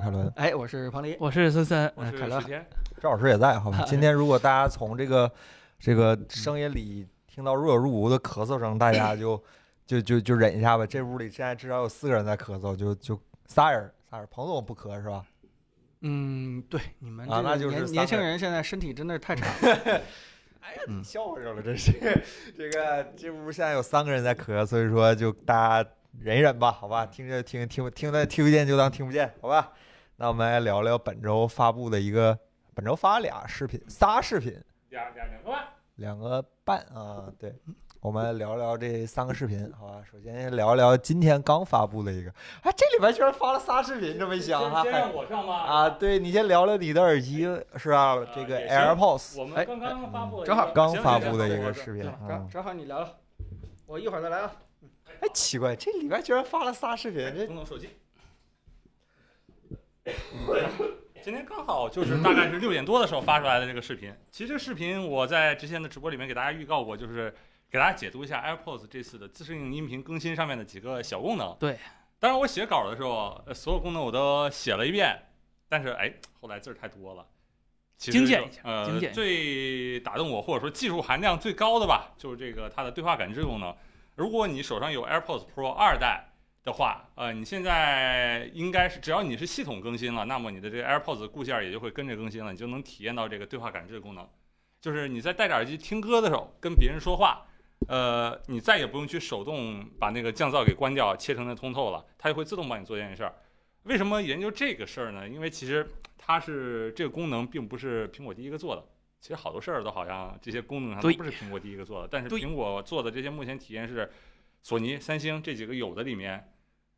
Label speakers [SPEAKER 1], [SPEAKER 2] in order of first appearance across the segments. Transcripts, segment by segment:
[SPEAKER 1] 凯伦，
[SPEAKER 2] 哎，我是庞黎，嗯
[SPEAKER 3] 我是森森，
[SPEAKER 4] 我是
[SPEAKER 2] 凯乐
[SPEAKER 4] 石天，
[SPEAKER 1] 赵老师也在，好吧？今天如果大家从这个这个声音里听到若有若无的咳嗽声，大家就就就就忍一下吧。这屋里现在至少有四个人在咳嗽，就就仨人仨人，彭总不咳是吧？
[SPEAKER 2] 嗯，对，你们
[SPEAKER 1] 啊
[SPEAKER 2] 这
[SPEAKER 1] 那
[SPEAKER 2] 个
[SPEAKER 1] 就是
[SPEAKER 2] 年
[SPEAKER 1] 三
[SPEAKER 2] 年轻
[SPEAKER 1] 个嗯
[SPEAKER 2] 人现在身体真的是太差了。
[SPEAKER 1] 哎呀，你笑话着了，真是这个这屋现在有三个人在咳，所以说就大家忍一忍吧，好吧？听着听听听的听不见就当听不见，好吧？那我们来聊聊本周发布的一个，本周发了俩视频，仨视频，
[SPEAKER 4] 两两两个半，
[SPEAKER 1] 两个半啊，对，我们聊聊这三个视频，好吧？首先先聊聊今天刚发布的一个，哎，这里边居然发了仨视频，这么一想
[SPEAKER 4] 先
[SPEAKER 1] 哈
[SPEAKER 4] 先让我上吧。
[SPEAKER 1] 啊，对你先聊聊你的耳机是吧？这个
[SPEAKER 4] 啊也行
[SPEAKER 1] AirPods
[SPEAKER 4] 我
[SPEAKER 2] 哎
[SPEAKER 4] 们刚刚发布了一个，
[SPEAKER 2] 正好
[SPEAKER 1] 刚
[SPEAKER 4] 行
[SPEAKER 1] 发
[SPEAKER 4] 行
[SPEAKER 1] 布的一
[SPEAKER 4] 行
[SPEAKER 1] 个
[SPEAKER 4] 行
[SPEAKER 1] 视频，嗯
[SPEAKER 2] 正正好你聊聊，我一会儿再来啊。
[SPEAKER 1] 哎，奇怪，这里边居然发了仨视频，这
[SPEAKER 4] 功能手机。今天刚好就是大概是六点多的时候发出来的这个视频。其实这个视频我在之前的直播里面给大家预告过，就是给大家解读一下 AirPods 这次的自适应音频更新上面的几个小功能。
[SPEAKER 3] 对，
[SPEAKER 4] 当然我写稿的时候，呃所有功能我都写了一遍，但是哎，后来字儿太多了。其实
[SPEAKER 3] 精简一下
[SPEAKER 4] 呃，
[SPEAKER 3] 精简一下
[SPEAKER 4] 最打动我或者说技术含量最高的吧，就是这个它的对话感知功能。如果你手上有 AirPods Pro 二代的话，呃，你现在应该是只要你是系统更新了，那么你的这个 AirPods 固件也就会跟着更新了，你就能体验到这个对话感知的功能。就是你在戴着耳机听歌的时候跟别人说话，呃，你再也不用去手动把那个降噪给关掉，啊切成那通透了，它就会自动帮你做这件事儿。为什么研究这个事儿呢？因为其实它是这个功能并不是苹果第一个做的。其实好多事儿都好像这些功能上都
[SPEAKER 3] 对
[SPEAKER 4] 不是苹果第一个做的，但是
[SPEAKER 3] 对
[SPEAKER 4] 苹果做的这些目前体验是索尼、三星这几个有的里面，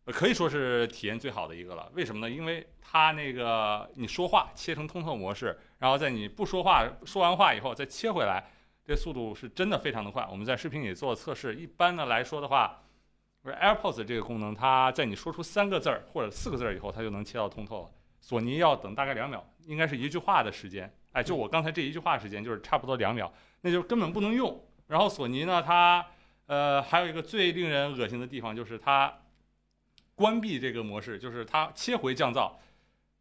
[SPEAKER 4] 呃可以说是体验最好的一个了。为什么呢？因为它那个你说话切成通透模式，然后在你不说话说完话以后再切回来，这速度是真的非常的快。我们在视频里做了测试，一般的来说的话，不是 AirPods 这个功能，它在你说出三个字儿或者四个字儿以后，它就能切到通透了。索尼要等大概两秒，应该是一句话的时间。哎，就我刚才这一句话时间，就是差不多两秒，那就根本不能用。然后索尼呢，它呃还有一个最令人恶心的地方就是它关闭这个模式，就是它切回降噪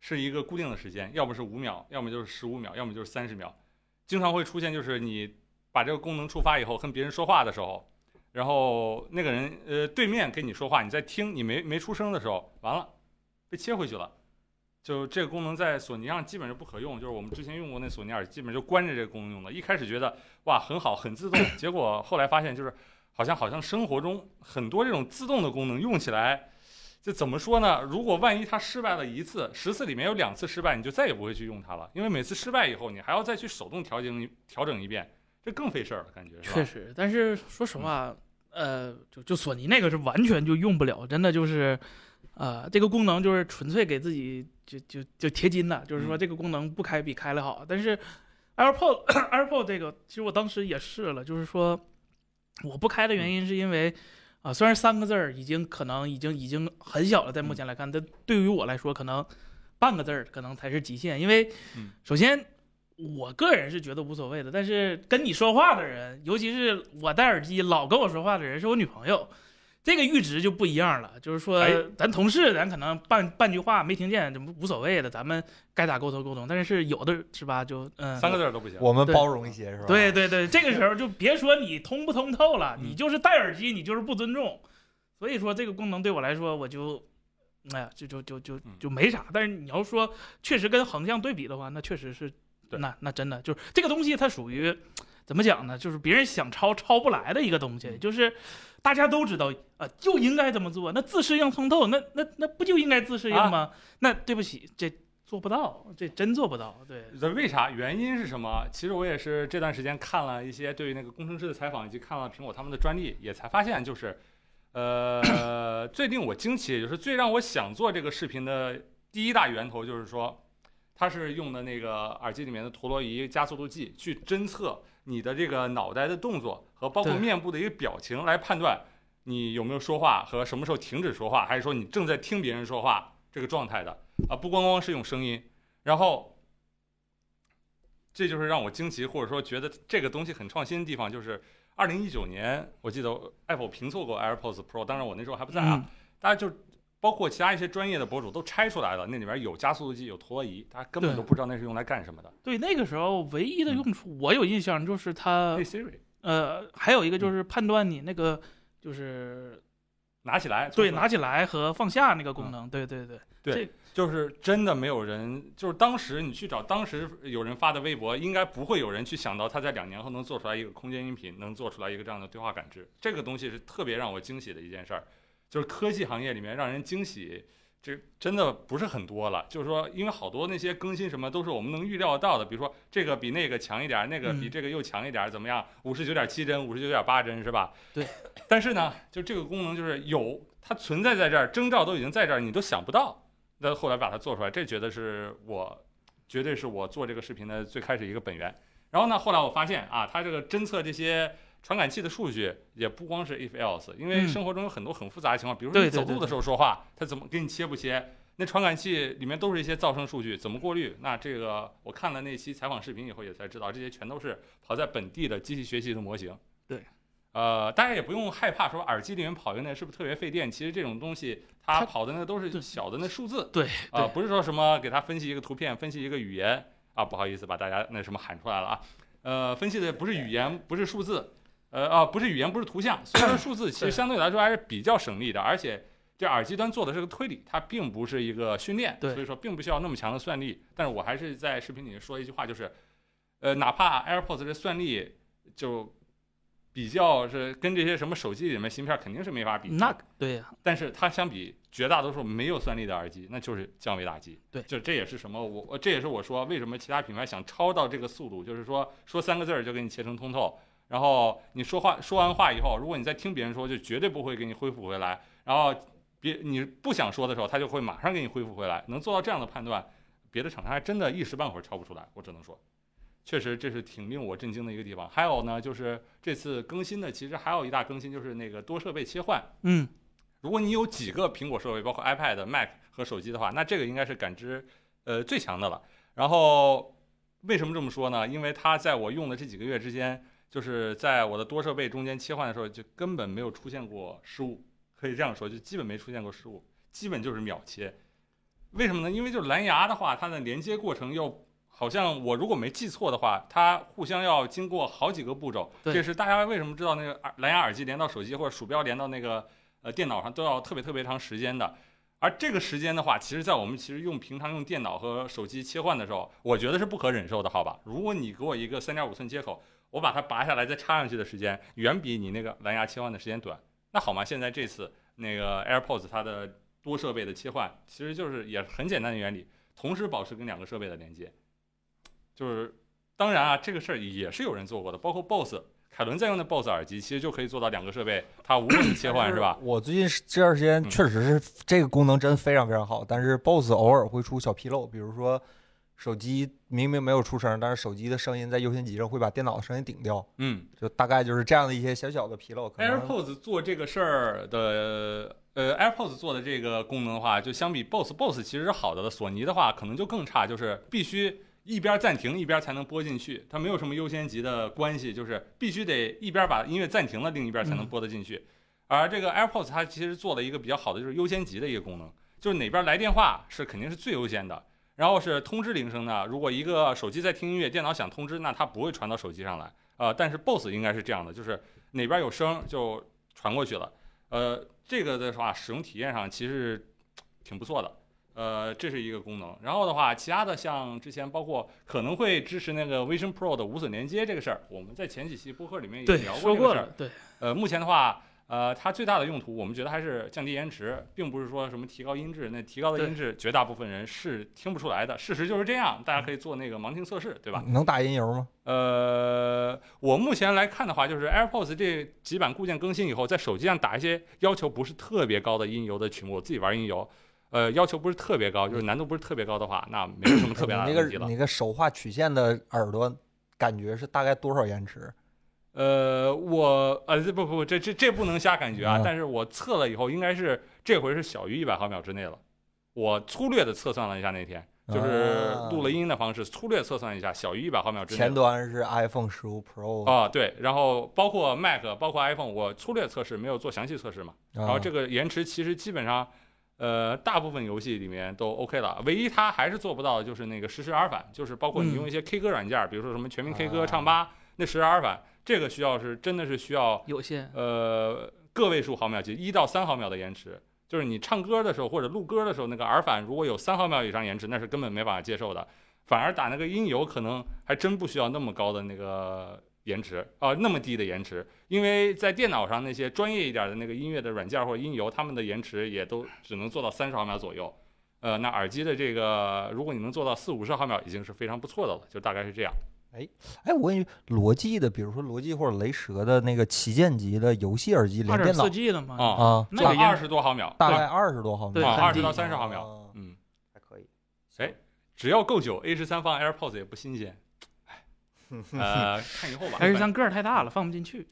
[SPEAKER 4] 是一个固定的时间，要么是五秒，要么就是十五秒，要么就是三十秒，经常会出现就是你把这个功能触发以后跟别人说话的时候。然后那个人，呃，对面跟你说话，你在听，你没没出声的时候，完了，被切回去了。就这个功能在索尼上基本上不可用，就是我们之前用过那索尼耳机，基本就关着这个功能用的。一开始觉得哇很好，很自动，结果后来发现就是好像好像生活中很多这种自动的功能用起来，就怎么说呢？如果万一它失败了一次，十次里面有两次失败，你就再也不会去用它了，因为每次失败以后，你还要再去手动调整一调整一遍，这更费事儿了，感觉是吧嗯
[SPEAKER 3] 确实，但是说实话，呃，就就索尼那个是完全就用不了，真的就是，呃，这个功能就是纯粹给自己就就就贴金了，就是
[SPEAKER 4] 嗯
[SPEAKER 3] 说这个功能不开比开了好。但是 AirPod AirPod 这个，其实我当时也试了，就是说我不开的
[SPEAKER 4] 嗯
[SPEAKER 3] 原因是因为。啊，虽然三个字儿已经可能已经已经很小了，在目
[SPEAKER 4] 嗯
[SPEAKER 3] 前来看，但对于我来说，可能半个字儿可能才是极限。因为
[SPEAKER 4] 嗯
[SPEAKER 3] 首先我个人是觉得无所谓的，但是跟你说话的人，尤其是我戴耳机老跟我说话的人，是我女朋友，这个阈值就不一样了。就是说，
[SPEAKER 4] 哎
[SPEAKER 3] 咱同事，咱可能半半句话没听见，这无所谓的，咱们该咋沟通沟通。但是有的是吧，就嗯，
[SPEAKER 4] 三个字儿都不行。
[SPEAKER 1] 我们
[SPEAKER 3] 对
[SPEAKER 1] 包容一些是吧？
[SPEAKER 3] 对对对，这个时候就别说你通不通透了，
[SPEAKER 4] 嗯
[SPEAKER 3] 你就是戴耳机，你就是不尊重。所以说这个功能对我来说，我就，哎呀，就就就就
[SPEAKER 4] 嗯
[SPEAKER 3] 就没啥。但是你要说确实跟横向对比的话，那确实是，
[SPEAKER 4] 对
[SPEAKER 3] 那那真的就是这个东西，它属于怎么讲呢？就是别人想抄抄不来的一个东西，
[SPEAKER 4] 嗯
[SPEAKER 3] 就是大家都知道啊、就应该这么做。那自适应通透，那那那不就应该自适应
[SPEAKER 4] 啊
[SPEAKER 3] 吗？那对不起，这做不到，这真做不到。对，
[SPEAKER 4] 这为啥？原因是什么？其实我也是这段时间看了一些对于那个工程师的采访，以及看了苹果他们的专利，也才发现就是，呃，最令我惊奇，也就是最让我想做这个视频的第一大源头，就是说，它是用的那个耳机里面的陀螺仪加速度计去侦测你的这个脑袋的动作和包括
[SPEAKER 3] 对
[SPEAKER 4] 面部的一个表情来判断你有没有说话和什么时候停止说话，还是说你正在听别人说话这个状态的啊，不光光是用声音，然后。这就是让我惊奇，或者说觉得这个东西很创新的地方，就是二零一九年，我记得 Apple 评测过 AirPods Pro，当然我那时候还不在啊。
[SPEAKER 3] 嗯
[SPEAKER 4] 大家就包括其他一些专业的博主都拆出来了，那里面有加速度计，有陀螺仪，大家根本
[SPEAKER 3] 对
[SPEAKER 4] 都不知道那是用来干什么的。
[SPEAKER 3] 对，那个时候唯一
[SPEAKER 4] 嗯
[SPEAKER 3] 的用处，我有印象就是它
[SPEAKER 4] 那 Siri
[SPEAKER 3] 呃，还有一
[SPEAKER 4] 嗯
[SPEAKER 3] 个就是判断你那个就是
[SPEAKER 4] 拿起来，
[SPEAKER 3] 对
[SPEAKER 4] 从
[SPEAKER 3] 拿起来和放下那个
[SPEAKER 4] 嗯
[SPEAKER 3] 功能，对对对，
[SPEAKER 4] 就是真的没有人，就是当时你去找当时有人发的微博，应该不会有人去想到他在两年后能做出来一个空间音频，能做出来一个这样的对话感知。这个东西是特别让我惊喜的一件事儿，就是科技行业里面让人惊喜，这真的不是很多了。就是说，因为好多那些更新什么都是我们能预料到的，比如说这个比那个强一点儿，那个比
[SPEAKER 3] 嗯
[SPEAKER 4] 这个又强一点儿，怎么样？五十九点七帧，五十九点八帧是吧？
[SPEAKER 3] 对。
[SPEAKER 4] 但是呢，就这个功能就是有，它存在在这儿，征兆都已经在这儿，你都想不到。那后来把它做出来，这觉得是我绝对是我做这个视频的最开始一个本源。然后呢，后来我发现啊，它这个侦测这些传感器的数据也不光是 if else，因为
[SPEAKER 3] 嗯
[SPEAKER 4] 生活中有很多很复杂的情况，比如说你
[SPEAKER 3] 对对
[SPEAKER 4] 走
[SPEAKER 3] 对
[SPEAKER 4] 路的时候说话，它怎么给你切不切？那传感器里面都是一些噪声数据，怎么过滤？那这个我看了那期采访视频以后也才知道，这些全都是跑在本地的机器学习的模型。
[SPEAKER 3] 对，
[SPEAKER 4] 呃，大家也不用害怕说耳机里面跑进来是不是特别费电，其实这种东西它
[SPEAKER 3] 它
[SPEAKER 4] 跑的那都
[SPEAKER 3] 对
[SPEAKER 4] 是小的那数字，
[SPEAKER 3] 对
[SPEAKER 4] 啊、
[SPEAKER 3] 对
[SPEAKER 4] 不是说什么给它分析一个图片，分析一个语言啊，不好意思把大家那什么喊出来了啊，呃，分析的不是语言，不是数字，呃啊，不是语言，不是图像，虽然说数字其实
[SPEAKER 3] 对
[SPEAKER 4] 相对来说还是比较省力的，而且这耳机端做的是个推理，它并不是一个训练，
[SPEAKER 3] 对
[SPEAKER 4] 所以说并不需要那么强的算力。但是我还是在视频里说一句话，就是，呃，哪怕 AirPods 这算力就比较是跟这些什么手机里面芯片肯定是没法比，
[SPEAKER 3] 那对啊呀，
[SPEAKER 4] 但是它相比绝大多数没有算力的耳机，那就是降维打击。
[SPEAKER 3] 对
[SPEAKER 4] 就这也是什么我我这也是我说为什么其他品牌想超到这个速度，就是说说三个字儿就给你切成通透，然后你说话说完话以后，如果你再听别人说，就绝对不会给你恢复回来，然后别你不想说的时候，它就会马上给你恢复回来。能做到这样的判断，别的厂商还真的一时半会儿超不出来，我只能说。确实，这是挺令我震惊的一个地方。还有呢，就是这次更新的，其实还有一大更新，就是那个多设备切换。
[SPEAKER 3] 嗯，
[SPEAKER 4] 如果你有几个苹果设备，包括 iPad、Mac 和手机的话，那这个应该是感知呃最强的了。然后为什么这么说呢？因为它在我用的这几个月之间，就是在我的多设备中间切换的时候，就根本没有出现过失误，可以这样说，就基本没出现过失误，基本就是秒切。为什么呢？因为就蓝牙的话，它的连接过程又好像我如果没记错的话，它互相要经过好几个步骤。
[SPEAKER 3] 对
[SPEAKER 4] 这是大家为什么知道那个耳蓝牙耳机连到手机或者鼠标连到那个呃电脑上都要特别特别长时间的。而这个时间的话，其实，在我们其实用平常用电脑和手机切换的时候，我觉得是不可忍受的，好吧？如果你给我一个三点五寸接口，我把它拔下来再插上去的时间，远比你那个蓝牙切换的时间短。那好嘛，现在这次那个 AirPods 它的多设备的切换，其实就是也很简单的原理，同时保持跟两个设备的连接。就是当然啊，这个事儿也是有人做过的，包括 BOSS 凯伦在用的 BOSS 耳机，其实就可以做到两个设备它无缝的切换，是吧？？
[SPEAKER 1] 我最近是这段时间
[SPEAKER 4] 嗯
[SPEAKER 1] 确实是这个功能真非常非常好，但是 BOSS 偶尔会出小纰漏，比如说手机明明没有出声，但是手机的声音在优先级上会把电脑的声音顶掉，
[SPEAKER 4] 嗯，
[SPEAKER 1] 就大概就是这样的一些小小的纰漏。
[SPEAKER 4] 哎
[SPEAKER 1] 可能
[SPEAKER 4] AirPods 做这个事儿的，呃，AirPods 做的这个功能的话，就相比 Boss，Boss 其实是好的了，索尼的话可能就更差，就是必须一边暂停一边才能播进去，它没有什么优先级的关系，就是必须得一边把音乐暂停了，另一边才能播得进去。而这个 AirPods 它其实做了一个比较好的，就是优先级的一个功能，就是哪边来电话是肯定是最优先的。然后是通知铃声呢，如果一个手机在听音乐，电脑想通知，那它不会传到手机上来。呃，但是 BOSS 应该是这样的，就是哪边有声就传过去了。呃，这个的话，使用体验上其实挺不错的。呃，这是一个功能。然后的话，其他的像之前包括可能会支持那个 Vision Pro 的无损连接这个事儿，我们在前几期播客里面也
[SPEAKER 3] 对
[SPEAKER 4] 聊，过
[SPEAKER 3] 说
[SPEAKER 4] 这个
[SPEAKER 3] 过
[SPEAKER 4] 事儿
[SPEAKER 3] 了。，对，
[SPEAKER 4] 呃，目前的话，呃，它最大的用途，我们觉得还是降低延迟，并不是说什么提高音质。那提高的
[SPEAKER 3] 对
[SPEAKER 4] 音质，绝大部分人是听不出来的。事实就是这样，大家可以做那个盲听测试，对吧？
[SPEAKER 1] 能打音游吗？
[SPEAKER 4] 呃，我目前来看的话，就是 AirPods 这几版固件更新以后，在手机上打一些要求不是特别高的音游的曲目，我自己玩音游，呃，要求不是特别高，就是难度不是特别高的话，那没有什么特别大
[SPEAKER 1] 你
[SPEAKER 4] 的
[SPEAKER 1] 嗯那
[SPEAKER 4] 问题了
[SPEAKER 1] 个。你个手画曲线的耳朵感觉是大概多少延迟？
[SPEAKER 4] 呃，我呃这不不这这这不能瞎感觉啊，
[SPEAKER 1] 嗯
[SPEAKER 4] 但是我测了以后，应该是这回是小于一百毫秒之内了。我粗略的测算了一下，那天就是
[SPEAKER 1] 啊
[SPEAKER 4] 录了音的方式，粗略测算一下，小于一百毫秒之内
[SPEAKER 1] 前
[SPEAKER 4] 了。
[SPEAKER 1] 端是 iPhone 十五 Pro，、
[SPEAKER 4] 啊，对，然后包括啊
[SPEAKER 1] 啊
[SPEAKER 4] Mac，包括 iPhone，我粗略测试，没有做详细测试嘛。然后这个延迟其实基本上，呃，大部分游戏里面都 OK 了，唯一它还是做不到的就是那个实时阿尔反，就是包括你
[SPEAKER 3] 嗯
[SPEAKER 4] 用一些 K 歌软件儿，比如说什么全民 K
[SPEAKER 1] 啊
[SPEAKER 4] 歌、唱吧，那实时阿尔反，这个需要是真的是需要
[SPEAKER 3] 有限，
[SPEAKER 4] 呃个位数毫秒级，一到三毫秒的延迟，就是你唱歌的时候或者录歌的时候，那个耳返如果有三毫秒以上延迟，那是根本没办法接受的。反而打那个音游可能还真不需要那么高的那个延迟啊、那么低的延迟，因为在电脑上那些专业一点的那个音乐的软件或者音游，他们的延迟也都只能做到三十毫秒左右。呃，那耳机的这个，如果你能做到四五十毫秒，已经是非常不错的了，就大概是这样。
[SPEAKER 1] 哎，我问你，逻辑的，比如说逻辑或者雷蛇的那个旗舰级的游戏耳机
[SPEAKER 3] 二
[SPEAKER 1] 连
[SPEAKER 3] 点
[SPEAKER 1] 电脑
[SPEAKER 3] 四 G 的嘛，
[SPEAKER 4] 啊
[SPEAKER 1] 啊，
[SPEAKER 3] 那个
[SPEAKER 4] 就
[SPEAKER 3] 应
[SPEAKER 4] 二十多毫秒，
[SPEAKER 1] 大
[SPEAKER 4] 对
[SPEAKER 1] 概二十多毫
[SPEAKER 3] 对
[SPEAKER 1] 秒，
[SPEAKER 4] 啊，
[SPEAKER 3] 很
[SPEAKER 4] 二
[SPEAKER 3] 低
[SPEAKER 4] 十到三十毫秒，
[SPEAKER 1] 啊，
[SPEAKER 4] 嗯。
[SPEAKER 1] 还可以。
[SPEAKER 4] 哎只要够久，A 十三放 AirPods 也不新鲜。哎，呃，看以后吧。
[SPEAKER 3] 还是咱个儿太大了，放不 进去。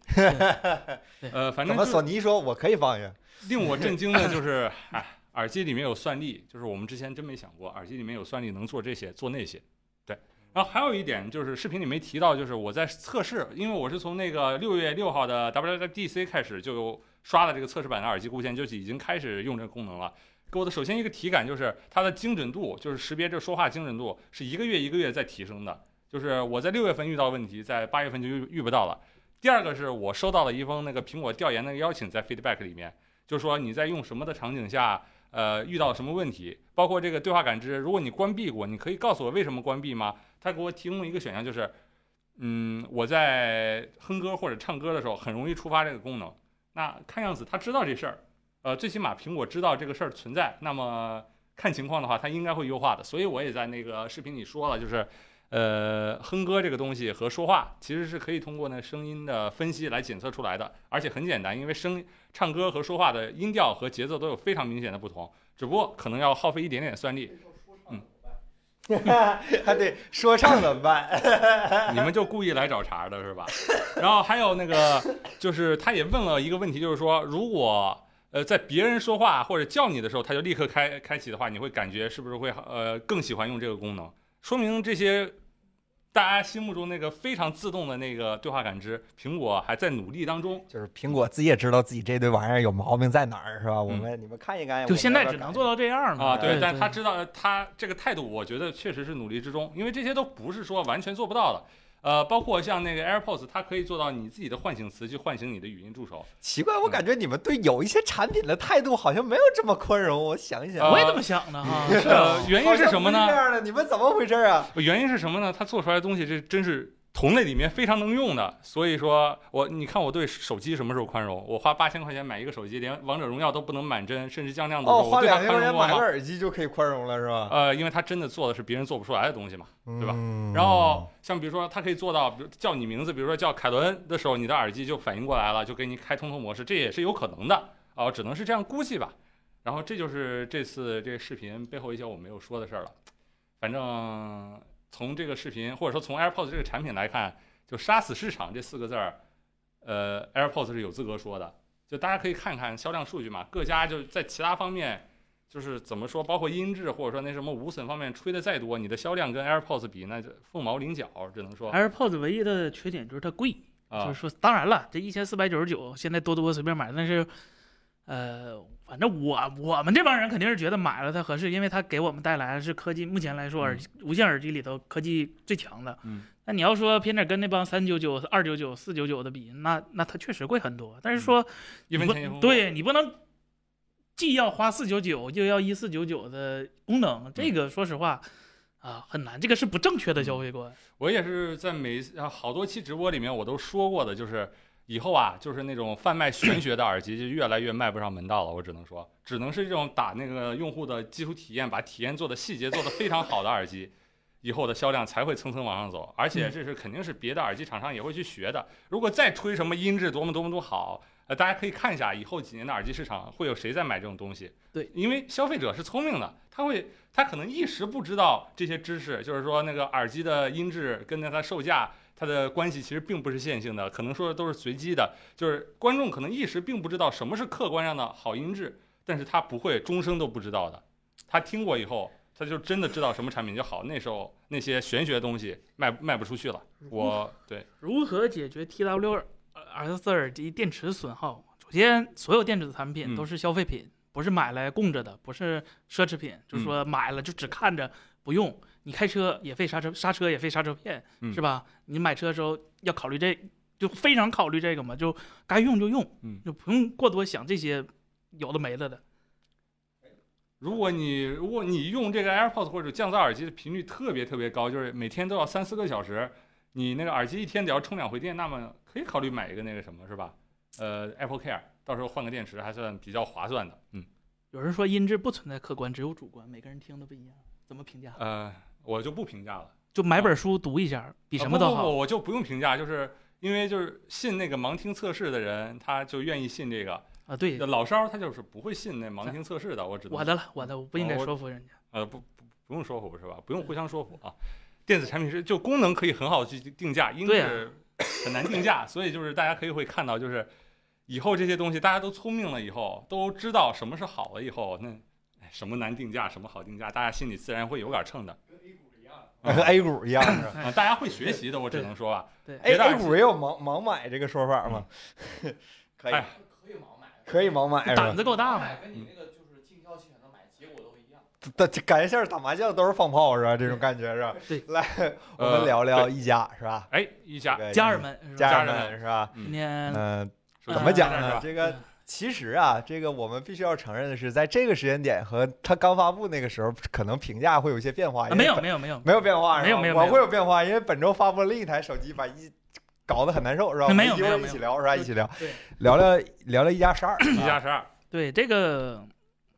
[SPEAKER 4] 呃，反
[SPEAKER 1] 怎
[SPEAKER 4] 正
[SPEAKER 1] 么
[SPEAKER 4] 就
[SPEAKER 1] 索尼说我可以放下？
[SPEAKER 4] 令我震惊的就是，哎，耳机里面有算力，就是我们之前真没想过，耳机里面有算力能做这些做那些。对，然后还有一点就是视频里没提到，就是我在测试，因为我是从那个六月六号的 WWDC 开始就刷了这个测试版的耳机固件，就已经开始用这个功能了。给我的首先一个体感就是它的精准度，就是识别这说话精准度是一个月一个月在提升的。就是我在六月份遇到问题，在八月份就遇遇不到了。第二个是我收到了一封那个苹果调研那个邀请，在 feedback 里面，就是说你在用什么的场景下，呃，遇到什么问题，包括这个对话感知，如果你关闭过，你可以告诉我为什么关闭吗？他给我提供了一个选项，就是，嗯，我在哼歌或者唱歌的时候，很容易触发这个功能。那看样子他知道这事儿，呃，最起码苹果知道这个事儿存在。那么看情况的话，它应该会优化的。所以我也在那个视频里说了，就是。呃，哼歌这个东西和说话其实是可以通过那声音的分析来检测出来的，而且很简单，因为声唱歌和说话的音调和节奏都有非常明显的不同，只不过可能要耗费一点点算力。
[SPEAKER 1] 还得说唱怎么办？
[SPEAKER 4] 你们就故意来找茬的是吧？ 然后还有那个，就是他也问了一个问题，就是说，如果呃在别人说话或者叫你的时候，他就立刻开开启的话，你会感觉是不是会呃更喜欢用这个功能？说明这些大家心目中那个非常自动的那个对话感知，苹果还在努力当中。
[SPEAKER 1] 就是苹果自己也知道自己这堆玩意儿有毛病在哪儿，是吧？我们你们看一看，
[SPEAKER 3] 就现在只能做到这
[SPEAKER 1] 嗯
[SPEAKER 3] 样嘛。
[SPEAKER 4] 啊，
[SPEAKER 3] 对，
[SPEAKER 4] 但他知道他这个态度，我觉得确实是努力之中，因为这些都不是说完全做不到的。呃，包括像那个 AirPods，它可以做到你自己的唤醒词去唤醒你的语音 助手。
[SPEAKER 1] 奇怪，我感觉你们对有一些产品的态度好像没有这么宽容。啊我想一想，
[SPEAKER 3] 我也这么想的哈。是啊
[SPEAKER 4] 呃，原啊 因是什么
[SPEAKER 1] 好像不这
[SPEAKER 4] 呢？
[SPEAKER 1] 样的，你们怎么回事 啊？
[SPEAKER 4] 原因是什么呢？它做出来的东西，这真是同类里面非常能用的。所以说我，你看我对手机什么时候宽容？我花八千块钱买一个手机，连王者荣耀都不能满帧，甚至降亮度的时
[SPEAKER 1] 哦，
[SPEAKER 4] 候，
[SPEAKER 1] 花
[SPEAKER 4] 我对它
[SPEAKER 1] 两千块
[SPEAKER 4] 宽
[SPEAKER 1] 钱
[SPEAKER 4] 容过
[SPEAKER 1] 买个
[SPEAKER 4] 吗？
[SPEAKER 1] 耳机就可以宽容了，是吧？
[SPEAKER 4] 呃，因为它真的做的是别人做不出来的东西嘛。对吧
[SPEAKER 1] 嗯
[SPEAKER 4] 然后像比如说，它可以做到，比如叫你名字，比如说叫凯伦的时候，你的耳机就反应过来了，就给你开通透模式，这也是有可能的啊、只能是这样估计吧。然后这就是这次这个视频背后一些我没有说的事儿了。反正从这个视频，或者说从 AirPods 这个产品来看，就“杀死市场”这四个字儿，呃，AirPods 是有资格说的。就大家可以看看销量数据嘛，各家就在其他方面，就是怎么说，包括音质或者说那什么无损方面吹的再多，你的销量跟 AirPods 比，那就凤毛麟角，只能说啊、
[SPEAKER 3] AirPods 唯一的缺点就是它贵，哎就是说，当然了，这一千四百九十九现在多多随便买，但是，呃，反正我我们这帮人肯定是觉得买了它合适，因为它给我们带来是科技目前来说耳、无线耳机里头科技最强的。
[SPEAKER 4] 嗯，
[SPEAKER 3] 那你要说偏点跟那帮三九九、二九九、四九九的比，那那它确实贵很多，但是说
[SPEAKER 4] 嗯一
[SPEAKER 3] 你
[SPEAKER 4] 分
[SPEAKER 3] 不
[SPEAKER 4] 钱一分货。
[SPEAKER 3] 对你不能既要花四九九又要一四九九的功能，这
[SPEAKER 4] 嗯
[SPEAKER 3] 个说实话啊很难，这个是不正确的消费观。
[SPEAKER 4] 我也是在每啊好多期直播里面我都说过的，就是以后啊，就是那种贩卖玄学的耳机就越来越卖不上门道了。我只能说，只能是这种打那个用户的基础体验，把体验做的细节做得非常好的耳机，以后的销量才会蹭蹭往上走。而且这是肯定是别的耳机厂商也会去学的。如果再吹什么音质多么多么多好，呃，大家可以看一下以后几年的耳机市场会有谁在买这种东西。
[SPEAKER 3] 对，
[SPEAKER 4] 因为消费者是聪明的，他会他可能一时不知道这些知识，就是说那个耳机的音质跟那它售价它的关系其实并不是线性的，可能说的都是随机的，就是观众可能一时并不知道什么是客观上的好音质，但是他不会终生都不知道的，他听过以后。他就真的知道什么产品就好，那时候那些玄学的东西卖卖不出去了。我对
[SPEAKER 3] 如何解决呃 TW 耳 S 耳机电池损耗？首先，所有电子产品
[SPEAKER 4] 嗯
[SPEAKER 3] 都是消费品，不是买来供着的，不是奢侈
[SPEAKER 4] 嗯
[SPEAKER 3] 品，就是说买了就只看着不用。你开车也费刹车，刹车也费刹车片，
[SPEAKER 4] 嗯
[SPEAKER 3] 是吧？你买车的时候要考虑这，就非常考虑这个嘛，就该用就用，
[SPEAKER 4] 嗯
[SPEAKER 3] 就不用过多想这些有的没的的。
[SPEAKER 4] 如果你如果你用这个 AirPods 或者降噪耳机的频率特别特别高，就是每天都要三四个小时，你那个耳机一天得要充两回电，那么可以考虑买一个那个什么是吧？呃，Apple Care，到时候换个电池还算比较划算的。嗯，
[SPEAKER 3] 有人说音质不存在客观，只有主观，每个人听的不一样，怎么评价？
[SPEAKER 4] 呃，我就不评价了，
[SPEAKER 3] 就买本书读一下，比什么
[SPEAKER 4] 啊
[SPEAKER 3] 都
[SPEAKER 4] 不不
[SPEAKER 3] 好。
[SPEAKER 4] 不，我就不用评价，就是因为就是信那个盲听测试的人，他就愿意信这个。
[SPEAKER 3] 啊，对，
[SPEAKER 4] 老烧他就是不会信那盲听测试的，我只能
[SPEAKER 3] 我的了，我的，我不应该
[SPEAKER 4] 我
[SPEAKER 3] 说服人家。
[SPEAKER 4] 呃，不不不用说服是吧？不用互相说服啊。电子产品是就功能可以很好去定价，音
[SPEAKER 3] 对啊
[SPEAKER 4] 质很难定价，所以就是大家可以会看到，就是以后这些东西大家都聪明了以后，都知道什么是好了以后，那哎什么难定价，什么好定价，大家心里自然会有点秤的。嗯
[SPEAKER 1] 跟 A 股一样是 吧哎
[SPEAKER 4] 啊，大家会学习的，我只
[SPEAKER 3] 对
[SPEAKER 4] 能说啊，
[SPEAKER 3] 对，
[SPEAKER 1] ？A
[SPEAKER 4] 别的耳
[SPEAKER 1] A 股也有盲盲买这个说法吗？ 可以
[SPEAKER 4] 哎
[SPEAKER 1] 可以盲买是吧
[SPEAKER 3] 胆？子够大呗。
[SPEAKER 5] 跟你那个就是竞挑选的买，结果都一样。
[SPEAKER 1] 打感觉像是打麻将都是放炮是吧？这种感觉是吧？
[SPEAKER 3] 对
[SPEAKER 1] 来我
[SPEAKER 4] 呃
[SPEAKER 1] 们聊聊
[SPEAKER 4] 对
[SPEAKER 1] 一家是吧？
[SPEAKER 4] 哎，一家
[SPEAKER 1] 这个
[SPEAKER 3] 家人们，是吧
[SPEAKER 1] 家人
[SPEAKER 4] 家人
[SPEAKER 1] 们是吧？
[SPEAKER 3] 今天
[SPEAKER 1] 嗯，
[SPEAKER 4] 首
[SPEAKER 1] 怎
[SPEAKER 4] 先
[SPEAKER 1] 么讲啊
[SPEAKER 4] 是
[SPEAKER 1] 呢？
[SPEAKER 4] 吧？
[SPEAKER 1] 这个其实啊，这个我们必须要承认的是，在这个时间点和它刚发布那个时候，可能评价会有一些变化。
[SPEAKER 3] 啊
[SPEAKER 1] 因为
[SPEAKER 3] 没有
[SPEAKER 1] 本
[SPEAKER 3] 没有没有，
[SPEAKER 1] 没有变化，是吧
[SPEAKER 3] 没有没有
[SPEAKER 1] 我
[SPEAKER 3] 没有
[SPEAKER 1] 会有变化，因为本周发布了另一台手机，把一搞得很难受是吧？
[SPEAKER 3] 没有
[SPEAKER 1] 我们一会
[SPEAKER 3] 没
[SPEAKER 1] 儿
[SPEAKER 3] 有
[SPEAKER 1] 一起聊是吧？一起聊
[SPEAKER 3] 对，
[SPEAKER 1] 聊聊聊聊一加十二，
[SPEAKER 4] 一
[SPEAKER 1] 啊
[SPEAKER 4] 加十二，
[SPEAKER 3] 对这个，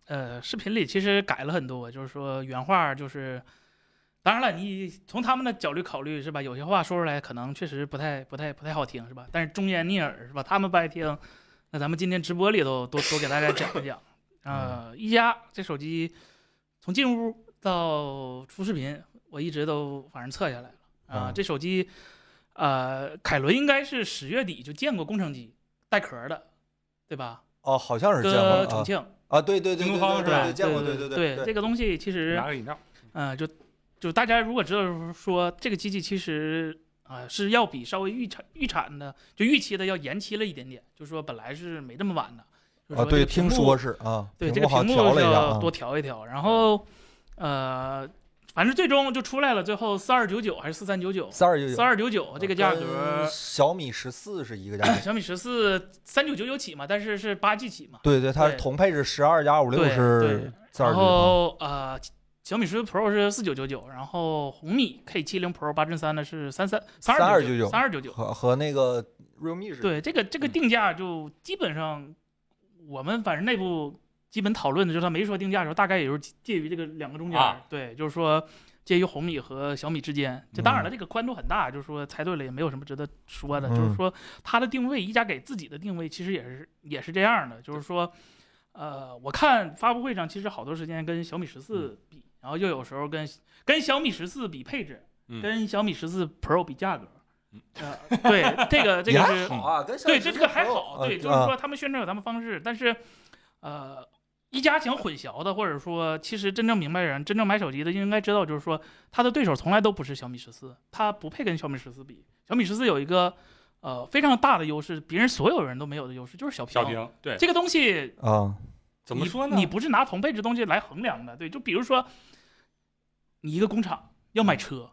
[SPEAKER 3] 呃，视频里其实改了很多，就是说原话就是，当然了，你从他们的角度考虑是吧？有些话说出来可能确实不太不太不太好听是吧？但是忠言逆耳是吧？他们不爱听，那咱们今天直播里头多多给大家讲一讲。呃，一加这手机从进屋到出视频，我一直都反正测下来了啊、
[SPEAKER 1] 嗯
[SPEAKER 3] 这手机，呃，凯伦应该是十月底就见过工程机带壳儿的，对吧？
[SPEAKER 1] 哦，好像是见
[SPEAKER 3] 搁
[SPEAKER 1] 过
[SPEAKER 3] 重
[SPEAKER 1] 啊
[SPEAKER 3] 庆。
[SPEAKER 1] 啊，对对对
[SPEAKER 4] 京
[SPEAKER 1] 对
[SPEAKER 4] 东方
[SPEAKER 1] 对
[SPEAKER 4] 是吧
[SPEAKER 1] 对，见过
[SPEAKER 3] 对
[SPEAKER 1] 对
[SPEAKER 3] 对
[SPEAKER 1] 对，
[SPEAKER 3] 这个东西嗯其实
[SPEAKER 4] 拿，个饮料，
[SPEAKER 3] 呃，就就大家如果知道说这个机器其实啊、呃是要比稍微预产预产的就预期的要延期了一点点，就是说本来是没这么晚的。就是
[SPEAKER 1] 啊
[SPEAKER 3] 这
[SPEAKER 1] 对，
[SPEAKER 3] 个屏
[SPEAKER 1] 听
[SPEAKER 3] 幕
[SPEAKER 1] 说是啊，
[SPEAKER 3] 对这
[SPEAKER 1] 屏幕
[SPEAKER 3] 个
[SPEAKER 1] 好
[SPEAKER 3] 屏
[SPEAKER 1] 像调
[SPEAKER 3] 幕是
[SPEAKER 1] 了一下
[SPEAKER 3] 要
[SPEAKER 1] 啊
[SPEAKER 3] 多调一调，然后呃，反正最终就出来了，最后四二九九还是四三九九，
[SPEAKER 1] 四二九啊九
[SPEAKER 3] 四二九九这个价
[SPEAKER 1] 跟
[SPEAKER 3] 格，。
[SPEAKER 1] 呃小米十四是一个价格
[SPEAKER 3] 小米十四三九九九起嘛，但是是八 G 起嘛，
[SPEAKER 1] 对对，它
[SPEAKER 3] 对
[SPEAKER 1] 同配置十二加五六
[SPEAKER 3] 对
[SPEAKER 1] 是
[SPEAKER 3] 对
[SPEAKER 1] 四二
[SPEAKER 3] 然
[SPEAKER 1] 九九。
[SPEAKER 3] 后呃，小米十四 Pro 是四九九九，然后红米 K 七零 Pro 八针三呢是三三三
[SPEAKER 1] 3299
[SPEAKER 3] 三二九九。
[SPEAKER 1] 和和那个 realme 是
[SPEAKER 3] 对，这个这个定价就基本上，我们反正内部基本讨论的就是他没说定价的时候，大概也就是介于这个两个中间儿。
[SPEAKER 4] 啊
[SPEAKER 3] 对，就是说介于红米和小米之间。这当然了，这个宽度很大，就是说猜对了也没有什么值得说的。就是
[SPEAKER 1] 嗯
[SPEAKER 3] 说它的定位，一加给自己的定位其实也是也是这样的，就是说。呃，我看发布会上其实好多时间跟小米十四比，然后又有时候跟跟小米十四比配置，
[SPEAKER 4] 嗯
[SPEAKER 3] 跟小米十四 Pro 比价格。
[SPEAKER 4] 嗯
[SPEAKER 3] 呃，对，这个这
[SPEAKER 1] 也
[SPEAKER 3] 个
[SPEAKER 1] 还
[SPEAKER 3] 是
[SPEAKER 4] 好
[SPEAKER 1] 啊，跟小
[SPEAKER 3] 对，
[SPEAKER 1] 米
[SPEAKER 3] 这
[SPEAKER 1] 十
[SPEAKER 3] 这
[SPEAKER 1] 四
[SPEAKER 3] 个还
[SPEAKER 1] Pro，
[SPEAKER 3] 好，
[SPEAKER 1] 啊
[SPEAKER 3] 对，就是
[SPEAKER 1] 啊
[SPEAKER 3] 说他们宣传有他们方式，但是，呃，一加想混淆的，或者说其实真正明白人、真正买手机的应该知道，就是说他的对手从来都不是小米十四，他不配跟小米十四比。小米十四有一个呃非常大的优势，别人所有人都没有的优势，就是小屏。
[SPEAKER 4] 小屏，对，
[SPEAKER 3] 这个东西
[SPEAKER 1] 啊，
[SPEAKER 4] 怎么
[SPEAKER 3] 你
[SPEAKER 4] 说呢？
[SPEAKER 3] 你不是拿同配置东西来衡量的，对，就比如说，你一个工厂要买车，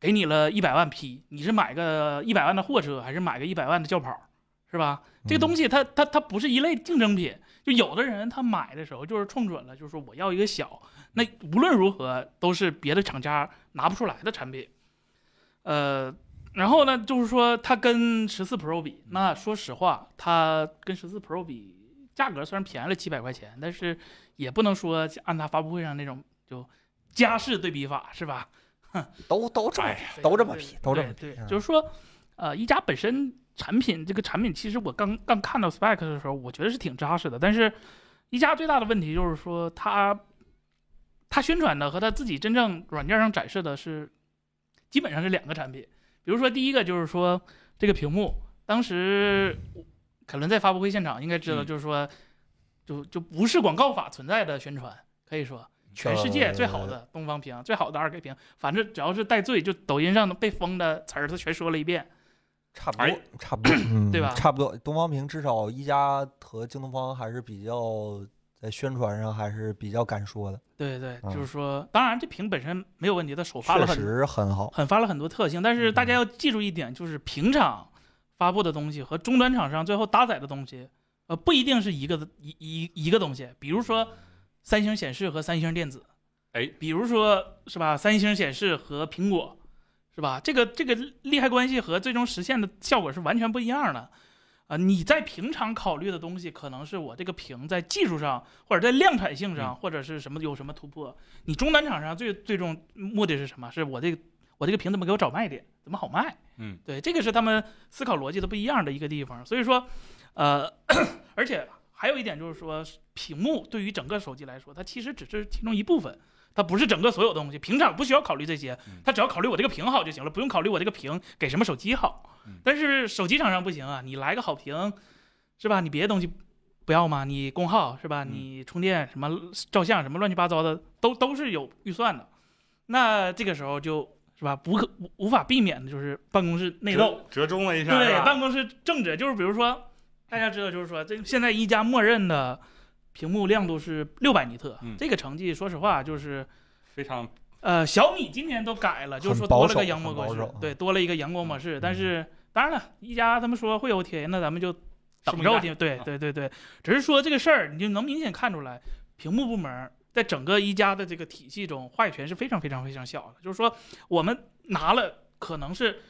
[SPEAKER 3] 给你了一百万匹，你是买个一百万的货车，还是买个一百万的轿跑，是吧？这个东西它它它不是一类竞争品。就有的人他买的时候就是冲准了，就是说我要一个小，那无论如何都是别的厂家拿不出来的产品。呃，然后呢，就是说它跟十四 Pro 比，那说实话，它跟十四 Pro 比，价格虽然便宜了七百块钱，但是也不能说按它发布会上那种就家式对比法是吧？
[SPEAKER 1] 都都这么
[SPEAKER 4] 哎
[SPEAKER 1] 比都这么比，都这么比。
[SPEAKER 3] 对，对
[SPEAKER 1] 嗯
[SPEAKER 3] 就是说，呃，一加本身产品这个产品，其实我刚刚看到 spec 的时候，我觉得是挺扎实的。但是，一加最大的问题就是说，它它宣传的和它自己真正软件上展示的是基本上是两个产品。比如说，第一个就是说这个屏幕，当时凯伦在发布会现场应该知道，
[SPEAKER 4] 嗯
[SPEAKER 3] 就是说，就就不是广告法存在的宣传，可以说。全世界最好的东方屏，啊最好的二 K 屏，反正只要是带罪，就抖音上被封的词儿，他全说了一遍。
[SPEAKER 1] 呃差不
[SPEAKER 4] 哎
[SPEAKER 1] 多， 差不多，嗯
[SPEAKER 3] 对吧
[SPEAKER 1] 差不多，东方屏至少一加和京东方还是比较在宣传上还是比较敢说的，
[SPEAKER 3] 对对，
[SPEAKER 1] 嗯
[SPEAKER 3] 就是说，当然这屏本身没有问题，它首发了
[SPEAKER 1] 确
[SPEAKER 3] 很
[SPEAKER 1] 实很好。
[SPEAKER 3] 很发了很多特性，但是大家要记住一点，就是平厂发布的东西和终端厂商最后搭载的东西，呃，不一定是一个一一一个东西。比如说三星显示和三星电子，
[SPEAKER 4] 哎，
[SPEAKER 3] 比如说是吧，三星显示和苹果，是吧？这个这个利害关系和最终实现的效果是完全不一样的。啊、你在平常考虑的东西，可能是我这个屏在技术上，或者在量产性上，或者是什么有什么突破。你终端厂商最最终目的是什么？是我这个我这个屏怎么给我找卖点，怎么好卖？
[SPEAKER 4] 嗯，
[SPEAKER 3] 对，这个是他们思考逻辑的不一样的一个地方。所以说，呃， 而且还有一点就是说，屏幕对于整个手机来说，它其实只是其中一部分。它不是整个所有东西，平常不需要考虑这些
[SPEAKER 4] 嗯，
[SPEAKER 3] 它只要考虑我这个屏好就行了，不用考虑我这个屏给什么手机好
[SPEAKER 4] 嗯。
[SPEAKER 3] 但是手机厂商不行啊，你来个好屏，是吧？你别的东西不要吗？你功耗是吧？
[SPEAKER 4] 嗯
[SPEAKER 3] 你充电什么照相什么乱七八糟的，都都是有预算的。那这个时候就是吧，无可无无法避免的就是办公室内斗，
[SPEAKER 4] 折折中了一下，是
[SPEAKER 3] 对，
[SPEAKER 4] 吧
[SPEAKER 3] 办公室政治就是比如说，大家知道就是说，这现在一加默认的屏幕亮度是六百尼特，
[SPEAKER 4] 嗯
[SPEAKER 3] 这个成绩说实话就是
[SPEAKER 4] 非常
[SPEAKER 3] 呃，小米今年都改了，就是说
[SPEAKER 1] 很
[SPEAKER 3] 多
[SPEAKER 1] 保
[SPEAKER 3] 了个
[SPEAKER 1] 守
[SPEAKER 3] 阳光
[SPEAKER 1] 很
[SPEAKER 3] 模
[SPEAKER 1] 保
[SPEAKER 3] 式
[SPEAKER 1] 守，嗯
[SPEAKER 3] 对，多了一个阳光模式。但是当然了，一加他们说会有 OTA，那咱们就
[SPEAKER 4] 拭
[SPEAKER 3] 等
[SPEAKER 4] 目以
[SPEAKER 3] 着
[SPEAKER 4] 待
[SPEAKER 3] OTA。对
[SPEAKER 4] 啊
[SPEAKER 3] 对对对，只是说这个事儿，你就能明显看出来，屏幕部门儿在整个一加的这个体系中，话语权是非常非常非常小的。就是说，我们拿了可能是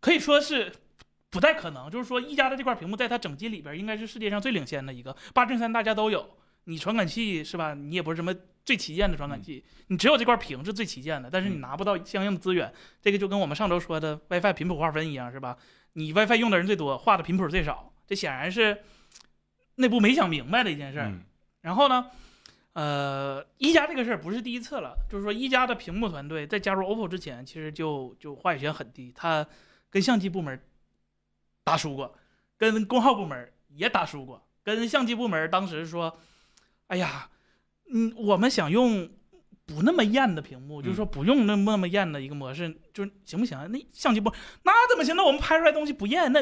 [SPEAKER 3] 可以说是。不太可能，就是说一加的这块屏幕在它整机里边儿应该是世界上最领先的一个，八正三大家都有，你传感器是吧？你也不是什么最旗舰的传感器，你只有这块屏是最旗舰的，但是你
[SPEAKER 4] 嗯
[SPEAKER 3] 拿不到相应的资源，这个就跟我们上周说的 WiFi 频谱划分一样，是吧？你 WiFi 用的人最多，画的频谱最少，这显然是内部没想明白的一件事儿。
[SPEAKER 4] 嗯
[SPEAKER 3] 然后呢，呃，一加这个事儿不是第一次了，就是说一加的屏幕团队在加入 OPPO 之前，其实就就话语权很低，它跟相机部门打输过，跟功耗部门也打输过，跟相机部门当时说，哎呀，嗯，我们想用。不那么艳的屏幕，
[SPEAKER 4] 嗯
[SPEAKER 3] 就是说不用那么那么艳的一个模式，就是行不行啊？那相机不，那怎么行？那我们拍出来东西不艳，那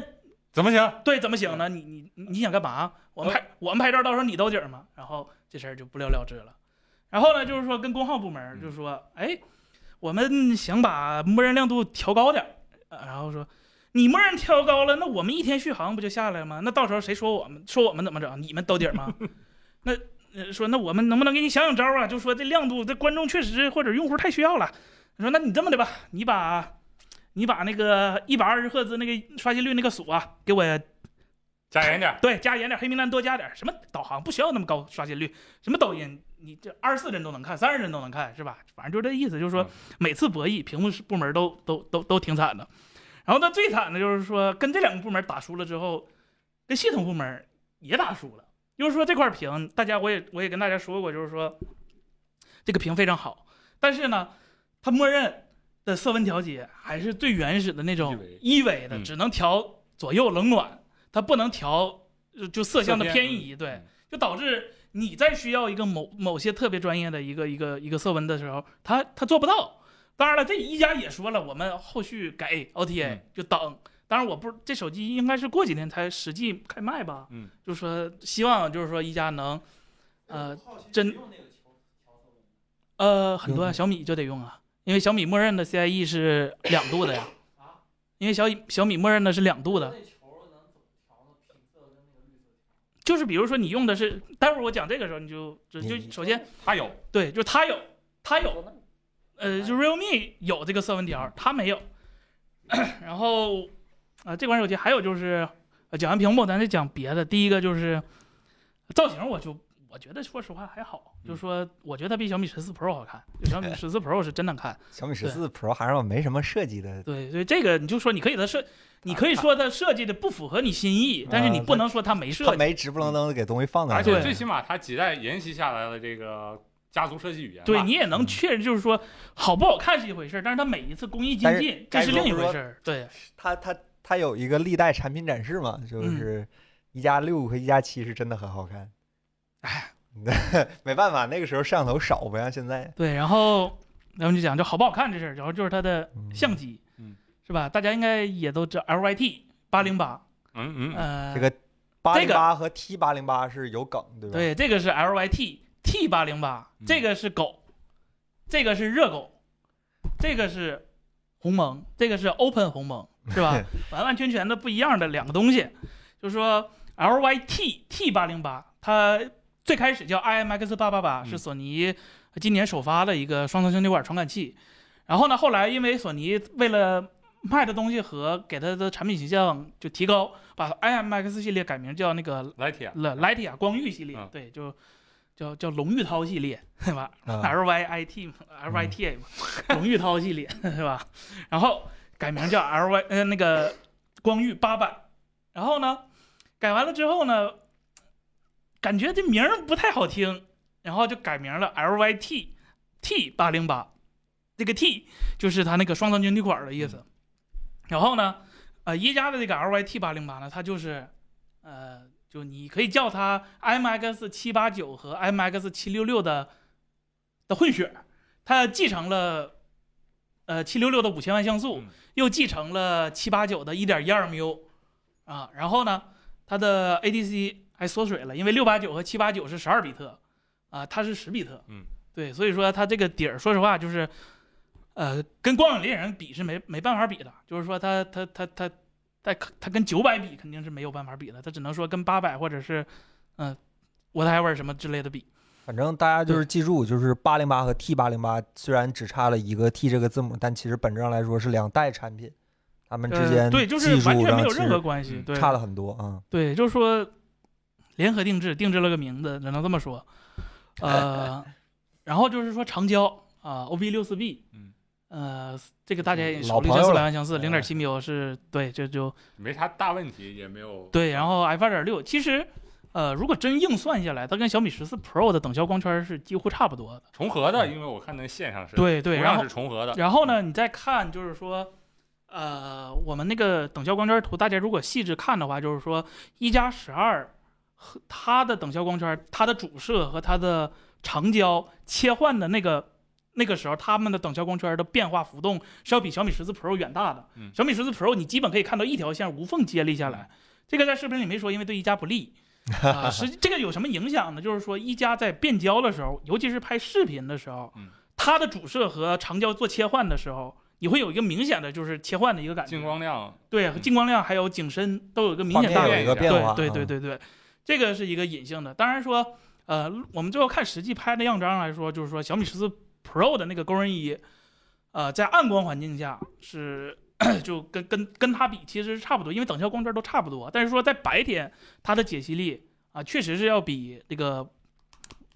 [SPEAKER 4] 怎么行？
[SPEAKER 3] 对，怎么行呢？你你你你想干嘛？我们拍、我们拍照，到时候你兜底儿嘛。然后这事儿就不了了之了。然后呢，就是说跟工号部门儿就说，哎，我们想把默认亮度调高点儿，呃然后说你默认调高了，那我们一天续航不就下来了吗？那到时候谁说我们说我们怎么整？你们兜底儿吗？那呃说那我们能不能给你想想招儿啊？就说这亮度，这观众确实或者用户太需要了。说那你这么的吧，你把你把那个一百二十赫兹那个刷新率那个锁、啊、给我
[SPEAKER 4] 加严点儿，
[SPEAKER 3] 对，加严点，黑名单多加点。什么导航不需要那么高刷新率，什么抖音，你这二十四帧都能看，三十帧都能看，是吧？反正就这意思，就是说
[SPEAKER 4] 嗯
[SPEAKER 3] 每次博弈，屏幕是部门都都都都挺惨的。然后那最惨的就是说，跟这两个部门打输了之后，跟系统部门也打输了。就是说这块屏，大家我也我也跟大家说过，就是说这个屏非常好，但是呢，它默认的色温调节还是最原始的那种一维的，
[SPEAKER 4] 嗯
[SPEAKER 3] 只能调左右冷暖，它不能调就就色相的
[SPEAKER 4] 色
[SPEAKER 3] 偏
[SPEAKER 4] 偏
[SPEAKER 3] 移，对
[SPEAKER 4] 嗯，
[SPEAKER 3] 就导致你在需要一个某某些特别专业的一个一个一个色温的时候，它它做不到。当然了，这一加也说了，我们后续改 OTA
[SPEAKER 4] 嗯
[SPEAKER 3] 就等。当然，我不这手机应该是过几天才实际开卖吧？
[SPEAKER 4] 嗯，
[SPEAKER 3] 就说希望就是说一加能，呃，真
[SPEAKER 5] 用那个调调色温
[SPEAKER 3] 呃，很多啊
[SPEAKER 1] 用
[SPEAKER 3] 小米就得用啊，因为小米默认的 CIE 是两度的呀，
[SPEAKER 5] 啊？
[SPEAKER 3] 因为小米小米默认的是两度的。
[SPEAKER 5] 那球能怎么调呢？平色跟那个绿色调。
[SPEAKER 3] 就是比如说你用的是，待会儿我讲这个时候你就就就
[SPEAKER 1] 你
[SPEAKER 3] 首先
[SPEAKER 4] 他有
[SPEAKER 3] 对，就是它有它有，呃，就 realme 有这个色温条，它没有。 然后啊、这款手机还有就是、呃讲完屏幕，咱再讲别的。第一个就是造型，我就我觉得说实话还好，
[SPEAKER 4] 嗯
[SPEAKER 3] 就是说我觉得它比小米十四 Pro 好看，就小米十四 Pro 是真难看。
[SPEAKER 1] 小米十四 Pro 还是没什么设计的，
[SPEAKER 3] 对，所以这个你就说你可以它设，你可以说它设计的不符合你心意，但是你
[SPEAKER 1] 啊
[SPEAKER 3] 不能说它没设
[SPEAKER 1] 它
[SPEAKER 3] 计。
[SPEAKER 1] 没直不愣登的给东西放在那
[SPEAKER 4] 而
[SPEAKER 1] 儿，
[SPEAKER 4] 且
[SPEAKER 3] 对
[SPEAKER 4] 最起码他几代沿袭下来的这个家族设计语言吧，
[SPEAKER 3] 对你也能
[SPEAKER 1] 嗯
[SPEAKER 3] 确认，就是说好不好看是一回事儿，但是它每一次工艺精
[SPEAKER 1] 但是
[SPEAKER 3] 进，这
[SPEAKER 1] 该
[SPEAKER 3] 是
[SPEAKER 1] 说
[SPEAKER 3] 另一
[SPEAKER 1] 不
[SPEAKER 3] 回
[SPEAKER 1] 说
[SPEAKER 3] 事儿。对，
[SPEAKER 1] 它它它有一个历代产品展示嘛，
[SPEAKER 3] 嗯
[SPEAKER 1] 就是一加六和一加七是真的很好看。哎， 没办法，那个时候摄像头少，不像现在。
[SPEAKER 3] 对，然后咱们就讲就好不好看这事儿，然后就是它的
[SPEAKER 1] 嗯
[SPEAKER 3] 相机，
[SPEAKER 4] 嗯
[SPEAKER 3] 是吧？大家应该也都知道 LYT 八零八，
[SPEAKER 4] 嗯嗯，
[SPEAKER 3] 呃，
[SPEAKER 1] 这个八
[SPEAKER 3] 这
[SPEAKER 1] 零
[SPEAKER 3] 个
[SPEAKER 1] 八和 T 八零八是有梗，对吧？嗯
[SPEAKER 3] 对，这个是 LYT T 八零八，这个是狗，这个是热狗，这个是鸿蒙，这个是 Open 鸿蒙，是吧？ 完完全全的不一样的两个东西。就是说 LYT T 八零八，它最开始叫 IMX 八八八，
[SPEAKER 4] 嗯
[SPEAKER 3] 是索尼今年首发的一个双层兄弟管传感器。然后呢，后来因为索尼为了卖的东西和给它的产品形象就提高，把 IMX 系列改名叫那个
[SPEAKER 4] 莱铁
[SPEAKER 3] 了莱提亚光遇系列，
[SPEAKER 4] 嗯
[SPEAKER 3] 对，就叫叫龙玉涛系列，对吧
[SPEAKER 1] 啊，
[SPEAKER 3] ？L Y I T L Y T A 嘛，龙玉涛系列，对吧？然后改名叫 L Y 呃那个光遇八百，然后呢，改完了之后呢，感觉这名儿不太好听，然后就改名了 L Y T T 八零八，这个 T 就是它那个双层军体管的意思。然后呢，呃，一加的这个 L Y T 八零八呢，它就是呃，就你可以叫它 M X 七八九和 M X 七六六的的混血，它继承了呃七六六的五千万像素
[SPEAKER 4] 嗯，
[SPEAKER 3] 又继承了七八九的一点一二 μ 啊，然后呢，它的 ADC 还缩水了，因为六八九和七八九是十二比特啊，它是十比特，
[SPEAKER 4] 嗯，
[SPEAKER 3] 对，所以说它这个底儿，说实话就是。呃，跟光影猎人比是没没办法比的，就是说它它它它但可它跟九百比肯定是没有办法比的，它只能说跟八百或者是嗯、呃 whatever 什么之类的比。
[SPEAKER 1] 反正大家就是记住，就是八零八和 T 八零八虽然只差了一个 T 这个字母，但其实本质上来说是两代产品，他们之
[SPEAKER 3] 呃
[SPEAKER 1] 间
[SPEAKER 3] 对，就是
[SPEAKER 1] 技
[SPEAKER 3] 完
[SPEAKER 1] 术
[SPEAKER 3] 全
[SPEAKER 1] 上
[SPEAKER 3] 没有
[SPEAKER 1] 其
[SPEAKER 3] 任何
[SPEAKER 1] 实
[SPEAKER 3] 关系。
[SPEAKER 4] 嗯
[SPEAKER 3] 对，
[SPEAKER 1] 差了很多啊。
[SPEAKER 3] 对，就是说联合定制，定制了个名字，只能这么说。 呃，然后就是说长焦啊、o v 六四 B，
[SPEAKER 4] 嗯，
[SPEAKER 3] 呃，这个大家也
[SPEAKER 1] 老
[SPEAKER 3] 熟悉，
[SPEAKER 1] 朋
[SPEAKER 3] 像
[SPEAKER 1] 友
[SPEAKER 3] 素
[SPEAKER 1] 了
[SPEAKER 3] 两万相似，零
[SPEAKER 1] 哎
[SPEAKER 3] 点七米哦是对，这就
[SPEAKER 4] 没啥大问题，也没有
[SPEAKER 3] 对，然后 f 二点六，其实，呃，如果真硬算下来，它跟小米十四 Pro 的等效光圈是几乎差不多的。
[SPEAKER 4] 重合的，因为我看那线上是
[SPEAKER 3] 对对，
[SPEAKER 4] 同
[SPEAKER 3] 然
[SPEAKER 4] 样是
[SPEAKER 3] 后
[SPEAKER 4] 重合的，
[SPEAKER 3] 然后呢，你再看就是说，呃，我们那个等效光圈图，大家如果细致看的话，就是说一加十二和它的等效光圈，它的主摄和它的长焦切换的那个那个时候，它们的等效光圈的变化浮动是要比小米十四 Pro 远大的。
[SPEAKER 4] 嗯
[SPEAKER 3] 小米十四 Pro 你基本可以看到一条线无缝接力下来，这个在视频里没说，因为对一加 不利。啊、实际这个有什么影响呢？就是说，一加在变焦的时候，尤其是拍视频的时候，
[SPEAKER 4] 嗯
[SPEAKER 3] 它的主摄和长焦做切换的时候，你会有一个明显的就是切换的一个感觉，
[SPEAKER 4] 进光量
[SPEAKER 3] 对
[SPEAKER 4] 嗯
[SPEAKER 3] 进光量还有景深都有一个明
[SPEAKER 1] 画
[SPEAKER 3] 显
[SPEAKER 1] 面
[SPEAKER 3] 大
[SPEAKER 1] 有一个
[SPEAKER 4] 变
[SPEAKER 1] 变化，
[SPEAKER 3] 对对
[SPEAKER 1] 嗯，
[SPEAKER 3] 对对对，这个是一个隐性的。当然说，呃，我们最后看实际拍的样张来说，就是说小米十四 Pro 的那个高人一，呃，在暗光环境下是 就跟跟跟它比其实是差不多，因为等效光圈都差不多。但是说在白天，它的解析力啊、确实是要比这个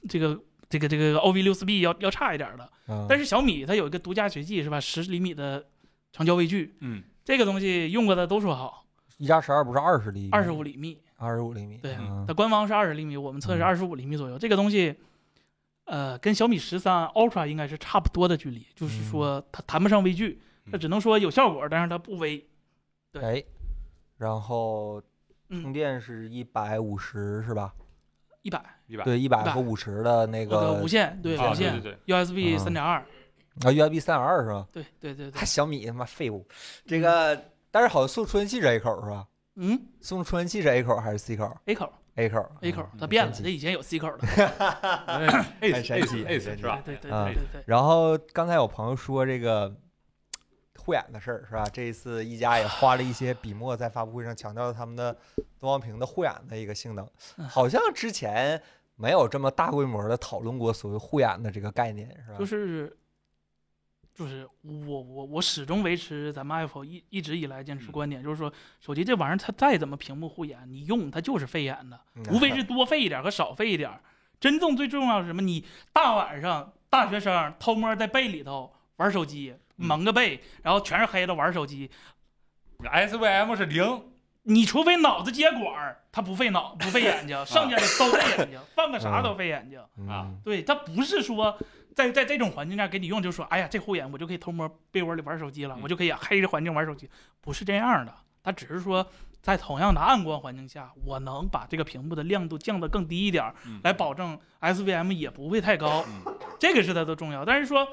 [SPEAKER 3] 这个这个这个 OV 六四 B 要要差一点儿的。
[SPEAKER 1] 嗯
[SPEAKER 3] 但是小米它有一个独家绝技是吧？十厘米的长焦微距，
[SPEAKER 4] 嗯，
[SPEAKER 3] 这个东西用过的都说好，
[SPEAKER 1] 一加十二不是二十厘米，
[SPEAKER 3] 二十五厘米。
[SPEAKER 1] 二十五厘米，
[SPEAKER 3] 对
[SPEAKER 1] 嗯
[SPEAKER 3] 它官方是二十厘米，我们测是二
[SPEAKER 1] 嗯
[SPEAKER 3] 十五厘米左右。这个东西，呃，跟小米十三 Ultra 应该是差不多的距离，就是
[SPEAKER 1] 嗯
[SPEAKER 3] 说它谈不上微距，它
[SPEAKER 4] 嗯
[SPEAKER 3] 只能说有效果，但是它不微。对
[SPEAKER 1] 哎，然后充
[SPEAKER 3] 嗯，
[SPEAKER 1] 电是一百五十是吧？
[SPEAKER 3] 一百
[SPEAKER 4] 一百
[SPEAKER 1] 对，一百
[SPEAKER 3] 100
[SPEAKER 1] 和五十的那
[SPEAKER 3] 那个
[SPEAKER 1] 个
[SPEAKER 3] 无线，对
[SPEAKER 4] 啊，
[SPEAKER 3] 无
[SPEAKER 4] 对对
[SPEAKER 3] 线
[SPEAKER 4] 对，
[SPEAKER 3] USB
[SPEAKER 1] 嗯
[SPEAKER 3] 三点二，
[SPEAKER 1] 啊 USB 三点二是吧？
[SPEAKER 3] 对对对嗯对
[SPEAKER 1] 还，小米他妈废物，这个但是好像送充电器是 A 口是吧？
[SPEAKER 3] 嗯
[SPEAKER 1] 送充电器是 A 口还是 C 口
[SPEAKER 3] ，A 口
[SPEAKER 1] ？A 口
[SPEAKER 3] A
[SPEAKER 1] 嗯
[SPEAKER 3] 口
[SPEAKER 1] 嗯
[SPEAKER 3] 它变了，
[SPEAKER 1] 神
[SPEAKER 3] 这
[SPEAKER 1] 奇
[SPEAKER 3] 以前有 C 口的，
[SPEAKER 1] 很神奇很
[SPEAKER 4] a c e ace ace
[SPEAKER 1] 神奇
[SPEAKER 4] 是吧？
[SPEAKER 3] 对对对
[SPEAKER 1] 啊
[SPEAKER 3] 对对对，
[SPEAKER 1] 然后刚才有朋友说这个护眼的事儿是吧？这一次一加也花了一些笔墨在发布会上强调了他们的多望屏的护眼的一个性能，
[SPEAKER 3] 嗯
[SPEAKER 1] 好像之前没有这么大规模的讨论过所谓护眼的这个概念是吧？
[SPEAKER 3] 就是。就是我我我始终维持咱们 Apple 一一直以来坚持
[SPEAKER 4] 嗯
[SPEAKER 3] 观点，就是说手机这玩意儿它再怎么屏幕护眼，你用它就是费眼的，
[SPEAKER 1] 嗯
[SPEAKER 3] 无非是多费一点儿和少费一点儿。真正最重要是什么？你大晚上大学生偷摸在被里头玩手机，
[SPEAKER 4] 嗯
[SPEAKER 3] 蒙个被，然后全是黑的玩手机。
[SPEAKER 4] SVM 是零，
[SPEAKER 3] 你除非脑子接管儿，他不费脑不费 眼睛，剩下的都费眼睛，放个
[SPEAKER 4] 嗯
[SPEAKER 3] 啥都费眼睛。
[SPEAKER 4] 啊
[SPEAKER 1] 嗯
[SPEAKER 3] 对，他不是说在在这种环境下给你用，就说哎呀这护眼我就可以偷摸被窝里玩手机了，
[SPEAKER 4] 嗯
[SPEAKER 3] 我就可以黑着环境玩手机，不是这样的。他只是说在同样的暗光环境下，我能把这个屏幕的亮度降得更低一点儿，
[SPEAKER 4] 嗯
[SPEAKER 3] 来保证 SVM 也不会太高，
[SPEAKER 4] 嗯
[SPEAKER 3] 这个是它的重要。但是说，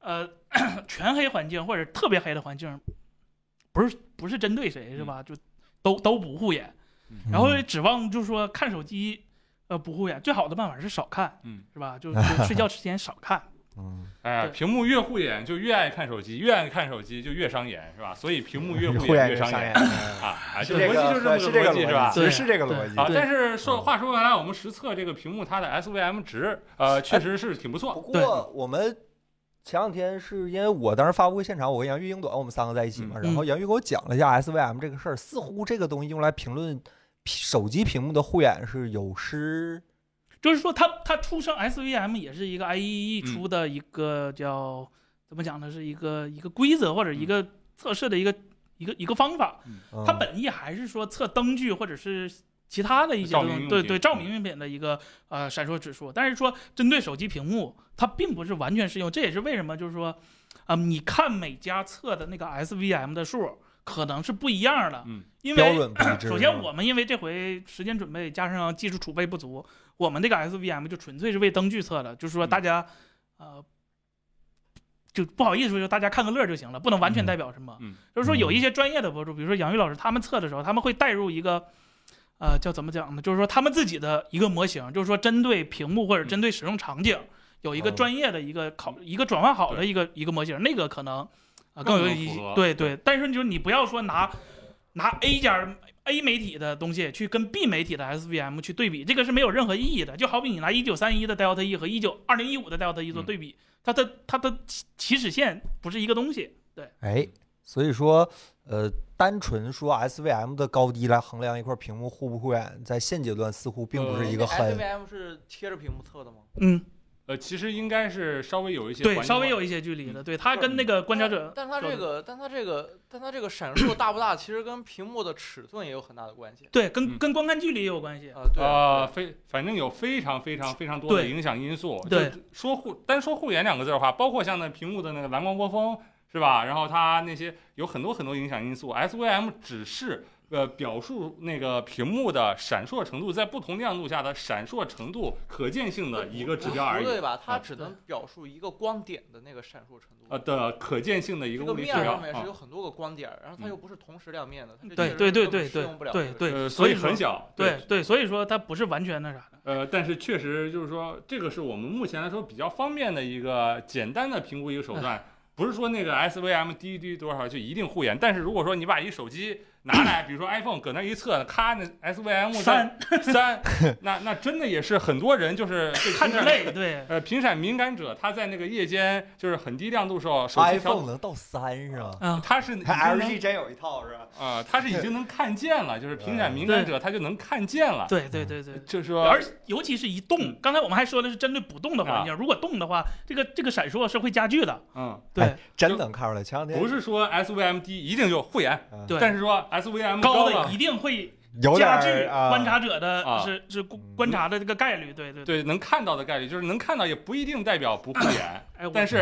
[SPEAKER 3] 呃， 全黑环境或者特别黑的环境，不是不是针对谁是吧？就都都不护眼。
[SPEAKER 1] 嗯
[SPEAKER 3] 然后也指望就是说看手机，呃，不护眼，最好的办法是少看，
[SPEAKER 4] 嗯，
[SPEAKER 3] 是吧？就就睡觉之前少看。
[SPEAKER 1] 嗯，
[SPEAKER 4] 哎呀，
[SPEAKER 3] 对
[SPEAKER 4] 屏幕越护眼就越爱看手机，越爱看手机就越伤眼，是吧？所以屏幕越护
[SPEAKER 1] 护眼
[SPEAKER 4] 越伤
[SPEAKER 1] 眼
[SPEAKER 4] 眼啊， 啊，
[SPEAKER 1] 嗯是
[SPEAKER 4] 这
[SPEAKER 1] 这
[SPEAKER 4] 逻辑就是
[SPEAKER 1] 个是
[SPEAKER 4] 这么
[SPEAKER 1] 这
[SPEAKER 4] 个
[SPEAKER 1] 个
[SPEAKER 4] 逻辑是
[SPEAKER 1] 逻
[SPEAKER 4] 吧
[SPEAKER 1] 辑，？其实是这个
[SPEAKER 3] 对
[SPEAKER 1] 逻辑
[SPEAKER 4] 啊，
[SPEAKER 3] 对
[SPEAKER 4] 但是说话说回来，我们实测这个屏幕它的 SVM 值，呃，确实是挺不错。
[SPEAKER 1] 不过我们前两天是因为我当时发布会现场，我跟杨玉、英短我们三个在一起嘛，
[SPEAKER 3] 嗯
[SPEAKER 1] 然后杨玉给我讲了一下 SVM 这个事儿，似乎这个东西用来评论手机屏幕的护眼是有失，
[SPEAKER 3] 就是说它它出生 SVM 也是一个 IEEE 出的一个叫、怎么讲呢？是一个一个规则或者一个测试的一个、一个一个方法。
[SPEAKER 1] 嗯
[SPEAKER 3] 它本意还是说测灯具或者是其他的一些
[SPEAKER 4] 照
[SPEAKER 3] 东
[SPEAKER 4] 明
[SPEAKER 3] 西，
[SPEAKER 4] 用
[SPEAKER 3] 对
[SPEAKER 4] 品嗯
[SPEAKER 3] 对，照明用品的一个呃闪烁指数。但是说针对手机屏幕，它并不是完全适用，这也是为什么就是说，啊、你看每家测的那个 SVM 的数可能是不一样的，
[SPEAKER 4] 嗯
[SPEAKER 3] 因
[SPEAKER 1] 标
[SPEAKER 3] 为
[SPEAKER 1] 准不一致。
[SPEAKER 3] 首先，我们因为这回时间准备加上技术储备不足，我们这个 SVM 就纯粹是为灯具测的，就是说
[SPEAKER 4] 嗯
[SPEAKER 3] 大家，呃，就不好意思说，就大家看个乐就行了，不能完全代表什么。
[SPEAKER 4] 嗯
[SPEAKER 3] 就是说有一些专业的博主，比如说杨玉老师，他们测的时候，他们会带入一个，呃，叫怎么讲呢？就是说他们自己的一个模型，就是说针对屏幕
[SPEAKER 4] 嗯
[SPEAKER 3] 或者针对使用场景，有一个
[SPEAKER 1] 哦
[SPEAKER 3] 专业的一个考一个转换好的
[SPEAKER 4] 对
[SPEAKER 3] 一个一个模型，那个可能啊
[SPEAKER 4] 更
[SPEAKER 3] 更有
[SPEAKER 4] 能
[SPEAKER 3] 意
[SPEAKER 4] 符
[SPEAKER 3] 义
[SPEAKER 4] 合。
[SPEAKER 3] 对对，但是你就是你不要说拿拿 A 家 A 媒体的东西去跟 B 媒体的 SVM 去对比，这个是没有任何意义的。就好比你拿一九三一的 Delta E 和一九二零一五的 Delta E 做
[SPEAKER 4] 嗯
[SPEAKER 3] 对比，它的它的起起始线不是一个东西。
[SPEAKER 1] 哎，所以说，呃，单纯说 SVM 的高低来衡量一块屏幕护不护眼，在现阶段似乎并不是一个
[SPEAKER 5] 哎
[SPEAKER 3] 呃
[SPEAKER 1] 很
[SPEAKER 5] SVM 是贴着屏幕测的吗？
[SPEAKER 3] 嗯，
[SPEAKER 4] 呃，其实应该是稍微有一些
[SPEAKER 3] 对，
[SPEAKER 4] 环境嗯
[SPEAKER 3] 稍微
[SPEAKER 4] 化
[SPEAKER 3] 有一些距离了。对他跟那个观察者，
[SPEAKER 5] 但它
[SPEAKER 3] 照
[SPEAKER 5] 这
[SPEAKER 3] 的
[SPEAKER 5] 个，但它这个，但它这个闪烁大不大，其实跟屏幕的尺寸也有很大的关系。
[SPEAKER 3] 对，跟
[SPEAKER 4] 嗯
[SPEAKER 3] 跟观看距离也有关系。
[SPEAKER 5] 啊，对
[SPEAKER 4] 呃，
[SPEAKER 5] 啊，
[SPEAKER 4] 非反正有非常非常非常多的
[SPEAKER 3] 对
[SPEAKER 4] 影响因素。
[SPEAKER 3] 对，
[SPEAKER 4] 说护单说护眼两个字的话，包括像那屏幕的那个蓝光波峰是吧？然后它那些有很多很多影响因素。SVM 只是呃表述那个屏幕的闪烁程度在不同亮度下的闪烁程度可见性的一个指标而
[SPEAKER 5] 不
[SPEAKER 4] 已。
[SPEAKER 5] 啊对吧？它
[SPEAKER 4] 嗯
[SPEAKER 5] 只能表述一个光点的那个闪烁程度。
[SPEAKER 4] 呃的可见性的一
[SPEAKER 5] 这
[SPEAKER 4] 个
[SPEAKER 5] 个
[SPEAKER 4] 物理指
[SPEAKER 5] 面
[SPEAKER 4] 标
[SPEAKER 5] 上面是
[SPEAKER 4] 啊嗯
[SPEAKER 5] 有很多个光点，然后它又不是同时亮面的，它这
[SPEAKER 3] 嗯对
[SPEAKER 5] 确实根本
[SPEAKER 3] 对对对
[SPEAKER 5] 适
[SPEAKER 3] 对
[SPEAKER 5] 用不了
[SPEAKER 3] 对
[SPEAKER 5] 这个
[SPEAKER 3] 对，
[SPEAKER 4] 呃，所
[SPEAKER 3] 所以
[SPEAKER 4] 以
[SPEAKER 3] 说
[SPEAKER 4] 很小，
[SPEAKER 3] 对对，所以说它不是完全那啥 的。
[SPEAKER 4] 呃，但是确实就是说，这个是我们目前来说比较方便的一个简单的评估一个手
[SPEAKER 3] 哎
[SPEAKER 4] 段，不是说那个 SVM 低低多少就一定护眼。但是如果说你把一手机拿 来，比如说 iPhone 搁那一测，咔，那 SVM
[SPEAKER 3] 三
[SPEAKER 4] 在 三，那那真的也是很多人就是被
[SPEAKER 3] 看着
[SPEAKER 4] 屏
[SPEAKER 3] 累，对，
[SPEAKER 4] 呃，频闪敏感者他在那个夜间就是很低亮度时候，手机调
[SPEAKER 1] iPhone 能到三是吗？
[SPEAKER 3] 啊，
[SPEAKER 4] 他是已经
[SPEAKER 1] 还
[SPEAKER 4] 能
[SPEAKER 1] LG 真有一套是吧？
[SPEAKER 4] 啊，他是已经能看见了，就是频闪敏感者他就能看见了，
[SPEAKER 3] 对对对对。
[SPEAKER 4] 就是说
[SPEAKER 3] 而尤其是移动，刚才我们还说的是针对不动的环境，如果动的话，这个这个闪烁是会加剧的。
[SPEAKER 4] 嗯，
[SPEAKER 3] 对
[SPEAKER 1] 真能看出来，前两天
[SPEAKER 4] 不是说 SVM 低一定就护眼。
[SPEAKER 1] 嗯
[SPEAKER 3] 对，
[SPEAKER 4] 但是说 SVM
[SPEAKER 3] 高
[SPEAKER 4] 了
[SPEAKER 3] 的，一定会
[SPEAKER 1] 有点
[SPEAKER 3] 加
[SPEAKER 1] 儿
[SPEAKER 3] 剧
[SPEAKER 1] 啊
[SPEAKER 3] 观察者的
[SPEAKER 4] 啊
[SPEAKER 3] 是是观察的这个概率。对对
[SPEAKER 4] 对
[SPEAKER 3] 对，
[SPEAKER 4] 能看到的概率就是能看到，也不一定代表不护眼，
[SPEAKER 3] 哎，我
[SPEAKER 4] 但是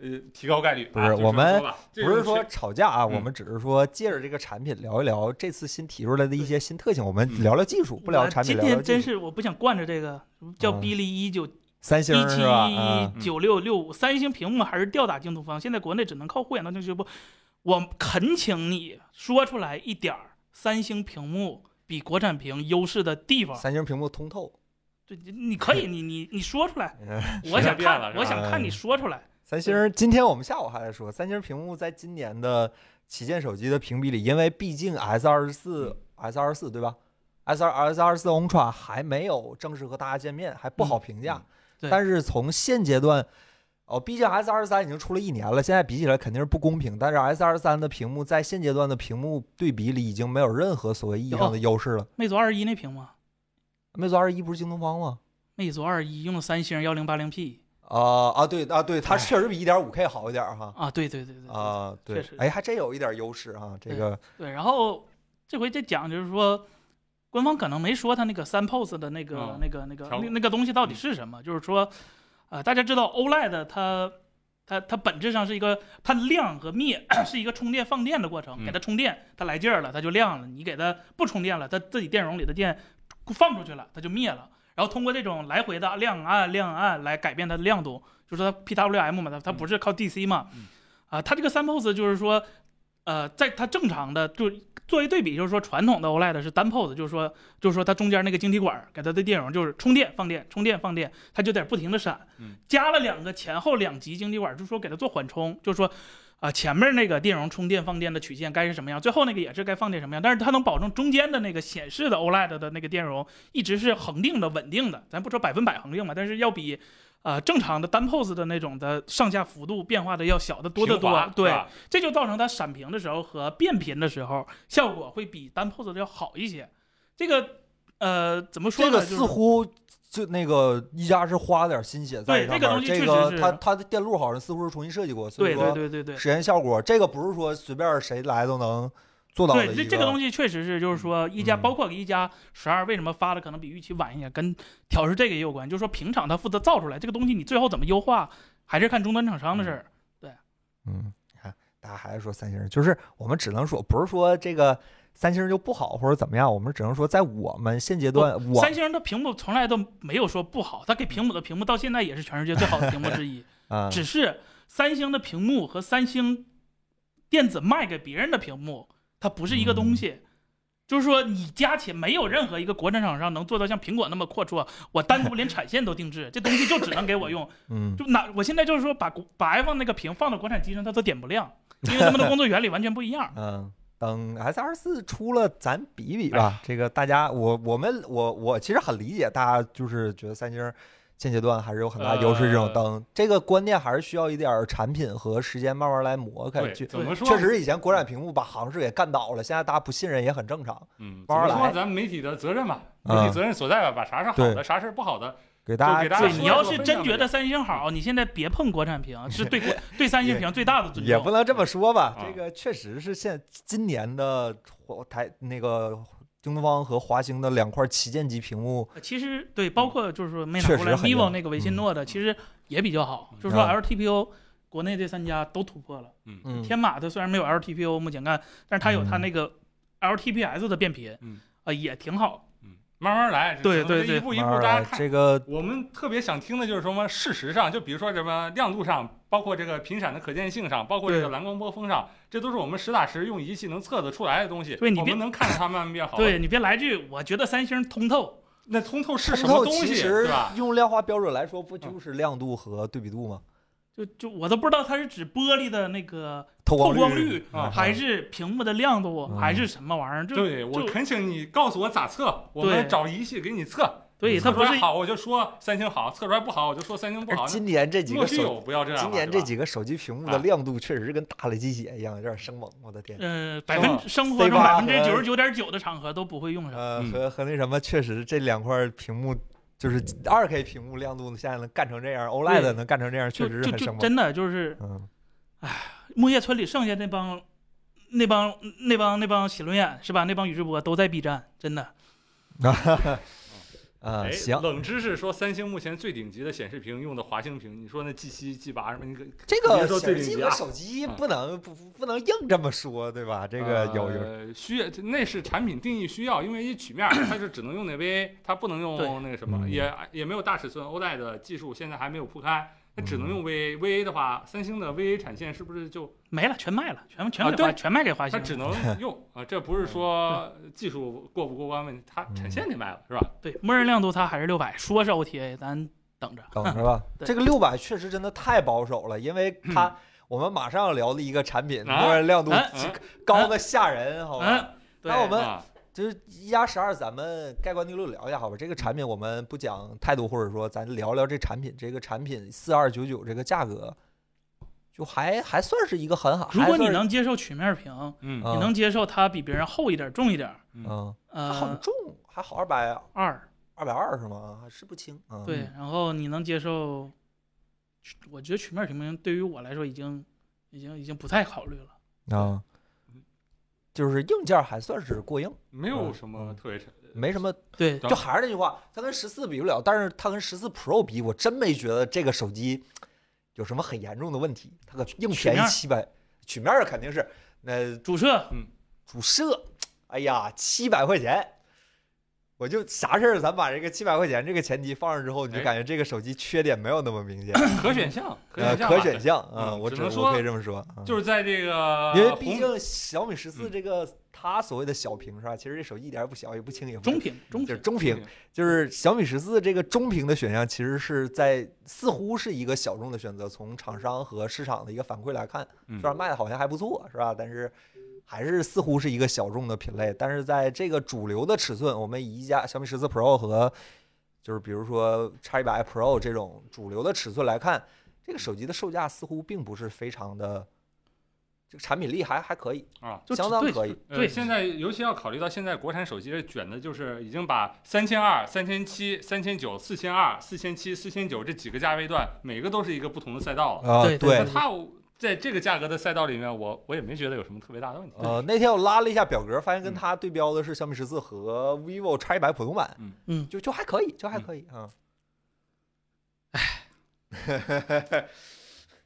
[SPEAKER 4] 呃提高概率。
[SPEAKER 1] 嗯不是
[SPEAKER 4] 啊就这么
[SPEAKER 1] 我们
[SPEAKER 4] 说吧这
[SPEAKER 1] 不是
[SPEAKER 4] 种
[SPEAKER 1] 说
[SPEAKER 4] 是
[SPEAKER 1] 吵架啊，
[SPEAKER 4] 嗯
[SPEAKER 1] 我们只是说借着这个产品聊一聊这次新提出来的一些新特性，我
[SPEAKER 4] 嗯
[SPEAKER 1] 们聊聊技术，不聊
[SPEAKER 3] 我
[SPEAKER 1] 产品，
[SPEAKER 3] 今
[SPEAKER 1] 聊聊
[SPEAKER 3] 天
[SPEAKER 1] 技
[SPEAKER 3] 真
[SPEAKER 1] 术。
[SPEAKER 3] 是我不想惯着这个叫
[SPEAKER 1] 嗯
[SPEAKER 3] 哔哩一九
[SPEAKER 1] 三星
[SPEAKER 3] 一
[SPEAKER 1] 是吧？嗯
[SPEAKER 3] 七九六六五，三星屏幕还是吊打京东方，现在国内只能靠护眼当正确不？我恳请你说出来一点儿，三星屏幕比国产屏优势的地方。
[SPEAKER 1] 三星屏幕通透，
[SPEAKER 3] 对，你可以，你你你说出来，
[SPEAKER 1] 嗯
[SPEAKER 3] 我想
[SPEAKER 4] 时代变了
[SPEAKER 3] 看，
[SPEAKER 4] 是吧
[SPEAKER 3] 我想看你说出来。
[SPEAKER 1] 三星今天我们下午还在说，三星屏幕在今年的旗舰手机的评比里，因为毕竟 S 二十四、S 二十四对吧？S 二 S 二十四 Ultra 还没有正式和大家见面，还不好评价。
[SPEAKER 3] 嗯对
[SPEAKER 1] 但是从现阶段，哦，毕竟 S 二十三已经出了一年了，现在比起来肯定是不公平。但是 S 二十三的屏幕在现阶段的屏幕对比里已经没有任何所谓意义上的优势了。
[SPEAKER 3] 魅族二十一那屏幕，
[SPEAKER 1] 魅族二十一不是京东方吗？
[SPEAKER 3] 魅族二十一用了三星幺零八零 P
[SPEAKER 1] 啊、啊对啊对，它确实比一点五 K 好一点儿哈。
[SPEAKER 3] 啊，对对对对对
[SPEAKER 1] 啊，对
[SPEAKER 3] 确实，
[SPEAKER 1] 哎，还真有一点优势啊，这个
[SPEAKER 3] 对，然后这回这讲就是说，官方可能没说他那个三 pose 的那个、
[SPEAKER 4] 嗯
[SPEAKER 3] 那个那个
[SPEAKER 4] 调
[SPEAKER 3] 那那个东西到底是什么，就是说，呃，大家知道 OLED 它它它本质上是一个它亮 和灭是一个充电放电的过程，
[SPEAKER 4] 嗯
[SPEAKER 3] 给它充电它来劲儿了它就亮了，你给它不充电了它自己电容里的电放出去了它就灭了，然后通过这种来回的亮暗亮暗啊来改变它的亮度，就是它 PWM 嘛，它它不是靠 DC 嘛，
[SPEAKER 4] 嗯
[SPEAKER 3] 啊，它这个三 pose 就是说，呃，在它正常的就做一对比，就是说传统的 OLED 是单 pose，就是说就是说它中间那个晶体管儿给它的电容就是充电放电，充电放电，它就得不停的闪
[SPEAKER 4] 嗯。
[SPEAKER 3] 加了两个前后两级晶体管儿，就是说给它做缓冲，就是说。啊，前面那个电容充电放电的曲线该是什么样，最后那个也是该放电什么样，但是它能保证中间的那个显示的 OLED 的那个电容一直是恒定的、稳定的，咱不说百分百恒定嘛，但是要比呃正常的单 pose 的那种的上下幅度变化的要小得多得
[SPEAKER 4] 平滑
[SPEAKER 3] 多。
[SPEAKER 4] 是
[SPEAKER 3] 对，
[SPEAKER 4] 吧
[SPEAKER 3] 这就造成它闪屏的时候和变频的时候效果会比单 pose 的要好一些。这个呃怎么说
[SPEAKER 1] 这
[SPEAKER 3] 呢？
[SPEAKER 1] 个
[SPEAKER 3] 就是
[SPEAKER 1] 似乎就那个一加是花了点心血在
[SPEAKER 3] 对
[SPEAKER 1] 上
[SPEAKER 3] 这个
[SPEAKER 1] 面儿，
[SPEAKER 3] 东西
[SPEAKER 1] 这
[SPEAKER 3] 确实
[SPEAKER 1] 个
[SPEAKER 3] 是
[SPEAKER 1] 它它的电路好像似乎是重新设计过，所以
[SPEAKER 3] 对对
[SPEAKER 1] 说
[SPEAKER 3] 对对对。
[SPEAKER 1] 实验效果这个不是说随便谁来都能做到的一
[SPEAKER 3] 对，这这个东西确实是，就是说一加，
[SPEAKER 1] 嗯
[SPEAKER 3] 包括一加十二，为什么发的可能比预期晚一点，跟调试这个也有关。就是说平厂它负责造出来这个东西，你最后怎么优化，还是看终端厂商的事儿。
[SPEAKER 1] 嗯，你看，大家还是说三星，就是我们只能说，不是说这个三星就不好或者怎么样，我们只能说，在我们现阶段，我嗯
[SPEAKER 3] 三星的屏幕从来都没有说不好，它给屏幕的屏幕到现在也是全世界最好的屏幕之一。
[SPEAKER 1] 啊，
[SPEAKER 3] 只是三星的屏幕和三星电子卖给别人的屏幕，它不是一个东
[SPEAKER 1] 嗯
[SPEAKER 3] 西。就是说，你加起没有任何一个国产厂商能做到像苹果那么阔绰，我单独连产线都定制， 这东西就只能给我用。
[SPEAKER 1] 嗯，。
[SPEAKER 3] 就拿我现在就是说把国把 iPhone 那个屏放到国产机上，它都点不亮，因为他们的工作原理完全不一样
[SPEAKER 1] 嗯，等 S 二四出了，咱比比
[SPEAKER 4] 哎
[SPEAKER 1] 吧。这个大家，我我们我我其实很理解大家，就是觉得三星现阶段还是有很大优势。这种
[SPEAKER 4] 呃
[SPEAKER 1] 灯，这个观念还是需要一点儿产品和时间慢慢来磨开。
[SPEAKER 4] 对，
[SPEAKER 1] 确
[SPEAKER 4] 怎么说？
[SPEAKER 1] 确，实，以前国产屏幕把行市给干倒了，现在大家不信任也很正常。
[SPEAKER 4] 嗯，怎
[SPEAKER 1] 慢
[SPEAKER 4] 么
[SPEAKER 1] 慢
[SPEAKER 4] 说
[SPEAKER 1] 来
[SPEAKER 4] 咱们媒体的责任吧，媒
[SPEAKER 1] 嗯
[SPEAKER 4] 体责任所在吧，把啥是好的，
[SPEAKER 1] 对
[SPEAKER 4] 啥是不好的，
[SPEAKER 1] 给大家
[SPEAKER 4] 就给大家
[SPEAKER 3] 对
[SPEAKER 4] 说
[SPEAKER 3] 你
[SPEAKER 4] 一
[SPEAKER 3] 要
[SPEAKER 4] 说
[SPEAKER 3] 是
[SPEAKER 4] 分
[SPEAKER 3] 真
[SPEAKER 4] 享
[SPEAKER 3] 觉
[SPEAKER 4] 一
[SPEAKER 3] 得三星好，你现在别碰国 产屏，是对国对三星屏最大的尊
[SPEAKER 1] 也不
[SPEAKER 3] 重。
[SPEAKER 1] 能这么说吧，
[SPEAKER 4] 啊
[SPEAKER 1] 这个确实是现今年的华台那个京东方和华星的两块旗舰级屏幕，
[SPEAKER 3] 呃其实对，包括就是说没拿
[SPEAKER 1] 嗯确
[SPEAKER 3] 过
[SPEAKER 1] 实
[SPEAKER 3] 来
[SPEAKER 1] 很硬
[SPEAKER 3] vivo 那个维信诺的，其实也比较好。就是说
[SPEAKER 1] 嗯
[SPEAKER 3] LTPO，国内这三家都突破了。
[SPEAKER 1] 嗯，
[SPEAKER 3] 天马它虽然没有 LTPO 目前看，但是它有它
[SPEAKER 1] 嗯
[SPEAKER 3] 那个 LTPS 的变频
[SPEAKER 4] 嗯，
[SPEAKER 3] 啊也挺好。
[SPEAKER 4] 嗯，慢慢来，
[SPEAKER 3] 对对对
[SPEAKER 4] 一步一步
[SPEAKER 1] 慢慢
[SPEAKER 4] 大家
[SPEAKER 1] 来
[SPEAKER 4] 看。
[SPEAKER 1] 这个
[SPEAKER 4] 我们特别想听的就是什么？事实上，就比如说什么亮度上，包括这个频闪的可见性上，包括这个
[SPEAKER 3] 对
[SPEAKER 4] 蓝光波峰上，这都是我们实打实用仪器能测得出来的东西。
[SPEAKER 3] 对你
[SPEAKER 4] 我
[SPEAKER 3] 别
[SPEAKER 4] 们能看着它慢慢变
[SPEAKER 1] 哦
[SPEAKER 4] 好。，
[SPEAKER 3] 对你别来句，我觉得三星通透。
[SPEAKER 4] 那通透是
[SPEAKER 1] 通
[SPEAKER 4] 什
[SPEAKER 1] 透
[SPEAKER 4] 么东
[SPEAKER 1] 其
[SPEAKER 4] 西，
[SPEAKER 1] 实
[SPEAKER 4] 对吧？嗯
[SPEAKER 1] 用量化标准来说，不就是亮度和对比度吗？
[SPEAKER 3] 就就我都不知道它是指玻璃的那个
[SPEAKER 1] 透
[SPEAKER 3] 透光
[SPEAKER 1] 率
[SPEAKER 3] 率，
[SPEAKER 4] 啊
[SPEAKER 3] 还是屏幕的亮度，
[SPEAKER 1] 嗯
[SPEAKER 3] 还是什么玩意儿？就
[SPEAKER 4] 对，我
[SPEAKER 3] 就
[SPEAKER 4] 恳请你告诉我咋测，我们
[SPEAKER 3] 对
[SPEAKER 4] 找仪器给你测。
[SPEAKER 3] 对
[SPEAKER 4] 测
[SPEAKER 3] 它
[SPEAKER 4] 出
[SPEAKER 3] 不是
[SPEAKER 4] 来好我就说三星好，测出来不好我就说三星不好
[SPEAKER 1] 而。今年这几
[SPEAKER 4] 莫
[SPEAKER 1] 个
[SPEAKER 4] 须
[SPEAKER 1] 手，
[SPEAKER 4] 有，不哎要这样嘛。
[SPEAKER 1] 今年
[SPEAKER 4] 对
[SPEAKER 1] 这
[SPEAKER 4] 吧
[SPEAKER 1] 几个手机屏幕的
[SPEAKER 4] 啊
[SPEAKER 1] 亮度确实是跟打了鸡血一样，有点生猛，我的天。
[SPEAKER 3] 呃百分
[SPEAKER 4] 吧
[SPEAKER 3] 生活中
[SPEAKER 1] C8
[SPEAKER 3] 百分之九十九点九的场合都不会用上。
[SPEAKER 1] 呃，
[SPEAKER 4] 嗯
[SPEAKER 1] 和和那什么，确实这两块屏幕就是二 K 屏幕亮度现在能干成这样，OLED 能干成这样，确
[SPEAKER 3] 就
[SPEAKER 1] 实是
[SPEAKER 3] 就
[SPEAKER 1] 很
[SPEAKER 3] 就
[SPEAKER 1] 生猛。
[SPEAKER 3] 真的就是
[SPEAKER 1] 嗯，
[SPEAKER 3] 木叶村里剩下那帮那帮那帮那帮写轮眼是吧？那帮宇智波都在 B 站，真的。
[SPEAKER 1] 啊、
[SPEAKER 4] 哎，
[SPEAKER 1] 行，
[SPEAKER 4] 冷知识说，三星目前最顶级的显示屏用的华星屏，你说那 G 七、G 八什么，你可
[SPEAKER 1] 这
[SPEAKER 4] 别
[SPEAKER 1] 个
[SPEAKER 4] 说
[SPEAKER 1] 显
[SPEAKER 4] 最
[SPEAKER 1] 示器
[SPEAKER 4] 顶级
[SPEAKER 1] 和
[SPEAKER 4] 啊
[SPEAKER 1] 手机
[SPEAKER 4] 嗯
[SPEAKER 1] 不能不不不能硬这么说，对吧？这个有有，
[SPEAKER 4] 呃需要，那是产品定义需要，因为一曲面儿它是只能用那微，它不能
[SPEAKER 3] 对
[SPEAKER 4] 用那个什么，
[SPEAKER 1] 嗯
[SPEAKER 4] 也也没有大尺寸 OLED 的技术，现在还没有铺开，它只
[SPEAKER 1] 嗯
[SPEAKER 4] 能用 VA。VA 的话，三星的 VA 产线是不是就
[SPEAKER 3] 没了，全卖了，全全
[SPEAKER 4] 啊
[SPEAKER 3] 给华、
[SPEAKER 4] 对
[SPEAKER 3] 全卖给华
[SPEAKER 4] 它
[SPEAKER 3] 星。
[SPEAKER 4] 只能用啊？这不是说
[SPEAKER 1] 嗯
[SPEAKER 4] 技术过不过关问题，它产线得卖了是吧？
[SPEAKER 3] 对，默认亮度它还是六百，说是 OTA，咱等着。
[SPEAKER 1] 等着吧。
[SPEAKER 3] 嗯对嗯
[SPEAKER 1] 这个六百确实真的太保守了，因为它我们马上要聊的一个产品，
[SPEAKER 4] 啊
[SPEAKER 1] 默认亮度
[SPEAKER 3] 啊
[SPEAKER 4] 啊
[SPEAKER 1] 高的吓人，好吧？
[SPEAKER 3] 嗯，对
[SPEAKER 1] 哦那我们
[SPEAKER 4] 啊，
[SPEAKER 1] 就是一加十二，咱们盖棺定论聊一下，好吧？这个产品我们不讲态度，或者说咱聊聊这产品，这个产品四二九九这个价格，就还还算是一个很好。
[SPEAKER 3] 如果
[SPEAKER 1] 还算
[SPEAKER 3] 你
[SPEAKER 1] 是
[SPEAKER 3] 能接受曲面屏，
[SPEAKER 4] 嗯
[SPEAKER 1] 啊
[SPEAKER 3] 你能接受它比别人厚一点、重一点？
[SPEAKER 1] 嗯，它好
[SPEAKER 3] 呃，
[SPEAKER 1] 重，还好二百
[SPEAKER 3] 二
[SPEAKER 1] 二百二是吗？还是不轻。嗯、
[SPEAKER 3] 对，然后你能接受？我觉得曲面屏幕对于我来说已经已经已经不太考虑了。
[SPEAKER 1] 啊，就是硬件还算是过硬，
[SPEAKER 4] 没有什
[SPEAKER 1] 嗯
[SPEAKER 4] 么特别差，
[SPEAKER 1] 没什么。
[SPEAKER 3] 对，
[SPEAKER 4] 对
[SPEAKER 1] 就还是那句话，它跟十四比不了，但是它跟十四 Pro 比，我真没觉得这个手机有什么很严重的问题。它可硬便
[SPEAKER 3] 面
[SPEAKER 1] 宜
[SPEAKER 3] 儿
[SPEAKER 1] 七百，曲面儿肯定是那
[SPEAKER 3] 主摄
[SPEAKER 1] 主摄，哎呀，七百块钱，我就啥事儿，咱把这个七百块钱这个前提放上之后，你就
[SPEAKER 4] 哎
[SPEAKER 1] 感觉这个手机缺点没有那么明显，
[SPEAKER 4] 可选项，可
[SPEAKER 1] 呃，
[SPEAKER 4] 选项吧，
[SPEAKER 1] 可选项啊，
[SPEAKER 4] 嗯
[SPEAKER 1] 我
[SPEAKER 4] 只
[SPEAKER 1] 只
[SPEAKER 4] 能
[SPEAKER 1] 我
[SPEAKER 4] 说
[SPEAKER 1] 可以这么说，嗯
[SPEAKER 4] 就是在这个
[SPEAKER 1] 因为毕
[SPEAKER 4] 红
[SPEAKER 1] 竟小米十四
[SPEAKER 4] 嗯
[SPEAKER 1] 这个它所谓的小屏是吧？其实这手机一点儿也不小，也不轻，也不
[SPEAKER 3] 中
[SPEAKER 1] 大
[SPEAKER 3] 屏中
[SPEAKER 1] 就是
[SPEAKER 3] 屏，
[SPEAKER 1] 中屏，就是小米十四这个中屏的选项，其实是在似乎是一个小众的选择。从厂商和市场的一个反馈来看，
[SPEAKER 4] 嗯
[SPEAKER 1] 虽然卖的好像还不错，是吧？但是还是似乎是一个小众的品类。但是在这个主流的尺寸，我们宜家小米十四 Pro 和就是比如说 X 一百 Pro 这种主流的尺寸来看，这个手机的售价似乎并不是非常的，这个产品力还还可以，
[SPEAKER 4] 啊。
[SPEAKER 3] 就
[SPEAKER 1] 相
[SPEAKER 3] 只
[SPEAKER 1] 当
[SPEAKER 3] 对
[SPEAKER 1] 可以
[SPEAKER 4] 呃
[SPEAKER 3] 对，
[SPEAKER 4] 现在尤其要考虑到现在国产手机这卷的，就是已经把三千二、三千七、三千九、四千二、四千七、四千九这几个价位段，每个都是一个不同的赛道了。
[SPEAKER 1] 啊、
[SPEAKER 3] 对对
[SPEAKER 4] 那它在这个价格的赛道里面，我我也没觉得有什么特别大的问题。
[SPEAKER 1] 呃，那天我拉了一下表格，发现跟
[SPEAKER 4] 嗯
[SPEAKER 1] 它对标的是小米十四和 vivo X 一百普通版，
[SPEAKER 4] 嗯
[SPEAKER 3] 嗯
[SPEAKER 1] 就就还可以，就还
[SPEAKER 4] 嗯
[SPEAKER 1] 可以啊。唉，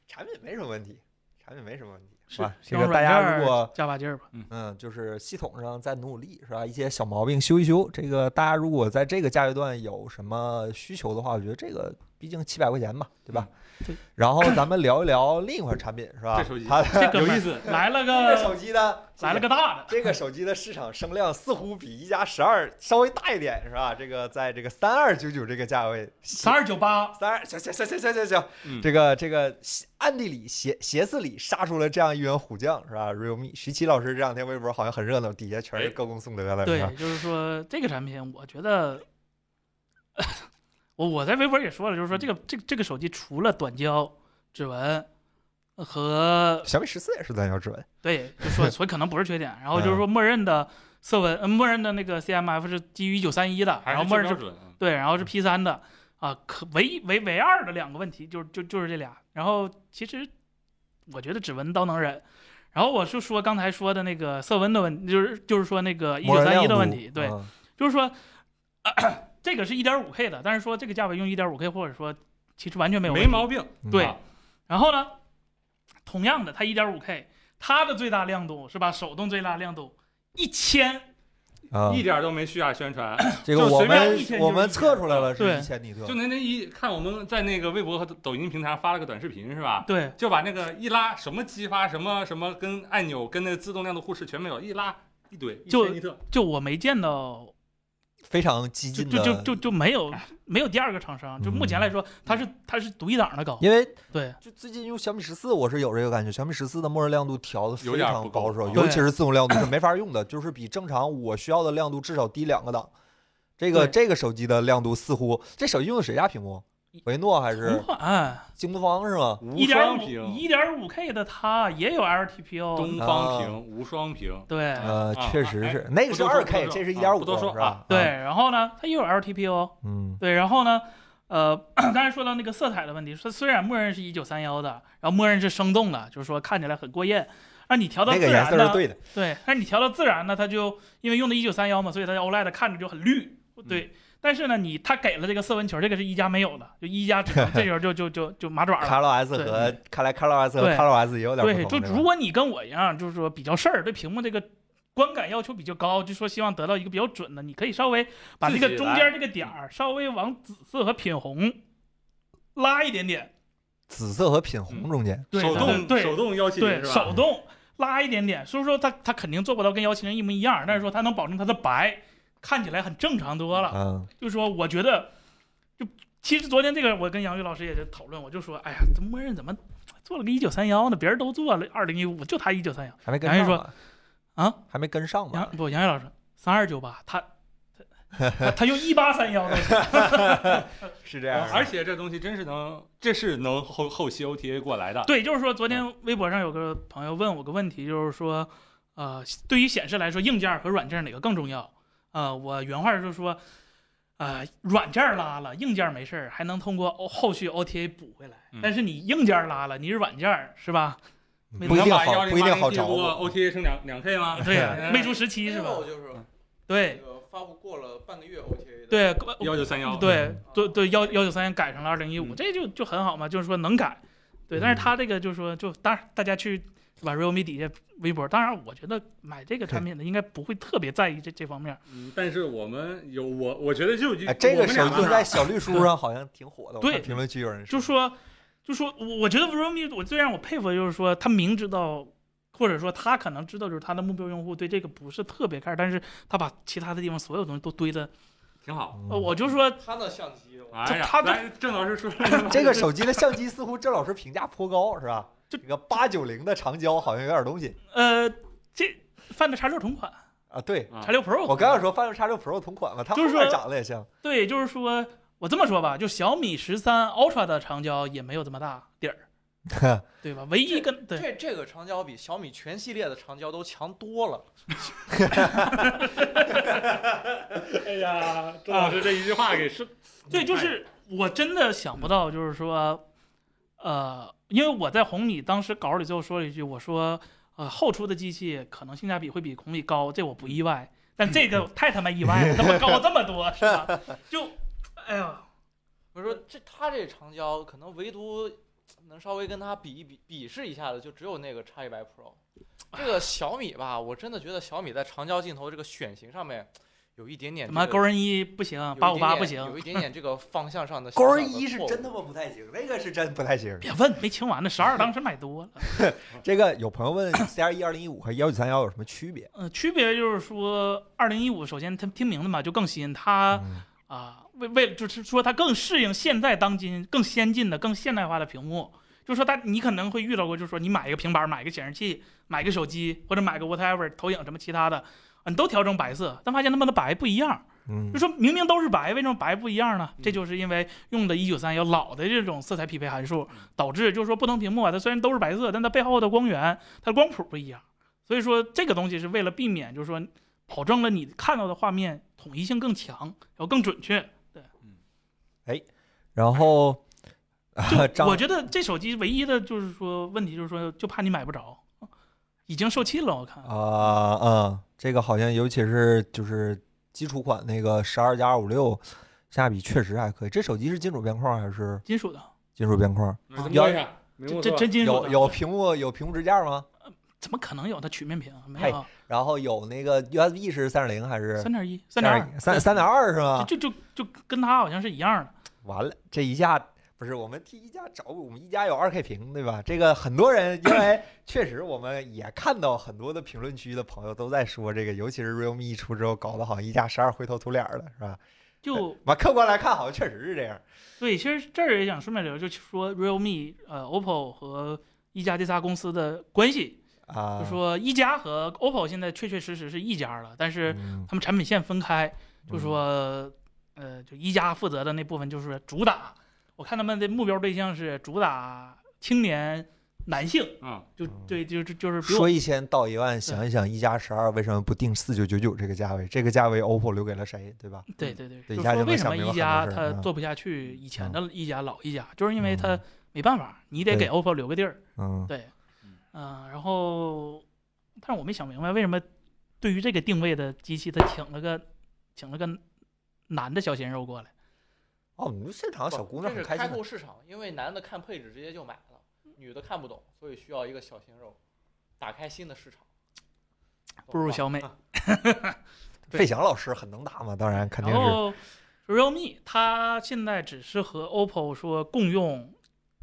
[SPEAKER 1] 产品没什么问题，产品没什么问题，
[SPEAKER 3] 是
[SPEAKER 1] 吧？这
[SPEAKER 3] 像
[SPEAKER 1] 个
[SPEAKER 3] 软
[SPEAKER 1] 大
[SPEAKER 3] 件
[SPEAKER 1] 家
[SPEAKER 3] 儿
[SPEAKER 1] 如果
[SPEAKER 3] 加把劲 儿吧，
[SPEAKER 1] 嗯，就是系统上再努努力，是吧？一些小毛病修一修。这个大家如果在这个价位段有什么需求的话，我觉得这个毕竟七百块钱嘛，对吧？
[SPEAKER 3] 嗯对。
[SPEAKER 1] 然后咱们聊一聊另一款产品，是吧？
[SPEAKER 4] 这手机
[SPEAKER 1] 它
[SPEAKER 3] 这
[SPEAKER 1] 的
[SPEAKER 3] 哥
[SPEAKER 4] 有
[SPEAKER 3] 们
[SPEAKER 4] 意
[SPEAKER 3] 儿
[SPEAKER 4] 思，
[SPEAKER 3] 来了
[SPEAKER 1] 这个
[SPEAKER 3] 个
[SPEAKER 1] 手机的
[SPEAKER 3] 来了个大的，
[SPEAKER 1] 这个手机的市场声量似乎比一加十二稍微大一点，是吧？这个在这个三二九九这个价位，
[SPEAKER 3] 三二九八，
[SPEAKER 1] 三二行行行行行行行，
[SPEAKER 4] 嗯
[SPEAKER 1] 这个这个暗地里斜斜四里杀出了这样一员虎将，是吧？realme 徐奇老师这两天微博好像很热闹，底下全是
[SPEAKER 4] 哎
[SPEAKER 1] 歌功颂德了，是吧
[SPEAKER 3] 对，就是说这个产品，我觉得， 我我在微博也说了，就是说这个这个这个手机除了短焦、指纹和
[SPEAKER 1] 小米十四也是咱要指纹，
[SPEAKER 3] 对，就 说所以可能不是缺点，然
[SPEAKER 1] 哎
[SPEAKER 3] 后就是说默认的色温，呃默认的那个 CMF 是基于一九三一的，
[SPEAKER 4] 还
[SPEAKER 3] 然后
[SPEAKER 4] 是最
[SPEAKER 3] 默认
[SPEAKER 4] 标
[SPEAKER 3] 是
[SPEAKER 4] 准。嗯
[SPEAKER 3] 对，然后是 P 三的啊，可唯一唯唯二的两个问题就是就就是这俩，然后其实我觉得指纹都能忍。然后我是说刚才说的那个色温的问，就是就是说那个一
[SPEAKER 1] 默
[SPEAKER 3] 九
[SPEAKER 1] 认
[SPEAKER 3] 三一
[SPEAKER 1] 亮
[SPEAKER 3] 的
[SPEAKER 1] 度
[SPEAKER 3] 问题，对，
[SPEAKER 1] 嗯
[SPEAKER 3] 就是说， 这个是一点五 K 的，但是说这个价位用一点五 K，或者说其实完全没有
[SPEAKER 4] 嗯
[SPEAKER 3] 问
[SPEAKER 4] 没
[SPEAKER 3] 题
[SPEAKER 4] 毛病，
[SPEAKER 1] 嗯
[SPEAKER 3] 对
[SPEAKER 4] 啊
[SPEAKER 3] 然后呢，同样的，它一点五 K，它的最大亮度是吧？手动最大亮度一千，
[SPEAKER 1] 啊
[SPEAKER 4] 一，点儿都没虚假宣传。
[SPEAKER 1] 这个
[SPEAKER 4] 就
[SPEAKER 1] 我
[SPEAKER 4] 随便
[SPEAKER 1] 们
[SPEAKER 4] 一天就
[SPEAKER 1] 我
[SPEAKER 4] 是
[SPEAKER 1] 们
[SPEAKER 4] 一
[SPEAKER 1] 测
[SPEAKER 4] 天
[SPEAKER 1] 出来了是
[SPEAKER 3] 对
[SPEAKER 1] 一千尼特
[SPEAKER 4] 就，那那一看，我们在那个微博和抖音平台上发了个短视频，是吧？
[SPEAKER 3] 对，
[SPEAKER 4] 就把那个一拉，什么激发，什么什么跟按钮跟那个自动亮度忽视全没有，一拉一堆，一
[SPEAKER 3] 就
[SPEAKER 4] 千尼特，
[SPEAKER 3] 就我没见到，
[SPEAKER 1] 非常激
[SPEAKER 3] 就
[SPEAKER 1] 进
[SPEAKER 3] 就就
[SPEAKER 1] 的，嗯
[SPEAKER 3] 就就没有没有第二个厂商，就目前来说，它是它是独一档的高，
[SPEAKER 1] 因为
[SPEAKER 3] 对，
[SPEAKER 1] 就最近用小米十四，我是有这个感觉，小米十四的默认亮度调的
[SPEAKER 4] 有
[SPEAKER 1] 非
[SPEAKER 4] 点
[SPEAKER 1] 常
[SPEAKER 4] 不
[SPEAKER 1] 保
[SPEAKER 4] 够啊
[SPEAKER 1] 守，
[SPEAKER 4] 对
[SPEAKER 1] 尤其是自动亮 度是没法用的，就是比正常我需要的亮度至少低两个档。这个
[SPEAKER 3] 对
[SPEAKER 1] 这个手机的亮度似乎，这手机用的谁家屏幕？维诺还
[SPEAKER 3] 同
[SPEAKER 1] 是
[SPEAKER 3] 款
[SPEAKER 1] 京东方是吗？
[SPEAKER 4] 无
[SPEAKER 3] 哎一点
[SPEAKER 4] 双
[SPEAKER 3] 五
[SPEAKER 4] 屏，
[SPEAKER 3] 一点五 K 的它也有 LTPO，
[SPEAKER 4] 东方
[SPEAKER 1] 哦
[SPEAKER 4] 屏，无双屏，
[SPEAKER 3] 对
[SPEAKER 1] 呃，
[SPEAKER 4] 啊
[SPEAKER 1] 确
[SPEAKER 4] 啊
[SPEAKER 1] 实
[SPEAKER 4] 哎
[SPEAKER 1] 是，那个
[SPEAKER 4] 不
[SPEAKER 1] 是
[SPEAKER 4] 多说
[SPEAKER 1] 二
[SPEAKER 4] 不多
[SPEAKER 1] K，
[SPEAKER 4] 说
[SPEAKER 1] 这是一
[SPEAKER 4] 啊
[SPEAKER 1] 点五，
[SPEAKER 4] 不多说
[SPEAKER 1] 是吧？
[SPEAKER 3] 对，
[SPEAKER 1] 啊，
[SPEAKER 3] 然后呢，它也有 LTPO，
[SPEAKER 1] 嗯，
[SPEAKER 3] 对，然后呢，呃，刚才说到那个色彩的问题，说虽然默认是一九三幺的，然后默认是生动的，就是说看起来很过艳，而你调到
[SPEAKER 1] 那
[SPEAKER 3] 自
[SPEAKER 1] 个颜
[SPEAKER 3] 然
[SPEAKER 1] 色是
[SPEAKER 3] 呢，
[SPEAKER 1] 对的，
[SPEAKER 3] 对，但是你调到自然呢，它就因为用的一九三幺嘛，所以它 OLED E 看着就很绿，
[SPEAKER 1] 嗯
[SPEAKER 3] 对。但是呢，你它给了这个色温球，这个是一加没有的，就一加只 能这时候就就就就麻爪了。
[SPEAKER 1] 卡洛 S
[SPEAKER 3] 啊对
[SPEAKER 1] 和看来卡洛 S 和
[SPEAKER 3] 对
[SPEAKER 1] 卡洛 S 也有点
[SPEAKER 3] 对，
[SPEAKER 1] 不同，
[SPEAKER 3] 就
[SPEAKER 1] 对吧
[SPEAKER 3] 如果你跟我一样，就是说比较事儿，对屏幕这个观感要求比较高，就说希望得到一个比较准的，你可以稍微把这
[SPEAKER 4] 自
[SPEAKER 3] 个
[SPEAKER 4] 己
[SPEAKER 3] 中
[SPEAKER 4] 来
[SPEAKER 3] 间这个点儿稍微往紫色和品红拉一点点，
[SPEAKER 1] 紫色和
[SPEAKER 4] 嗯
[SPEAKER 1] 品红中间，
[SPEAKER 3] 对
[SPEAKER 4] 手动
[SPEAKER 3] 对
[SPEAKER 4] 手动幺七
[SPEAKER 3] 对
[SPEAKER 4] 零是吧？嗯
[SPEAKER 3] 手动拉一点点。所以说它它肯定做不到跟幺七零一模一样，但是说它能保证它的白看起来很正常多
[SPEAKER 4] 啊
[SPEAKER 3] 了。
[SPEAKER 1] 嗯，
[SPEAKER 3] 就是说我觉得就其实昨天这个我跟杨宇老师也在讨论，我就说哎呀，这默认怎么做了个一九三幺呢？别人都做了二零一五，就他一九三幺。
[SPEAKER 1] 还没跟
[SPEAKER 3] 杨毅
[SPEAKER 1] 上
[SPEAKER 3] 说
[SPEAKER 1] 吧
[SPEAKER 3] 啊，
[SPEAKER 1] 还没跟上吧
[SPEAKER 3] 杨？不杨毅老师三二九八，他他他他用一八三幺的，
[SPEAKER 1] 是这
[SPEAKER 4] 啊
[SPEAKER 1] 样，
[SPEAKER 4] 而且这东西真是能，这是能后后期 OTA 过来的。
[SPEAKER 3] 对，就是说昨天微博上有个朋友问我个问题，就是说，呃，对于显示来说，硬件和软件哪个更重要？呃，我原话就是说，呃，软件拉了，硬件没事儿，还能通过后后续 OTA 补回来。
[SPEAKER 4] 嗯
[SPEAKER 3] 但是你硬件拉了，你软件儿是吧？没
[SPEAKER 1] 不一
[SPEAKER 4] 能
[SPEAKER 1] 定
[SPEAKER 4] 把
[SPEAKER 1] 好，
[SPEAKER 4] 幺
[SPEAKER 1] 不
[SPEAKER 4] 零
[SPEAKER 1] 一
[SPEAKER 4] 八
[SPEAKER 1] 定
[SPEAKER 4] 零
[SPEAKER 1] 好
[SPEAKER 4] 帝
[SPEAKER 1] 掌
[SPEAKER 4] 国
[SPEAKER 1] 握。
[SPEAKER 4] OTA 成两两 K 吗？
[SPEAKER 3] 对呀、
[SPEAKER 4] 嗯
[SPEAKER 3] 魅族十七是吧？嗯
[SPEAKER 5] vivo 就是那
[SPEAKER 3] 对
[SPEAKER 5] 个发布过了半个月 OTA 的，
[SPEAKER 3] 对，
[SPEAKER 4] 幺九三幺，
[SPEAKER 1] 嗯
[SPEAKER 3] 对对对，幺幺九三改成了二零一五，
[SPEAKER 4] 嗯
[SPEAKER 1] 嗯
[SPEAKER 3] 这就就很好嘛，就是说能改，对。但是它这个就是说，就当然大家去对吧？realme 底下微博，当然我觉得买这个产品的应该不会特别在意这这方面。
[SPEAKER 4] 嗯但是我们有我，我觉得就
[SPEAKER 1] 哎，这个
[SPEAKER 4] 我们
[SPEAKER 1] 手
[SPEAKER 4] 俩啊
[SPEAKER 1] 机在小绿 书上好像挺火的，我
[SPEAKER 3] 对
[SPEAKER 1] 看评论区有人
[SPEAKER 3] 就说，就说我我觉得 realme 我最让我佩服的就是说，他明知道，或者说他可能知道，就是他的目标用户对这个不是特别 care，但是他把其他的地方所有东西都堆的，
[SPEAKER 4] 挺好。
[SPEAKER 1] 嗯
[SPEAKER 3] 呃，我就说
[SPEAKER 5] 他那相机，我
[SPEAKER 4] 哎呀，
[SPEAKER 3] 他这
[SPEAKER 4] 来郑老师说，
[SPEAKER 1] 嗯这个手机的相机似乎郑老师评价颇高，是吧？
[SPEAKER 3] 这
[SPEAKER 1] 个八九零的长焦好像有点东西
[SPEAKER 3] 呃，这犯的叉六同款，
[SPEAKER 1] 啊。对，
[SPEAKER 4] 啊
[SPEAKER 3] 叉六 Pro，
[SPEAKER 1] 我刚要说泛用叉六 Pro 同款嘛，它后
[SPEAKER 3] 嗯就是
[SPEAKER 1] 面
[SPEAKER 3] 说
[SPEAKER 1] 长得也像。
[SPEAKER 3] 对，就是说我这么说吧，就小米十三 Ultra 的长焦也没有这么大底儿，对吧？唯一跟对
[SPEAKER 5] 这这个长焦比小米全系列的长焦都强多了。
[SPEAKER 4] 哎呀，郑老师这一句话给是，
[SPEAKER 3] 对，就是我真的想不到，就是说，呃，因为我在红米当时稿里最后说了一句，我说，呃，后出的机器可能性价比会比红米高，这我不意外，但这个太他妈意外了，那么高这么多是吧？就，哎呀，
[SPEAKER 5] 我说这他这长焦可能唯独能稍微跟他比一比比试一下的，就只有那个 X 一百 Pro。这个小米吧，我真的觉得小米在长焦镜头这个选型上面有一点点这
[SPEAKER 3] 什么
[SPEAKER 5] 个
[SPEAKER 3] 勾人一不行，
[SPEAKER 5] 有一
[SPEAKER 3] 啊八五八
[SPEAKER 5] 点点
[SPEAKER 3] 不
[SPEAKER 5] 有
[SPEAKER 3] 行，
[SPEAKER 5] 一点点这个方向上 的
[SPEAKER 1] 勾
[SPEAKER 5] 小
[SPEAKER 1] 人
[SPEAKER 5] 小的
[SPEAKER 1] 一是
[SPEAKER 5] 错误
[SPEAKER 1] 真他妈不太行，那个是真不太行。
[SPEAKER 3] 别问，没听完呢，十二当时买多了。
[SPEAKER 1] 这个有朋友问 CR 一二零一五和幺九三幺有什么区别？
[SPEAKER 3] 呃，区别就是说，二零一五首先它听名字嘛就更新，它
[SPEAKER 1] 嗯
[SPEAKER 3] 啊、为为就是说它更适应现在当今更先进的、更现代化的屏幕。就是说它你可能会遇到过，就是说你买一个平板、买一个显示器、买个手机或者买个 whatever 投影什么其他的，啊你都调整白色，但发现他妈的白不一样。
[SPEAKER 1] 嗯
[SPEAKER 3] 就，说明明都是白，为什么白不一样呢？这就是因为用的1931老的这种色彩匹配函数
[SPEAKER 4] 嗯，
[SPEAKER 3] 导致就是说不同屏幕啊，它虽然都是白色，但它背后的光源它的光谱不一样。所以说这个东西是为了避免，就是说保证了你看到的画面统一性更强，然后更准确。
[SPEAKER 1] 然后啊，
[SPEAKER 3] 就
[SPEAKER 1] 张
[SPEAKER 3] 我觉得这手机唯一的就是说问题就是说，就怕你买不着，已经售罄了。我看
[SPEAKER 1] 啊，嗯，这个好像尤其是就是基础款那个十二加二五六，性价比确实还可以。这手机是金属边框还是
[SPEAKER 3] 金属的，
[SPEAKER 1] 金属边框？
[SPEAKER 4] 摸
[SPEAKER 1] 要
[SPEAKER 4] 一下，没
[SPEAKER 3] 这
[SPEAKER 4] 摸
[SPEAKER 3] 啊这
[SPEAKER 4] 错
[SPEAKER 3] 真金属
[SPEAKER 1] 有
[SPEAKER 3] 的
[SPEAKER 1] 有屏幕有屏幕支架吗？
[SPEAKER 3] 怎么可能有它曲面屏？啊没
[SPEAKER 1] 嗨
[SPEAKER 3] 有，
[SPEAKER 1] 然后有那个 USB 是三点零还是
[SPEAKER 3] 三点一、
[SPEAKER 1] 三
[SPEAKER 3] 三点二、
[SPEAKER 1] 三三点二是吗？
[SPEAKER 3] 就就就就跟它好像是一样的。
[SPEAKER 1] 完了，这一下不是我们替一加找补，我们一加有二 K 屏，对吧？这个很多人，因 为确实我们也看到很多的评论区的朋友都在说这个，尤其是 Realme 一出之后，搞得好像一加十二灰头土脸儿了，是吧？
[SPEAKER 3] 就
[SPEAKER 1] 往客观来看，好像确实是这样。
[SPEAKER 3] 对，其实这儿也想顺便聊，就说 realme、呃 OPPO 和一加这仨公司的关系，
[SPEAKER 1] 啊，
[SPEAKER 3] 就说一加和 OPPO 现在确确实实是一家了，但是
[SPEAKER 1] 嗯
[SPEAKER 3] 他们产品线分开，就说呃，就一加负责的那部分就是主打，我看他们的目标对象是主打青年男性，
[SPEAKER 4] 嗯，
[SPEAKER 3] 就
[SPEAKER 1] 嗯
[SPEAKER 3] 对，就就就是比
[SPEAKER 1] 说
[SPEAKER 3] 我
[SPEAKER 1] 一千道一万，想一想一加十二为什么不定四九九九这个价位？这个价位 OPPO 留给了谁，对吧？
[SPEAKER 3] 对对对，
[SPEAKER 1] 对
[SPEAKER 3] 就
[SPEAKER 1] 一加
[SPEAKER 3] 说
[SPEAKER 1] 就能
[SPEAKER 3] 为什
[SPEAKER 1] 想
[SPEAKER 3] 么
[SPEAKER 1] 明白
[SPEAKER 3] 一
[SPEAKER 1] 很多
[SPEAKER 3] 加
[SPEAKER 1] 事儿
[SPEAKER 3] 它
[SPEAKER 1] 嗯
[SPEAKER 3] 做不下去以前的一加老一加，就是因为它
[SPEAKER 1] 嗯
[SPEAKER 3] 没办法，你得
[SPEAKER 1] 对
[SPEAKER 3] 给 OPPO 留个地儿。
[SPEAKER 1] 嗯，
[SPEAKER 3] 对
[SPEAKER 4] 嗯，
[SPEAKER 3] 嗯、然后，但是我没想明白为什么对于这个定位的机器，他请了个请了个男的小鲜肉过来，
[SPEAKER 1] 哦，你们现场小姑娘
[SPEAKER 5] 这
[SPEAKER 1] 很
[SPEAKER 5] 是
[SPEAKER 1] 开
[SPEAKER 5] 开
[SPEAKER 1] 心的
[SPEAKER 5] 拓市场，因为男的看配置直接就买了，女的看不懂，所以需要一个小鲜肉，打开新的市场。
[SPEAKER 3] 不如小美。
[SPEAKER 1] 哦啊
[SPEAKER 3] 对
[SPEAKER 1] 费翔老师很能打嘛，当然肯定
[SPEAKER 3] 然
[SPEAKER 1] 是。
[SPEAKER 3] 后，realme 它现在只是和 OPPO 说共用，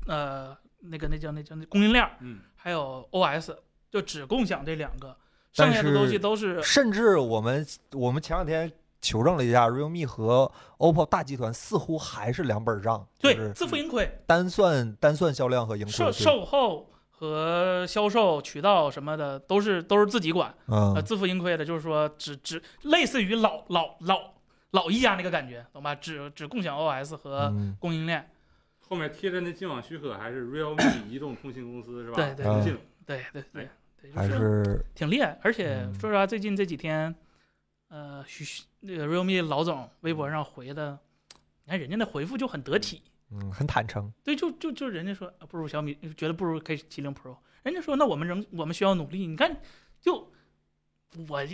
[SPEAKER 3] 呃，那个那叫那叫那供应链儿，
[SPEAKER 4] 嗯
[SPEAKER 3] 还有 OS，就只共享这两个，
[SPEAKER 1] 但
[SPEAKER 3] 剩下的东
[SPEAKER 1] 是
[SPEAKER 3] 西都是
[SPEAKER 1] 甚至我们我们前两天求证了一下，realme 和 OPPO 大集团似乎还是两本账，就
[SPEAKER 3] 对
[SPEAKER 1] 是
[SPEAKER 3] 自负盈亏。
[SPEAKER 1] 单算单算销量和盈亏
[SPEAKER 3] 售
[SPEAKER 1] 对，
[SPEAKER 3] 售后和销售渠道什么的都是都是自己管，呃，
[SPEAKER 1] 嗯
[SPEAKER 3] 自负盈亏的，就是说只只类似于老老老老一家那个感觉，懂吧？只只共享 OS 和
[SPEAKER 1] 嗯，
[SPEAKER 3] 供应链，
[SPEAKER 4] 后面贴着那今网许可还是 realme 移动通信公司是
[SPEAKER 1] 嗯
[SPEAKER 4] 吧？
[SPEAKER 3] 对对
[SPEAKER 4] 腾讯
[SPEAKER 3] 对对对对，
[SPEAKER 1] 还
[SPEAKER 3] 就是
[SPEAKER 1] 是
[SPEAKER 3] 挺厉害。而且
[SPEAKER 1] 嗯
[SPEAKER 3] 说实话，最近这几天，呃，许那个 realme 老总微博上回的，你看人家那回复就很得体，
[SPEAKER 1] 嗯很坦诚，
[SPEAKER 3] 对，就就就人家说啊不如小米，觉得不如 K 七零 Pro，人家说那我们仍我们需要努力。你看，就 我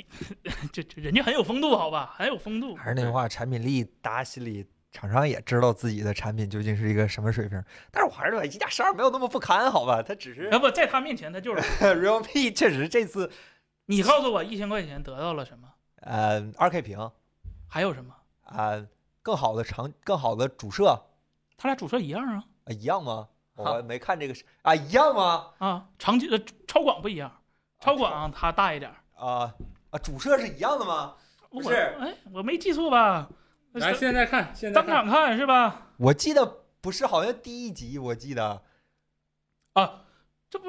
[SPEAKER 3] 就就人家很有风度，好吧，很有风度。
[SPEAKER 1] 还是那句话，产品力大家心里厂商也知道自己的产品究竟是一个什么水平，但是我还是认为一加十二没有那么不堪，好吧？它只是
[SPEAKER 3] 要不在他面前他就是
[SPEAKER 1] realme 确实这次
[SPEAKER 3] 你告诉我一千块钱得到了什么，
[SPEAKER 1] 呃二 K 屏啊、
[SPEAKER 3] 还有什么？
[SPEAKER 1] 呃更好的长更好的主摄、
[SPEAKER 3] 他俩主摄一样啊
[SPEAKER 1] 呃一样吗？我
[SPEAKER 5] 好
[SPEAKER 1] 没看这个是啊一样吗？
[SPEAKER 3] 啊，长焦呃超广不一样，超广它大一点儿。
[SPEAKER 1] 啊啊主摄是一样的吗？不
[SPEAKER 3] 我
[SPEAKER 1] 是
[SPEAKER 3] 哎，我没记错吧？
[SPEAKER 4] 来，现在看，现在
[SPEAKER 3] 嗯当
[SPEAKER 4] 看，
[SPEAKER 3] 场看是吧？
[SPEAKER 1] 我记得不是，好像第一集我记得
[SPEAKER 3] 啊，这不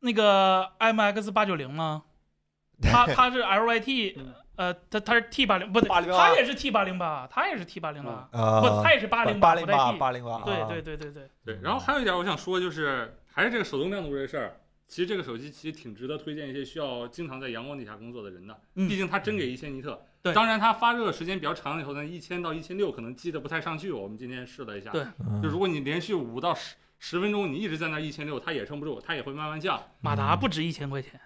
[SPEAKER 3] 那个 MX 八九零吗？ 它它是 LYT，
[SPEAKER 2] 嗯
[SPEAKER 3] 呃，它它是 T 八零，不对，
[SPEAKER 1] 808
[SPEAKER 3] 它也是 T 八零八，它也是 T 八零八，不，
[SPEAKER 1] 呃
[SPEAKER 3] 它也是八零
[SPEAKER 1] 八
[SPEAKER 3] 不
[SPEAKER 1] 零
[SPEAKER 3] 带
[SPEAKER 1] 八
[SPEAKER 3] T
[SPEAKER 1] 八零八，
[SPEAKER 3] 对
[SPEAKER 1] 啊
[SPEAKER 3] 对对对对，
[SPEAKER 4] 对。然后还有一点我想说，就是还是这个手动亮度这事儿，其实这个手机其实挺值得推荐一些需要经常在阳光底下工作的人的，
[SPEAKER 3] 嗯
[SPEAKER 4] 毕竟它真给一千尼特。
[SPEAKER 3] 对
[SPEAKER 4] 当然它发热时间比较长以后呢，一千到一千六可能记得不太上去。我们今天试了一下，
[SPEAKER 3] 对
[SPEAKER 1] 嗯
[SPEAKER 4] 就如果你连续五到十十分钟，你一直在那一千六，它也撑不住，它也会慢慢降。
[SPEAKER 3] 马达不值一千块钱，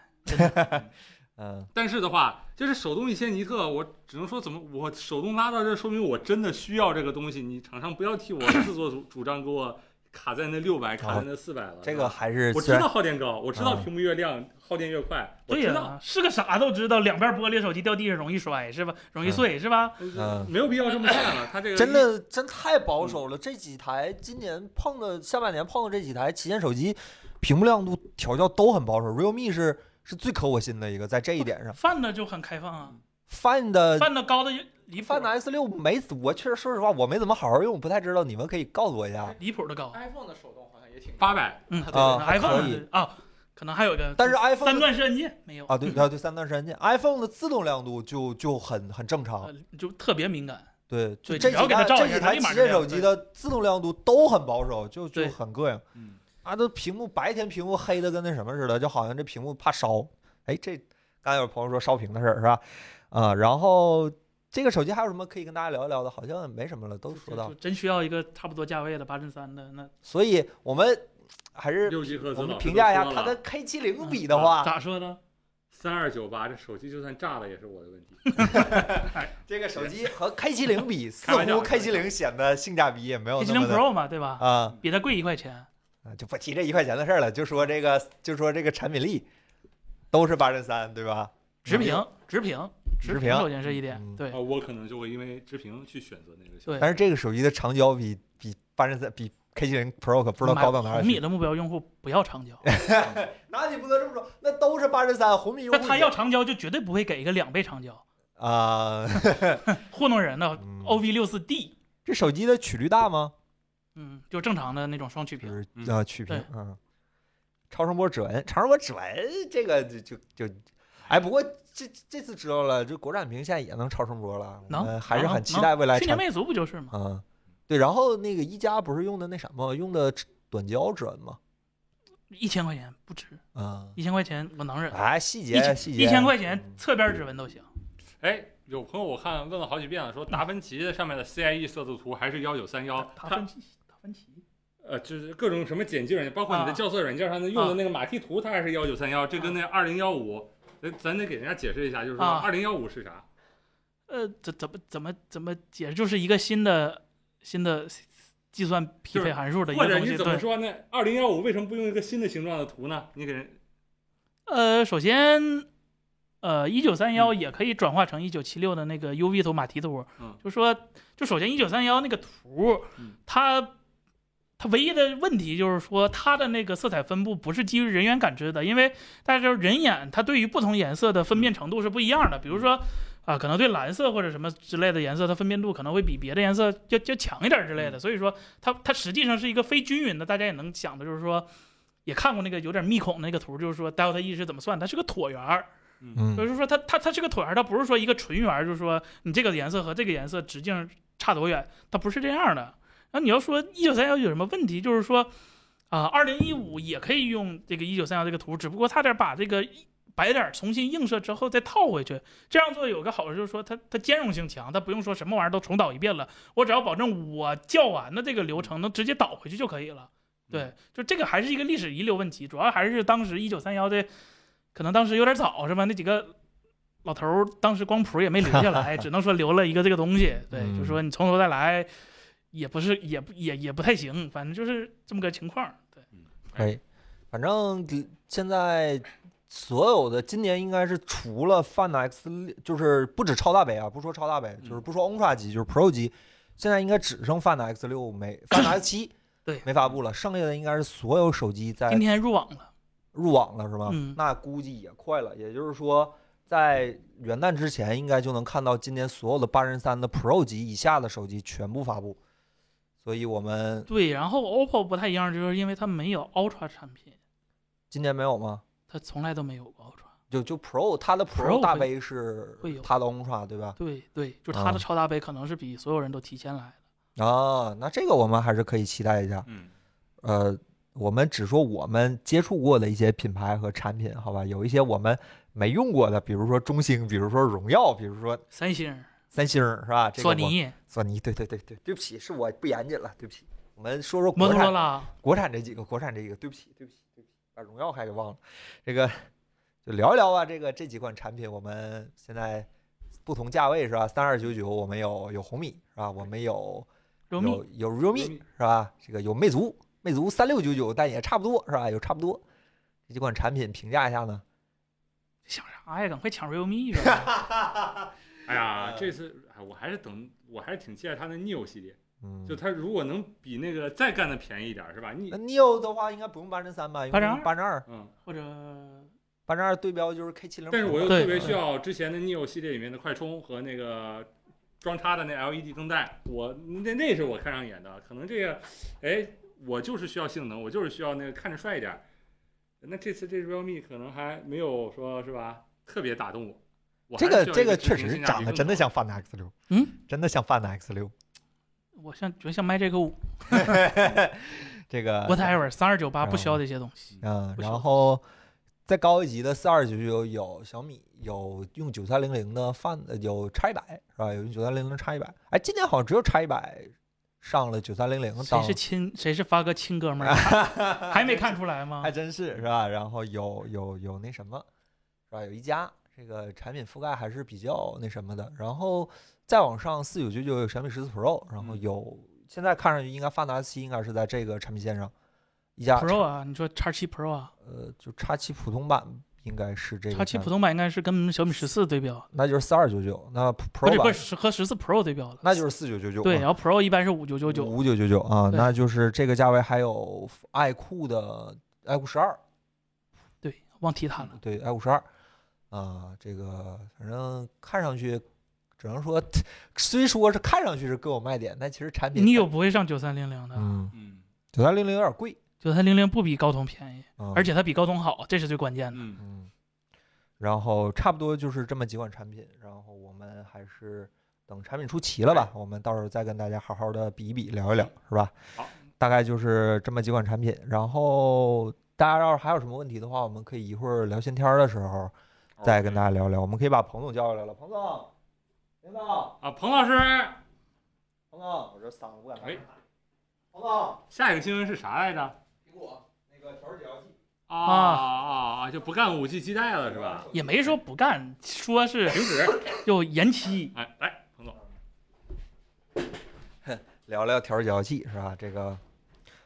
[SPEAKER 1] 嗯
[SPEAKER 4] 但是的话，就是手动一千尼特，我只能说怎么我手动拉到这，说明我真的需要这个东西。你厂商不要替我自作主 主张给我卡在那六百，卡在那四百了。
[SPEAKER 1] 这
[SPEAKER 4] 是
[SPEAKER 1] 个
[SPEAKER 4] 吧
[SPEAKER 1] 还是
[SPEAKER 4] 我知
[SPEAKER 1] 虽然
[SPEAKER 4] 道耗电高，我知道
[SPEAKER 1] 嗯
[SPEAKER 4] 屏幕越亮耗电越快，我
[SPEAKER 3] 对
[SPEAKER 4] 知
[SPEAKER 3] 呀、
[SPEAKER 4] 道，
[SPEAKER 3] 是个啥都知道，两边玻璃手机掉地上容易摔是吧？容易碎是吧？
[SPEAKER 1] 嗯
[SPEAKER 4] 没有必要这么干了。它这个
[SPEAKER 1] 真的真太保守了。这几台今年碰的下半年碰的这几台旗舰手机，屏幕亮度调教都很保守。realme 是是最可我心的一个，在这一点上
[SPEAKER 3] 泛的就很开放啊，
[SPEAKER 1] ，Find 的
[SPEAKER 3] 泛的高的离谱
[SPEAKER 1] Find S 六没，我确实说实话我没怎么好好用，不太知道，你们可以告诉我一下。
[SPEAKER 3] 离谱的高，
[SPEAKER 5] iPhone 的手动好像也挺
[SPEAKER 4] 八，百，
[SPEAKER 3] 嗯，
[SPEAKER 5] 啊
[SPEAKER 3] 可能
[SPEAKER 1] 还
[SPEAKER 3] iPhone
[SPEAKER 1] 可以
[SPEAKER 3] 是啊，可能还有一个，
[SPEAKER 1] 但是 iPhone
[SPEAKER 3] 三
[SPEAKER 1] 的
[SPEAKER 3] 段式按键没有
[SPEAKER 1] 啊，对啊对，三段式按键，iPhone 的自动亮度就就很很正常
[SPEAKER 3] 呃。就特别敏感。
[SPEAKER 1] 对，就
[SPEAKER 3] 对
[SPEAKER 1] 这
[SPEAKER 3] 你要
[SPEAKER 1] 几
[SPEAKER 3] 给它
[SPEAKER 1] 台
[SPEAKER 3] 照
[SPEAKER 1] 这
[SPEAKER 3] 一
[SPEAKER 1] 几
[SPEAKER 3] 下它
[SPEAKER 1] 台
[SPEAKER 3] 立马
[SPEAKER 1] 旗
[SPEAKER 3] 就
[SPEAKER 1] 舰
[SPEAKER 3] 亮
[SPEAKER 1] 手机的自动亮度都很保守，就就
[SPEAKER 3] 对
[SPEAKER 1] 很膈应。
[SPEAKER 4] 嗯，
[SPEAKER 1] 啊，都屏幕白天屏幕黑的跟那什么似的，就好像这屏幕怕烧。哎，这刚才有朋友说烧屏的事儿是吧？啊、然后这个手机还有什么可以跟大家聊一聊的？好像没什么了，都说
[SPEAKER 3] 就
[SPEAKER 1] 到
[SPEAKER 3] 就。真需要一个差不多价位的八针三的那
[SPEAKER 1] 所以我们还是
[SPEAKER 4] 六 G 赫兹，
[SPEAKER 1] 我们
[SPEAKER 4] 老师
[SPEAKER 1] 评
[SPEAKER 4] 都
[SPEAKER 1] 价一下，
[SPEAKER 4] 说
[SPEAKER 1] 它
[SPEAKER 4] 了
[SPEAKER 1] 跟 K 7 0
[SPEAKER 3] 嗯
[SPEAKER 1] 比的话，
[SPEAKER 3] 咋说呢？
[SPEAKER 4] 三二九八，这手机就算炸了也是我的问题。
[SPEAKER 1] 这个手机和 K 7 0比，似
[SPEAKER 4] 开玩笑
[SPEAKER 1] 乎
[SPEAKER 4] 开
[SPEAKER 1] K
[SPEAKER 4] 玩
[SPEAKER 1] 7 0显得性价比也没有
[SPEAKER 3] 七
[SPEAKER 1] 那
[SPEAKER 3] 零
[SPEAKER 1] 哎么的
[SPEAKER 3] Pro 嘛，对吧？
[SPEAKER 1] 啊、
[SPEAKER 3] 比它贵一块钱，
[SPEAKER 1] 啊就不提这一块钱的事儿了，就说这个，就说这个产品力，都是八针三，对吧？嗯
[SPEAKER 3] 直屏，直屏，
[SPEAKER 1] 直
[SPEAKER 3] 屏，
[SPEAKER 1] 屏
[SPEAKER 3] 首先是一点
[SPEAKER 1] 嗯，
[SPEAKER 3] 对
[SPEAKER 4] 啊，，我可能就会因为直屏去选择那个小
[SPEAKER 3] 对
[SPEAKER 1] 但是这个手机的长焦比比八针三比 K 7 0 Pro 可不知道高到哪
[SPEAKER 3] 买
[SPEAKER 1] 里
[SPEAKER 3] 红米
[SPEAKER 1] 去。
[SPEAKER 3] 的目标用户不要长焦，
[SPEAKER 1] 哎那你不能这么说，那都是八针三，红米用
[SPEAKER 3] 那
[SPEAKER 1] 户
[SPEAKER 3] 他要长焦就绝对不会给一个两倍长焦，
[SPEAKER 1] 啊、
[SPEAKER 3] 糊弄人的
[SPEAKER 1] 嗯
[SPEAKER 3] OV 六四 D，
[SPEAKER 1] 这手机的曲率大吗？
[SPEAKER 3] 嗯，就正常的那种双曲
[SPEAKER 1] 就
[SPEAKER 3] 屏，
[SPEAKER 1] 是
[SPEAKER 4] 嗯
[SPEAKER 1] 啊，曲屏
[SPEAKER 3] 对，
[SPEAKER 1] 嗯，超声波指纹，超声波指纹这个就就就，哎，不过这这次知道了，这国产屏现在也能超声波了，我
[SPEAKER 3] 能
[SPEAKER 1] 们还是
[SPEAKER 3] 能
[SPEAKER 1] 很
[SPEAKER 3] 能
[SPEAKER 1] 期待未来
[SPEAKER 3] 去年
[SPEAKER 1] 产品
[SPEAKER 3] 魅族不就是吗？
[SPEAKER 1] 啊。对，然后那个一加不是用的那什么，用的短焦指纹吗？
[SPEAKER 3] 一千块钱不值，
[SPEAKER 1] 啊，
[SPEAKER 3] 一千块钱我能忍，
[SPEAKER 1] 哎，细
[SPEAKER 3] 一
[SPEAKER 1] 节
[SPEAKER 3] 千
[SPEAKER 1] 细节，
[SPEAKER 3] 一千块钱侧边指纹都行，
[SPEAKER 4] 哎，有朋友我看问了好几遍了，说达芬奇的上面的 CIE 色素图还是幺九三幺，
[SPEAKER 3] 达
[SPEAKER 4] 它
[SPEAKER 3] 芬奇，达芬奇，
[SPEAKER 4] 呃就是各种什么剪辑软件，包括你的
[SPEAKER 3] 啊
[SPEAKER 4] 校色软件上的用的那个马蹄图，它还是幺九三幺，这跟那二零幺五，咱咱得给人家解释一下，就是说
[SPEAKER 3] 啊
[SPEAKER 4] 二零幺五是啥？
[SPEAKER 3] 呃，怎怎么怎么怎么解释？就是一个新的新的计算匹配函数的一
[SPEAKER 4] 或
[SPEAKER 3] 个
[SPEAKER 4] 者
[SPEAKER 3] 东西。
[SPEAKER 4] 你怎么
[SPEAKER 3] 对，
[SPEAKER 4] 说呢？二零幺五为什么不用一个新的形状的图呢？你给人
[SPEAKER 3] 呃，首先，呃，一九三幺也可以转化成一九七六的那个 UV 图马蹄图，
[SPEAKER 4] 嗯
[SPEAKER 3] 就说就首先一九三幺那个图，
[SPEAKER 4] 嗯
[SPEAKER 3] 它它唯一的问题就是说它的那个色彩分布不是基于人眼感知的，因为大家知道人眼它对于不同颜色的分辨程度是不一样的，比如
[SPEAKER 4] 嗯
[SPEAKER 3] 说。啊，可能对蓝色或者什么之类的颜色，它分辨度可能会比别的颜色要要强一点之
[SPEAKER 4] 嗯
[SPEAKER 3] 类的，所以说它它实际上是一个非均匀的。大家也能想的就是说，也看过那个有点密孔那个图，就是说 delta E 是怎么算，它是个椭圆儿，
[SPEAKER 1] 嗯
[SPEAKER 3] 就是说它它它是个椭圆儿，它不是说一个纯圆儿，就是说你这个颜色和这个颜色直径差多远，它不是这样的。然后你要说一九三幺有什么问题，就是说啊，二零一五也可以用这个一九三幺这个图，只不过差点把这个白点儿重新映射之后再套回去。这样做有个好处就是说它它兼容性强，它不用说什么玩意儿都重导一遍了，我只要保证我校完的这个流程能直接导回去就可以了。对，就这个还是一个历史遗留问题，主要还是当时一九三幺的，可能当时有点早是吧？那几个老头儿当时光谱也没留下来，只能说留了一个这个东西。对，
[SPEAKER 1] 嗯
[SPEAKER 3] 就说你从头再来，也不是也不也也不太行，反正就是这么个情况。对，
[SPEAKER 1] 嗯可以，反正现在所有的今年应该是除了 Find X，六就是不止超大杯啊，不说超大杯，
[SPEAKER 3] 嗯
[SPEAKER 1] 就是不说 Ultra 级，就是 Pro 级，现在应该只剩 Find X 六没 Find X 七
[SPEAKER 3] 对
[SPEAKER 1] 没发布了，剩下的应该是所有手机在
[SPEAKER 3] 今天入网了，
[SPEAKER 1] 入网了是吧？
[SPEAKER 3] 嗯
[SPEAKER 1] 那估计也快了，也就是说，在元旦之前应该就能看到今年所有的八人三的 Pro 级以下的手机全部发布，所以我们
[SPEAKER 3] 对，然后 OPPO 不太一样，就是因为它没有 Ultra 产品，
[SPEAKER 1] 今年没有吗？
[SPEAKER 3] 它从来都没有过 Ultra。
[SPEAKER 1] 就就 Pro 它的
[SPEAKER 3] Pro
[SPEAKER 1] Pro 大
[SPEAKER 3] 会
[SPEAKER 1] 杯是
[SPEAKER 3] 会有
[SPEAKER 1] 它的 Ultra 对吧？
[SPEAKER 3] 对对，就是它的
[SPEAKER 1] 啊
[SPEAKER 3] 超大杯可能是比所有人都提前来的。
[SPEAKER 1] 啊，那这个我们还是可以期待一下。
[SPEAKER 4] 嗯，
[SPEAKER 1] 呃，我们只说我们接触过的一些品牌和产品，好吧？有一些我们没用过的，比如说中兴，比如说荣耀，比如说
[SPEAKER 3] 三星、
[SPEAKER 1] 三星，是吧？这个
[SPEAKER 3] 索
[SPEAKER 1] 我
[SPEAKER 3] 尼、
[SPEAKER 1] 索尼，对对对对，对不起，是我不严谨了，对不起。我们说说
[SPEAKER 3] 摩
[SPEAKER 1] 国
[SPEAKER 3] 托罗
[SPEAKER 1] 产，
[SPEAKER 3] 拉，
[SPEAKER 1] 国产这几个，国产这几个，对不起，对不起，对不起，把荣耀还给忘了。这个就聊一聊吧，这个这几款产品，我们现在不同价位是吧？三二九九，我们有有红米是吧？我们有
[SPEAKER 3] 柔米，
[SPEAKER 1] 有有 realme 是吧？这个有魅族，魅族三六九九，但也差不多是吧？有差不多。这几款产品评价一下呢？
[SPEAKER 3] 想啥呀？赶快抢 realme 呗！
[SPEAKER 4] 哎呀，这次哎，我还是等，我还是挺期待它的 Neo 系列，
[SPEAKER 1] 嗯
[SPEAKER 4] 就，它如果能比那个再干的便宜一点儿，是吧？你
[SPEAKER 1] 那 neo 的话应该不用八针三吧？
[SPEAKER 3] 802
[SPEAKER 1] 八针二，
[SPEAKER 4] 嗯，
[SPEAKER 3] 或者
[SPEAKER 1] 八针二对标就是 K 七零。
[SPEAKER 4] 但是我又
[SPEAKER 3] 对
[SPEAKER 4] 特别需要之前的 Neo 系列里面的快充和那个装插的那 LED 灯带，我那那是我看上眼的，可能这个，哎，我就是需要性能，我就是需要那个看着帅一点儿。那这次这 realme 可能还没有说是吧，特别打动我。我还
[SPEAKER 1] 这个
[SPEAKER 4] 是需要
[SPEAKER 1] 这
[SPEAKER 4] 一个
[SPEAKER 1] 确
[SPEAKER 4] 执行
[SPEAKER 1] 实
[SPEAKER 4] 性价
[SPEAKER 1] 长
[SPEAKER 4] 比
[SPEAKER 1] 得
[SPEAKER 4] 更
[SPEAKER 1] 真的
[SPEAKER 4] 高
[SPEAKER 1] 像 Find X 六，
[SPEAKER 3] 嗯，
[SPEAKER 1] 真的像 Find X 六。
[SPEAKER 3] 我像觉得像 Magic 五、
[SPEAKER 1] 这个
[SPEAKER 3] whatever 三二九八
[SPEAKER 1] 然后
[SPEAKER 3] 不需要这些东西。
[SPEAKER 1] 嗯，
[SPEAKER 3] 不需要
[SPEAKER 1] 然后再高一级的四二九九有小米，有用九三零零的 Find，呃有叉一百是吧？有用九三零零叉一百，哎，今年好像只有叉一百上了九三零零
[SPEAKER 3] 谁
[SPEAKER 1] 当
[SPEAKER 3] 是亲？谁是发哥亲 哥们儿？还没看出来吗
[SPEAKER 1] 还？真是是吧？然后有有有那什么，是吧？有一加这个产品覆盖还是比较那什么的。然后再往上四九九九有小米十四 Pro，然后
[SPEAKER 4] 嗯
[SPEAKER 1] 有、现在看上去应该发达七应该是在这个产品线上，一加
[SPEAKER 3] Pro 啊，你说叉七 Pro 啊，
[SPEAKER 1] 呃就叉七普通版应该是这个
[SPEAKER 3] 叉七
[SPEAKER 1] 价
[SPEAKER 3] 普通版应该是跟小米十四对标，
[SPEAKER 1] 那就是四二九九，那
[SPEAKER 3] 不
[SPEAKER 1] Pro
[SPEAKER 3] 是不
[SPEAKER 1] 版
[SPEAKER 3] 是和十四 Pro 对标了，
[SPEAKER 1] 那就是四九九九，
[SPEAKER 3] 对，然后 Pro 一般是五九九九，
[SPEAKER 1] 五九九九啊，
[SPEAKER 3] 对
[SPEAKER 1] 那就是这个价位还有爱酷的爱酷十二，
[SPEAKER 3] 对，忘提它了。
[SPEAKER 1] 对 i 五十二啊，这个反正看上去只能说， 虽说是看上去是各有卖点，但其实产品
[SPEAKER 3] 你有不会上九三零零的？
[SPEAKER 1] 嗯，
[SPEAKER 4] 嗯
[SPEAKER 1] 九三零零有点贵，
[SPEAKER 3] 九三零零不比高通便宜，
[SPEAKER 1] 嗯、
[SPEAKER 3] 而且它比高通好，这是最关键的。
[SPEAKER 4] 嗯，
[SPEAKER 1] 嗯，然后差不多就是这么几款产品，然后我们还是等产品出齐了吧，我们到时候再跟大家好好的比一比，聊一聊，是吧？
[SPEAKER 4] 好，
[SPEAKER 1] 大概就是这么几款产品，然后。大家要是还有什么问题的话，我们可以一会儿聊闲天儿的时
[SPEAKER 4] 哦
[SPEAKER 1] 候再跟大家聊聊。我们可以把彭总叫过来了，彭总，林总，
[SPEAKER 4] 啊，彭老师，
[SPEAKER 1] 彭总，我这嗓子不敢
[SPEAKER 4] 哎
[SPEAKER 1] 彭总，
[SPEAKER 4] 下一个新闻是啥来着？
[SPEAKER 1] 苹果那个调制解调器
[SPEAKER 4] 啊啊啊！就不干五 G 基带了是吧？？
[SPEAKER 3] 也没说不干，说是
[SPEAKER 4] 停止，
[SPEAKER 3] 就 延期。
[SPEAKER 4] 哎，来，彭总，
[SPEAKER 1] 聊聊调制解调器是吧？这个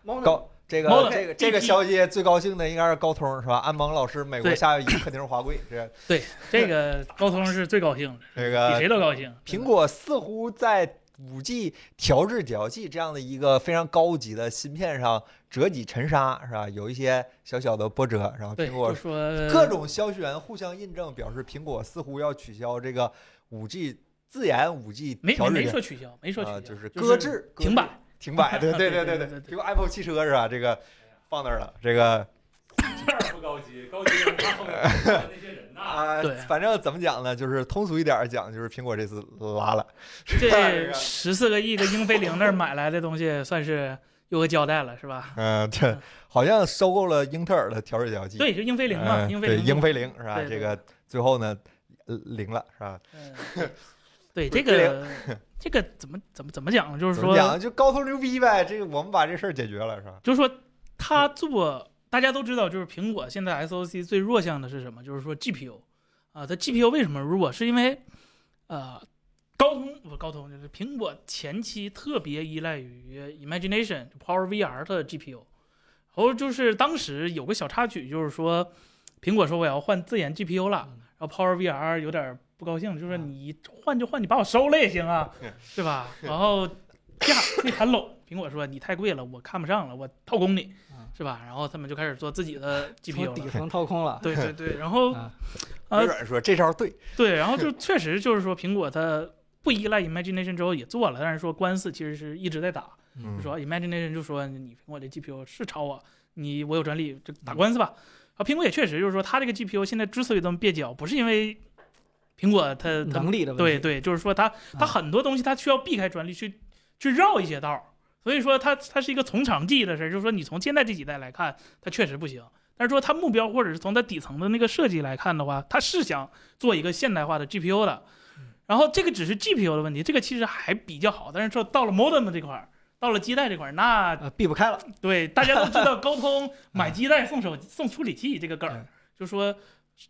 [SPEAKER 2] 猫呢？
[SPEAKER 1] 高这个
[SPEAKER 3] 猫呢
[SPEAKER 1] 这个这个
[SPEAKER 3] GT
[SPEAKER 1] 消息最高兴的应该是高通是吧？安邦老师美国
[SPEAKER 3] 对
[SPEAKER 1] 下一个肯定是华 贵，这
[SPEAKER 3] 这个高通是最高兴的，
[SPEAKER 1] 这
[SPEAKER 3] 比
[SPEAKER 1] 个
[SPEAKER 3] 谁都高兴。
[SPEAKER 1] 呃苹果似乎在五 G 调制解调器这样的一个非常高级的芯片上折戟沉沙是吧？有一些小小的波折，然后
[SPEAKER 3] 对，
[SPEAKER 1] 苹果
[SPEAKER 3] 就说
[SPEAKER 1] 各种消息源互相印证，表示苹果似乎要取消这个五 G 自研五 G
[SPEAKER 3] 没
[SPEAKER 1] 调制
[SPEAKER 3] 没没
[SPEAKER 1] 解
[SPEAKER 3] 说取消，没说取
[SPEAKER 1] 啊
[SPEAKER 3] 消，
[SPEAKER 1] 就是
[SPEAKER 3] 是
[SPEAKER 1] 搁置、搁
[SPEAKER 3] 停
[SPEAKER 1] 置、
[SPEAKER 3] 摆。
[SPEAKER 1] 停摆。对对
[SPEAKER 3] 对
[SPEAKER 1] 对
[SPEAKER 3] 对对对
[SPEAKER 1] 苹果 Apple 汽车是吧？这个放那儿了，这个
[SPEAKER 4] 不高级，高级的是他后面那些人 呐。
[SPEAKER 1] 啊
[SPEAKER 3] 对，
[SPEAKER 1] 反正怎么讲呢？就是通俗一点儿讲，就是苹果这次拉了。啊
[SPEAKER 3] 这十四个亿跟英飞凌那儿买来的东西，算是有个交代了，是吧？
[SPEAKER 1] 嗯，这好像收购了英特尔的调制解调器。
[SPEAKER 3] 对，就英飞凌嘛，
[SPEAKER 1] 嗯，
[SPEAKER 3] 英飞
[SPEAKER 1] 对，
[SPEAKER 3] 凌，
[SPEAKER 1] 英飞凌是吧？
[SPEAKER 3] 对
[SPEAKER 1] 这
[SPEAKER 3] 对
[SPEAKER 1] 个最后呢，呃零了是吧？
[SPEAKER 3] 嗯，对这
[SPEAKER 1] 不是
[SPEAKER 3] 个这个怎么怎么怎么讲呢？就是
[SPEAKER 1] 怎么
[SPEAKER 3] 说，
[SPEAKER 1] 讲？就高通牛逼呗，这个我们把这事儿解决了是吧？
[SPEAKER 3] 就是说他做，大家都知道，就是苹果现在 SOC 最弱项的是什么？就是说 GPU 啊，它 GPU 为什么弱？是因为呃，高通不是高通，就是苹果前期特别依赖于 Imagination Power VR 的 GPU，然后就是当时有个小插曲，就是说苹果说我要换自研 GPU 了，然后 Power VR 有点不高兴，就说你换就换，你把我收了也行啊，对吧？然后呀，那盘拢，苹果说你太贵了，我看不上了，我掏空你
[SPEAKER 2] 嗯，
[SPEAKER 3] 是吧？然后他们就开始做自己的 GPU
[SPEAKER 2] 从底
[SPEAKER 3] 了。
[SPEAKER 2] 层掏空了。
[SPEAKER 3] 对对对，然后
[SPEAKER 2] 啊
[SPEAKER 3] 呃
[SPEAKER 1] 微软说这招对，
[SPEAKER 3] 对，然后就确实就是说，苹果它不依赖 Imagination 之后也做了，但是说官司其实是一直在打，
[SPEAKER 1] 嗯
[SPEAKER 3] 就说 Imagination 就说你苹果的 GPU 是超我，你我有专利，就打官司吧。然后苹果也确实就是说，它这个 GPU 现在之所以这么蹩脚，不是因为苹果它
[SPEAKER 5] 嗯
[SPEAKER 3] 它
[SPEAKER 2] 能力的问
[SPEAKER 3] 对
[SPEAKER 2] 题，
[SPEAKER 3] 对，就是说它它
[SPEAKER 2] 啊
[SPEAKER 3] 很多东西它需要避开专利去去绕一些道儿，所以说它它是一个从长计议的事儿，就是说你从现在这几代来看，它确实不行。但是说它目标或者是从它底层的那个设计来看的话，它是想做一个现代化的 GPU 的，
[SPEAKER 2] 嗯
[SPEAKER 3] 然后这个只是 GPU 的问题，这个其实还比较好。但是说到了 modem 这块儿，到了基带这块儿，那
[SPEAKER 2] 呃，避不开了。
[SPEAKER 3] 对大家都知 道高通买基带送手送处理器这个梗儿
[SPEAKER 2] 啊嗯，
[SPEAKER 3] 就说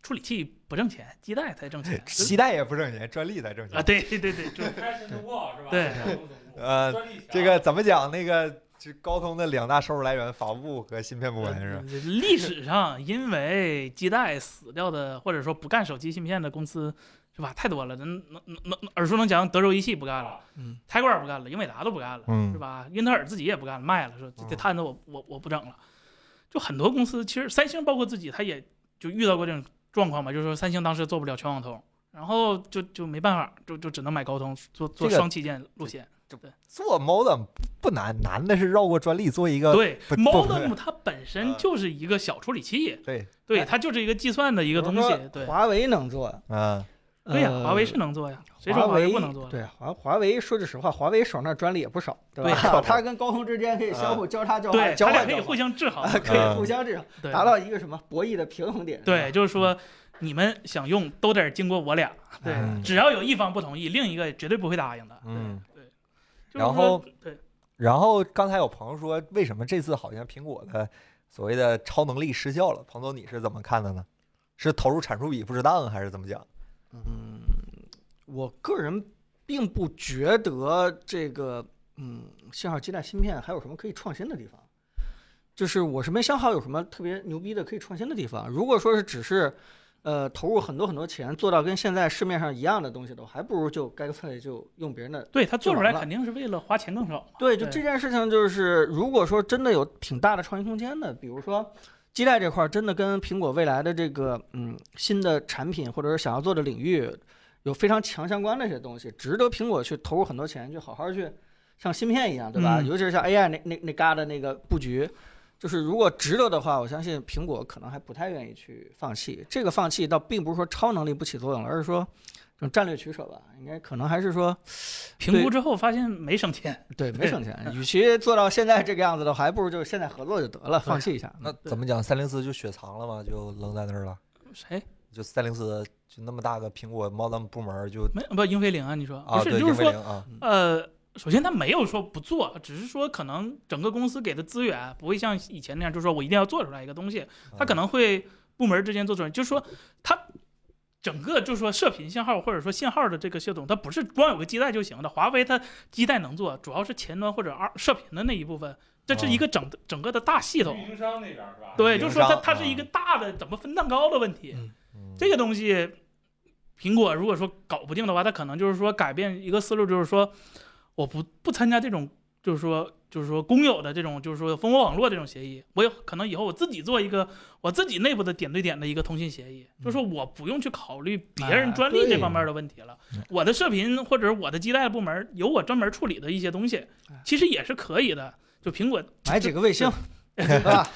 [SPEAKER 3] 处理器不挣钱，基带才挣 钱
[SPEAKER 1] 期待也不挣钱，专利才挣
[SPEAKER 3] 啊！
[SPEAKER 1] 钱。
[SPEAKER 3] 对对对对，就
[SPEAKER 4] 开始过是吧
[SPEAKER 3] 对
[SPEAKER 1] 呃，这个怎么讲？那个这高通的两大收入来源，法务部和芯片部门是吧？
[SPEAKER 3] 呃历史上因为基带死掉的，或者说不干手机芯片的公司，是吧？太多了，能能能能耳熟能详，德州仪器不干了，
[SPEAKER 2] 嗯，
[SPEAKER 3] 台管不干了，英伟达都不干了，是
[SPEAKER 1] 嗯，
[SPEAKER 3] 吧？英特尔自己也不干了，卖了，说这这
[SPEAKER 1] 嗯
[SPEAKER 3] 摊子我我我不整了。就很多公司，其实三星包括自己，他也就遇到过这种状况嘛，就是说三星当时做不了全网通，然后就就没办法，就就只能买高通做做
[SPEAKER 1] 这个
[SPEAKER 3] 双旗舰路线。
[SPEAKER 1] 做 modem 不难，难的是绕过专利做一
[SPEAKER 2] 呃
[SPEAKER 1] 个。
[SPEAKER 3] 对
[SPEAKER 1] 不不
[SPEAKER 3] ，modem 它本身就是一个小处理器，
[SPEAKER 1] 对，
[SPEAKER 3] 对，
[SPEAKER 2] 哎
[SPEAKER 3] 它就是一个计算的一
[SPEAKER 2] 一
[SPEAKER 3] 个东西，对，
[SPEAKER 2] 华为能做，
[SPEAKER 1] 嗯，
[SPEAKER 3] 对呀，
[SPEAKER 2] 呃
[SPEAKER 3] 华为是能做呀，谁
[SPEAKER 2] 华
[SPEAKER 3] 说华为
[SPEAKER 2] 为
[SPEAKER 3] 不能做？
[SPEAKER 2] 对，华华为说句实话，华为手上专利也不少，对
[SPEAKER 3] 对
[SPEAKER 1] 呀
[SPEAKER 2] 吧？ 它跟高通之间可以相互
[SPEAKER 1] 嗯
[SPEAKER 2] 交叉交换，
[SPEAKER 3] 对，
[SPEAKER 2] 交
[SPEAKER 3] 它俩
[SPEAKER 2] 换
[SPEAKER 3] 可以
[SPEAKER 2] 交
[SPEAKER 3] 互
[SPEAKER 2] 换
[SPEAKER 3] 相制衡
[SPEAKER 2] 啊，， 可以互相这样
[SPEAKER 3] 对
[SPEAKER 2] 达到一个什么博弈的平衡点。
[SPEAKER 3] 对，
[SPEAKER 2] 是吧，
[SPEAKER 3] 就是说你们想用都得经过我俩，对
[SPEAKER 1] 嗯，
[SPEAKER 3] 只要有一方不同意，另一个绝对不会答应的，对
[SPEAKER 1] 嗯
[SPEAKER 3] 对。就是
[SPEAKER 1] 然
[SPEAKER 3] 说
[SPEAKER 1] 后
[SPEAKER 3] 对，
[SPEAKER 1] 然后刚才有朋友说，为什么这次好像苹果的所谓的超能力失效了？彭总，你是怎么看的呢？是投入产出比不值当，还是怎么讲？
[SPEAKER 2] 嗯，我个人并不觉得这个嗯信号基带芯片还有什么可以创新的地方，就是我是没想好有什么特别牛逼的可以创新的地方。如果说是只是呃投入很多很多钱做到跟现在市面上一样的东西的话，还不如就干脆就用别人的
[SPEAKER 3] 对它做出来
[SPEAKER 2] 就完了
[SPEAKER 3] 肯定是为了花钱更少嘛。
[SPEAKER 2] 对，就
[SPEAKER 3] 对
[SPEAKER 2] 这件事情，就是如果说真的有挺大的创新空间的，比如说基带这块儿，真的跟苹果未来的这个嗯新的产品或者是想要做的领域有非常强相关的一些东西，值得苹果去投入很多钱去好好去像芯片一样，对吧？
[SPEAKER 3] 嗯
[SPEAKER 2] 尤其是像 AI 那那那旮的那个布局。就是如果值得的话，我相信苹果可能还不太愿意去放弃。这个放弃倒并不是说超能力不起作用了，而是说这种战略取舍吧，应该可能还是说
[SPEAKER 3] 评估之后发现没省钱，
[SPEAKER 2] 对，没
[SPEAKER 3] 对
[SPEAKER 2] 省钱。与其做到现在这个样子的话，还不如就现在合作就得了，放弃一下。
[SPEAKER 1] 那怎么讲？三零四就雪藏了吗？就扔在那儿了？
[SPEAKER 3] 谁
[SPEAKER 1] 就三零四就那么大个苹果 modem 部门就
[SPEAKER 3] 没不英飞凌啊？你说
[SPEAKER 1] 啊，
[SPEAKER 3] 不
[SPEAKER 1] 对，
[SPEAKER 3] 是，
[SPEAKER 1] 英
[SPEAKER 3] 就是
[SPEAKER 1] 飞
[SPEAKER 3] 说
[SPEAKER 1] 凌啊，
[SPEAKER 3] 呃，首先他没有说不做，只是说可能整个公司给的资源不会像以前那样，就是说我一定要做出来一个东西，
[SPEAKER 1] 嗯
[SPEAKER 3] 他可能会部门之间做转移，就是说他整个就是说射频信号或者说信号的这个系统，它不是光有个基带就行的。华为它基带能做，主要是前端或者二射频的那一部分，这是一个整整个的大系统。
[SPEAKER 4] 运营商那边是吧？
[SPEAKER 3] 对，
[SPEAKER 1] 营
[SPEAKER 3] 就是说它
[SPEAKER 1] 商
[SPEAKER 3] 它是一个大的怎么分蛋糕的问题。
[SPEAKER 1] 嗯
[SPEAKER 3] 这个东西，苹果如果说搞不定的话，它可能就是说改变一个思路，就是说我不不参加这种，就是说就是说公有的这种，就是说蜂窝网络这种协议，我有可能以后我自己做一个我自己内部的点对点的一个通信协议，就是说我不用去考虑别人
[SPEAKER 2] 啊
[SPEAKER 3] 专利
[SPEAKER 2] 对
[SPEAKER 3] 这方面的问题了，我的射频或者我的基带部门有我专门处理的一些东西
[SPEAKER 2] 哎，
[SPEAKER 3] 其实也是可以的。就苹果
[SPEAKER 2] 买几个卫星，
[SPEAKER 1] 对吧？嗯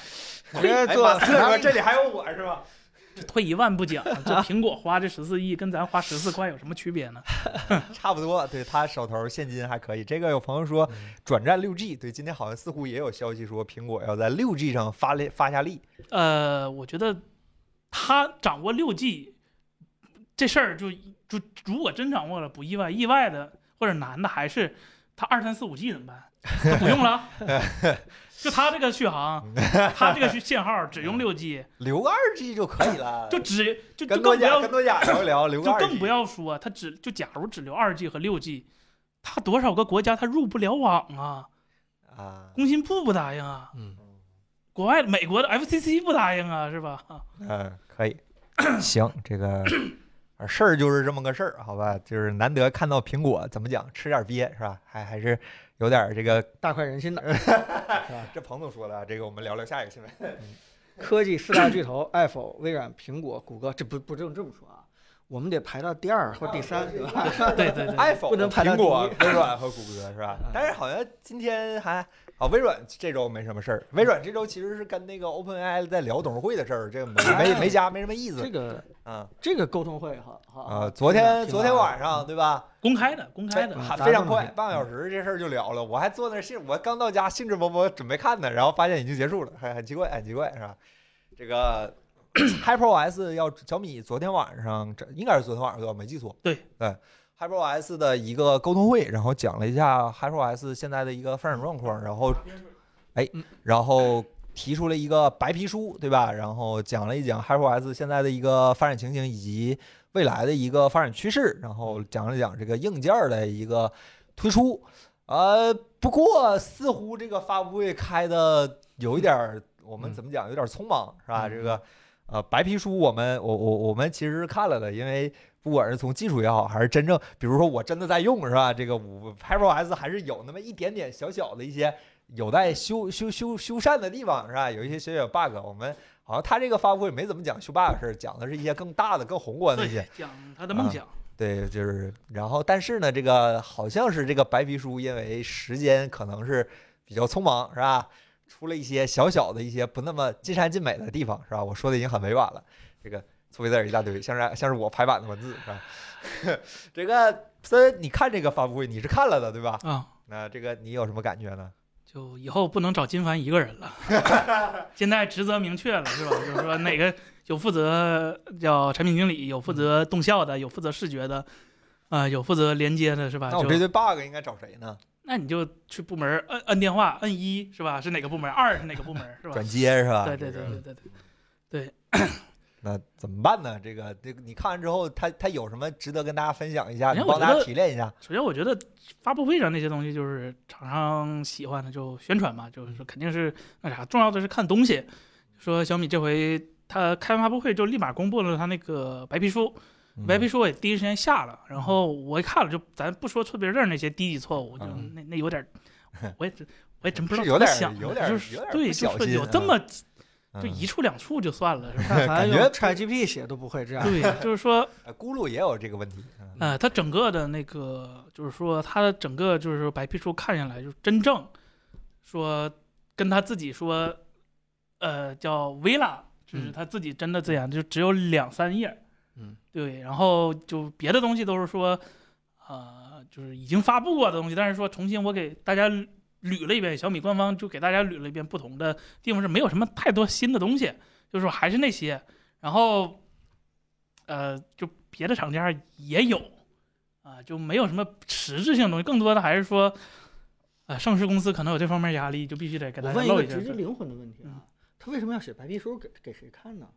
[SPEAKER 2] 直接
[SPEAKER 3] 哎
[SPEAKER 2] 做
[SPEAKER 1] 哎马斯克说这里还有我是吧？
[SPEAKER 3] 退一万步讲，这苹果花这十四亿跟咱花十四块有什么区别呢？
[SPEAKER 1] 差不多，对他手头现金还可以。这个有朋友说
[SPEAKER 3] 嗯
[SPEAKER 1] 转战六 G，对，今天好像似乎也有消息说苹果要在六 G 上发力发下力。
[SPEAKER 3] 呃，我觉得他掌握六 G 这事儿就就如果真掌握了不意外，意外的或者难的还是他二三四五 G 怎么办？他不用了，就它这个续航，它这个续限号只用六 G，
[SPEAKER 1] 留个二 G 就可以了。
[SPEAKER 3] 就只 就就
[SPEAKER 1] 跟诺
[SPEAKER 3] 更
[SPEAKER 1] 基
[SPEAKER 3] 不
[SPEAKER 1] 亚跟诺
[SPEAKER 3] 要
[SPEAKER 1] 基亚聊一 聊，留个
[SPEAKER 3] 就
[SPEAKER 1] 二 G
[SPEAKER 3] 更不要说它只就假如只留二 G 和六 G，它多少个国家它入不了网啊，
[SPEAKER 1] 啊。
[SPEAKER 3] 工信部不答应啊，
[SPEAKER 2] 嗯，
[SPEAKER 3] 国外美国的 FCC 不答应啊，是吧？
[SPEAKER 1] 嗯，可以，行，这个啊事儿就是这么个事儿，好吧？就是难得看到苹果，怎么讲，吃点鳖是吧？还还是有点儿这个，
[SPEAKER 2] 大快人心的
[SPEAKER 1] 这彭总说的啊，这个我们聊聊下一个新闻。
[SPEAKER 2] 科技四大巨头，Apple、微软、苹果、谷歌，这不不这么这么说啊，我们得排到第二或第三，对吧？
[SPEAKER 3] 对对对，
[SPEAKER 1] iPhone、
[SPEAKER 2] 不能排到
[SPEAKER 1] 苹果
[SPEAKER 2] 第、
[SPEAKER 1] 微软和谷歌是吧？
[SPEAKER 3] 嗯
[SPEAKER 1] 但是好像今天还啊，微软这周没什么事儿。微软这周其实是跟那个 OpenAI 在聊董事会的事儿，这个没
[SPEAKER 3] 哎
[SPEAKER 1] 没没加没什么意
[SPEAKER 2] 这
[SPEAKER 1] 思
[SPEAKER 2] 个
[SPEAKER 1] 啊
[SPEAKER 2] 这个沟通会哈
[SPEAKER 1] 啊！
[SPEAKER 2] 哈
[SPEAKER 1] 昨天
[SPEAKER 2] 挺好
[SPEAKER 1] 昨天晚上对吧？
[SPEAKER 3] 公开的公开的，
[SPEAKER 1] 还
[SPEAKER 2] 大
[SPEAKER 1] 非
[SPEAKER 2] 家
[SPEAKER 1] 常
[SPEAKER 2] 都能
[SPEAKER 1] 快，半个
[SPEAKER 3] 嗯
[SPEAKER 1] 小时这事儿就了了。我还坐那儿兴，我刚到家兴致勃勃准备看呢，然后发现已经结束了，很很奇怪，很奇怪是吧？这个 HyperOS 要小米昨天晚上，这应该是昨天晚上对吧？没记错。
[SPEAKER 3] 对
[SPEAKER 1] 对，HyperOS 的一个沟通会，然后讲了一下 HyperOS 现在的一个发展状况，然后哎，
[SPEAKER 3] 嗯
[SPEAKER 1] 然后。提出了一个白皮书，对吧？然后讲了一讲 HyperOS 现在的一个发展情形以及未来的一个发展趋势，然后讲了讲这个硬件儿的一个推出。呃，不过似乎这个发布会开的有一点儿，我们怎么讲，有点儿匆忙，是吧？
[SPEAKER 2] 嗯
[SPEAKER 1] 这个呃，白皮书我们我我我们其实是看了的，因为不管是从技术也好，还是真正，比如说我真的在用，是吧？这个五 HyperOS 还是有那么一点点小小的一些有待修修修修缮的地方，是吧？有一些小小 bug，我们好像他这个发布会没怎么讲修 bug 的事儿，讲的是一些更大的、更宏观的一些。
[SPEAKER 3] 对，讲他的梦想，
[SPEAKER 1] 对，就是，然后但是呢，这个好像是这个白皮书，因为时间可能是比较匆忙，是吧？出了一些小小的一些不那么尽善尽美的地方，是吧？我说的已经很委婉了，这个错别字儿一大堆，像是像是我排版的文字，是吧？ 这个森，你看这个发布会，你是看了的，对吧？
[SPEAKER 3] 啊。
[SPEAKER 1] 那这个你有什么感觉呢？
[SPEAKER 3] 就以后不能找金凡一个人了， 现在职责明确了，是吧？就是说哪个有负责叫产品经理，有负责动效的，有负责视觉的，啊、有负责连接的，是吧？
[SPEAKER 1] 那我
[SPEAKER 3] 啊就
[SPEAKER 1] 这堆 bug 应该找谁呢？
[SPEAKER 3] 那你就去部门摁摁电话，摁一是吧？是哪个部门？二是哪个部门？是吧？
[SPEAKER 1] 转接是吧？
[SPEAKER 3] 对对
[SPEAKER 1] 这
[SPEAKER 3] 对
[SPEAKER 1] 个
[SPEAKER 3] 对对对，
[SPEAKER 1] 那怎么办呢？这个这个你看完之后，他他有什么值得跟大家分享一下？
[SPEAKER 3] 哎
[SPEAKER 1] 你
[SPEAKER 3] 我
[SPEAKER 1] 帮
[SPEAKER 3] 觉
[SPEAKER 1] 大家
[SPEAKER 3] 得
[SPEAKER 1] 提炼一下。
[SPEAKER 3] 首先我觉得发布会上那些东西就是厂商喜欢的就宣传嘛，就是说肯定是那啥，重要的是看东西。说小米这回它开完发布会就立马公布了它那个白皮书，
[SPEAKER 1] 嗯
[SPEAKER 3] 白皮书我也第一时间下了，然后我一看了就，咱不说错别字儿那些低级错误，就
[SPEAKER 1] 嗯
[SPEAKER 3] 那那 有点儿，我也真我也真不知道
[SPEAKER 1] 是有点儿
[SPEAKER 3] 怎么想的
[SPEAKER 1] 有点儿
[SPEAKER 3] 就是
[SPEAKER 1] 有点儿
[SPEAKER 3] 对，
[SPEAKER 1] 不
[SPEAKER 3] 就
[SPEAKER 1] 小
[SPEAKER 3] 是
[SPEAKER 1] 心
[SPEAKER 3] 有这
[SPEAKER 1] 啊
[SPEAKER 3] 么
[SPEAKER 1] 嗯
[SPEAKER 3] 就一处两处就算了，是 吧？
[SPEAKER 2] 但凡
[SPEAKER 1] 感
[SPEAKER 2] 用
[SPEAKER 1] 觉
[SPEAKER 2] ChatGPT 写都不会这样。
[SPEAKER 3] 对，就是说，
[SPEAKER 1] 呃咕噜也有这个问题。嗯
[SPEAKER 3] 呃，它整个的那个，就是说，它的整个就是说白皮书看下来，就是真正说跟他自己说，呃，叫 Villa，就是
[SPEAKER 2] 嗯
[SPEAKER 3] 他自己真的字眼，就只有两三页。
[SPEAKER 2] 嗯，
[SPEAKER 3] 对，然后就别的东西都是说，呃，就是已经发布过的东西，但是说重新我给大家捋了一遍，小米官方就给大家捋了一遍不同的地方是没有什么太多新的东西，就是说还是那些，然后，呃，就别的厂家也有，啊、就没有什么实质性的东西，更多的还是说，啊、上市公司可能有这方面压力，就必须得给
[SPEAKER 2] 我
[SPEAKER 3] 大家
[SPEAKER 2] 问一
[SPEAKER 3] 露
[SPEAKER 2] 个
[SPEAKER 3] 一下
[SPEAKER 2] 直击
[SPEAKER 3] 子。
[SPEAKER 2] 灵魂的问题
[SPEAKER 3] 嗯
[SPEAKER 2] 啊，他为什么要写白皮书给给谁看呢？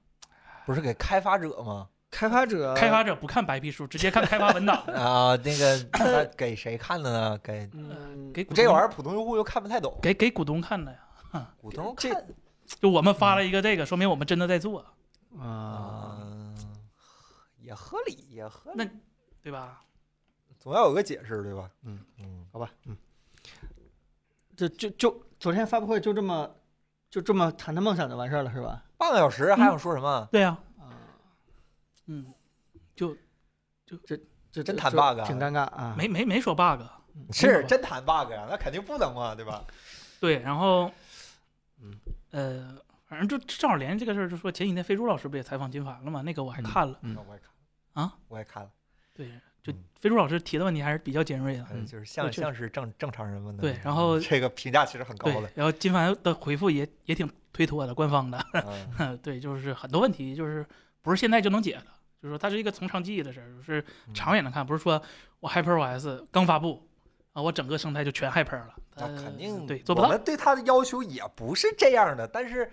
[SPEAKER 1] 不是给开发者吗？，
[SPEAKER 2] 开发者，
[SPEAKER 3] 开发者不看白皮书，直接看开发文档
[SPEAKER 1] 啊，那个他给谁看的呢？给
[SPEAKER 2] 嗯，
[SPEAKER 3] 给股
[SPEAKER 1] 这
[SPEAKER 3] 东
[SPEAKER 1] 玩意儿普通用户又看不太懂，
[SPEAKER 3] 给给股东看的呀。
[SPEAKER 1] 股东
[SPEAKER 2] 这
[SPEAKER 1] 看
[SPEAKER 3] 就我们发了一个这个，说明我们真的在做，
[SPEAKER 2] 啊，
[SPEAKER 1] 啊，也合理，也合理，
[SPEAKER 3] 那对吧？
[SPEAKER 1] 总要有个解释对吧？
[SPEAKER 2] 嗯
[SPEAKER 1] 嗯，
[SPEAKER 2] 好吧，嗯，就就就昨天发布会就这么就这么谈谈梦想就完事儿了是吧？
[SPEAKER 1] 半个小时还想说什么？
[SPEAKER 3] 对呀、
[SPEAKER 2] 啊，
[SPEAKER 3] 嗯，
[SPEAKER 2] 这
[SPEAKER 1] 真
[SPEAKER 2] 这
[SPEAKER 1] 谈
[SPEAKER 2] 这
[SPEAKER 1] bug 啊
[SPEAKER 2] 挺尴尬啊。
[SPEAKER 3] 没没没说 bug，
[SPEAKER 1] 是真谈 bug 啊？那肯定不能嘛，对吧？
[SPEAKER 3] 对，然后，
[SPEAKER 2] 嗯，
[SPEAKER 3] 呃，反正就正好联系这个事儿，就说前几天飞猪老师不也采访金凡了吗？那个我还
[SPEAKER 2] 嗯
[SPEAKER 3] 看了，
[SPEAKER 2] 嗯
[SPEAKER 1] 那我也看
[SPEAKER 3] 啊，
[SPEAKER 1] 我也看了，
[SPEAKER 3] 对，就
[SPEAKER 1] 嗯
[SPEAKER 3] 飞猪老师提的问题还是比较尖锐的，
[SPEAKER 1] 呃
[SPEAKER 2] 嗯
[SPEAKER 1] 就是像
[SPEAKER 3] 我确
[SPEAKER 1] 像是正正常人问的
[SPEAKER 3] 对
[SPEAKER 1] 问题，
[SPEAKER 3] 然后
[SPEAKER 1] 这个评价其实很高
[SPEAKER 3] 对
[SPEAKER 1] 的，，
[SPEAKER 3] 然后金凡的回复也也挺推脱的，官方的，
[SPEAKER 1] 嗯
[SPEAKER 3] 对，就是很多问题就是不是现在就能解的，
[SPEAKER 1] 嗯
[SPEAKER 3] 就是说它是一个从长计议的事儿，就是长远的看，不是说我 HyperOS 刚发布啊，我整个生态就全 Hyper 了。
[SPEAKER 1] 那
[SPEAKER 3] 呃
[SPEAKER 1] 肯定
[SPEAKER 3] 对，做不
[SPEAKER 1] 我
[SPEAKER 3] 到。
[SPEAKER 1] 们对它的要求也不是这样的，但是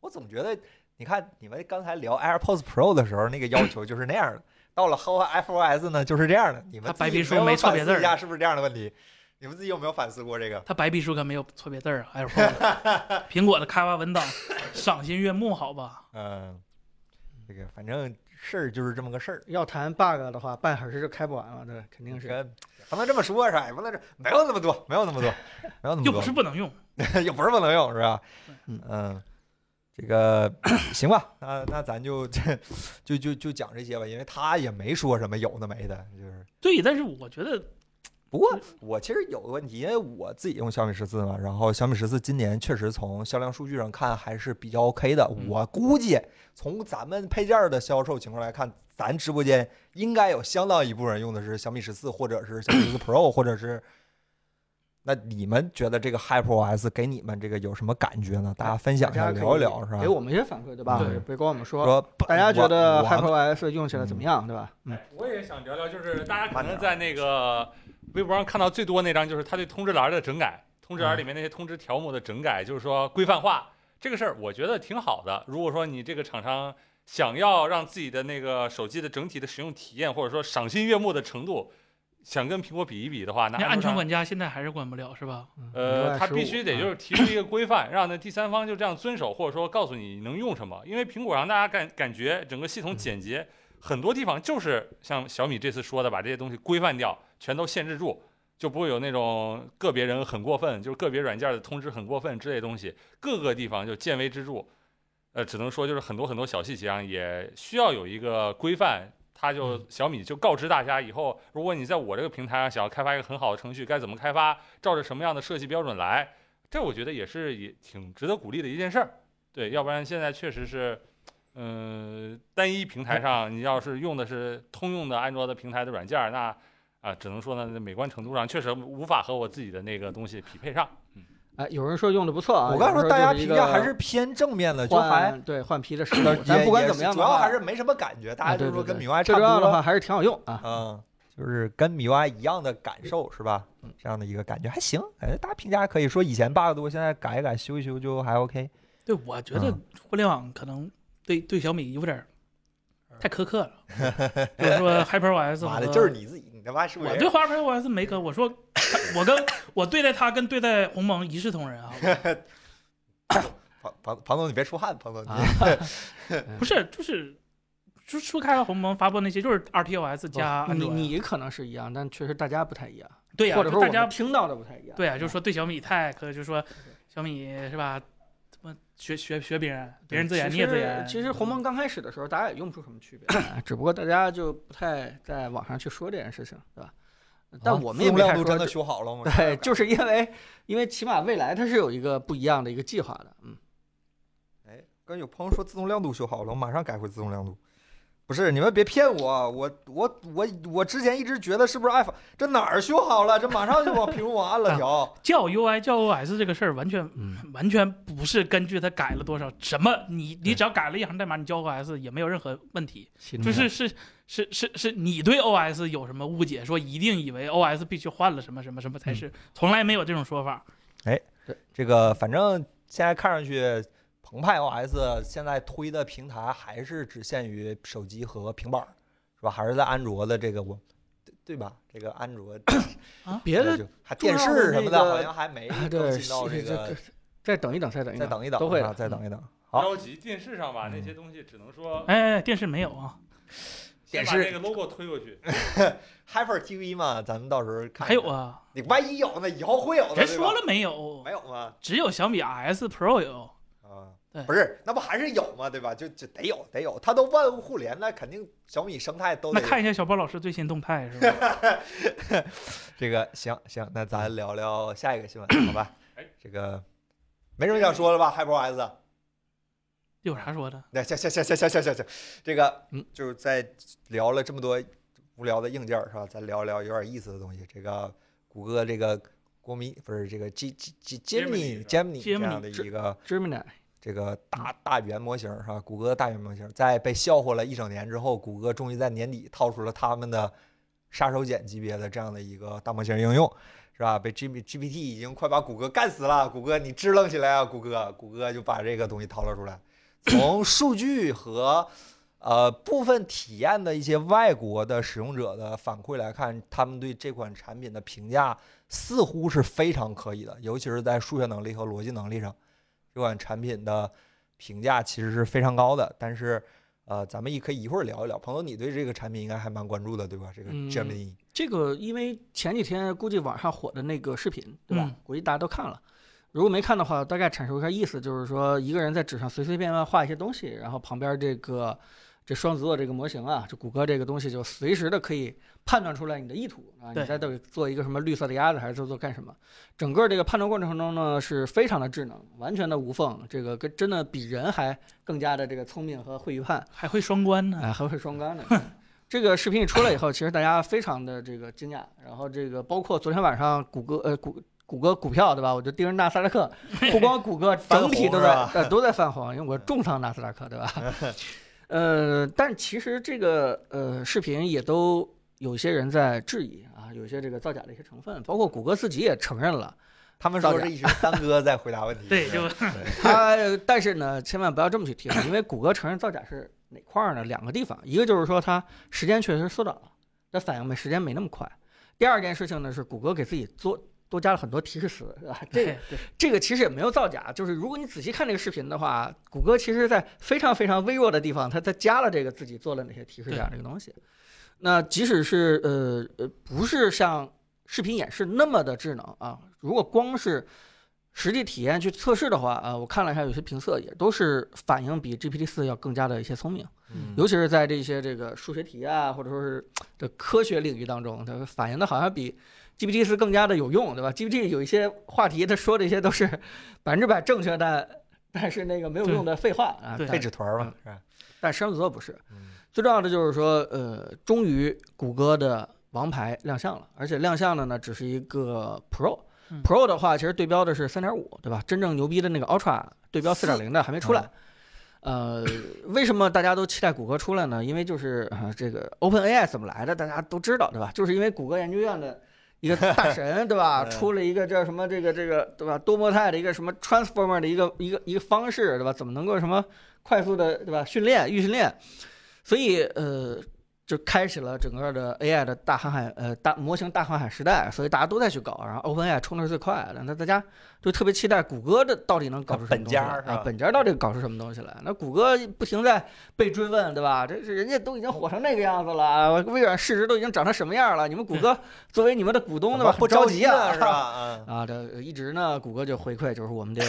[SPEAKER 1] 我总觉得，你看你们刚才聊 AirPods Pro 的时候，那个要求就是那样的，到了 HoFOS 呢就是这样的。你们
[SPEAKER 3] 它
[SPEAKER 1] 自
[SPEAKER 3] 白
[SPEAKER 1] 己
[SPEAKER 3] 皮书
[SPEAKER 1] 有
[SPEAKER 3] 没错
[SPEAKER 1] 反
[SPEAKER 3] 别
[SPEAKER 1] 思
[SPEAKER 3] 字
[SPEAKER 1] 一
[SPEAKER 3] 儿
[SPEAKER 1] 下是不是这样的问题？你们自己有没有反思过这个？
[SPEAKER 3] 它白皮书可没有错别字儿啊，AirPods，苹果的开发文档赏心悦目，好吧？
[SPEAKER 1] 嗯，这个反正事儿就是这么个事儿。
[SPEAKER 2] 要谈 bug 的话，半小时就开不完了，对，肯定是。
[SPEAKER 1] 跟不能这么说，是吧？也不能这没有那么多，没有那么多，没有那么多，
[SPEAKER 3] 又不是不能用，
[SPEAKER 1] 也不是不能用，是吧？
[SPEAKER 2] 嗯
[SPEAKER 1] 嗯，这个行吧，那那咱就 就就就讲这些吧，因为他也没说什么有的没的，就是。
[SPEAKER 3] 对，但是我觉得
[SPEAKER 1] 不
[SPEAKER 2] 嗯
[SPEAKER 1] 过我其实有个问题，因为我自己用小米十四嘛，然后小米十四今年确实从销量数据上看还是比较 OK 的，
[SPEAKER 4] 嗯
[SPEAKER 1] 我估计从咱们配件儿的销售情况来看，咱直播间应该有相当一部分人用的是小米十四，或者是小米十 四 Pro，或者是。那你们觉得这个 HyperOS 给你们这个有什么感觉呢？大家分享
[SPEAKER 2] 大
[SPEAKER 1] 一下，
[SPEAKER 2] 家可以
[SPEAKER 1] 聊一聊，是吧？
[SPEAKER 2] 给我们一些反馈，对吧？
[SPEAKER 1] 对
[SPEAKER 2] 别光我们说。
[SPEAKER 1] 说不，
[SPEAKER 2] 大家觉得
[SPEAKER 1] 我我
[SPEAKER 2] HyperOS 用起来怎么样，对吧？嗯，
[SPEAKER 4] 哎我也想聊聊，就是大家可
[SPEAKER 1] 啊
[SPEAKER 4] 能在那个微博上看到最多那张，就是他对通知栏的整改，通
[SPEAKER 1] 嗯
[SPEAKER 4] 知栏里面那些通知条目的整改，就是说规范化这个事儿，我觉得挺好的。如果说你这个厂商想要让自己的那个手机的整体的使用体验，或者说赏心悦目的程度，想跟苹果比一比的话，那
[SPEAKER 3] 那
[SPEAKER 4] 安卓
[SPEAKER 3] 安全
[SPEAKER 4] 上
[SPEAKER 3] 管家现在还是管不了，是吧？
[SPEAKER 2] 嗯
[SPEAKER 4] 呃，它
[SPEAKER 2] 它
[SPEAKER 4] 必须得就是提出一个规范，让那第三方就这样遵守，或者说告诉你能用什么。因为苹果让大家感感觉整个系统简洁，很多地方就是像小米这次说的，把这些东西规范掉，全都限制住，就不会有那种个别人很过分，就是个别软件的通知很过分之类的东西，各个地方就见微知著。呃，只能说就是很多很多小细节上也需要有一个规范。它就小米就告知大家，以后如果你在我这个平台上想要开发一个很好的程序，该怎么开发，照着什么样的设计标准来，这我觉得也是也挺值得鼓励的一件事儿。对，要不然现在确实是，嗯，单一平台上你要是用的是通用的安卓的平台的软件儿，那啊、只能说呢，美观程度上确实无法和我自己的那个东西匹配上。
[SPEAKER 2] 哎，有人说用的不错啊。
[SPEAKER 1] 我刚才
[SPEAKER 2] 有人
[SPEAKER 1] 说大家
[SPEAKER 2] 就是一
[SPEAKER 1] 评
[SPEAKER 2] 个
[SPEAKER 1] 价还是偏正面的，就还
[SPEAKER 2] 换对 换皮的时
[SPEAKER 1] 但
[SPEAKER 2] 候
[SPEAKER 1] 是，
[SPEAKER 2] 咱
[SPEAKER 1] 也
[SPEAKER 2] 不管
[SPEAKER 1] 也
[SPEAKER 2] 怎么样
[SPEAKER 1] 主
[SPEAKER 2] 的
[SPEAKER 1] 要
[SPEAKER 2] 话，
[SPEAKER 1] 还是没什么感觉，大
[SPEAKER 2] 啊
[SPEAKER 1] 家就
[SPEAKER 2] 对
[SPEAKER 1] 是说
[SPEAKER 2] 对
[SPEAKER 1] 跟
[SPEAKER 2] 对
[SPEAKER 1] 米 Y 差
[SPEAKER 2] 最
[SPEAKER 1] 不
[SPEAKER 2] 重
[SPEAKER 1] 多
[SPEAKER 2] 要的
[SPEAKER 1] 了
[SPEAKER 2] 话还是挺好用啊。
[SPEAKER 1] 嗯，就是跟米 Y 一样的感受是吧？
[SPEAKER 2] 嗯
[SPEAKER 1] 这样的一个感觉还行，感觉大家评价还可以说以前 bug 多，现在改一改修一修就还 OK。
[SPEAKER 3] 对，我觉得
[SPEAKER 1] 嗯
[SPEAKER 3] 互联网可能对对小米有点儿太苛刻 了，就是说 HyperOS
[SPEAKER 1] 嗯妈的，
[SPEAKER 3] 和
[SPEAKER 1] 就是你自己，你他妈是不
[SPEAKER 3] 我
[SPEAKER 1] 是
[SPEAKER 3] 对？花牌我还是没跟我说，我跟我对待他跟对待鸿蒙一视同仁啊！
[SPEAKER 1] 庞庞庞总，你别出汗，庞总你
[SPEAKER 2] 啊
[SPEAKER 3] 不是，就是就说开了鸿蒙发布那些，就是 RTOS 加安
[SPEAKER 2] 哦你
[SPEAKER 3] 卓呀。
[SPEAKER 2] 你可能是一样，但确实大家不太一样，
[SPEAKER 3] 对呀、
[SPEAKER 2] 或者
[SPEAKER 3] 就
[SPEAKER 2] 说我
[SPEAKER 3] 大
[SPEAKER 2] 们
[SPEAKER 3] 家
[SPEAKER 2] 听到的不太一样。嗯
[SPEAKER 3] 对啊呀、就说对小米太可就说小米是吧？怎么学学学别人，别人自研
[SPEAKER 2] 其
[SPEAKER 3] 你也
[SPEAKER 2] 实
[SPEAKER 3] 自研。
[SPEAKER 2] 其实鸿蒙刚开始的时候，大家也用不出什么 区别来，只不过大家就不太在网上去说这件事情，对吧？但我们也
[SPEAKER 1] 哦自
[SPEAKER 2] 没
[SPEAKER 1] 动
[SPEAKER 2] 太
[SPEAKER 1] 亮度
[SPEAKER 2] 说
[SPEAKER 1] 真的
[SPEAKER 2] 这
[SPEAKER 1] 修好了吗？
[SPEAKER 2] 对，就是因为因为起码未来它是有一个不一样的一个计划的，嗯，
[SPEAKER 1] 哎，刚有朋友说自动亮度修好了，我马上改回自动亮度。不是，你们别骗我，我我我我之前一直觉得是不是 iPhone 这哪儿修好了，这马上就往屏幕往 暗了调。
[SPEAKER 3] 叫 UI 叫 OS 这个事儿完全
[SPEAKER 2] 嗯
[SPEAKER 3] 完全不是根据它改了多少什么，你你只要改了一行代码，你叫 OS 也没有任何问题。就是是是是是你对 OS 有什么误解？说一定以为 OS 必须换了什么什么什么
[SPEAKER 2] 嗯
[SPEAKER 3] 才是，从来没有这种说法。
[SPEAKER 1] 这个反正现在看上去，澎湃 OS 现在推的平台还是只限于手机和平板儿，是吧？还是在安卓的这个我，对对吧？这个安 卓
[SPEAKER 2] 别的
[SPEAKER 1] 就还电
[SPEAKER 2] 重要的
[SPEAKER 1] 视
[SPEAKER 2] 那
[SPEAKER 1] 什么的，
[SPEAKER 2] 个
[SPEAKER 1] 好像还没
[SPEAKER 2] 啊
[SPEAKER 1] 更
[SPEAKER 2] 对，
[SPEAKER 1] 新到
[SPEAKER 2] 是
[SPEAKER 1] 这个。
[SPEAKER 2] 再等一等，再等一
[SPEAKER 1] 再
[SPEAKER 2] 等，
[SPEAKER 1] 等一等，
[SPEAKER 2] 都会
[SPEAKER 1] 啊
[SPEAKER 2] 的，嗯
[SPEAKER 1] 再等一等。好
[SPEAKER 4] 着急电视上吧，那些东西只能说
[SPEAKER 3] 哎，电视没有啊，
[SPEAKER 4] 先把
[SPEAKER 1] 电视
[SPEAKER 4] 那个 logo 推过去。
[SPEAKER 1] ，Hyper TV 嘛，咱们到时候看。
[SPEAKER 3] 还有，啊，
[SPEAKER 1] 你万一有呢？以后会有的。
[SPEAKER 3] 人
[SPEAKER 1] 哦对
[SPEAKER 3] 说
[SPEAKER 1] 吧
[SPEAKER 3] 了没有
[SPEAKER 1] 没？有吗？
[SPEAKER 3] 只有小米 S Pro 有，
[SPEAKER 1] 啊
[SPEAKER 3] 对，
[SPEAKER 1] 不是，那不还是有吗？对吧？就就得有，得有，它都万物互联，那肯定小米生态都
[SPEAKER 3] 那
[SPEAKER 1] 得有
[SPEAKER 3] 看一下小包老师最新动态是吧？
[SPEAKER 1] 这个行行，那咱聊聊下一个新闻，好吧
[SPEAKER 4] 哎？
[SPEAKER 1] 这个没什么想说了吧？HyperOS，
[SPEAKER 3] 有啥说的？
[SPEAKER 1] 啊那行行行行行行行行，这个
[SPEAKER 2] 嗯
[SPEAKER 1] 就是在聊了这么多无聊的硬件儿是吧？咱聊一聊有点意思的东西。这个谷歌这个国民不是这个 G G G Gemini Gemini
[SPEAKER 4] Gemini
[SPEAKER 1] 这
[SPEAKER 3] Gemini，
[SPEAKER 1] 样的
[SPEAKER 2] 这
[SPEAKER 1] 一个
[SPEAKER 2] Gemini
[SPEAKER 1] 这个大大语言模型是吧？谷歌的大语言模型在被笑话了一整年之后，谷歌终于在年底套出了他们的杀手锏级别的这样的一个大模型应用。是吧？被 G G P T 已经快把谷歌干死了，谷歌你支棱起来啊，谷歌，谷歌就把这个东西掏了出来。从数据和呃部分体验的一些外国的使用者的反馈来看，他们对这款产品的评价似乎是非常可以的，尤其是在数学能力和逻辑能力上，这款产品的评价其实是非常高的。但是呃，咱们也可以一会儿聊一聊。朋友，你对这个产品应该还蛮关注的，对吧？这个
[SPEAKER 3] 嗯
[SPEAKER 1] Gemini。
[SPEAKER 2] 这个因为前几天估计网上火的那个视频，对吧？
[SPEAKER 3] 嗯
[SPEAKER 2] 估计大家都看了。如果没看的话，大概阐述一下意思，就是说一个人在纸上随随便便画一些东西，然后旁边这个这双子座这个模型啊，这谷歌这个东西就随时的可以判断出来你的意图啊，你
[SPEAKER 3] 对
[SPEAKER 2] 在到底做一个什么绿色的鸭子，还是做做干什么？整个这个判断过程中呢，是非常的智能，完全的无缝，这个跟真的比人还更加的这个聪明和会预判。
[SPEAKER 3] 还会双关呢。
[SPEAKER 2] 哎，还会双杆呢。 这个视频一出来以后，其实大家非常的这个惊讶，然后这个包括昨天晚上谷歌呃谷谷歌股票对吧？我就盯着纳斯达克，不光谷歌
[SPEAKER 1] 翻
[SPEAKER 2] 整体
[SPEAKER 1] 红
[SPEAKER 2] 都
[SPEAKER 1] 是
[SPEAKER 2] 在
[SPEAKER 1] 吧
[SPEAKER 2] 呃都在泛黄，因为我重仓纳斯达克 对吧？呃，但其实这个呃视频也都有些人在质疑啊，有些这个造假的一些成分，包括谷歌自己也承认了。
[SPEAKER 1] 他们
[SPEAKER 2] 造
[SPEAKER 1] 说
[SPEAKER 2] 假
[SPEAKER 1] 是一直 三哥在回答问题。嗯
[SPEAKER 3] 对，就
[SPEAKER 2] 他但是呢，千万不要这么去听，因为谷歌承认造假是哪块儿呢？两个地方，一个就是说它时间确实缩短了，但反应没时间没那么快。第二件事情呢是谷歌给自己做多加了很多提示词，啊，这个
[SPEAKER 3] 对对
[SPEAKER 2] 这个其实也没有造假，就是如果你仔细看这个视频的话，谷歌其实在非常非常微弱的地方，它它加了这个自己做了哪些提示这样的一个东西。那即使是呃呃不是像视频演示那么的智能啊，如果光是实际体验去测试的话啊，我看了一下有些评测也都是反应比 GPT 四要更加的一些聪明，
[SPEAKER 1] 嗯
[SPEAKER 2] 尤其是在这些这个数学题啊，或者说是这科学领域当中，它反映的好像比 GPT 四更加的有用，对吧？GPT 有一些话题，它说的一些都是 百分之百正确，但但是那个没有用的废话啊。
[SPEAKER 3] 对
[SPEAKER 1] 废
[SPEAKER 2] 但
[SPEAKER 1] 纸团儿嘛，是吧？
[SPEAKER 2] 但双子座不是，
[SPEAKER 1] 嗯
[SPEAKER 2] 最重要的就是说，呃，终于谷歌的王牌亮相了，而且亮相的呢只是一个 Pro。
[SPEAKER 3] 嗯
[SPEAKER 2] Pro 的话，其实对标的是三点五，对吧？真正牛逼的那个 Ultra 对标四点零的还没出
[SPEAKER 1] 嗯
[SPEAKER 2] 来。呃，为什么大家都期待谷歌出来呢？因为就是、呃、这个 OpenAI 怎么来的，大家都知道，对吧？就是因为谷歌研究院的一个大神， 对吧？
[SPEAKER 1] 嗯
[SPEAKER 2] 出了一个叫什么这个这个，对吧？多模态的一个什么 Transformer 的一个一个一个方式，对吧？怎么能够什么快速的，对吧？训练预训练，所以呃，就开启了整个的 AI 的大航海呃大模型大航海时代，所以大家都在去搞，然后 OpenAI 冲的是最快的，那大家就特别期待谷歌的到底能搞出什么东西来
[SPEAKER 1] 本家是吧
[SPEAKER 2] 啊，本家到底搞出什么东西来？那谷歌不停在被追问，对吧？这是人家都已经火成那个样子了，微软市值都已经涨成什么样了？你们谷 歌作为你们的股东，
[SPEAKER 1] 怎
[SPEAKER 2] 对
[SPEAKER 1] 么
[SPEAKER 2] 吧？
[SPEAKER 1] 不
[SPEAKER 2] 很着
[SPEAKER 1] 急
[SPEAKER 2] 啊，
[SPEAKER 1] 呢是？吧？嗯，
[SPEAKER 2] 啊，这一直呢，谷歌就回馈就是我们得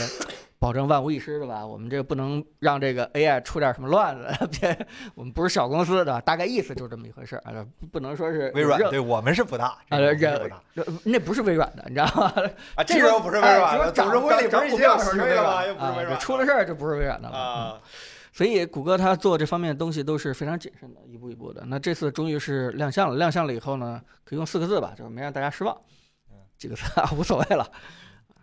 [SPEAKER 2] 保证万无一失，对吧？我们这个不能让这个 AI 出点什么乱子， 别，我们不是小公司，对吧？大概意思就是这么一回事儿啊，不能说是
[SPEAKER 1] 嗯微软
[SPEAKER 2] 任
[SPEAKER 1] 对我们是不大，这
[SPEAKER 2] 啊，
[SPEAKER 1] 个我
[SPEAKER 2] 这
[SPEAKER 1] 们是不
[SPEAKER 2] 这
[SPEAKER 1] 大
[SPEAKER 2] 那不是微软的，你知道 吗？
[SPEAKER 1] 啊，
[SPEAKER 2] 这
[SPEAKER 1] 这时候不是微软
[SPEAKER 2] 哎
[SPEAKER 1] 了，
[SPEAKER 2] 只
[SPEAKER 1] 董
[SPEAKER 2] 有
[SPEAKER 1] 事
[SPEAKER 2] 涨
[SPEAKER 1] 会里
[SPEAKER 2] 涨
[SPEAKER 1] 边已
[SPEAKER 2] 股
[SPEAKER 1] 经有
[SPEAKER 2] 票时
[SPEAKER 1] 席
[SPEAKER 2] 候是
[SPEAKER 1] 位
[SPEAKER 2] 微
[SPEAKER 1] 了
[SPEAKER 2] 软
[SPEAKER 1] 吧？又不是
[SPEAKER 2] 啊
[SPEAKER 1] 微
[SPEAKER 2] 这
[SPEAKER 1] 软
[SPEAKER 2] 出了事儿就不是微软的了。嗯
[SPEAKER 1] 啊，
[SPEAKER 2] 所以谷歌它做这方面的东西都是非常谨慎的，一步一步的。那这次终于是亮相了，亮相了以后呢，可以用四个字吧，就是没让大家失望
[SPEAKER 1] 嗯，
[SPEAKER 2] 几个字啊，无所谓了。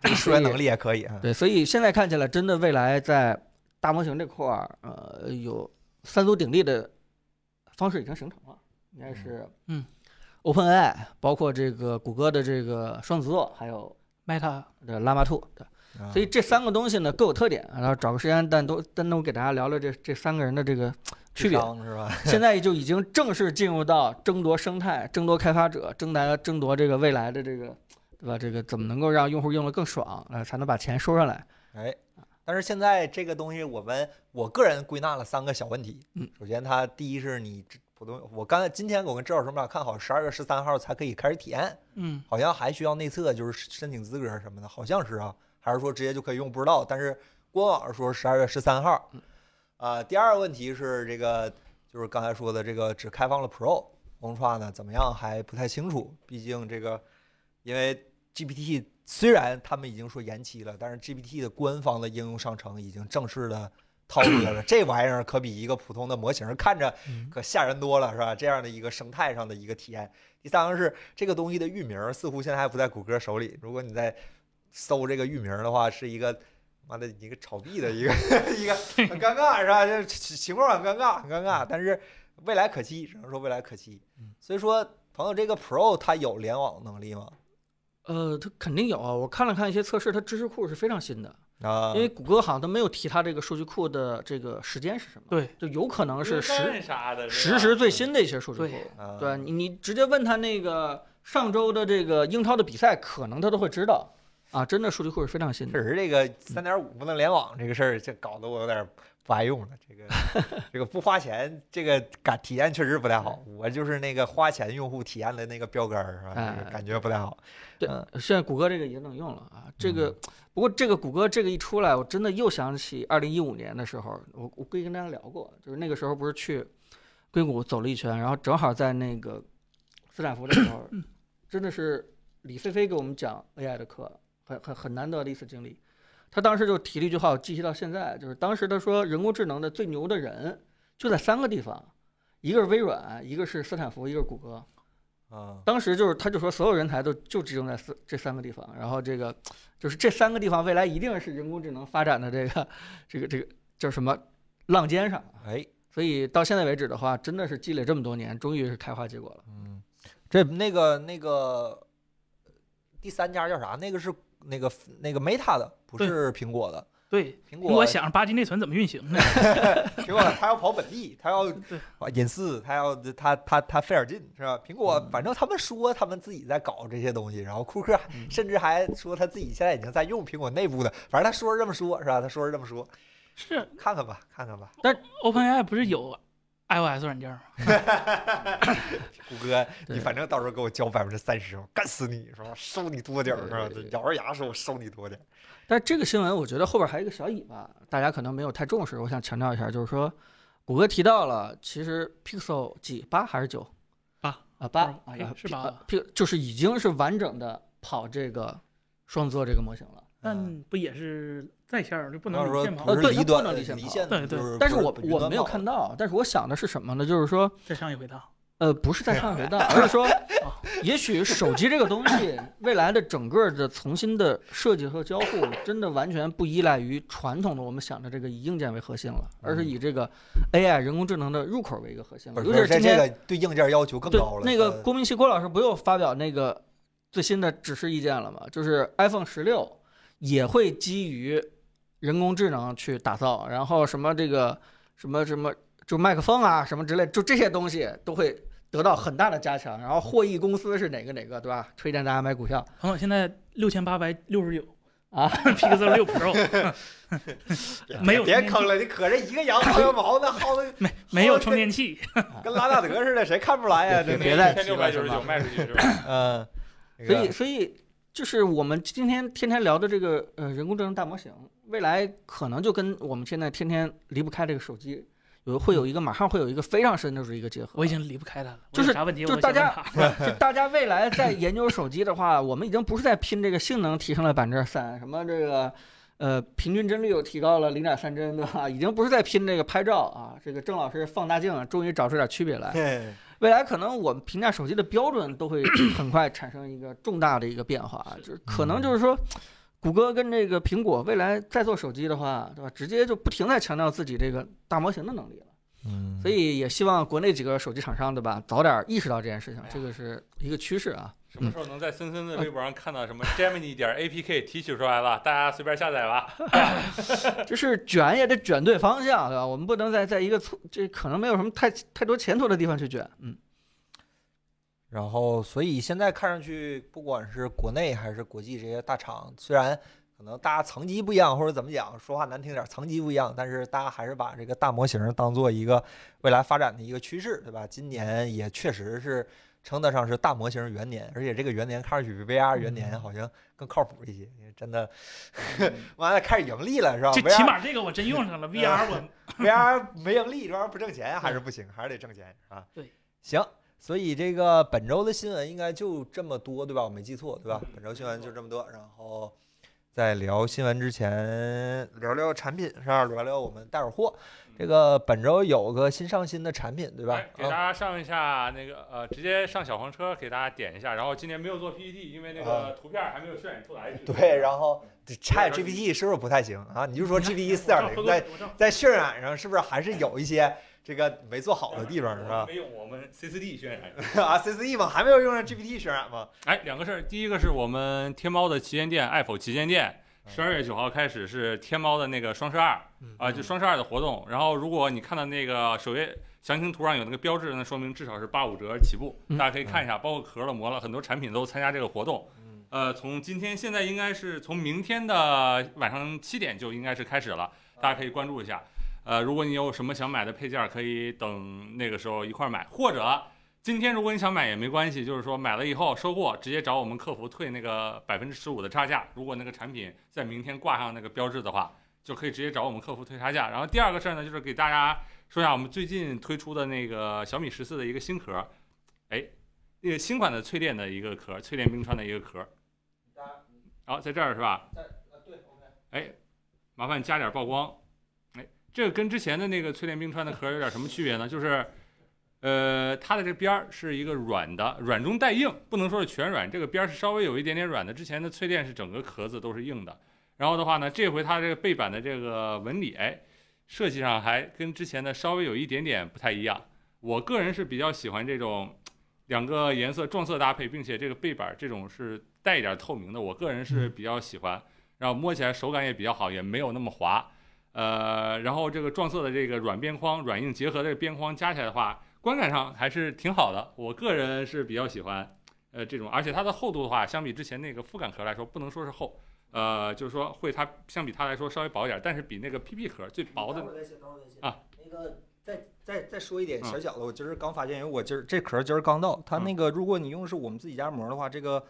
[SPEAKER 1] 这个数学能力也可以啊。
[SPEAKER 2] 对，所以现在看起来，真的未来在大模型这块儿，呃，有三足鼎立的方式已经形成了，应该是
[SPEAKER 3] 嗯
[SPEAKER 2] ，OpenAI，包括这个谷歌的这个双子座，还有
[SPEAKER 3] Meta
[SPEAKER 2] 这拉马兔，对，
[SPEAKER 1] 啊
[SPEAKER 2] 所以这三个东西呢各有特点，然后找个时间单独单独给大家聊聊这这三个人的这个区 别
[SPEAKER 1] 智。商是吧？
[SPEAKER 2] 现在就已经正式进入到争夺生态、争夺开发者、争来争夺这个未来的这个，对吧？这个怎么能够让用户用的更爽，呃，才能把钱收上来？
[SPEAKER 1] 哎，但是现在这个东西，我们我个人归纳了三个小问题。
[SPEAKER 2] 嗯，
[SPEAKER 1] 首先它第一是你这普通，我刚才今天我跟周老师我们俩看好十二月十三号才可以开始体验，
[SPEAKER 3] 嗯，
[SPEAKER 1] 好像还需要内测，就是申请资格什么的，好像是啊，还是说直接就可以用？不知道，但是官网上说十二月十三号。啊、第二个问题是这个，就是刚才说的这个只开放了 Pro Ultra 呢，怎么样还不太清楚，毕竟这个因为 GPT 虽然他们已经说延期了，但是 GPT 的官方的应用商城已经正式的掏出来了，这玩意儿可比一个普通的模型看着
[SPEAKER 3] 嗯
[SPEAKER 1] 可吓人多了，是吧？这样的一个生态上的一个体验。第三个是这个东西的域名儿似乎现在还不在谷歌手里，如果你在搜这个域名儿的话，是一个。妈的，一个炒币的一个 一个很尴尬是吧？这情情况很尴尬，很尴尬。但是未来可期，只能说未来可期。所以说，朋友，这个 Pro 它有联网能力吗？
[SPEAKER 2] 呃，它肯定有啊。我看了看一些测试，它知识库是非常新的，
[SPEAKER 1] 啊
[SPEAKER 2] 因，为谷歌好像都没有提它这个数据库的这个时间是什么。
[SPEAKER 3] 对，
[SPEAKER 2] 就有可能是实
[SPEAKER 4] 啥的，
[SPEAKER 2] 实时最新的一些数据库。
[SPEAKER 3] 对
[SPEAKER 1] 嗯啊
[SPEAKER 2] 对你，你直接问他那个上周的这个英超的比赛，可能他都会知道啊。真的数据库是非常新
[SPEAKER 1] 确
[SPEAKER 2] 的。
[SPEAKER 1] 实这个三点五不能联网这个事儿，这搞得我有点不爱用了。这个 这个不花钱，这个感体验确实不太好。我就是那个花钱用户体验的那个标杆儿，是吧？这个
[SPEAKER 2] 哎
[SPEAKER 1] 感觉不太好。
[SPEAKER 2] 对
[SPEAKER 1] 嗯，
[SPEAKER 2] 现在谷歌这个也能用了啊。这个不过这个谷歌这个一出来，我真的又想起二零一五年的时候，我我估计跟大家聊过，就是那个时候不是去硅谷走了一圈，然后正好在那个斯坦福的时候，真的是李飞飞给我们讲 AI 的课，很很很难得的一次经历。他当时就提了一句话，我记忆到现在，就是当时他说人工智能的最牛的人就在三个地方，一个是微软，一个是斯坦福，一个是谷歌。
[SPEAKER 1] 嗯
[SPEAKER 2] 当时就是他就说所有人才都就集中在四这三个地方，然后这个就是这三个地方未来一定是人工智能发展的这个这个这个叫什么浪尖上。
[SPEAKER 1] 哎，
[SPEAKER 2] 所以到现在为止的话，真的是积累这么多年，终于是开花结果了。
[SPEAKER 1] 嗯，这那个那个第三家叫啥？那个是那个那个 Meta 的，不
[SPEAKER 3] 对
[SPEAKER 1] 是苹果的。
[SPEAKER 3] 对，
[SPEAKER 1] 苹果
[SPEAKER 3] 我想着八 G 内存怎么运行呢？
[SPEAKER 1] 苹果它要跑本地，它要
[SPEAKER 3] 对
[SPEAKER 1] 啊隐私，它要它它它费点劲是吧？苹果
[SPEAKER 2] 嗯
[SPEAKER 1] 反正他们说他们自己在搞这些东西，然后库克
[SPEAKER 2] 嗯
[SPEAKER 1] 甚至还说他自己现在已经在用苹果内部的，反正他说是这么说是吧？他说是这么说，
[SPEAKER 3] 是
[SPEAKER 1] 看看吧，看看吧。
[SPEAKER 3] OpenAI 不是有 iOS 软件吗？
[SPEAKER 1] 谷歌，你
[SPEAKER 2] 对
[SPEAKER 1] 反正到时候给我交百分之三十，我干死你是吧？收你多点儿是吧？
[SPEAKER 2] 对对对
[SPEAKER 1] 咬着牙说我收你多点儿。
[SPEAKER 2] 但这个新闻我觉得后边还有一个小尾巴，大家可能没有太重视。我想强调一下，就是说，谷歌提到了，其实 Pixel 几八还是九
[SPEAKER 3] 八
[SPEAKER 2] 啊
[SPEAKER 3] 嗯
[SPEAKER 2] 八啊
[SPEAKER 3] 哎是八吧
[SPEAKER 2] ，P 就是已经是完整的跑这个双做这个模型了。
[SPEAKER 1] 嗯
[SPEAKER 3] 但不也是在线儿就不能
[SPEAKER 1] 要
[SPEAKER 3] 离
[SPEAKER 1] 说
[SPEAKER 3] 线跑
[SPEAKER 1] 不
[SPEAKER 2] 呃
[SPEAKER 3] 吗？
[SPEAKER 1] 是
[SPEAKER 2] 对
[SPEAKER 1] 离
[SPEAKER 2] 它不
[SPEAKER 1] 端
[SPEAKER 2] 能
[SPEAKER 1] 呃
[SPEAKER 2] 离线跑
[SPEAKER 1] 线，
[SPEAKER 3] 对对
[SPEAKER 1] 就是
[SPEAKER 2] 但是
[SPEAKER 1] 不
[SPEAKER 2] 我
[SPEAKER 1] 不云
[SPEAKER 2] 我
[SPEAKER 1] 端
[SPEAKER 2] 没有
[SPEAKER 1] 跑
[SPEAKER 2] 看到，但是我想的是什么呢？就是说，
[SPEAKER 3] 再上一回当，
[SPEAKER 2] 呃，不是在上 水当，而是说
[SPEAKER 3] 哦，
[SPEAKER 2] 也许手机这个东西，未来的整个的重新的设计和交互，真的完全不依赖于传统的我们想的这个以硬件为核心了，而是以这个 AI 人工智能的入口为一个核心
[SPEAKER 1] 不
[SPEAKER 2] 了。
[SPEAKER 1] 是
[SPEAKER 2] 尤
[SPEAKER 1] 不
[SPEAKER 2] 其
[SPEAKER 1] 是这
[SPEAKER 2] 是今
[SPEAKER 1] 这
[SPEAKER 2] 天
[SPEAKER 1] 个对硬件要求更
[SPEAKER 2] 对
[SPEAKER 1] 高了。
[SPEAKER 2] 那
[SPEAKER 1] 呃
[SPEAKER 2] 个郭明奇郭老师不又发表那个最新的指示意见了吗？就是 iPhone 十六也会基于人工智能去打造，然后什么这个什么什么就麦克风啊什么之类，就这些东西都会得到很大的加强。然后获益公司是哪个哪个，对吧？推荐大家买股票
[SPEAKER 3] 彭总现在六千八百六十九
[SPEAKER 2] 啊
[SPEAKER 3] Pixel 六 Pro
[SPEAKER 1] 别
[SPEAKER 3] 没有
[SPEAKER 1] 别
[SPEAKER 3] 充电
[SPEAKER 1] 坑了，你可这一个羊薅羊毛那薅的
[SPEAKER 3] 没没有充电器，
[SPEAKER 1] 跟拉大德似的，谁看不出来 呀？
[SPEAKER 2] 别
[SPEAKER 1] 真
[SPEAKER 4] 对
[SPEAKER 1] 的
[SPEAKER 2] 别
[SPEAKER 4] 那
[SPEAKER 2] 再
[SPEAKER 4] 一千
[SPEAKER 2] 提了
[SPEAKER 4] 六百九十
[SPEAKER 2] 是
[SPEAKER 4] 九
[SPEAKER 2] 吧
[SPEAKER 4] 卖出去是吧？
[SPEAKER 1] 嗯，那
[SPEAKER 2] 所以，
[SPEAKER 1] 个
[SPEAKER 2] 所以就是我们今天天天聊的这个呃人工智能大模型，未来可能就跟我们现在天天离不开这个手机，有
[SPEAKER 1] 嗯
[SPEAKER 2] 会有一个马上会有一个非常深的一个结合。
[SPEAKER 3] 我已经离不开它了。我
[SPEAKER 2] 就
[SPEAKER 3] 有
[SPEAKER 2] 是
[SPEAKER 3] 啥问题
[SPEAKER 2] 就
[SPEAKER 3] 我
[SPEAKER 2] 是大
[SPEAKER 3] 先问
[SPEAKER 2] 家
[SPEAKER 3] 他。
[SPEAKER 2] 就大家未来在研究手机的话，我们已经不是在拼这个性能提升了百分之三，什么这个呃平均帧率又提高了零点三帧，对吧？ 已经不是在拼这个拍照啊，这个郑老师放大镜啊终于找出点区别 来。
[SPEAKER 1] 嘿
[SPEAKER 2] 未来可能我们评价手机的标准都会很快产生一个重大的一个变化啊，就是可能就是说，谷歌跟这个苹果未来再做手机的话，对吧？直接就不停在强调自己这个大模型的能力了。
[SPEAKER 1] 嗯
[SPEAKER 2] 所以也希望国内几个手机厂商，对吧，早点意识到这件事情，这个是一个趋势啊。
[SPEAKER 4] 什么时候能在森森的微博上看到什么 Gemini 点 APK 提取出来了？大家随便下载吧。
[SPEAKER 2] 就是卷也得卷对方向，对吧？我们不能在在一个错这可能没有什么太太多前途的地方去卷，嗯，
[SPEAKER 1] 然后，所以现在看上去，不管是国内还是国际这些大厂，虽然可能大家层级不一样，或者怎么讲，说话难听点儿，层级不一样，但是大家还是把这个大模型当做一个未来发展的一个趋势，对吧？今年也确实是称得上是大模型元年，而且这个元年看上去比 VR 元
[SPEAKER 3] 嗯
[SPEAKER 1] 年好像更靠谱一些，因为真的， 完了开始盈利了是吧
[SPEAKER 3] 这嗯起
[SPEAKER 1] ？VR
[SPEAKER 3] 码这个我真用
[SPEAKER 1] 嗯
[SPEAKER 3] 上了 VR，我
[SPEAKER 1] VR 没盈利，这玩意儿不挣钱还是不行，还是得挣钱啊。
[SPEAKER 3] 对，
[SPEAKER 1] 行，所以这个本周的新闻应该就这么多，对吧？我没记错，对吧？本周新闻就这么多，然后。在聊新闻之前，聊聊产品是吧？聊聊我们带会儿货。这个本周有个新上新的产品，对吧
[SPEAKER 4] 哎？给大
[SPEAKER 1] 啊，
[SPEAKER 4] 家上一下那个呃，直接上小黄车给大家点一下。然后今年没有做 PPT，因为那
[SPEAKER 1] 啊
[SPEAKER 4] 个图片还没有渲染出来。
[SPEAKER 1] 对，然后 Chat GPT 是不是不太行啊？你就说 GPT 四点
[SPEAKER 3] 我
[SPEAKER 1] 零
[SPEAKER 3] 照
[SPEAKER 1] 在在渲染上是不是还是有一些这个没做好的地方是吧？
[SPEAKER 4] 没有我们 CCD 渲染。
[SPEAKER 1] 啊，CCE 嘛，还没有用上 GPT 渲染嘛？
[SPEAKER 4] 哎，两个事儿，第一个是我们天猫的旗舰店爱否旗舰店，
[SPEAKER 1] 嗯
[SPEAKER 4] 十二月九号开始是天猫的那个双十二
[SPEAKER 2] 嗯
[SPEAKER 4] 啊，就双十二的活动。然后如果你看到那个首页详情图上有那个标志，那说明至少是八五折起步，
[SPEAKER 2] 嗯
[SPEAKER 4] 大家可以看一下，包括壳了、膜了，很多产品都参加这个活动。
[SPEAKER 1] 嗯
[SPEAKER 4] 呃，从今天现在应该是从明天的晚上七点就应该是开始了，大家可以关注一下。呃，如果你有什么想买的配件儿，可以等那个时候一块儿买，或者今天如果你想买也没关系，就是说买了以后收货，直接找我们客服退那个百分之十五的差价。如果那个产品在明天挂上那个标志的话，就可以直接找我们客服退差价。然后第二个事儿呢，就是给大家说一下我们最近推出的那个小米十四的一个新壳儿，哎，那个新款的淬炼的一个壳儿，淬炼冰川的一个壳儿。好、在这儿是吧？
[SPEAKER 1] 对，OK。
[SPEAKER 4] 哎，麻烦加点曝光。哎，这个跟之前的那个淬炼冰川的壳有点什么区别呢？就是，呃，它的这边儿是一个软的，软中带硬，不能说是全软，这个边儿是稍微有一点点软的。之前的淬炼是整个壳子都是硬的。然后的话呢，这回它这个背板的这个纹理，哎，设计上还跟之前的稍微有一点点不太一样。我个人是比较喜欢这种两个颜色撞色搭配，并且这个背板儿这种是带一点透明的，我个人是比较喜欢。然后摸起来手感也比较好，也没有那么滑。呃，然后这个撞色的这个软边框、软硬结合的边框加起来的话，观感上还是挺好的。我个人是比较喜欢，呃，这种，而且它的厚度的话，相比之前那个覆感壳来说，不能说是厚，呃，就是说会它相比它来说稍微薄一点，但是比那个 PP 壳最薄的
[SPEAKER 1] 我微信，等我微信
[SPEAKER 4] 啊。
[SPEAKER 1] 那个再再再说一点
[SPEAKER 4] 嗯
[SPEAKER 1] 小小的，我今儿刚发现，因为我今儿这壳儿今儿刚到，它那个如果你用的是我们自己家膜的话，这个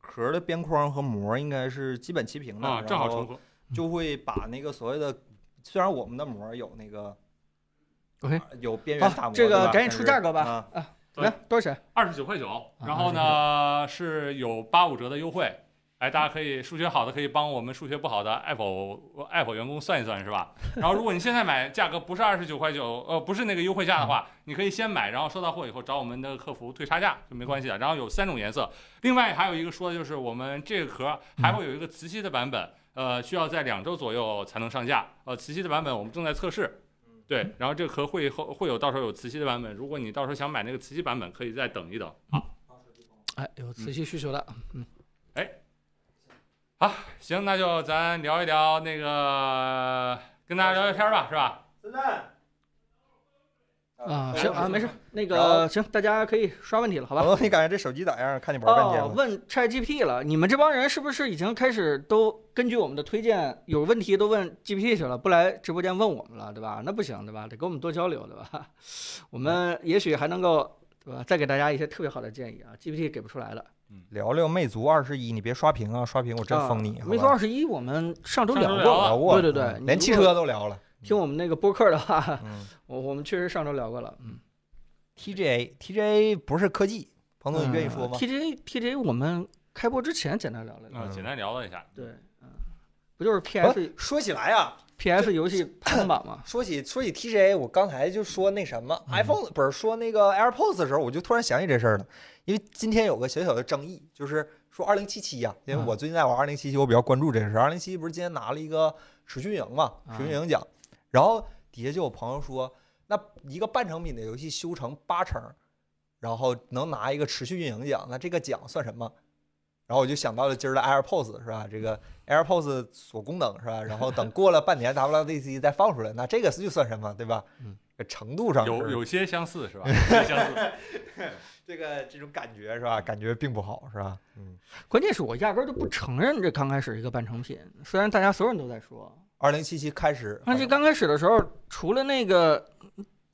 [SPEAKER 1] 壳儿的边框和膜应该是基本齐平的，
[SPEAKER 4] 啊，正好
[SPEAKER 1] 然后
[SPEAKER 4] 重合。
[SPEAKER 1] 就会把那个所谓的，虽然我们的膜有那个
[SPEAKER 2] OK
[SPEAKER 1] 有边缘打
[SPEAKER 2] 好，
[SPEAKER 1] 磨，
[SPEAKER 2] 这
[SPEAKER 1] 对
[SPEAKER 2] 个
[SPEAKER 1] 吧
[SPEAKER 2] 赶紧出价格。
[SPEAKER 1] 但是
[SPEAKER 2] 吧。
[SPEAKER 1] 啊
[SPEAKER 2] 啊，
[SPEAKER 4] 对
[SPEAKER 2] 来多少钱？
[SPEAKER 4] 二十九块九，然后呢是有八五折的优惠。哎，大家可以数学好的可以帮我们数学不好的 Apple Apple 员工算一算，是吧？然后如果你现在买价格不是二十九块九，呃，不是那个优惠价的话，你可以先买，然后收到货以后找我们的客服退差价就没关系的。然后有三种颜色，另外还有一个说的就是我们这个壳还会有一个磁吸的版本，呃，需要在两周左右才能上架。呃，磁吸的版本我们正在测试，对，然后这个壳会后会有到时候有磁吸的版本，如果你到时候想买那个磁吸版本，可以再等一等啊。
[SPEAKER 2] 哎，有磁吸需求的，嗯，
[SPEAKER 4] 行，那就咱聊一聊那个，跟大家聊聊天儿吧，是吧？
[SPEAKER 1] 孙赞
[SPEAKER 2] 啊，行啊，没事。，那
[SPEAKER 1] 嗯然
[SPEAKER 2] 个
[SPEAKER 1] 后
[SPEAKER 2] 行，大家可以刷问题了，好吧？
[SPEAKER 1] 朋友，你感觉这手机咋样？看你玩半天
[SPEAKER 2] 哦，
[SPEAKER 1] 了。
[SPEAKER 2] 问 ChatGPT 了，你们这帮人是不是已经开始都根据我们的推荐有问题都问 GPT 去了，不来直播间问我们了，对吧？那不行，对吧？得跟我们多交流，对吧？ 我们也许还能够，对吧？再给大家一些特别好的建议啊，GPT 给不出来的。
[SPEAKER 1] 聊聊魅族二十一，你别刷屏啊，刷屏我真封你。
[SPEAKER 2] 啊
[SPEAKER 1] 好吧
[SPEAKER 2] 魅族二十一，我们上周
[SPEAKER 4] 上周
[SPEAKER 2] 聊
[SPEAKER 4] 聊
[SPEAKER 2] 过
[SPEAKER 4] 了
[SPEAKER 2] 了，
[SPEAKER 1] 聊过，
[SPEAKER 2] 啊对对对
[SPEAKER 1] 嗯
[SPEAKER 2] 你
[SPEAKER 1] 连
[SPEAKER 2] 如
[SPEAKER 1] 汽
[SPEAKER 2] 果
[SPEAKER 1] 车都聊了。
[SPEAKER 2] 嗯听我们那个播客的话，
[SPEAKER 1] 嗯
[SPEAKER 2] 我我们确实上周聊过了，嗯。
[SPEAKER 1] ，TGA TGA 不是科技，彭总你愿意说吗？
[SPEAKER 2] 嗯 t j t j 我们开播之前简单聊了聊，
[SPEAKER 4] 啊，简单聊了一下。
[SPEAKER 2] 对，嗯，不就是
[SPEAKER 1] 啊
[SPEAKER 2] PS
[SPEAKER 1] 说起来啊，
[SPEAKER 2] PS 游戏排行榜吗？
[SPEAKER 1] 说起说起 TGA，我刚才就说那什么
[SPEAKER 2] 嗯
[SPEAKER 1] iPhone 不是说那个 AirPods 的时候，我就突然想起这事儿了，因为今天有个小小的争议，就是说二零七七呀，因为
[SPEAKER 2] 嗯
[SPEAKER 1] 我最近在玩二零七七，我比较关注这个事儿。二零七七不是今天拿了一个史训营嘛，
[SPEAKER 2] 啊
[SPEAKER 1] 史训营奖，然后底下就有朋友说，那一个半成品的游戏修成八成，然后能拿一个持续运营奖，那这个奖算什么？然后我就想到了今儿的 AirPods 是吧？这 个 AirPods 锁功能是吧？然后等过了半年 WDC 再放出来，那这个就算什么，对吧？
[SPEAKER 2] 嗯，
[SPEAKER 1] 程度上
[SPEAKER 4] 有
[SPEAKER 1] 是
[SPEAKER 4] 有些相似是吧？有些相似，
[SPEAKER 1] 这个这种感觉是吧？感觉并不好是吧？嗯，
[SPEAKER 2] 关键是我压根儿就不承认这刚开始一个半成品，虽然大家所有人都在说，
[SPEAKER 1] 二零七七开始，
[SPEAKER 2] 但这刚开始的时候，除了那个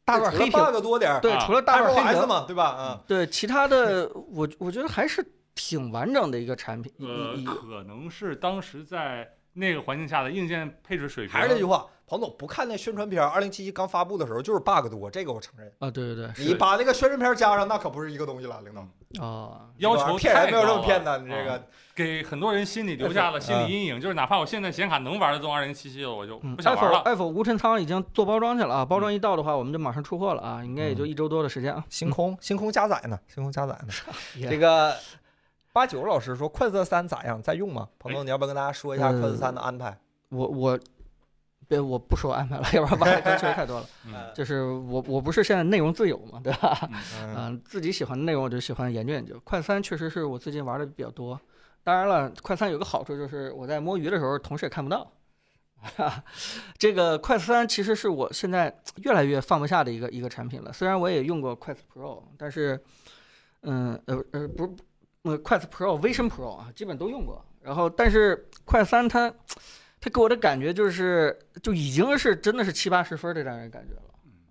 [SPEAKER 2] 大
[SPEAKER 1] 对
[SPEAKER 2] 段
[SPEAKER 1] 除了
[SPEAKER 2] 黑屏，
[SPEAKER 1] bug 多点儿，
[SPEAKER 2] 对，
[SPEAKER 4] 啊
[SPEAKER 2] 除了大段黑
[SPEAKER 1] iPhone
[SPEAKER 2] 屏
[SPEAKER 1] S，嘛，对吧？嗯，
[SPEAKER 2] 对，其他的我我觉得还是挺完整的一个产品，
[SPEAKER 4] 呃
[SPEAKER 2] 一，一
[SPEAKER 4] 可能是当时在那个环境下的硬件配置水
[SPEAKER 2] 嗯
[SPEAKER 4] 平。
[SPEAKER 1] 还是那句话，彭总不看那宣传片儿，二零七七刚发布的时候就是 bug 多，这个我承认。
[SPEAKER 2] 啊，对对对，是
[SPEAKER 1] 你把那个宣传片儿加上，那可不是一个东西了，领导。
[SPEAKER 2] 哦，
[SPEAKER 4] 要求
[SPEAKER 1] 骗人
[SPEAKER 4] 太
[SPEAKER 1] 没有这
[SPEAKER 4] 高
[SPEAKER 1] 么骗
[SPEAKER 4] 了
[SPEAKER 1] 的，你
[SPEAKER 2] 嗯
[SPEAKER 1] 这
[SPEAKER 4] 啊
[SPEAKER 1] 个嗯
[SPEAKER 4] 给很多人心里留下了心理阴影，就是哪怕我现在显卡能玩得动二零七七了，我就
[SPEAKER 2] 嗯
[SPEAKER 4] 不想玩
[SPEAKER 2] ，iPhone
[SPEAKER 4] 了。
[SPEAKER 2] iPhone 无尘仓已经做包装去了啊，包装一到的话，我们就马上出货了啊，应该也就
[SPEAKER 1] 嗯
[SPEAKER 2] 一周多的时间啊。
[SPEAKER 1] 星空星空加载呢，星空加载呢。
[SPEAKER 2] Yeah
[SPEAKER 1] 这个八九老师说，快色三咋样？在用吗？彭总，你要不要跟大家说一下
[SPEAKER 2] 嗯
[SPEAKER 1] 快色三的安排？
[SPEAKER 2] 我我别我不说安排了，要不然挖的坑确实太多了。
[SPEAKER 4] 嗯
[SPEAKER 2] 就是我我不是现在内容自由嘛，对吧？
[SPEAKER 1] 嗯
[SPEAKER 2] 嗯、自己喜欢的内容我就喜欢研究研究。快三确实是我最近玩的比较多，当然了，快三有个好处就是我在摸鱼的时候，同事也看不到。这个快三其实是我现在越来越放不下的一个一个产品了。虽然我也用过快四 Pro，但是，嗯呃呃不是，呃快四 Pro、Vision Pro 啊，基本都用过。然后，但是快三它它给我的感觉就是就已经是真的是七八十分的这样一个感觉了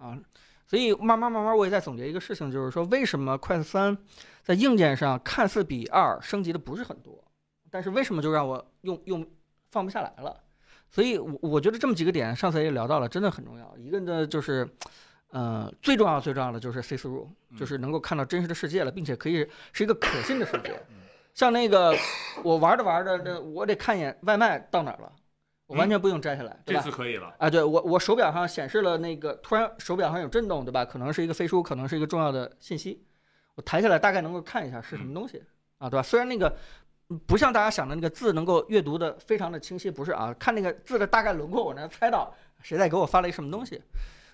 [SPEAKER 2] 啊。所以慢慢慢慢，我也在总结一个事情，就是说为什么快三在硬件上看似比二升级的不是很多，但是为什么就让我用用放不下来了？所以我，我觉得这么几个点，上次也聊到了，真的很重要。一个呢就是，呃，最重要最重要的就是 see through，
[SPEAKER 4] 嗯
[SPEAKER 2] 就是能够看到真实的世界了，并且可以是一个可信的世界
[SPEAKER 4] 嗯。
[SPEAKER 2] 像那个我玩着玩着，这我得看一眼外卖到哪儿了，我完全不用摘下来，对
[SPEAKER 4] 这次
[SPEAKER 2] 吧？
[SPEAKER 4] 可以了，
[SPEAKER 2] 啊，对我我手表上显示了那个，突然手表上有震动，对吧？可能是一个飞书，可能是一个重要的信息，我抬起来大概能够看一下
[SPEAKER 4] 嗯
[SPEAKER 2] 是什么东西啊，对吧？虽然那个嗯不像大家想的那个字能够阅读的非常的清晰，不是啊？看那个字的大概轮廓，我能猜到谁在给我发了一什么东西。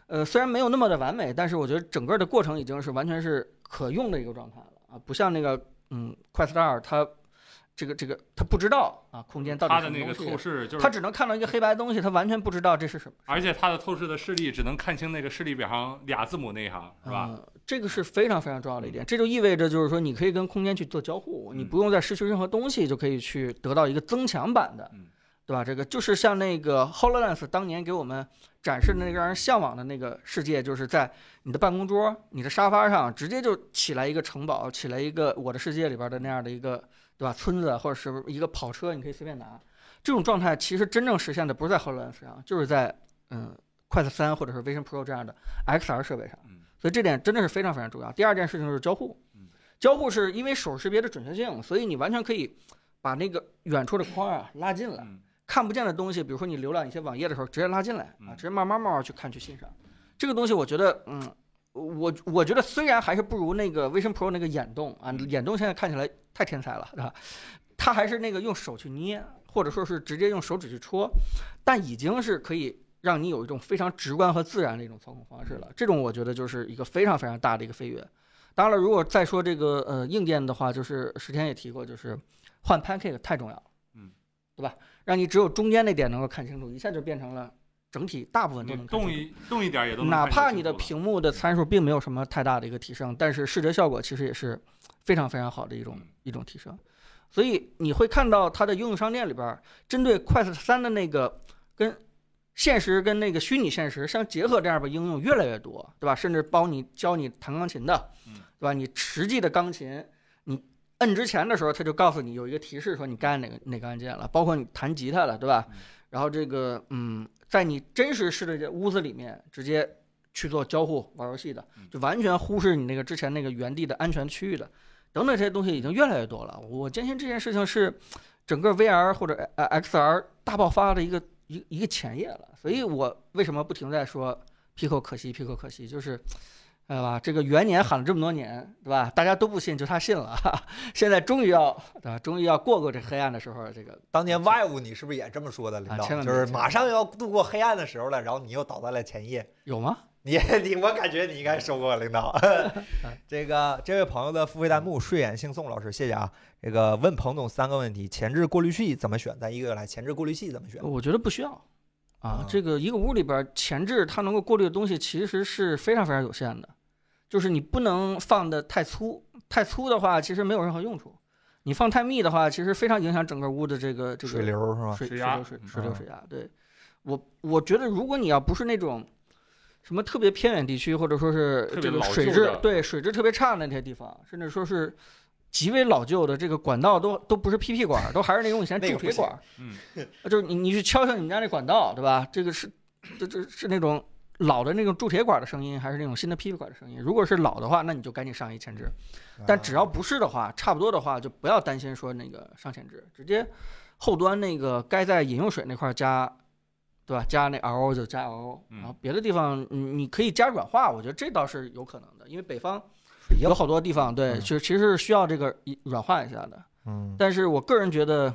[SPEAKER 2] 呃，虽然没有那么的完美，但是我觉得整个的过程已经是完全是可用的一个状态了啊，不像那个嗯快 u 二它这个这个它不知道啊空间到底
[SPEAKER 4] 它
[SPEAKER 2] 是
[SPEAKER 4] 的
[SPEAKER 2] 什么
[SPEAKER 4] 那个
[SPEAKER 2] 东西
[SPEAKER 4] 透
[SPEAKER 1] 啊
[SPEAKER 4] 视就
[SPEAKER 2] 他
[SPEAKER 4] 是，
[SPEAKER 2] 只能看到一个黑白的东西，他完全不知道这是什么，
[SPEAKER 4] 而且它的透视的视力只能看清那个视力表上俩字母那一行，是吧？
[SPEAKER 2] 呃这个是非常非常重要的一点，这就意味着就是说，你可以跟空间去做交互，
[SPEAKER 4] 嗯
[SPEAKER 2] 你不用再失去任何东西，就可以去得到一个增强版的
[SPEAKER 4] 嗯，
[SPEAKER 2] 对吧？这个就是像那个 Hololens 当年给我们展示的那个让人向往的那个世界，就是在你的办公桌、你的沙发上，直接就起来一个城堡，起来一个我的世界里边的那样的一个，对吧？村子或者是一个跑车，你可以随便拿。这种状态其实真正实现的不是在 HoloLens 上，就是在嗯 Quest 三或者是 Vision Pro 这样的 XR 设备上。
[SPEAKER 4] 嗯
[SPEAKER 2] 所以这点真的是非常非常重要。第二件事情就是交互
[SPEAKER 4] 嗯，
[SPEAKER 2] 交互是因为手识别的准确性，所以你完全可以把那个远处的框啊拉近了，
[SPEAKER 4] 嗯
[SPEAKER 2] 看不见的东西，比如说你浏览一些网页的时候，直接拉进来啊，
[SPEAKER 4] 嗯
[SPEAKER 2] 直接慢慢慢慢去看去欣赏。这个东西我觉得，嗯，我我觉得虽然还是不如那个 Vision Pro 那个眼动啊，
[SPEAKER 4] 嗯
[SPEAKER 2] 眼动现在看起来太天才了，对吧？它还是那个用手去捏，或者说是直接用手指去戳，但已经是可以让你有一种非常直观和自然的一种操控方式了。这种我觉得就是一个非常非常大的一个飞跃。当然了，如果再说这个呃硬件的话，就是石天也提过，就是换 Pancake 太重要了，
[SPEAKER 4] 嗯，
[SPEAKER 2] 对吧？让你只有中间那点能够看清楚，一下就变成了整体大部分都
[SPEAKER 4] 你
[SPEAKER 2] 能看清
[SPEAKER 4] 动
[SPEAKER 2] 楚
[SPEAKER 4] 一动一点也都能
[SPEAKER 2] 哪
[SPEAKER 4] 看清
[SPEAKER 2] 怕
[SPEAKER 4] 楚
[SPEAKER 2] 你的
[SPEAKER 4] 了
[SPEAKER 2] 屏幕的参数并没有什么太大的一个提升，但是视觉效果其实也是非常非常好的一种
[SPEAKER 4] 嗯
[SPEAKER 2] 一种提升。所以你会看到它的应用商店里边儿，针对 Quest 三的那个跟现实跟那个虚拟现实相结合这样的应用越来越多，对吧？甚至包你教你弹钢琴的
[SPEAKER 4] 嗯，
[SPEAKER 2] 对吧？你实际的钢琴，你摁之前的时候，它就告诉你有一个提示说你该按哪个哪个按键了，包括你弹吉他了，对吧
[SPEAKER 4] 嗯？
[SPEAKER 2] 然后这个嗯，在你真实世界的屋子里面直接去做交互玩游戏的
[SPEAKER 4] 嗯，
[SPEAKER 2] 就完全忽视你那个之前那个原地的安全区域的，等等这些东西已经越来越多了。我坚信这件事情是整个 VR 或者呃 XR 大爆发的一个一一个前夜了。所以我为什么不停在说 Pico 可惜，Pico 可惜，就是。对吧？这个元年喊了这么多年，对吧？大家都不信，就他信了。 现在终于要，对吧？终于要过过这黑暗的时候，这个
[SPEAKER 1] 当年 Y 五你是不是也这么说的，领
[SPEAKER 2] 啊
[SPEAKER 1] 导？
[SPEAKER 2] 千万
[SPEAKER 1] 就
[SPEAKER 2] 别
[SPEAKER 1] 是
[SPEAKER 2] 千万
[SPEAKER 1] 马上要度过黑暗的时候了，然后你又倒在了前夜。
[SPEAKER 2] 有吗？
[SPEAKER 1] 你 你我感觉你应该收过领导。
[SPEAKER 2] 嗯
[SPEAKER 1] 这个这位朋友的付费弹幕睡眼惺忪老师，谢谢啊。这个问彭总三个问题：前置过滤器怎么选？咱一个一个来。前置过滤器怎么选？
[SPEAKER 2] 呃我觉得不需要啊
[SPEAKER 1] 啊。
[SPEAKER 2] 这个一个屋里边儿前置它能够过滤的东西其实是非常非常有限的，就是你不能放的太粗，太粗的话其实没有任何用处。你放太密的话，其实非常影响整个屋的这个这个
[SPEAKER 1] 水流是吗？
[SPEAKER 2] 水
[SPEAKER 4] 水
[SPEAKER 2] 水
[SPEAKER 4] 压
[SPEAKER 2] 流水
[SPEAKER 4] 嗯
[SPEAKER 2] 水流
[SPEAKER 1] 啊
[SPEAKER 2] 水压。对我我觉得，如果你要不是那种什么特别偏远地区，或者说是
[SPEAKER 4] 特别
[SPEAKER 2] 这个
[SPEAKER 4] 老
[SPEAKER 2] 水
[SPEAKER 4] 旧
[SPEAKER 2] 质
[SPEAKER 4] 的
[SPEAKER 2] 对水质特别差的那些地方，甚至说是极为老旧的这个管道都都不是 PP 管，都还是那种以前
[SPEAKER 1] 那个
[SPEAKER 2] 铸
[SPEAKER 1] 不
[SPEAKER 2] 铁
[SPEAKER 1] 行
[SPEAKER 2] 管。
[SPEAKER 4] 嗯
[SPEAKER 2] 啊 就是你你去敲敲你们家那管道，对吧？这个是这这是那种老的那种铸铁管的声音，还是那种新的 PP 管的声音？如果是老的话，那你就赶紧上一前置。
[SPEAKER 1] 啊
[SPEAKER 2] 但只要不是的话，差不多的话，就不要担心说那个上前置，直接后端那个该在饮用水那块儿加，对吧？加那 RO 就加 RO，、
[SPEAKER 4] 嗯
[SPEAKER 2] 然后别的地方你你可以加软化，我觉得这倒是有可能的，因为北方
[SPEAKER 1] 水
[SPEAKER 2] 有好多地方对，
[SPEAKER 1] 嗯
[SPEAKER 2] 其实其实是需要这个一软化一下的。
[SPEAKER 1] 嗯，
[SPEAKER 2] 但是我个人觉得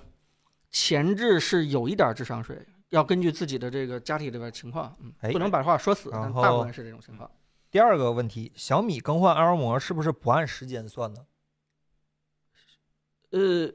[SPEAKER 2] 前置是有一点儿智商税，要根据自己的这个家里的情况，嗯，
[SPEAKER 1] 哎
[SPEAKER 2] 不能把话说死，
[SPEAKER 1] 然
[SPEAKER 2] 但大部
[SPEAKER 1] 后
[SPEAKER 2] 分是这种情况。
[SPEAKER 1] 第二个问题，小米更换 L 膜是不是不按时间算呢？嗯
[SPEAKER 2] 呃，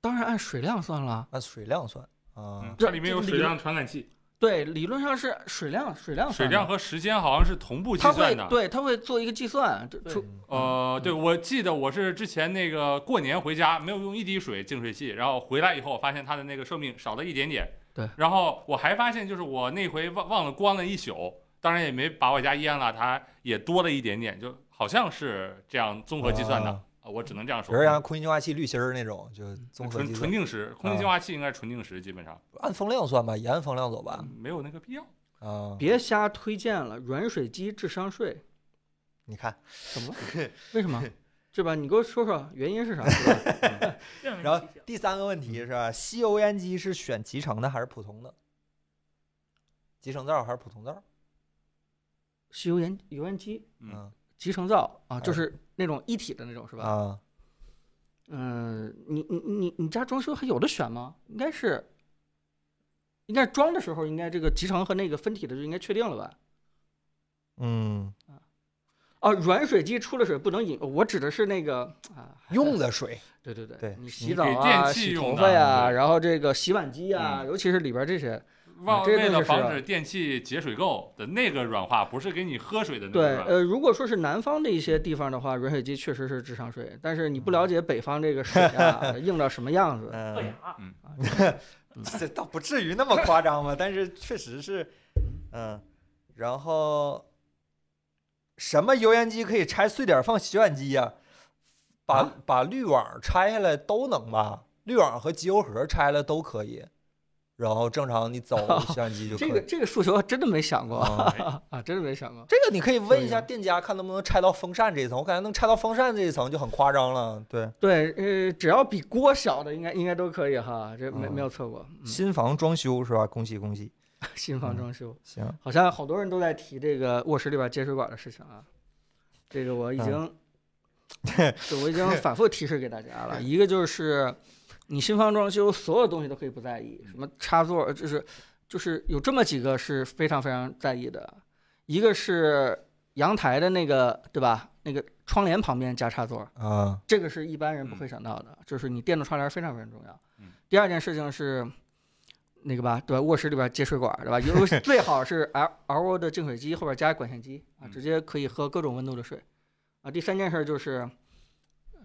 [SPEAKER 2] 当然按水量算了，
[SPEAKER 1] 按水量算啊、
[SPEAKER 4] 嗯，
[SPEAKER 2] 这
[SPEAKER 4] 它里面有
[SPEAKER 2] 这
[SPEAKER 4] 水
[SPEAKER 2] 里
[SPEAKER 4] 量传感器，
[SPEAKER 2] 对，理论上是水量，水量
[SPEAKER 4] 水
[SPEAKER 2] 算的
[SPEAKER 4] 量和时间好像是同步计
[SPEAKER 2] 它
[SPEAKER 4] 算
[SPEAKER 2] 会
[SPEAKER 4] 的。
[SPEAKER 2] 对，它会做一个计算，这
[SPEAKER 5] 对
[SPEAKER 2] 出
[SPEAKER 1] 嗯
[SPEAKER 4] 呃，对，我记得我是之前那个过年回家没有用一滴水净水器，然后回来以后发现它的那个寿命少了一点点。
[SPEAKER 2] 对，
[SPEAKER 4] 然后我还发现就是我那回忘忘了关了一宿，当然也没把我家淹了，它也多了一点点，就好像是这样综合计算的
[SPEAKER 1] 啊。嗯
[SPEAKER 4] 啊我只能这样
[SPEAKER 1] 比如像
[SPEAKER 4] 说。
[SPEAKER 1] 空气净化器滤芯儿那种，就综合
[SPEAKER 4] 纯
[SPEAKER 1] 计算，
[SPEAKER 4] 纯定时，空气净化器应该是纯定时，基本上
[SPEAKER 1] 按风量算吧，也按风量走吧。
[SPEAKER 4] 没有那个必要。
[SPEAKER 1] 啊、
[SPEAKER 2] 别瞎推荐了，软水机智商税，
[SPEAKER 1] 你看，
[SPEAKER 2] 怎么了？为什 么？是吧？你给我说说原因是啥？是吧
[SPEAKER 3] 愿闻
[SPEAKER 1] 然后
[SPEAKER 3] 其详
[SPEAKER 1] 第三个问题是吧，吸油烟机是选集成的还是普通的？集成灶还是普通灶？
[SPEAKER 2] 吸油烟油烟机
[SPEAKER 4] 嗯
[SPEAKER 2] 集成灶啊，就
[SPEAKER 1] 哎
[SPEAKER 2] 是那种一体的那种，是吧？
[SPEAKER 1] 啊，
[SPEAKER 2] 嗯，你你你你家装修还有的选吗？应该是，应该装的时候应该这个集成和那个分体的就应该确定了吧？
[SPEAKER 1] 嗯，
[SPEAKER 2] 啊，软水机出了水不能饮，我指的是那个啊，
[SPEAKER 1] 用的水，
[SPEAKER 2] 对对对，
[SPEAKER 1] 对
[SPEAKER 2] 你
[SPEAKER 4] 你
[SPEAKER 2] 洗澡
[SPEAKER 4] 给
[SPEAKER 2] 啊、
[SPEAKER 4] 电器
[SPEAKER 2] 洗头
[SPEAKER 4] 用
[SPEAKER 2] 发
[SPEAKER 4] 的
[SPEAKER 2] 呀、
[SPEAKER 4] 对
[SPEAKER 2] 然后这个洗碗机呀、
[SPEAKER 4] 嗯
[SPEAKER 2] 尤其是里边这些，
[SPEAKER 4] 忘
[SPEAKER 2] 这个
[SPEAKER 4] 为
[SPEAKER 2] 东
[SPEAKER 4] 了
[SPEAKER 2] 西是
[SPEAKER 4] 防止电器节水垢的那个软化，不是给你喝水的那个
[SPEAKER 2] 对，
[SPEAKER 4] 软化。
[SPEAKER 2] 呃，如果说是南方的一些地方的话，软水机确实是智商税，但是你不了解北方这个水啊硬到什么样子，
[SPEAKER 3] 硌
[SPEAKER 1] 嗯，
[SPEAKER 3] 牙，
[SPEAKER 1] 这倒不至于那么夸张吧，但是确实是，嗯，然后什么油烟机可以拆碎点儿放洗碗机呀、把、
[SPEAKER 2] 啊
[SPEAKER 1] 把滤网拆下来都能吧？滤网和机油盒拆了都可以，然后正常 你走洗碗机就可
[SPEAKER 2] 这
[SPEAKER 1] 以。
[SPEAKER 2] 个这个诉求还真的没想过、
[SPEAKER 1] 啊
[SPEAKER 2] 啊，真的没想过。
[SPEAKER 1] 这个你可以问一
[SPEAKER 2] 可以
[SPEAKER 1] 下
[SPEAKER 2] 啊
[SPEAKER 1] 店家，看能不能拆到风扇这一层。我感觉能拆到风扇这一层就很夸张了。对，
[SPEAKER 2] 对，呃，只要比锅小的，应该应该都可以哈，这没、没有错过。嗯、
[SPEAKER 1] 新房装修是吧？恭喜恭喜！
[SPEAKER 2] 新房装修，
[SPEAKER 1] 行，
[SPEAKER 2] 好像好多人都在提这个卧室里边接水管的事情啊，这个我已
[SPEAKER 1] 嗯
[SPEAKER 2] 经，对我已经反复提示给大家了。一个就是你新房装修，所有东西都可以不在意，什么插座，呃就是就是有这么几个是非常非常在意的，一个是阳台的那个，对吧？那个窗帘旁边加插座，
[SPEAKER 1] 啊，
[SPEAKER 2] 这个是一般人不会想到的，就是你电动窗帘非常非常重要
[SPEAKER 4] 嗯。
[SPEAKER 2] 第二件事情是，那个吧，对吧？卧室里边接水管，对吧？尤 最好是 L L O 的净水机后边加管线机啊，
[SPEAKER 4] 嗯
[SPEAKER 2] 直接可以喝各种温度的水啊。第三件事就是，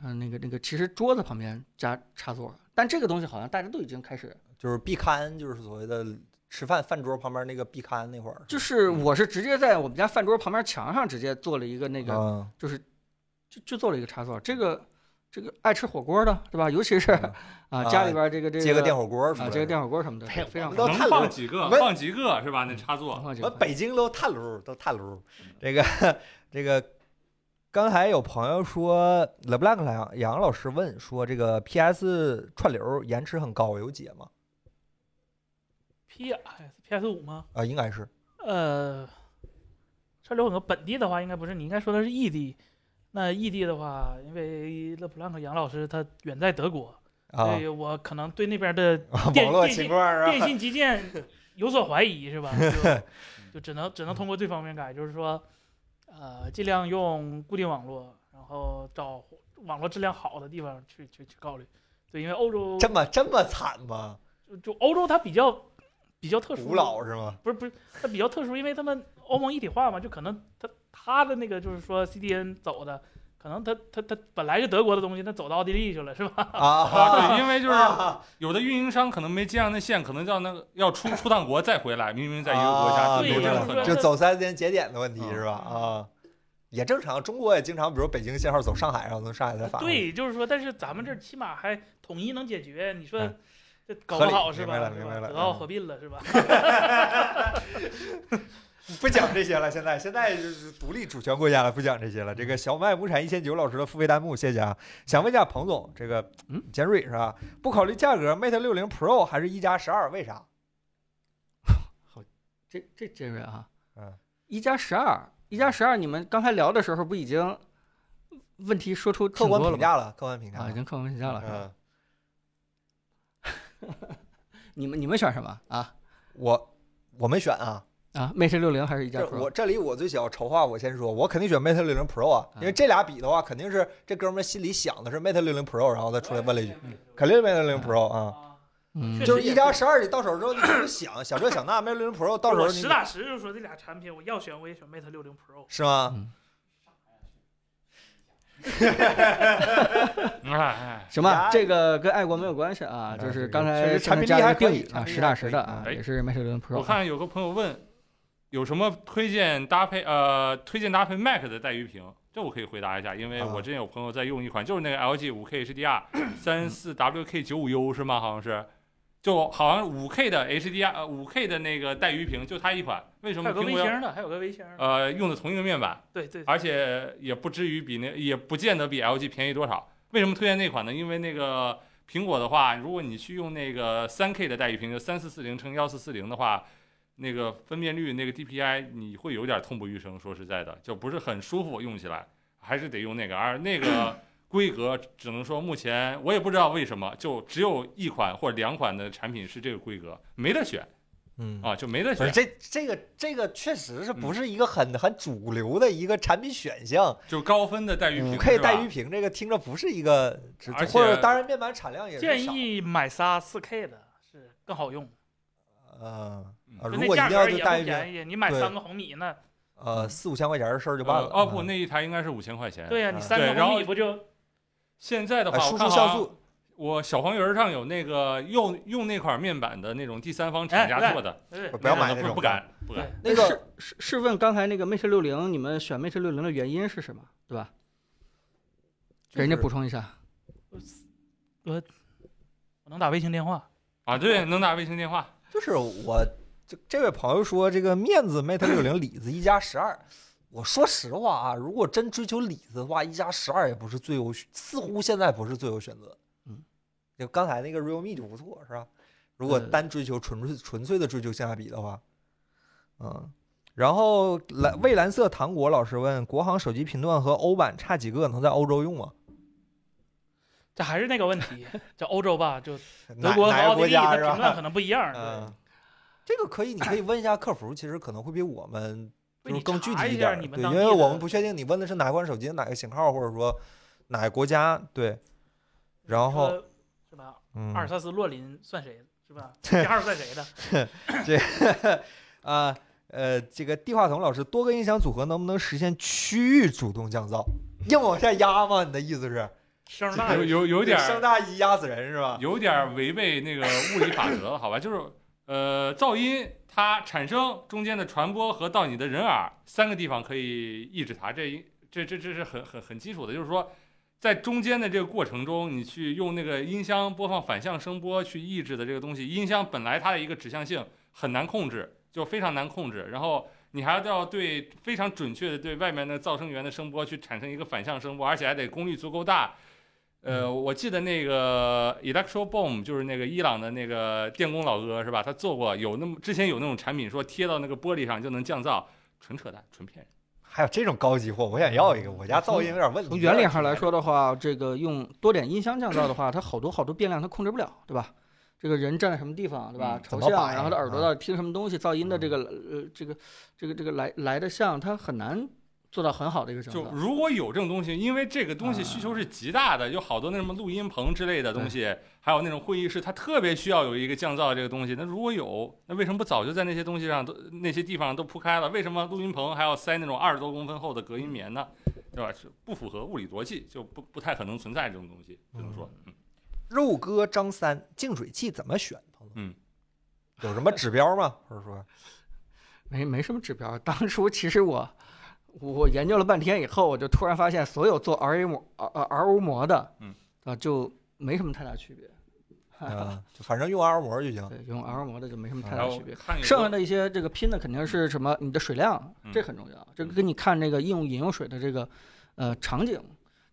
[SPEAKER 2] 嗯、那个那个，其实桌子旁边加插座，但这个东西好像大家都已经开始
[SPEAKER 1] 就是壁龛，就是所谓的吃饭饭桌旁边那个壁龛那会儿。
[SPEAKER 2] 就是我是直接在我们家饭桌旁边墙上直接做了一个那个，
[SPEAKER 1] 啊，
[SPEAKER 2] 就是就就做了一个插座。这个这个爱吃火锅的，对吧？尤其是
[SPEAKER 1] 嗯
[SPEAKER 2] 啊
[SPEAKER 1] 啊
[SPEAKER 2] 家里 边这个这个
[SPEAKER 1] 接个电火锅出来
[SPEAKER 2] 啊接个电火锅什么的，
[SPEAKER 1] 哎呀
[SPEAKER 2] 非常
[SPEAKER 1] 我们
[SPEAKER 2] 方
[SPEAKER 1] 都
[SPEAKER 4] 能
[SPEAKER 1] 太
[SPEAKER 4] 放
[SPEAKER 1] 冷
[SPEAKER 4] 几个
[SPEAKER 1] 我
[SPEAKER 4] 放几个是吧？那插座
[SPEAKER 2] 便。放这
[SPEAKER 1] 我
[SPEAKER 2] 个
[SPEAKER 1] 们北京都探路，都探路。这个这个，刚才有朋友说，The Black 杨杨老师问说，这个 PS 串流延迟很高，有解吗？
[SPEAKER 3] P S P S 五吗？
[SPEAKER 1] 啊，应该是
[SPEAKER 3] 呃，串流混合本地的话，应该不是，你应该说的是异地。那异地的话，因为勒普朗克杨老师他远在德国，
[SPEAKER 1] 啊
[SPEAKER 2] 哎
[SPEAKER 3] 所，以我可能对那边的电
[SPEAKER 1] 网络
[SPEAKER 3] 电信
[SPEAKER 1] 情况啊
[SPEAKER 3] 电信基建有所怀疑，是吧？就就只能只能通过这方面改，就是说，呃，尽量用固定网络，然后找网络质量好的地方去去去考虑。对，因为欧洲
[SPEAKER 1] 这么这么惨吗？
[SPEAKER 3] 就就欧洲它比较比较特殊，
[SPEAKER 1] 古老是 吗？
[SPEAKER 3] 不是不是它比较特殊，因为他们欧盟一体化嘛，就可能它它的那个就是说 CDN 走的，可能它它它本来是德国的东西，它走到奥地利去了，是吧？
[SPEAKER 1] 啊，
[SPEAKER 4] 啊，对，因为就是
[SPEAKER 1] 啊
[SPEAKER 4] 有的运营商可能没接上那线，可能要那个要出出趟国再回来，明明在一个国
[SPEAKER 1] 啊
[SPEAKER 4] 家，
[SPEAKER 3] 对
[SPEAKER 4] 有这
[SPEAKER 1] 明白
[SPEAKER 4] 种
[SPEAKER 1] 了
[SPEAKER 4] 可
[SPEAKER 3] 就是
[SPEAKER 4] 能。
[SPEAKER 1] 就走三间节点的问题
[SPEAKER 4] 嗯
[SPEAKER 1] 是吧？啊，也正常。中国也经常，比如北京信号走上海，然后从上海再返回去。
[SPEAKER 3] 对，就是说，但是咱们这儿起码还统一能解决，你说
[SPEAKER 1] 嗯
[SPEAKER 3] 这搞
[SPEAKER 1] 合
[SPEAKER 3] 不
[SPEAKER 1] 理
[SPEAKER 3] 好是
[SPEAKER 1] 明
[SPEAKER 3] 吧？
[SPEAKER 1] 白了
[SPEAKER 3] 是
[SPEAKER 1] 明
[SPEAKER 3] 吧
[SPEAKER 1] 白了
[SPEAKER 3] 德奥
[SPEAKER 1] 嗯
[SPEAKER 3] 合并了是吧？
[SPEAKER 1] 不讲这些了，现在现在就是独立主权国家了，不讲这些了。这个小麦亩产一千九老师的付费弹幕，谢谢啊！想问一下彭总，这个
[SPEAKER 2] 嗯
[SPEAKER 1] 尖锐是吧？不考虑价格，Mate 六零 Pro 还是一加十二？为啥？
[SPEAKER 2] 这这这位啊，
[SPEAKER 1] 嗯，
[SPEAKER 2] 一加十二，一加十二，你们刚才聊的时候不已经问题说出
[SPEAKER 1] 客
[SPEAKER 2] 挺
[SPEAKER 1] 观
[SPEAKER 2] 多了
[SPEAKER 1] 评
[SPEAKER 2] 吗？
[SPEAKER 1] 价了，客观评价
[SPEAKER 2] 啊，已
[SPEAKER 1] 了。
[SPEAKER 2] 经客观评价了。是吧
[SPEAKER 1] 嗯，
[SPEAKER 2] 你们你们选什么啊？
[SPEAKER 1] 我我没选啊，
[SPEAKER 2] 啊，Mate 六零还是一加
[SPEAKER 1] 这
[SPEAKER 2] Pro？
[SPEAKER 1] 我这里我最小丑话我先说，我肯定选 Mate 六零 Pro 啊，因为
[SPEAKER 2] 啊
[SPEAKER 1] 这俩比的话，肯定是这哥们儿心里想的是 Mate 六零 Pro，然后再出来问了一句，
[SPEAKER 5] 嗯
[SPEAKER 1] 肯定是 Mate 六零 Pro 啊，
[SPEAKER 3] 啊，
[SPEAKER 2] 嗯
[SPEAKER 3] 确实
[SPEAKER 1] 就是一加十二你到手之后你怎么想想这想那，Mate 六零 Pro 到时候
[SPEAKER 3] 我
[SPEAKER 1] 你
[SPEAKER 3] 实打实就说这俩产品，我要选我也选 Mate 六零 Pro。
[SPEAKER 1] 是吗？
[SPEAKER 2] 嗯
[SPEAKER 4] 哎，
[SPEAKER 2] 行吧
[SPEAKER 1] 呀，
[SPEAKER 2] 这个跟爱国没有关系啊，
[SPEAKER 1] 啊
[SPEAKER 2] 就
[SPEAKER 1] 这
[SPEAKER 2] 是
[SPEAKER 1] 个
[SPEAKER 2] 刚
[SPEAKER 1] 确
[SPEAKER 2] 才
[SPEAKER 1] 实产品
[SPEAKER 2] 加
[SPEAKER 1] 力
[SPEAKER 2] 了
[SPEAKER 1] 还
[SPEAKER 2] 个定
[SPEAKER 1] 可以
[SPEAKER 2] 义啊，
[SPEAKER 1] 产品力
[SPEAKER 2] 实打
[SPEAKER 1] 还
[SPEAKER 2] 实
[SPEAKER 1] 可以
[SPEAKER 2] 的啊，
[SPEAKER 4] 哎
[SPEAKER 2] 也是 Mate 六零 Pro
[SPEAKER 4] 我
[SPEAKER 2] 啊。
[SPEAKER 4] 看有个朋友问，有什么推荐搭配呃推荐搭配 Mac 的带鱼屏？这我可以回答一下，因为
[SPEAKER 1] 啊
[SPEAKER 4] 我之前有朋友在用一款，就是那个 LG 五 K HDR 三四 WK 九五 U 是吗？好像是，就好像五 K 的 HDR 呃五 K 的那个带鱼屏就它一款，为什
[SPEAKER 3] 还
[SPEAKER 4] 么
[SPEAKER 3] 有个
[SPEAKER 4] 苹
[SPEAKER 3] 微
[SPEAKER 4] 果要
[SPEAKER 3] 星的，还有个微星
[SPEAKER 1] 啊
[SPEAKER 3] 的，
[SPEAKER 4] 呃用的同一个面板？
[SPEAKER 3] 对对，对
[SPEAKER 4] 而且也不至于比那也不见得比 LG 便宜多少。为什么推荐那款呢？因为那个苹果的话，如果你去用那个三 K 的带鱼屏，就三四四零乘幺四四零的话，那个分辨率、那个 DPI 你会有点痛不欲生。说实在的，就不是很舒服，用起来还是得用那个。而 那个规格，只能说目前我也不知道为什么，就只有一款或者两款的产品是这个规格，没得选
[SPEAKER 1] 嗯。
[SPEAKER 4] 啊，就没得
[SPEAKER 1] 不是
[SPEAKER 4] 选。
[SPEAKER 1] 这这个这个确实是
[SPEAKER 4] 嗯
[SPEAKER 1] 不是一个很很主流的一个产品选项？
[SPEAKER 4] 就高分的带鱼
[SPEAKER 1] 五
[SPEAKER 4] 屏
[SPEAKER 1] K
[SPEAKER 4] 是吧
[SPEAKER 1] 带鱼屏这个听着不是一个直，
[SPEAKER 4] 而且
[SPEAKER 1] 或者当然面板产量也是
[SPEAKER 3] 建
[SPEAKER 1] 少
[SPEAKER 3] 议买仨四 K 的是更好用，
[SPEAKER 1] 嗯
[SPEAKER 4] 嗯
[SPEAKER 1] 啊，
[SPEAKER 3] 就
[SPEAKER 1] 如
[SPEAKER 3] 那
[SPEAKER 1] 果一
[SPEAKER 3] 价
[SPEAKER 1] 定
[SPEAKER 3] 格
[SPEAKER 1] 要
[SPEAKER 3] 也
[SPEAKER 1] 就
[SPEAKER 3] 不
[SPEAKER 1] 带鱼屏，
[SPEAKER 3] 便宜，你买
[SPEAKER 1] 对
[SPEAKER 3] 三个红米呢？
[SPEAKER 1] 呃，四五千块钱的事儿就办
[SPEAKER 4] 呃
[SPEAKER 1] 了。
[SPEAKER 4] ，OPPO
[SPEAKER 1] 嗯
[SPEAKER 4] 那一台应该是五千块钱。
[SPEAKER 3] 对呀、
[SPEAKER 1] 嗯
[SPEAKER 3] 你三
[SPEAKER 4] 对
[SPEAKER 3] 个
[SPEAKER 4] 然
[SPEAKER 3] 红
[SPEAKER 4] 后
[SPEAKER 3] 米不就
[SPEAKER 4] 现在的话，
[SPEAKER 1] 啊
[SPEAKER 4] 我
[SPEAKER 1] 输
[SPEAKER 4] 看
[SPEAKER 1] 出
[SPEAKER 4] 好像
[SPEAKER 1] 像素
[SPEAKER 4] 我小黄鱼儿上有那个用用那块面板的那种第三方厂家做的，
[SPEAKER 3] 对
[SPEAKER 1] 哎不要买
[SPEAKER 4] 不
[SPEAKER 1] 那种
[SPEAKER 4] 不敢不敢。
[SPEAKER 1] 那个
[SPEAKER 2] 试试试问刚才那个 Mate 六零，你们选 Mate 六零的原因是什么？对吧？给人家补充一下。
[SPEAKER 3] 我能打卫星电话，
[SPEAKER 4] 啊，对，能打卫星电话。
[SPEAKER 1] 就是我这这位朋友说这个面子 Mate 六零里子一加十二，我说实话啊，如果真追求里子的话，一加十二也不是最优，似乎现在不是最优选择。
[SPEAKER 2] 嗯，
[SPEAKER 1] 就刚才那个 Realme 就不错，是吧？如果
[SPEAKER 2] 呃
[SPEAKER 1] 单追求纯粹纯粹的追求性价比的话，嗯。然后蓝蔚蓝色糖果老师问：国行手机频段和欧版差几个？能在欧洲用吗？
[SPEAKER 3] 这还是那个问题，叫欧洲吧，就
[SPEAKER 1] 哪
[SPEAKER 3] 德国和
[SPEAKER 1] 哪个
[SPEAKER 3] 奥
[SPEAKER 1] 国
[SPEAKER 3] 地利它
[SPEAKER 1] 家是
[SPEAKER 3] 评论
[SPEAKER 1] 吧？
[SPEAKER 3] 可能不 一样，对
[SPEAKER 1] 嗯，这个可以，你可以问一下客服，其实可能会比我们就
[SPEAKER 3] 对
[SPEAKER 1] 是
[SPEAKER 3] 你
[SPEAKER 1] 更具
[SPEAKER 3] 查
[SPEAKER 1] 体
[SPEAKER 3] 一
[SPEAKER 1] 点
[SPEAKER 3] 下
[SPEAKER 1] 儿，
[SPEAKER 3] 你们
[SPEAKER 1] 对，
[SPEAKER 3] 当
[SPEAKER 1] 因
[SPEAKER 3] 地
[SPEAKER 1] 为我
[SPEAKER 3] 的
[SPEAKER 1] 们不确定你问的是哪款手机、哪个型号，或者说哪个国家。对，然后
[SPEAKER 3] 嗯说是吧？
[SPEAKER 1] 嗯，
[SPEAKER 3] 阿尔萨斯洛林算谁的？是 吧？加号算谁的？
[SPEAKER 1] 这啊 呃，这个地话筒老师，多个音响组合能不能实现区域主动降噪？硬往下压吗？你的意思是
[SPEAKER 3] 声大
[SPEAKER 4] 有有有点儿
[SPEAKER 1] 声大一压死人是吧？
[SPEAKER 4] 有点儿违背那个物理法 则了，好吧？就是呃，噪音它产生中间的传播和到你的人耳三个地方可以抑制它，这一这这这是很很很基础的，就是说。在中间的这个过程中，你去用那个音箱播放反向声波去抑制的这个东西，音箱本来它的一个指向性很难控制，就非常难控制。然后你还要对非常准确的对外面的噪声源的声波去产生一个反向声波，而且还得功率足够大，呃，我记得那个 Electro Boom 就是那个伊朗的那个电工老哥是吧？他做过有那么之前有那种产品说贴到那个玻璃上就能降噪，纯扯淡，纯骗人。
[SPEAKER 1] 还有这种高级货，我想要一个，我家噪音有点问题。
[SPEAKER 2] 从原理上来，说的话，这个用多点音箱降噪的话，它好多好多变量它控制不了，对吧？这个人站在什么地方，对吧
[SPEAKER 4] 嗯？
[SPEAKER 2] 朝
[SPEAKER 1] 怎么
[SPEAKER 2] 向，
[SPEAKER 1] 摆
[SPEAKER 2] 然后他耳朵
[SPEAKER 1] 啊
[SPEAKER 2] 到底听什么东西，噪音的这个呃这个这个这个来来的像，它很难做到很好的一个降
[SPEAKER 4] 就嗯
[SPEAKER 2] 噪。
[SPEAKER 4] 如果有这种东西，因为这个东西需求是极大的，有好多那什么录音棚之类的东西，还有那种会议室，它特别需要有一个降噪这个东西。那如果有，那为什么不早就在那些东西上都那些地方都铺开了？为什么录音棚还要塞那种二十多公分厚的隔音棉呢？对吧？是不符合物理逻辑，就不不太可能存在这种东西，只能说。嗯
[SPEAKER 1] 肉哥张三净水器怎么选？朋友
[SPEAKER 4] 嗯，
[SPEAKER 1] 有什么指标吗？或者说，
[SPEAKER 2] 没没什么指标。当初其实我我研究了半天以后，我就突然发现，所有做 RA 膜呃呃 RO 膜的，
[SPEAKER 4] 嗯啊
[SPEAKER 2] 啊就没什么太大区别。
[SPEAKER 1] 嗯，就反正用按摩就行。
[SPEAKER 2] 对，用 RO 膜的就没什么太
[SPEAKER 4] 然
[SPEAKER 2] 大
[SPEAKER 4] 后
[SPEAKER 2] 区别。
[SPEAKER 4] 看有
[SPEAKER 2] 剩下
[SPEAKER 4] 多
[SPEAKER 2] 的一些这个拼的肯定是什么？你的水量
[SPEAKER 4] 嗯
[SPEAKER 2] 这很重要，这个跟你看这个应用饮用水的这个呃场景，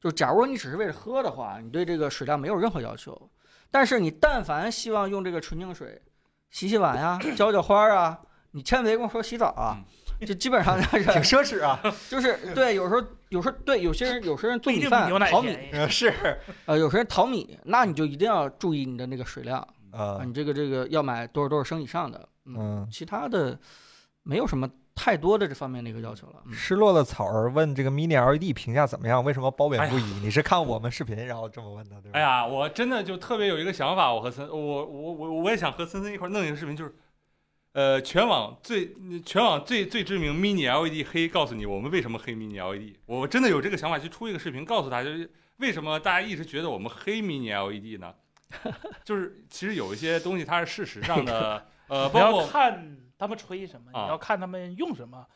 [SPEAKER 2] 就假如你只是为了喝的话，你对这个水量没有任何要求。但是你但凡希望用这个纯净水洗洗碗呀、浇浇花啊，你千万别跟我说洗澡啊，就基本上 就
[SPEAKER 1] 挺
[SPEAKER 2] 是
[SPEAKER 1] 奢侈啊，
[SPEAKER 2] 就是对，有时候有时候对有些人有些人
[SPEAKER 3] 不
[SPEAKER 2] 做
[SPEAKER 3] 一
[SPEAKER 2] 米
[SPEAKER 3] 定比
[SPEAKER 2] 饭
[SPEAKER 3] 牛奶
[SPEAKER 2] 淘米
[SPEAKER 3] 便宜。嗯
[SPEAKER 1] 呃是
[SPEAKER 2] 呃，有些人淘米，那你就一定要注意你的那个水量。
[SPEAKER 1] 啊
[SPEAKER 2] 啊，你这个这个要买多少多少升以上的，
[SPEAKER 1] 嗯，
[SPEAKER 2] 其他的没有什么太多的这方面的一个要求了。嗯
[SPEAKER 1] 失落的草儿问这个 Mini LED E 评价怎么样？为什么褒
[SPEAKER 4] 哎
[SPEAKER 1] 贬
[SPEAKER 4] 呀
[SPEAKER 1] 不一？你是看我们视频然后这么问的，对吧？
[SPEAKER 4] 哎呀，我真的就特别有一个想法，我和森，我我我我也想和森森一块儿弄一个视频，就是，呃，全网最全网最最知名 mini LED E 黑，告诉你我们为什么黑 mini LED。我真的有这个想法，去出一个视频，告诉大家为什么大家一直觉得我们黑 mini LED E 呢？ 就是其实有一些东西它是事实上的，呃，
[SPEAKER 3] 你
[SPEAKER 4] 包
[SPEAKER 3] 要
[SPEAKER 4] 括
[SPEAKER 3] 看他们吹什么，
[SPEAKER 4] 啊
[SPEAKER 3] 你要看他们用什么，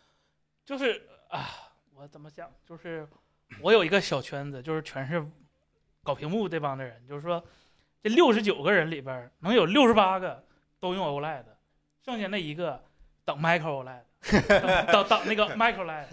[SPEAKER 3] 就是啊，我怎么讲，就是我有一个小圈子，就是全是搞屏幕这帮的人，就是说这六十九个人里边儿能有六十八个都用 OLED，剩下那一个等 Micro OLED，等 E 等等那个 Micro OLED，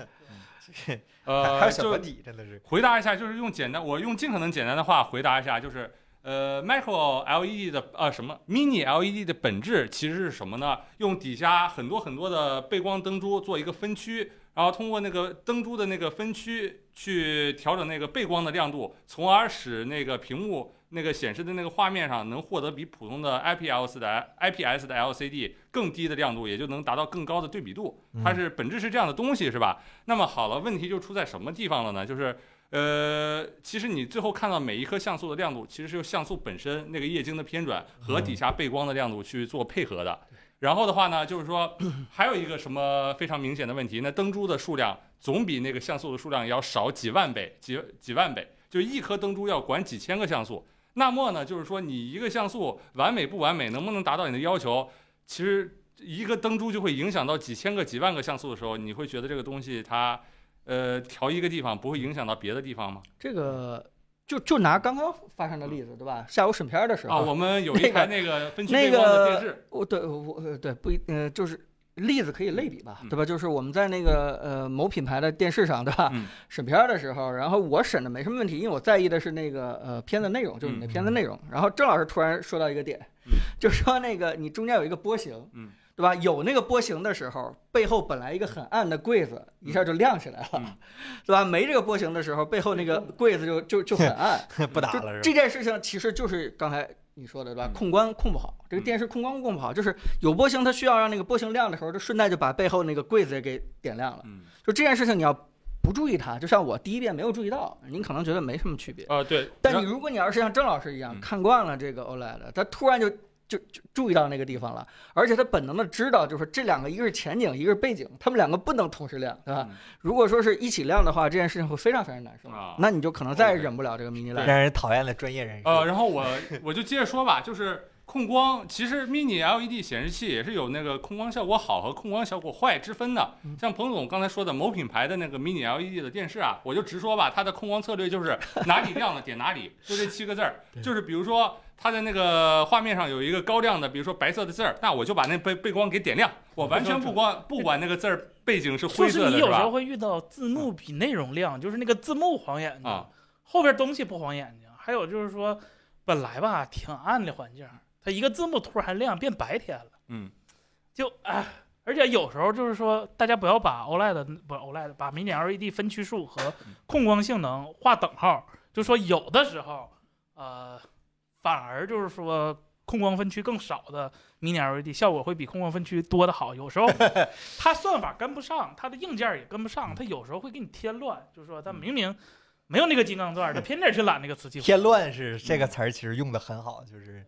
[SPEAKER 1] 还
[SPEAKER 4] 呃，
[SPEAKER 1] 还有小
[SPEAKER 4] 就
[SPEAKER 1] 团体真 的是，
[SPEAKER 4] 回答一下，就是用简单，我用尽可能简单的话回答一下，就是呃，micro LED 的呃什么 mini LED 的本质其实是什么呢？用底下很多很多的背光灯珠做一个分区，然后通过那个灯珠的那个分区去调整那个背光的亮度，从而使那个屏幕那个显示的那个画面上能获得比普通的 IPS 的 IPS 的 LCD 更低的亮度，也就能达到更高的对比度。它是本质是这样的东西，是吧？那么好了，问题就出在什么地方了呢？就是呃，其实你最后看到每一颗像素的亮度，其实是由像素本身那个液晶的偏转和底下背光的亮度去做配合的。然后的话呢，就是说还有一个什么非常明显的问题，那灯珠的数量总比那个像素的数量要少几万倍、几几万倍，就一颗灯珠要管几千个像素。那么呢，就是说你一个像素完美不完美，能不能达到你的要求，其实一个灯珠就会影响到几千个、几万个像素的时候，你会觉得这个东西它。呃，调一个地方不会影响到别的地方吗？
[SPEAKER 2] 这个就就拿刚刚发生的例子，对吧？下午审片儿的时候，
[SPEAKER 4] 啊，我们有一台那个分区
[SPEAKER 2] 那
[SPEAKER 4] 背光的
[SPEAKER 2] 个
[SPEAKER 4] 电视，
[SPEAKER 2] 我对我呃对不一呃就是例子可以类比吧，
[SPEAKER 4] 嗯
[SPEAKER 2] 对吧？就是我们在那个呃某品牌的电视上，对吧？
[SPEAKER 4] 嗯
[SPEAKER 2] 审片儿的时候，然后我审的没什么问题，因为我在意的是那个呃片子内容，就是你
[SPEAKER 4] 嗯
[SPEAKER 2] 的片子内容。然后郑老师突然说到一个点，
[SPEAKER 4] 嗯
[SPEAKER 2] 就说那个你中间有一个波形，
[SPEAKER 4] 嗯
[SPEAKER 2] 对吧？有那个波形的时候，背后本来一个很暗的柜子一下就亮起来了，
[SPEAKER 4] 嗯
[SPEAKER 2] 对吧？没这个波形的时候，背后那个柜子就就就很暗。
[SPEAKER 1] 不打
[SPEAKER 2] 就
[SPEAKER 1] 了是
[SPEAKER 2] 这
[SPEAKER 1] 吧？
[SPEAKER 2] 件事情其实就是刚才你说的对吧？
[SPEAKER 4] 嗯
[SPEAKER 2] 控光控不好，这个
[SPEAKER 4] 嗯
[SPEAKER 2] 电视控光控不好，就是有波形，它需要让那个波形亮的时候，就顺带就把背后那个柜子也给点亮了。
[SPEAKER 4] 嗯，
[SPEAKER 2] 就这件事情你要不注意它，就像我第一遍没有注意到，您可能觉得没什么区别。
[SPEAKER 4] 啊对，
[SPEAKER 2] 但你如果你要是像郑老师一样
[SPEAKER 4] 嗯
[SPEAKER 2] 看惯了这个 OLED，他突然就就就注意到那个地方了，而且他本能的知道，就是这两个一个是前景，一个是背景，他们两个不能同时亮，对吧？
[SPEAKER 4] 嗯
[SPEAKER 2] 如果说是一起亮的话，这件事情会非常非常难受
[SPEAKER 4] 啊，
[SPEAKER 2] 那你就可能再也
[SPEAKER 4] OK
[SPEAKER 2] 忍不了这个迷你 LED。
[SPEAKER 1] 让人讨厌的专业人士。
[SPEAKER 4] 呃，然后我我就接着说吧，就是控光，其实 mini LED 显示器也是有那个控光效果好和控光效果坏之分的。
[SPEAKER 3] 嗯
[SPEAKER 4] 像彭总刚才说的某品牌的那个 mini LED 的电视啊，我就直说吧，它的控光策略 就是哪里亮了点哪里，就这七个字儿。就是比如说它的那个画面上有一个高亮的，比如说白色的字儿，那我就把那背背光给点亮，我完全不光不管那个字儿背景是
[SPEAKER 3] 就
[SPEAKER 4] 灰
[SPEAKER 3] 是
[SPEAKER 4] 色的，
[SPEAKER 3] 你
[SPEAKER 4] 是
[SPEAKER 3] 有时
[SPEAKER 4] 吧嗯
[SPEAKER 3] 候？会遇到字幕比内容亮，就是那个字幕晃眼睛，
[SPEAKER 4] 啊
[SPEAKER 3] 后边东西不晃眼睛。还有就是说，本来吧挺暗的环境，它一个字幕突然亮变白天了。
[SPEAKER 4] 嗯，
[SPEAKER 3] 就啊，而且有时候就是说，大家不要把 OLED 不是 OLED 把迷你 LED 分区数和
[SPEAKER 4] 嗯
[SPEAKER 3] 控光性能画等号，就说有的时候，呃，反而就是说控光分区更少的迷你 LED 效果会比控光分区多的好。有时候它算法跟不上，它的硬件也跟
[SPEAKER 1] 嗯
[SPEAKER 3] 不上，它有时候会给你添乱，就是说它明明没有那个金刚钻，它偏得去揽那个瓷器活。
[SPEAKER 1] 添乱是这个词儿，其实用的很好，就是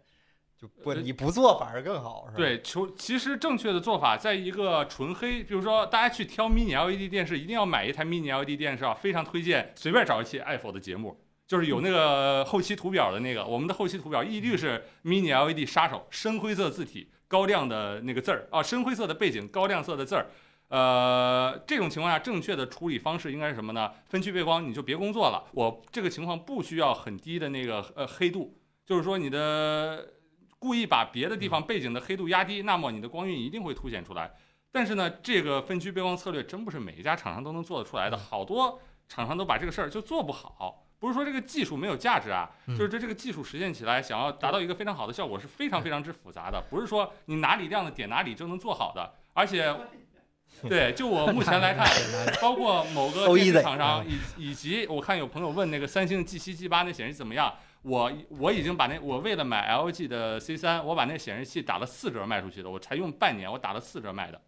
[SPEAKER 1] 就不
[SPEAKER 4] 呃
[SPEAKER 1] 你不做反而更好，是吧？，
[SPEAKER 4] 对，求其实正确的做法，在一个纯黑，比如说大家去挑 mini LED E 电视，一定要买一台 mini LED 电视啊，非常推荐随便找一期 i p h o 的节目，就是有那个后期图表的那个，我们的后期图表一律是 mini LED E 杀手，深灰色字体，高亮的那个字儿啊，深灰色的背景，高亮色的字儿。呃，这种情况下，正确的处理方式应该是什么呢？分区背光，你就别工作了。我这个情况不需要很低的那个呃黑度，就是说你的故意把别的地方背景的黑度压低，那么你的光晕一定会凸显出来。但是呢，这个分区背光策略真不是每一家厂商都能做得出来的，好多厂商都把这个事儿就做不好。不是说这个技术没有价值啊，
[SPEAKER 1] 嗯
[SPEAKER 4] 就是这这个技术实现起来，想要达到一个非常好的效果是非常非常之复杂的，不是说你哪里亮的点哪里就能做好的。而且对，就我目前来看，包括某个
[SPEAKER 1] So
[SPEAKER 4] 电视
[SPEAKER 1] easy
[SPEAKER 4] 厂商，以以及我看有朋友问那个三星 G 七 G 八那显示器怎么样，我我已经把那我为了买 LG 的 C 三，我把那显示器打了四折卖出去的，我才用半年，我打了四折卖的，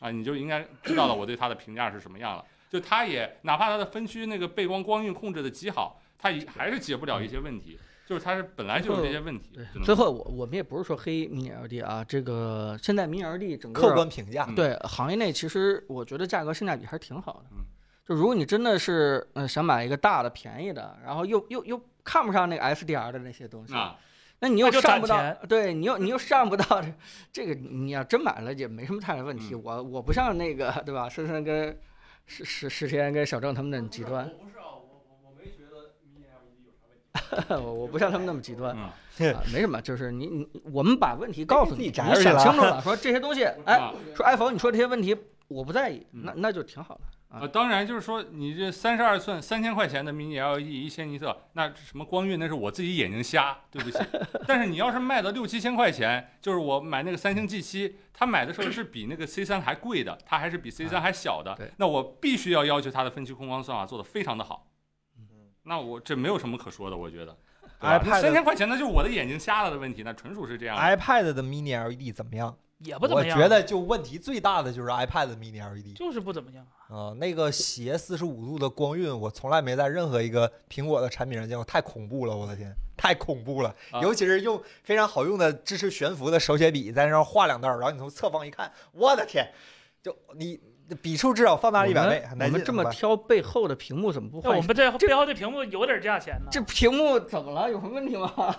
[SPEAKER 4] 啊，你就应该知道了我对它的评价是什么样了。就它也哪怕它的分区那个背光光晕控制的极好，它也还是解不了一些问题，就是它是本来就有这些问题。只能
[SPEAKER 2] 最后我我们也不是说黑 Mini LED 啊，这个现在 Mini LED 整个
[SPEAKER 1] 客观评价
[SPEAKER 4] 嗯
[SPEAKER 2] 对行业内其实我觉得价格性价比还是挺好的
[SPEAKER 4] 嗯。
[SPEAKER 2] 就如果你真的是嗯想买一个大的便宜的，然后又又又看不上那个 HDR 的那些东西，
[SPEAKER 4] 啊，
[SPEAKER 2] 那你又
[SPEAKER 3] 那就
[SPEAKER 2] 上
[SPEAKER 3] 攒
[SPEAKER 2] 不到
[SPEAKER 3] 钱，
[SPEAKER 2] 对你又你又上不到这这个，你要真买了也没什么太大问题。
[SPEAKER 4] 嗯
[SPEAKER 2] 我我不像那个对吧，深深跟史史史天跟小郑他们那么极端，
[SPEAKER 5] 我不是啊，我我我没觉得 mini LED E 有啥问题。
[SPEAKER 2] 我我不像他们那么极端。
[SPEAKER 4] 嗯，
[SPEAKER 2] 啊，没什么，就是你你我们把问题告诉
[SPEAKER 1] 自己
[SPEAKER 2] 你，你
[SPEAKER 1] 摘出去
[SPEAKER 2] 想
[SPEAKER 1] 了
[SPEAKER 2] 清楚了，说这些东西，哎，
[SPEAKER 4] 啊
[SPEAKER 2] 说 iPhone 你说这些问题我不在意，
[SPEAKER 4] 嗯
[SPEAKER 2] 那那就挺好的。啊
[SPEAKER 4] 呃，当然就是说，你这三十二寸三千块钱的 mini LED E 一千尼特，那什么光晕那是我自己眼睛瞎，对不起。但是你要是卖到六七千块钱，就是我买那个三星 G 七，它买的时候是比那个 C 三还贵的，它还是比 C 三还小的
[SPEAKER 2] 啊对，
[SPEAKER 4] 那我必须要要求它的分区控光算法做得非常的好。那我这没有什么可说的，我觉得。
[SPEAKER 1] iPad
[SPEAKER 4] 三千块钱那就是我的眼睛瞎了的问题，那纯属是这样的。
[SPEAKER 1] iPad 的 Mini LED E 怎么样？
[SPEAKER 3] 也不怎
[SPEAKER 1] 我
[SPEAKER 3] 么样。
[SPEAKER 1] 觉得就问题最大的就是 iPad 的 Mini LED
[SPEAKER 3] 就是不怎么样。
[SPEAKER 1] 啊、那个斜四十五度的光晕，我从来没在任何一个苹果的产品上见过，太恐怖了！我的天，太恐怖了！
[SPEAKER 4] 啊
[SPEAKER 1] 尤其是用非常好用的支持悬浮的手写笔在那上画两道，然后你从侧方一看，我的天，就你笔触至少放大一百倍，
[SPEAKER 2] 我
[SPEAKER 1] 很
[SPEAKER 2] 们
[SPEAKER 1] 难
[SPEAKER 2] 我们
[SPEAKER 1] 进。
[SPEAKER 2] 这么
[SPEAKER 1] 怎办
[SPEAKER 2] 挑背后的屏幕怎么不
[SPEAKER 3] 那我
[SPEAKER 2] 换？
[SPEAKER 3] 们这
[SPEAKER 2] 这
[SPEAKER 3] 背后这屏幕有点价钱呢。
[SPEAKER 2] 这屏幕怎么了？有什么问题吗？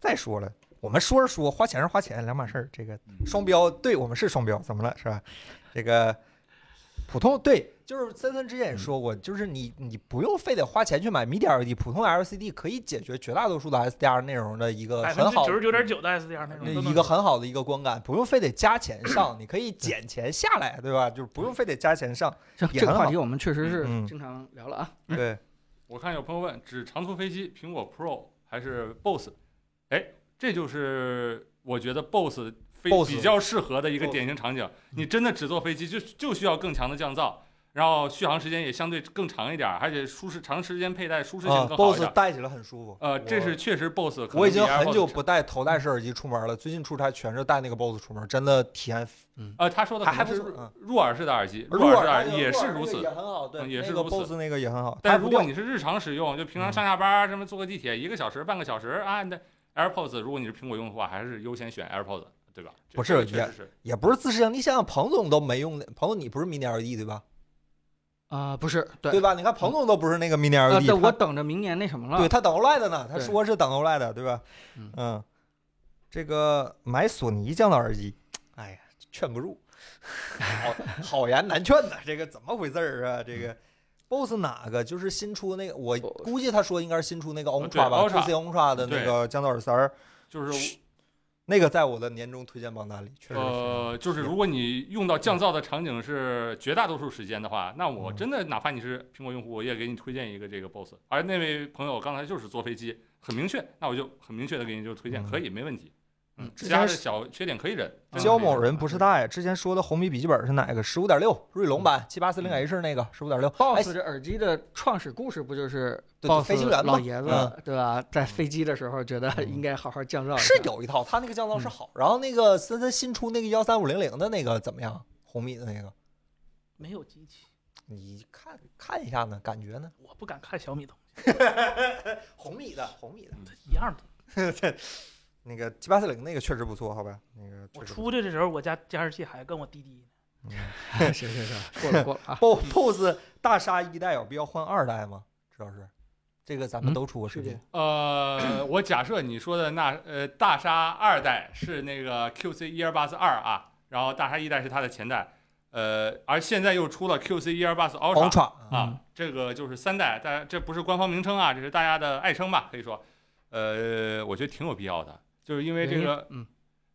[SPEAKER 1] 再说了，我们说是说，花钱是花钱，两码事儿。这个双标，对我们是双标，怎么了是吧？这个普通对，就是森森之前也说过，就是你你不用非得花钱去买 Mini LED，普通 LCD 可以解决绝大多数的 SDR 内容的一个
[SPEAKER 3] 百分
[SPEAKER 1] 很
[SPEAKER 3] 之
[SPEAKER 1] 好嗯
[SPEAKER 3] 九十九点九的 SDR 那
[SPEAKER 1] 那
[SPEAKER 3] 种都
[SPEAKER 1] 一
[SPEAKER 3] 能
[SPEAKER 1] 个很好的一个观感，不用非得加钱上，你可以减钱下来，对吧？就是不用非得加钱上，
[SPEAKER 2] 这
[SPEAKER 1] 也
[SPEAKER 2] 这个
[SPEAKER 1] 很
[SPEAKER 2] 话
[SPEAKER 1] 好
[SPEAKER 2] 题我们确实是
[SPEAKER 1] 嗯
[SPEAKER 2] 经常聊了啊。
[SPEAKER 4] 嗯
[SPEAKER 1] 对，
[SPEAKER 4] 我看有朋友问，指长途飞机，苹果 Pro 还是 Boss？哎，这就是我觉得 Boss 非
[SPEAKER 1] Boss
[SPEAKER 4] 比较适合的一个
[SPEAKER 1] Boss
[SPEAKER 4] 典型场景。
[SPEAKER 1] 嗯
[SPEAKER 4] 你真的只坐飞机，就就需要更强的降噪，然后续航时间也相对更长一点儿，而且舒适长时间佩戴舒适性
[SPEAKER 1] 啊
[SPEAKER 4] 更好一
[SPEAKER 1] ，BOSS
[SPEAKER 4] 点儿。
[SPEAKER 1] 戴起来很舒服。
[SPEAKER 4] 呃，这
[SPEAKER 1] 我
[SPEAKER 4] 是确实 Boss 可能
[SPEAKER 1] 我已经
[SPEAKER 4] 比 AirPods
[SPEAKER 1] 很久不戴头戴式耳机出门了，最近出差全是戴那个 BOSS 出门，真的体验
[SPEAKER 4] 呃，他说的可
[SPEAKER 1] 还
[SPEAKER 4] 能
[SPEAKER 1] 不错
[SPEAKER 4] 是
[SPEAKER 1] 嗯
[SPEAKER 4] 入耳式的耳机，
[SPEAKER 1] 入
[SPEAKER 4] 入耳
[SPEAKER 1] 耳
[SPEAKER 4] 式的耳
[SPEAKER 1] 那
[SPEAKER 4] 机
[SPEAKER 1] 个
[SPEAKER 4] 也
[SPEAKER 1] 入耳
[SPEAKER 4] 是
[SPEAKER 1] 那
[SPEAKER 4] 如
[SPEAKER 1] 个
[SPEAKER 4] 此
[SPEAKER 1] 也。很好，对，
[SPEAKER 4] 嗯也是
[SPEAKER 1] 那个
[SPEAKER 4] 如此
[SPEAKER 1] BOSS 那个也很好，
[SPEAKER 4] 但
[SPEAKER 1] 它
[SPEAKER 4] 如
[SPEAKER 1] 不
[SPEAKER 4] 果
[SPEAKER 1] 掉嗯
[SPEAKER 4] 你是日常使用，就平常上下班儿什么坐个地铁一个小时、半个小时啊，那 AirPods 如果你是苹果用户的话，还是优先选 AirPods，对吧？这
[SPEAKER 1] 不是
[SPEAKER 4] 这个确
[SPEAKER 1] 也
[SPEAKER 4] 实是
[SPEAKER 1] 也不是自适应，你想想彭总都没用的，彭总你不是 Mini LED 对吧？
[SPEAKER 2] 啊，不是，对
[SPEAKER 1] 对吧？你看彭总都不是那个 Mini
[SPEAKER 2] 啊，
[SPEAKER 1] LED，
[SPEAKER 2] 对，我
[SPEAKER 1] 他
[SPEAKER 2] 等着明年那什么
[SPEAKER 1] 对
[SPEAKER 2] 了。
[SPEAKER 1] 他等 OLED 呢，他
[SPEAKER 2] 对
[SPEAKER 1] 说是等 OLED 的对吧
[SPEAKER 2] 嗯？
[SPEAKER 1] 嗯，这个买索尼降噪耳机，哎呀，劝不住，好好言难劝呐，这个怎么回事儿啊？这个。BOSS 哪个就是新出那个？我估计他说应该是新出那个
[SPEAKER 4] 对
[SPEAKER 1] Ultra 吧
[SPEAKER 4] Ultra
[SPEAKER 1] ，TC Ultra 的那
[SPEAKER 4] 对
[SPEAKER 1] 个降噪耳塞儿，
[SPEAKER 4] 就是
[SPEAKER 1] 那个在我的年终推荐榜单里，确实是嗯
[SPEAKER 4] 呃，就是如果你用到降噪的场景是绝大多数时间的话，那我真的哪怕你是苹果用户，我也给你推荐一个这个 BOSS。而那位朋友刚才就是坐飞机，很明确，那我就很明确的给你就推荐，
[SPEAKER 1] 嗯
[SPEAKER 4] 可以没问题。嗯，
[SPEAKER 1] 之
[SPEAKER 4] 其他
[SPEAKER 1] 前
[SPEAKER 4] 的
[SPEAKER 1] 是
[SPEAKER 4] 小缺点可以忍。真的
[SPEAKER 1] 焦
[SPEAKER 4] 可以
[SPEAKER 1] 某
[SPEAKER 4] 忍
[SPEAKER 1] 人不是大爷，之前说的红米笔记本是哪个？十五点六，锐龙版七八四零 H 那个十五点六。哎
[SPEAKER 2] BOSS 这耳机的创始故事不就是
[SPEAKER 1] 对
[SPEAKER 2] BOSS
[SPEAKER 1] 飞行员嘛
[SPEAKER 2] 老爷子
[SPEAKER 1] 嗯
[SPEAKER 2] 对吧？在飞机的时候觉得应该好好降噪一下。
[SPEAKER 1] 是嗯有一套，它那个降噪是好。然后那个森森新出那个幺三五零零的那个怎么样？红米的那个，
[SPEAKER 3] 没有机器，
[SPEAKER 1] 你看看一下呢，感觉呢？
[SPEAKER 3] 我不敢看小米的，
[SPEAKER 1] 红米的，红米的
[SPEAKER 3] 一样的。
[SPEAKER 1] 那个七八四零那个确实不错，好吧？那个
[SPEAKER 3] 我
[SPEAKER 1] 确实嗯
[SPEAKER 3] 出去的时候，我家监视器还跟我滴滴呢。
[SPEAKER 2] 行行行， 过了过了啊。
[SPEAKER 1] 不错。BOSS 大鲨一代有必要换二代吗？主要是这个咱们都出过视频，
[SPEAKER 4] 呃，我假设你说的那呃大鲨二代是那个 QC 一二八四二啊，然后大鲨一代是它的前代，呃，而现在又出了 QC 一二八四 Ultra，,
[SPEAKER 1] Ultra
[SPEAKER 4] 啊，这个就是三代，大家这不是官方名称啊，这是大家的爱称吧，可以说，呃，我觉得挺有必要的，就是因为这个
[SPEAKER 2] 嗯，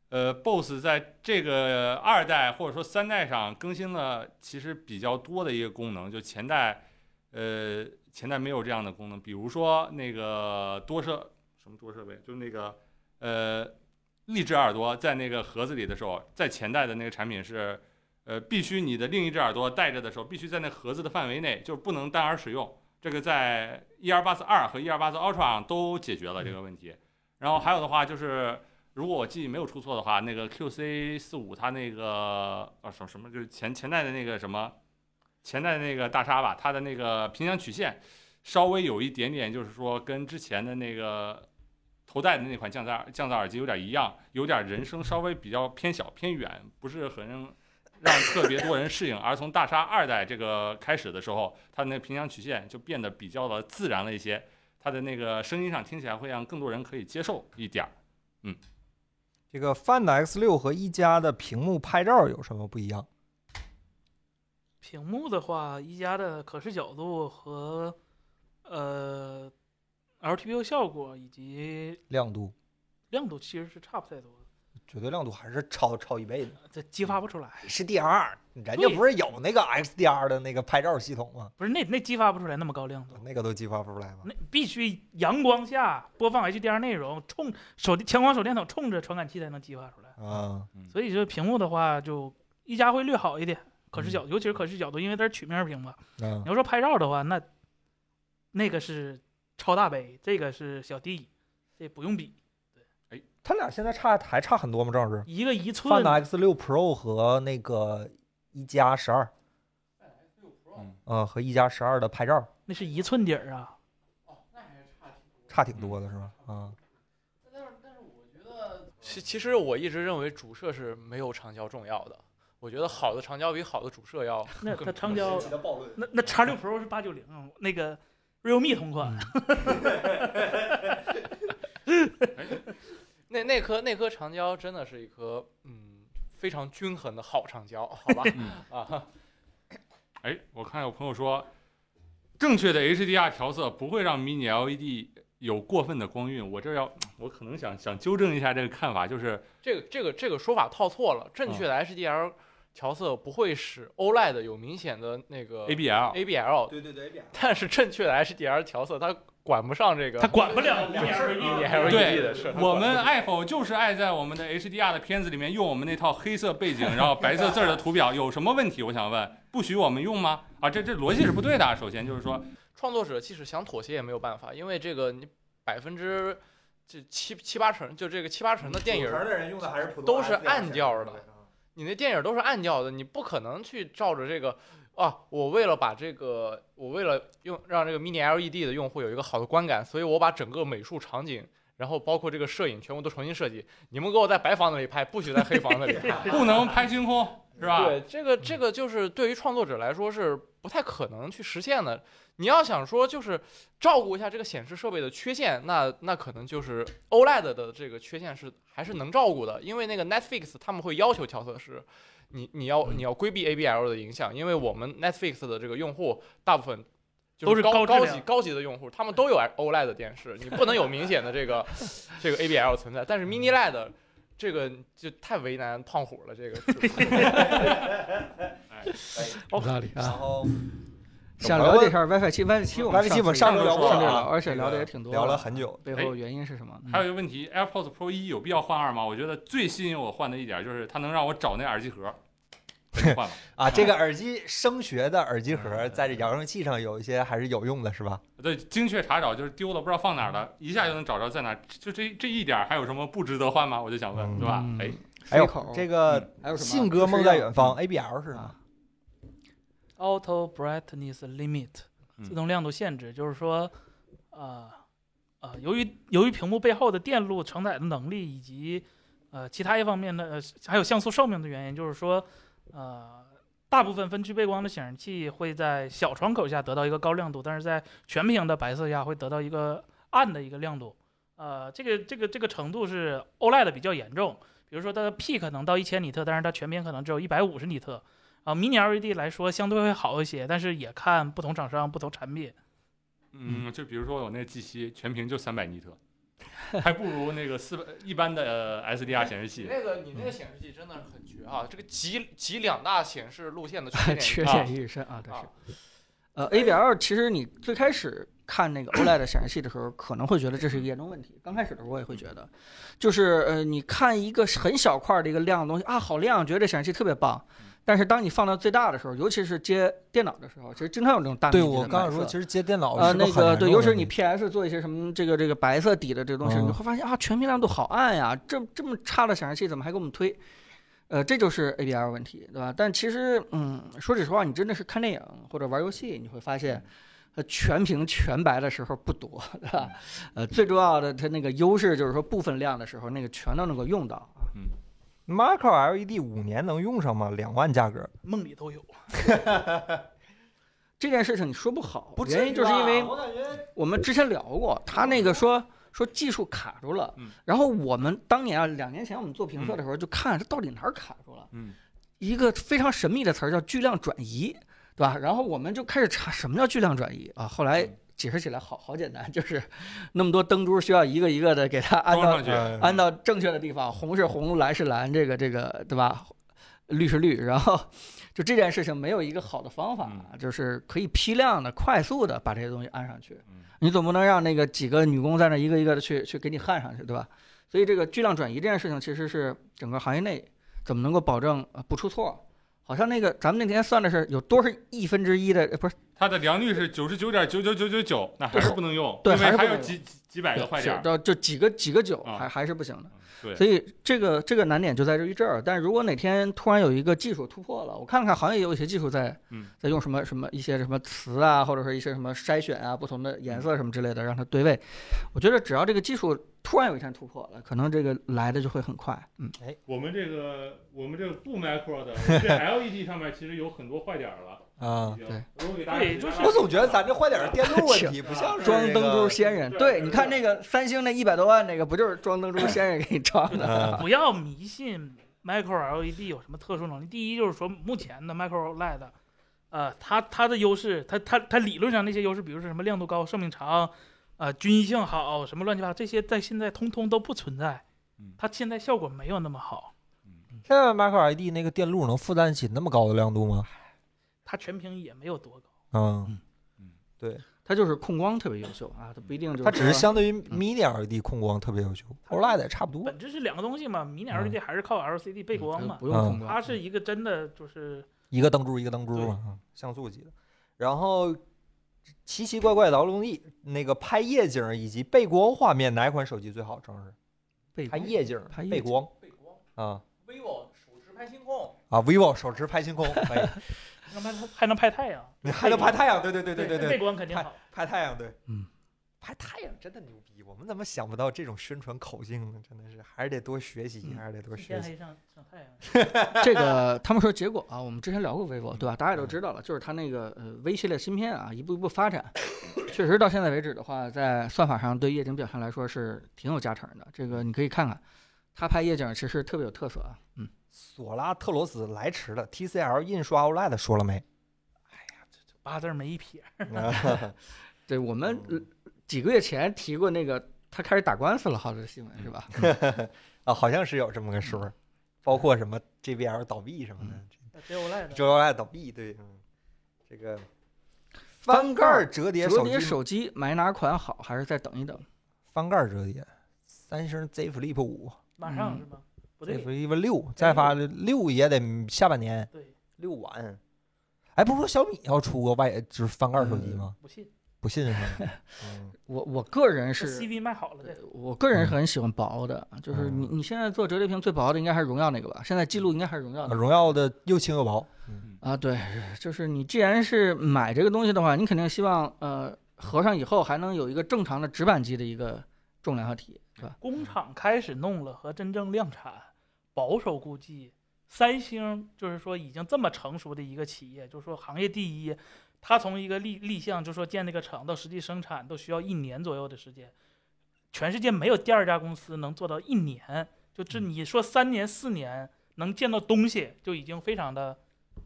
[SPEAKER 4] 呃，BOSS 在这个二代或者说三代上更新了其实比较多的一个功能，就前代，呃，前代没有这样的功能，比如说那个多设什么多设备，就是那个呃一只耳朵在那个盒子里的时候，在前代的那个产品是，呃，必须你的另一只耳朵戴着的时候，必须在那盒子的范围内，就是不能单耳使用。这个在 E R 八四二和 E R 八四 Ultra 上都解决了这个问题。然后还有的话就是，如果我记忆没有出错的话，那个 Q C 四五它那个啊什么什么就是前前代的那个什么，前代的那个大沙吧，它的那个频响曲线稍微有一点点，就是说跟之前的那个头戴的那款降噪降噪耳机有点一样，有点人声稍微比较偏小偏远，不是很让特别多人适应。而从大鲨二代这个开始的时候，它的那个平响曲线就变得比较的自然了一些，它的那个声音上听起来会让更多人可以接受一点儿。
[SPEAKER 1] 这个 Find X 六和一加的屏幕拍照有什么不一样？
[SPEAKER 3] 屏幕的话，一加的可视角度和呃 LTPO 效果以及
[SPEAKER 1] 亮度，
[SPEAKER 3] 亮度其实是差不太多的，
[SPEAKER 1] 绝对亮度还是超超一倍的。
[SPEAKER 3] 这激发不出来，
[SPEAKER 1] 是 DR，人家
[SPEAKER 3] 对
[SPEAKER 1] 不是有那个 XDR 的那个拍照系统吗？
[SPEAKER 3] 不是那那激发不出来那么高亮度。
[SPEAKER 1] 那个都激发不出来吗？
[SPEAKER 3] 那必须阳光下播放 HDR 内容，冲手机强光手电筒冲着传感器才能激发出来。
[SPEAKER 1] 啊，
[SPEAKER 4] 嗯
[SPEAKER 3] 所以这屏幕的话，就一加会略好一点，可视角，尤其是可视角度，因为它是曲面屏嘛。
[SPEAKER 1] 嗯
[SPEAKER 3] 你，要说拍照的话，那那个是超大杯，这个是小 D，这不用比，
[SPEAKER 1] 他俩现在差还差很多吗？郑老师
[SPEAKER 3] 一个一寸
[SPEAKER 1] ，Find X 六 Pro 和那个一加十二，嗯，和一加十二的拍照
[SPEAKER 3] 那是一寸底儿啊，
[SPEAKER 5] 哦
[SPEAKER 1] 差挺多
[SPEAKER 5] 嗯
[SPEAKER 1] 的是吧？啊，
[SPEAKER 5] 其其实我一直认为主摄是没有长焦重要的，我觉得好的长焦比好的主摄要
[SPEAKER 3] 那
[SPEAKER 5] 更
[SPEAKER 3] 那长焦，
[SPEAKER 1] 的暴论，
[SPEAKER 3] 那那叉六 Pro 是八九零，啊那个 realme 同款，
[SPEAKER 5] 那那颗那颗长焦真的是一颗嗯非常均衡的好长焦，好吧
[SPEAKER 3] 嗯
[SPEAKER 5] 啊，
[SPEAKER 4] 哎，我看有朋友说，正确的 HDR 调色不会让 Mini LED E 有过分的光晕。我这要，我可能想想纠正一下这个看法，就是
[SPEAKER 5] 这个这个这个说法套错了，
[SPEAKER 3] 嗯
[SPEAKER 5] 正确的 HDR 调色不会使 OLED 有明显的那个
[SPEAKER 4] ABL，
[SPEAKER 5] ABL，
[SPEAKER 1] 对对对，
[SPEAKER 5] 但是正确的 HDR 调色它管不上这个
[SPEAKER 3] 它管不了
[SPEAKER 5] Mini
[SPEAKER 3] mini LED。
[SPEAKER 5] LED
[SPEAKER 4] 对
[SPEAKER 5] 的 事儿，它
[SPEAKER 4] 我
[SPEAKER 5] 管不
[SPEAKER 4] 们
[SPEAKER 5] 上
[SPEAKER 4] Apple 就是爱在我们的 HDR 的片子里面用我们那套黑色背景，然后白色字儿的图表，有什么问题？我想问，不许我们用吗？啊，这这逻辑是不对的。首先就是说，
[SPEAKER 5] 创作者即使想妥协也没有办法，因为这个你百分之这七七八成，就这个七八成的电影儿，
[SPEAKER 1] 的人用的还是普
[SPEAKER 5] 都是暗调
[SPEAKER 2] 啊
[SPEAKER 5] 的你那电影都是暗调的，你不可能去照着这个啊。我为了把这个，我为了用让这个 mini LED E 的用户有一个好的观感，所以我把整个美术场景，然后包括这个摄影全部都重新设计。你们给我在白房子里拍，不许在黑房子里拍。
[SPEAKER 4] 不能拍星空，是吧？
[SPEAKER 5] 对，这个这个就是对于创作者来说是不太可能去实现的。你要想说就是照顾一下这个显示设备的缺陷，那那可能就是 OLED 的这个缺陷是还是能照顾的，因为那个 Netflix 他们会要求调色师，你你要你要规避 ABL 的影响，因为我们 Netflix 的这个用户大部分。就
[SPEAKER 3] 都是
[SPEAKER 5] 高
[SPEAKER 3] 高质
[SPEAKER 5] 高
[SPEAKER 3] 量
[SPEAKER 5] 级高级的用户，他们都有 OLED 的电视，你不能有明显的这 个这个 ABL 存在。但是 Mini LED 这个就太为难胖虎了，这个是
[SPEAKER 2] 有道理
[SPEAKER 1] 然
[SPEAKER 2] 啊。
[SPEAKER 1] 后
[SPEAKER 2] 想了解一下 WiFi 七，WiFi 七我们
[SPEAKER 1] WiFi 七我们
[SPEAKER 2] 次
[SPEAKER 1] 上
[SPEAKER 4] 周
[SPEAKER 1] 聊
[SPEAKER 4] 过了
[SPEAKER 2] 上对
[SPEAKER 4] 啊
[SPEAKER 2] 了，而且
[SPEAKER 1] 这
[SPEAKER 2] 聊的
[SPEAKER 1] 个
[SPEAKER 2] 也挺多，
[SPEAKER 1] 聊了很久，
[SPEAKER 2] 背后原因是什么？
[SPEAKER 4] 还有一个问题，AirPods Pro 一有必要换二吗？我觉得最吸引我换的一点就是它能让我找那耳机盒，换吧。
[SPEAKER 1] 啊， 这个耳机声学的耳机盒在这扬声器上有一些还是有用的，是吧？
[SPEAKER 4] 对，精确查找就是丢了不知道放哪儿了，一下就能找着在哪儿。就这这一点儿还有什么不值得换吗？我就想问，
[SPEAKER 1] 嗯
[SPEAKER 4] 对吧？哎，
[SPEAKER 1] 哎
[SPEAKER 2] 口
[SPEAKER 1] 呦，这个
[SPEAKER 2] 还有什么？
[SPEAKER 1] 信鸽梦在远方 ABL 是吗？
[SPEAKER 2] 啊，
[SPEAKER 3] Auto brightness limit
[SPEAKER 4] 嗯
[SPEAKER 3] 自动亮度限制，就是说，呃呃，由于由于屏幕背后的电路承载的能力以及呃其他一方面的呃还有像素寿命的原因，就是说，呃，大部分分区背光的显示器会在小窗口下得到一个高亮度，但是在全屏的白色下会得到一个暗的一个亮度。呃，这个这个这个程度是 OLED 比较严重，比如说它的 P 可能到一千尼特，但是它全屏可能只有一百五十尼特。啊，mini LED 来说相对会好一些，但是也看不同厂商、不同产品。
[SPEAKER 4] 嗯，就比如说我那 G 7全屏就三百尼特，还不如那个四百一般的呃 SDR 显示
[SPEAKER 5] 你
[SPEAKER 4] 器。
[SPEAKER 5] 那个你那个显示器真的是很绝
[SPEAKER 3] 嗯
[SPEAKER 5] 啊！这个集集两大显 示路线的缺
[SPEAKER 2] 缺
[SPEAKER 5] 点
[SPEAKER 2] 陷于一身啊，这是
[SPEAKER 5] 啊。
[SPEAKER 2] 呃，ABL 其实你最开始看那个 OLED 显示器的时候，可能会觉得这是一个严重问题。刚开始的时候我也会觉得，就是呃，你看一个很小块的一个亮的东西啊，好亮，觉得这显示器特别棒。但是当你放到最大的时候，尤其是接电脑的时候，其实经常有这种大面
[SPEAKER 1] 对
[SPEAKER 2] 积的
[SPEAKER 1] 我刚
[SPEAKER 2] 反
[SPEAKER 1] 想说，
[SPEAKER 2] 射
[SPEAKER 1] 其实接电脑
[SPEAKER 2] 呃，
[SPEAKER 1] 哦是
[SPEAKER 2] 那
[SPEAKER 1] 很
[SPEAKER 2] 个
[SPEAKER 1] 难
[SPEAKER 2] 对，
[SPEAKER 1] 用
[SPEAKER 2] 尤
[SPEAKER 1] 的
[SPEAKER 2] 其是你
[SPEAKER 1] 东西
[SPEAKER 2] PS 做一些什么这个这个白色底的这个东西，你
[SPEAKER 1] 嗯
[SPEAKER 2] 会发现啊，全屏亮度好暗呀，这这么差的显示器怎么还给我们推？呃，这就是 ABR 问题，对吧？但其实，嗯，说实话，你真的是看电影或者玩游戏，你会发
[SPEAKER 1] 嗯
[SPEAKER 2] 现，呃，全屏全白的时候不多，对
[SPEAKER 1] 嗯
[SPEAKER 2] 吧？呃，最重要的它那个优势就是说部分亮的时候，那个全都能够用到。
[SPEAKER 1] Micro
[SPEAKER 2] E
[SPEAKER 1] LED 五年能用上吗？两万价格，
[SPEAKER 3] 梦里都有。
[SPEAKER 2] 这件事情你说不好，
[SPEAKER 1] 不至
[SPEAKER 2] 原因
[SPEAKER 1] 于
[SPEAKER 2] 就是因
[SPEAKER 1] 吧
[SPEAKER 2] 为
[SPEAKER 1] 我感觉
[SPEAKER 2] 我们之前聊过，他那个说说技术卡住了
[SPEAKER 4] 嗯，
[SPEAKER 2] 然后我们当年啊，两年前我们做评测的时候就看这到底哪儿卡住了，
[SPEAKER 4] 嗯，
[SPEAKER 2] 一个非常神秘的词儿叫巨量转移，对吧？然后我们就开始查什么叫巨量转移啊，后来
[SPEAKER 4] 嗯
[SPEAKER 2] 解释起来好好简单， 就是那么多灯珠需要一个一个的给它安
[SPEAKER 4] 装
[SPEAKER 2] 到
[SPEAKER 4] 上去，
[SPEAKER 1] 呃
[SPEAKER 2] 按照正确的地方，红是红，蓝是蓝，这个这个对吧？绿是绿，然后就这件事情没有一个好的方
[SPEAKER 4] 嗯
[SPEAKER 2] 法，啊就是可以批量的、快速的把这些东西安上去。
[SPEAKER 4] 嗯
[SPEAKER 2] 你总不能让那个几个女工在那一个一个的去去给你焊上去，对吧？所以这个巨量转移这件事情，其实是整个行业内怎么能够保证呃不出错？好像那个咱们那天算的是有多少亿分之一的，呃不是
[SPEAKER 4] 它的良率是九十九点九九九九九，那还是不能用，
[SPEAKER 2] 对
[SPEAKER 4] 因
[SPEAKER 2] 还
[SPEAKER 4] 为
[SPEAKER 2] 是不
[SPEAKER 4] 还
[SPEAKER 2] 能
[SPEAKER 4] 有
[SPEAKER 2] 用
[SPEAKER 4] 几几几百个坏点
[SPEAKER 2] 是
[SPEAKER 4] 儿。
[SPEAKER 2] 到就几个几个九，
[SPEAKER 4] 啊
[SPEAKER 2] 还还是不行的。
[SPEAKER 4] 对，
[SPEAKER 2] 所以这个这个难点就在于这儿。但如果哪天突然有一个技术突破了，我看看行业有一些技术在
[SPEAKER 4] 嗯
[SPEAKER 2] 在用什么什么一些什么词啊，或者是一些什么筛选啊、不同的颜色什么之类的，让它对位。我觉得只要这个技术突然有一天突破了，可能这个来的就会很快。嗯，
[SPEAKER 4] 我们这个我们这个不 macro 的，我们 这 LED 上面其实有很多坏点儿了。
[SPEAKER 1] 啊，
[SPEAKER 4] 已经
[SPEAKER 2] 嗯对，
[SPEAKER 4] 我给大家
[SPEAKER 3] 对
[SPEAKER 4] 解答
[SPEAKER 3] 就是
[SPEAKER 4] 了
[SPEAKER 1] 我总觉得咱这坏点儿电路问题，不 像是
[SPEAKER 2] 装
[SPEAKER 1] 这
[SPEAKER 2] 灯珠
[SPEAKER 1] 个
[SPEAKER 2] 仙人，
[SPEAKER 4] 对
[SPEAKER 2] 对，
[SPEAKER 4] 对
[SPEAKER 2] 你看那个三星那一百多万那个，不就是装灯珠仙人给你装 的？
[SPEAKER 1] 嗯
[SPEAKER 3] 不要迷信 Micro LED 有什么特殊能力。第一就是说，目前的 Micro LED，呃，它它的优势，它它它理论上那些优势，比如说什么亮度高、寿命长，呃，均一性好，什么乱七八糟，这些在现在通通都不存在
[SPEAKER 4] 嗯。
[SPEAKER 3] 它现在效果没有那么好，
[SPEAKER 1] 现在 Micro LED 那个电路能负担起那么高的亮度吗？
[SPEAKER 3] 它全屏也没有多高。
[SPEAKER 1] 嗯，
[SPEAKER 2] 它就是控光特别优秀啊，它不一定就是嗯
[SPEAKER 1] 它只是
[SPEAKER 2] 说
[SPEAKER 1] 相对于 Mini LED 控光特别优秀，OLED 也差不多
[SPEAKER 3] 本。质是两个东西嘛，迷你 LED 还是靠 LCD 背光嘛，
[SPEAKER 2] 呃嗯
[SPEAKER 3] 嗯
[SPEAKER 2] 不用控光，
[SPEAKER 3] 它是一个真的就是
[SPEAKER 1] 一个灯珠一个灯珠嘛，嗯像素级的。然后奇奇怪怪的劳动力，那个拍夜景以及背光画面，哪款手机最好？正是
[SPEAKER 2] 背
[SPEAKER 1] 拍
[SPEAKER 2] 光
[SPEAKER 1] 夜景
[SPEAKER 2] 拍夜景
[SPEAKER 1] 背光
[SPEAKER 5] 背光
[SPEAKER 1] 啊
[SPEAKER 5] ，vivo 手持拍星空，
[SPEAKER 1] 啊！vivo 手持拍星空，哎，
[SPEAKER 3] 能拍还能拍太阳，
[SPEAKER 1] 你还能拍太阳？对对对 对对
[SPEAKER 3] 背
[SPEAKER 1] 对，
[SPEAKER 3] 光肯定好。
[SPEAKER 1] 拍太阳对，
[SPEAKER 2] 嗯，
[SPEAKER 1] 拍太阳真的牛逼，我们怎么想不到这种宣传口径呢？真的是还是得多学习，
[SPEAKER 2] 嗯
[SPEAKER 1] 还是得多学
[SPEAKER 3] 天
[SPEAKER 1] 习。
[SPEAKER 3] 黑上上太阳，
[SPEAKER 2] 这个他们说结果啊，我们之前聊过 vivo 对吧？大家也都知道了，就是它那个呃 V 系列芯片啊，一步一步发展， 确实到现在为止的话，在算法上对夜景表现来说是挺有加成的。这个你可以看看，它拍夜景其实特别有特色啊。嗯，
[SPEAKER 1] 索拉特罗斯来迟了，TCL 印刷 OLED 说了没？
[SPEAKER 3] 八字儿没一撇。
[SPEAKER 2] 对 我们呃几个月前提过那个它开始打官司了，好的新闻是吧？
[SPEAKER 1] 啊，好像是有这么个说儿，包括什么 JBL 倒闭什么的，
[SPEAKER 3] j o l e
[SPEAKER 1] 周幺爱倒闭，对，嗯，这个翻盖儿折叠
[SPEAKER 2] 折
[SPEAKER 1] 手
[SPEAKER 2] 叠
[SPEAKER 1] 机，
[SPEAKER 2] 手机买哪款好，还是再等一等？
[SPEAKER 1] 翻盖儿折叠，三星 Z Flip 五
[SPEAKER 3] 马上是吗？不
[SPEAKER 1] ，Z
[SPEAKER 3] 对，
[SPEAKER 1] Flip 六，再发六也得下半年
[SPEAKER 3] 对，
[SPEAKER 1] 六晚。哎，不是说小米要出个外就是翻盖儿手机吗？
[SPEAKER 3] 不信。
[SPEAKER 1] 不信是 吗？嗯
[SPEAKER 2] 我我个人
[SPEAKER 3] 这
[SPEAKER 2] 是
[SPEAKER 3] CV 卖好了的，
[SPEAKER 2] 我个人是很喜欢薄的，就是你你现在做折叠屏最薄的应该还是荣耀那个吧？现在记录应该还是荣耀
[SPEAKER 1] 啊
[SPEAKER 2] 那个
[SPEAKER 1] 荣耀的又轻又薄，嗯
[SPEAKER 2] 啊？对，就是你既然是买这个东西的话，你肯定希望呃合上以后还能有一个正常的直板机的一个重量和体，是吧？
[SPEAKER 3] 工厂开始弄了和真正量产，保守估计，三星就是说已经这么成熟的一个企业，就是说行业第一，它从一个立立项，就是说建那个厂到实际生产都需要一年左右的时间，全世界没有第二家公司能做到一年，就这你说三年四年能见到东西就已经非常的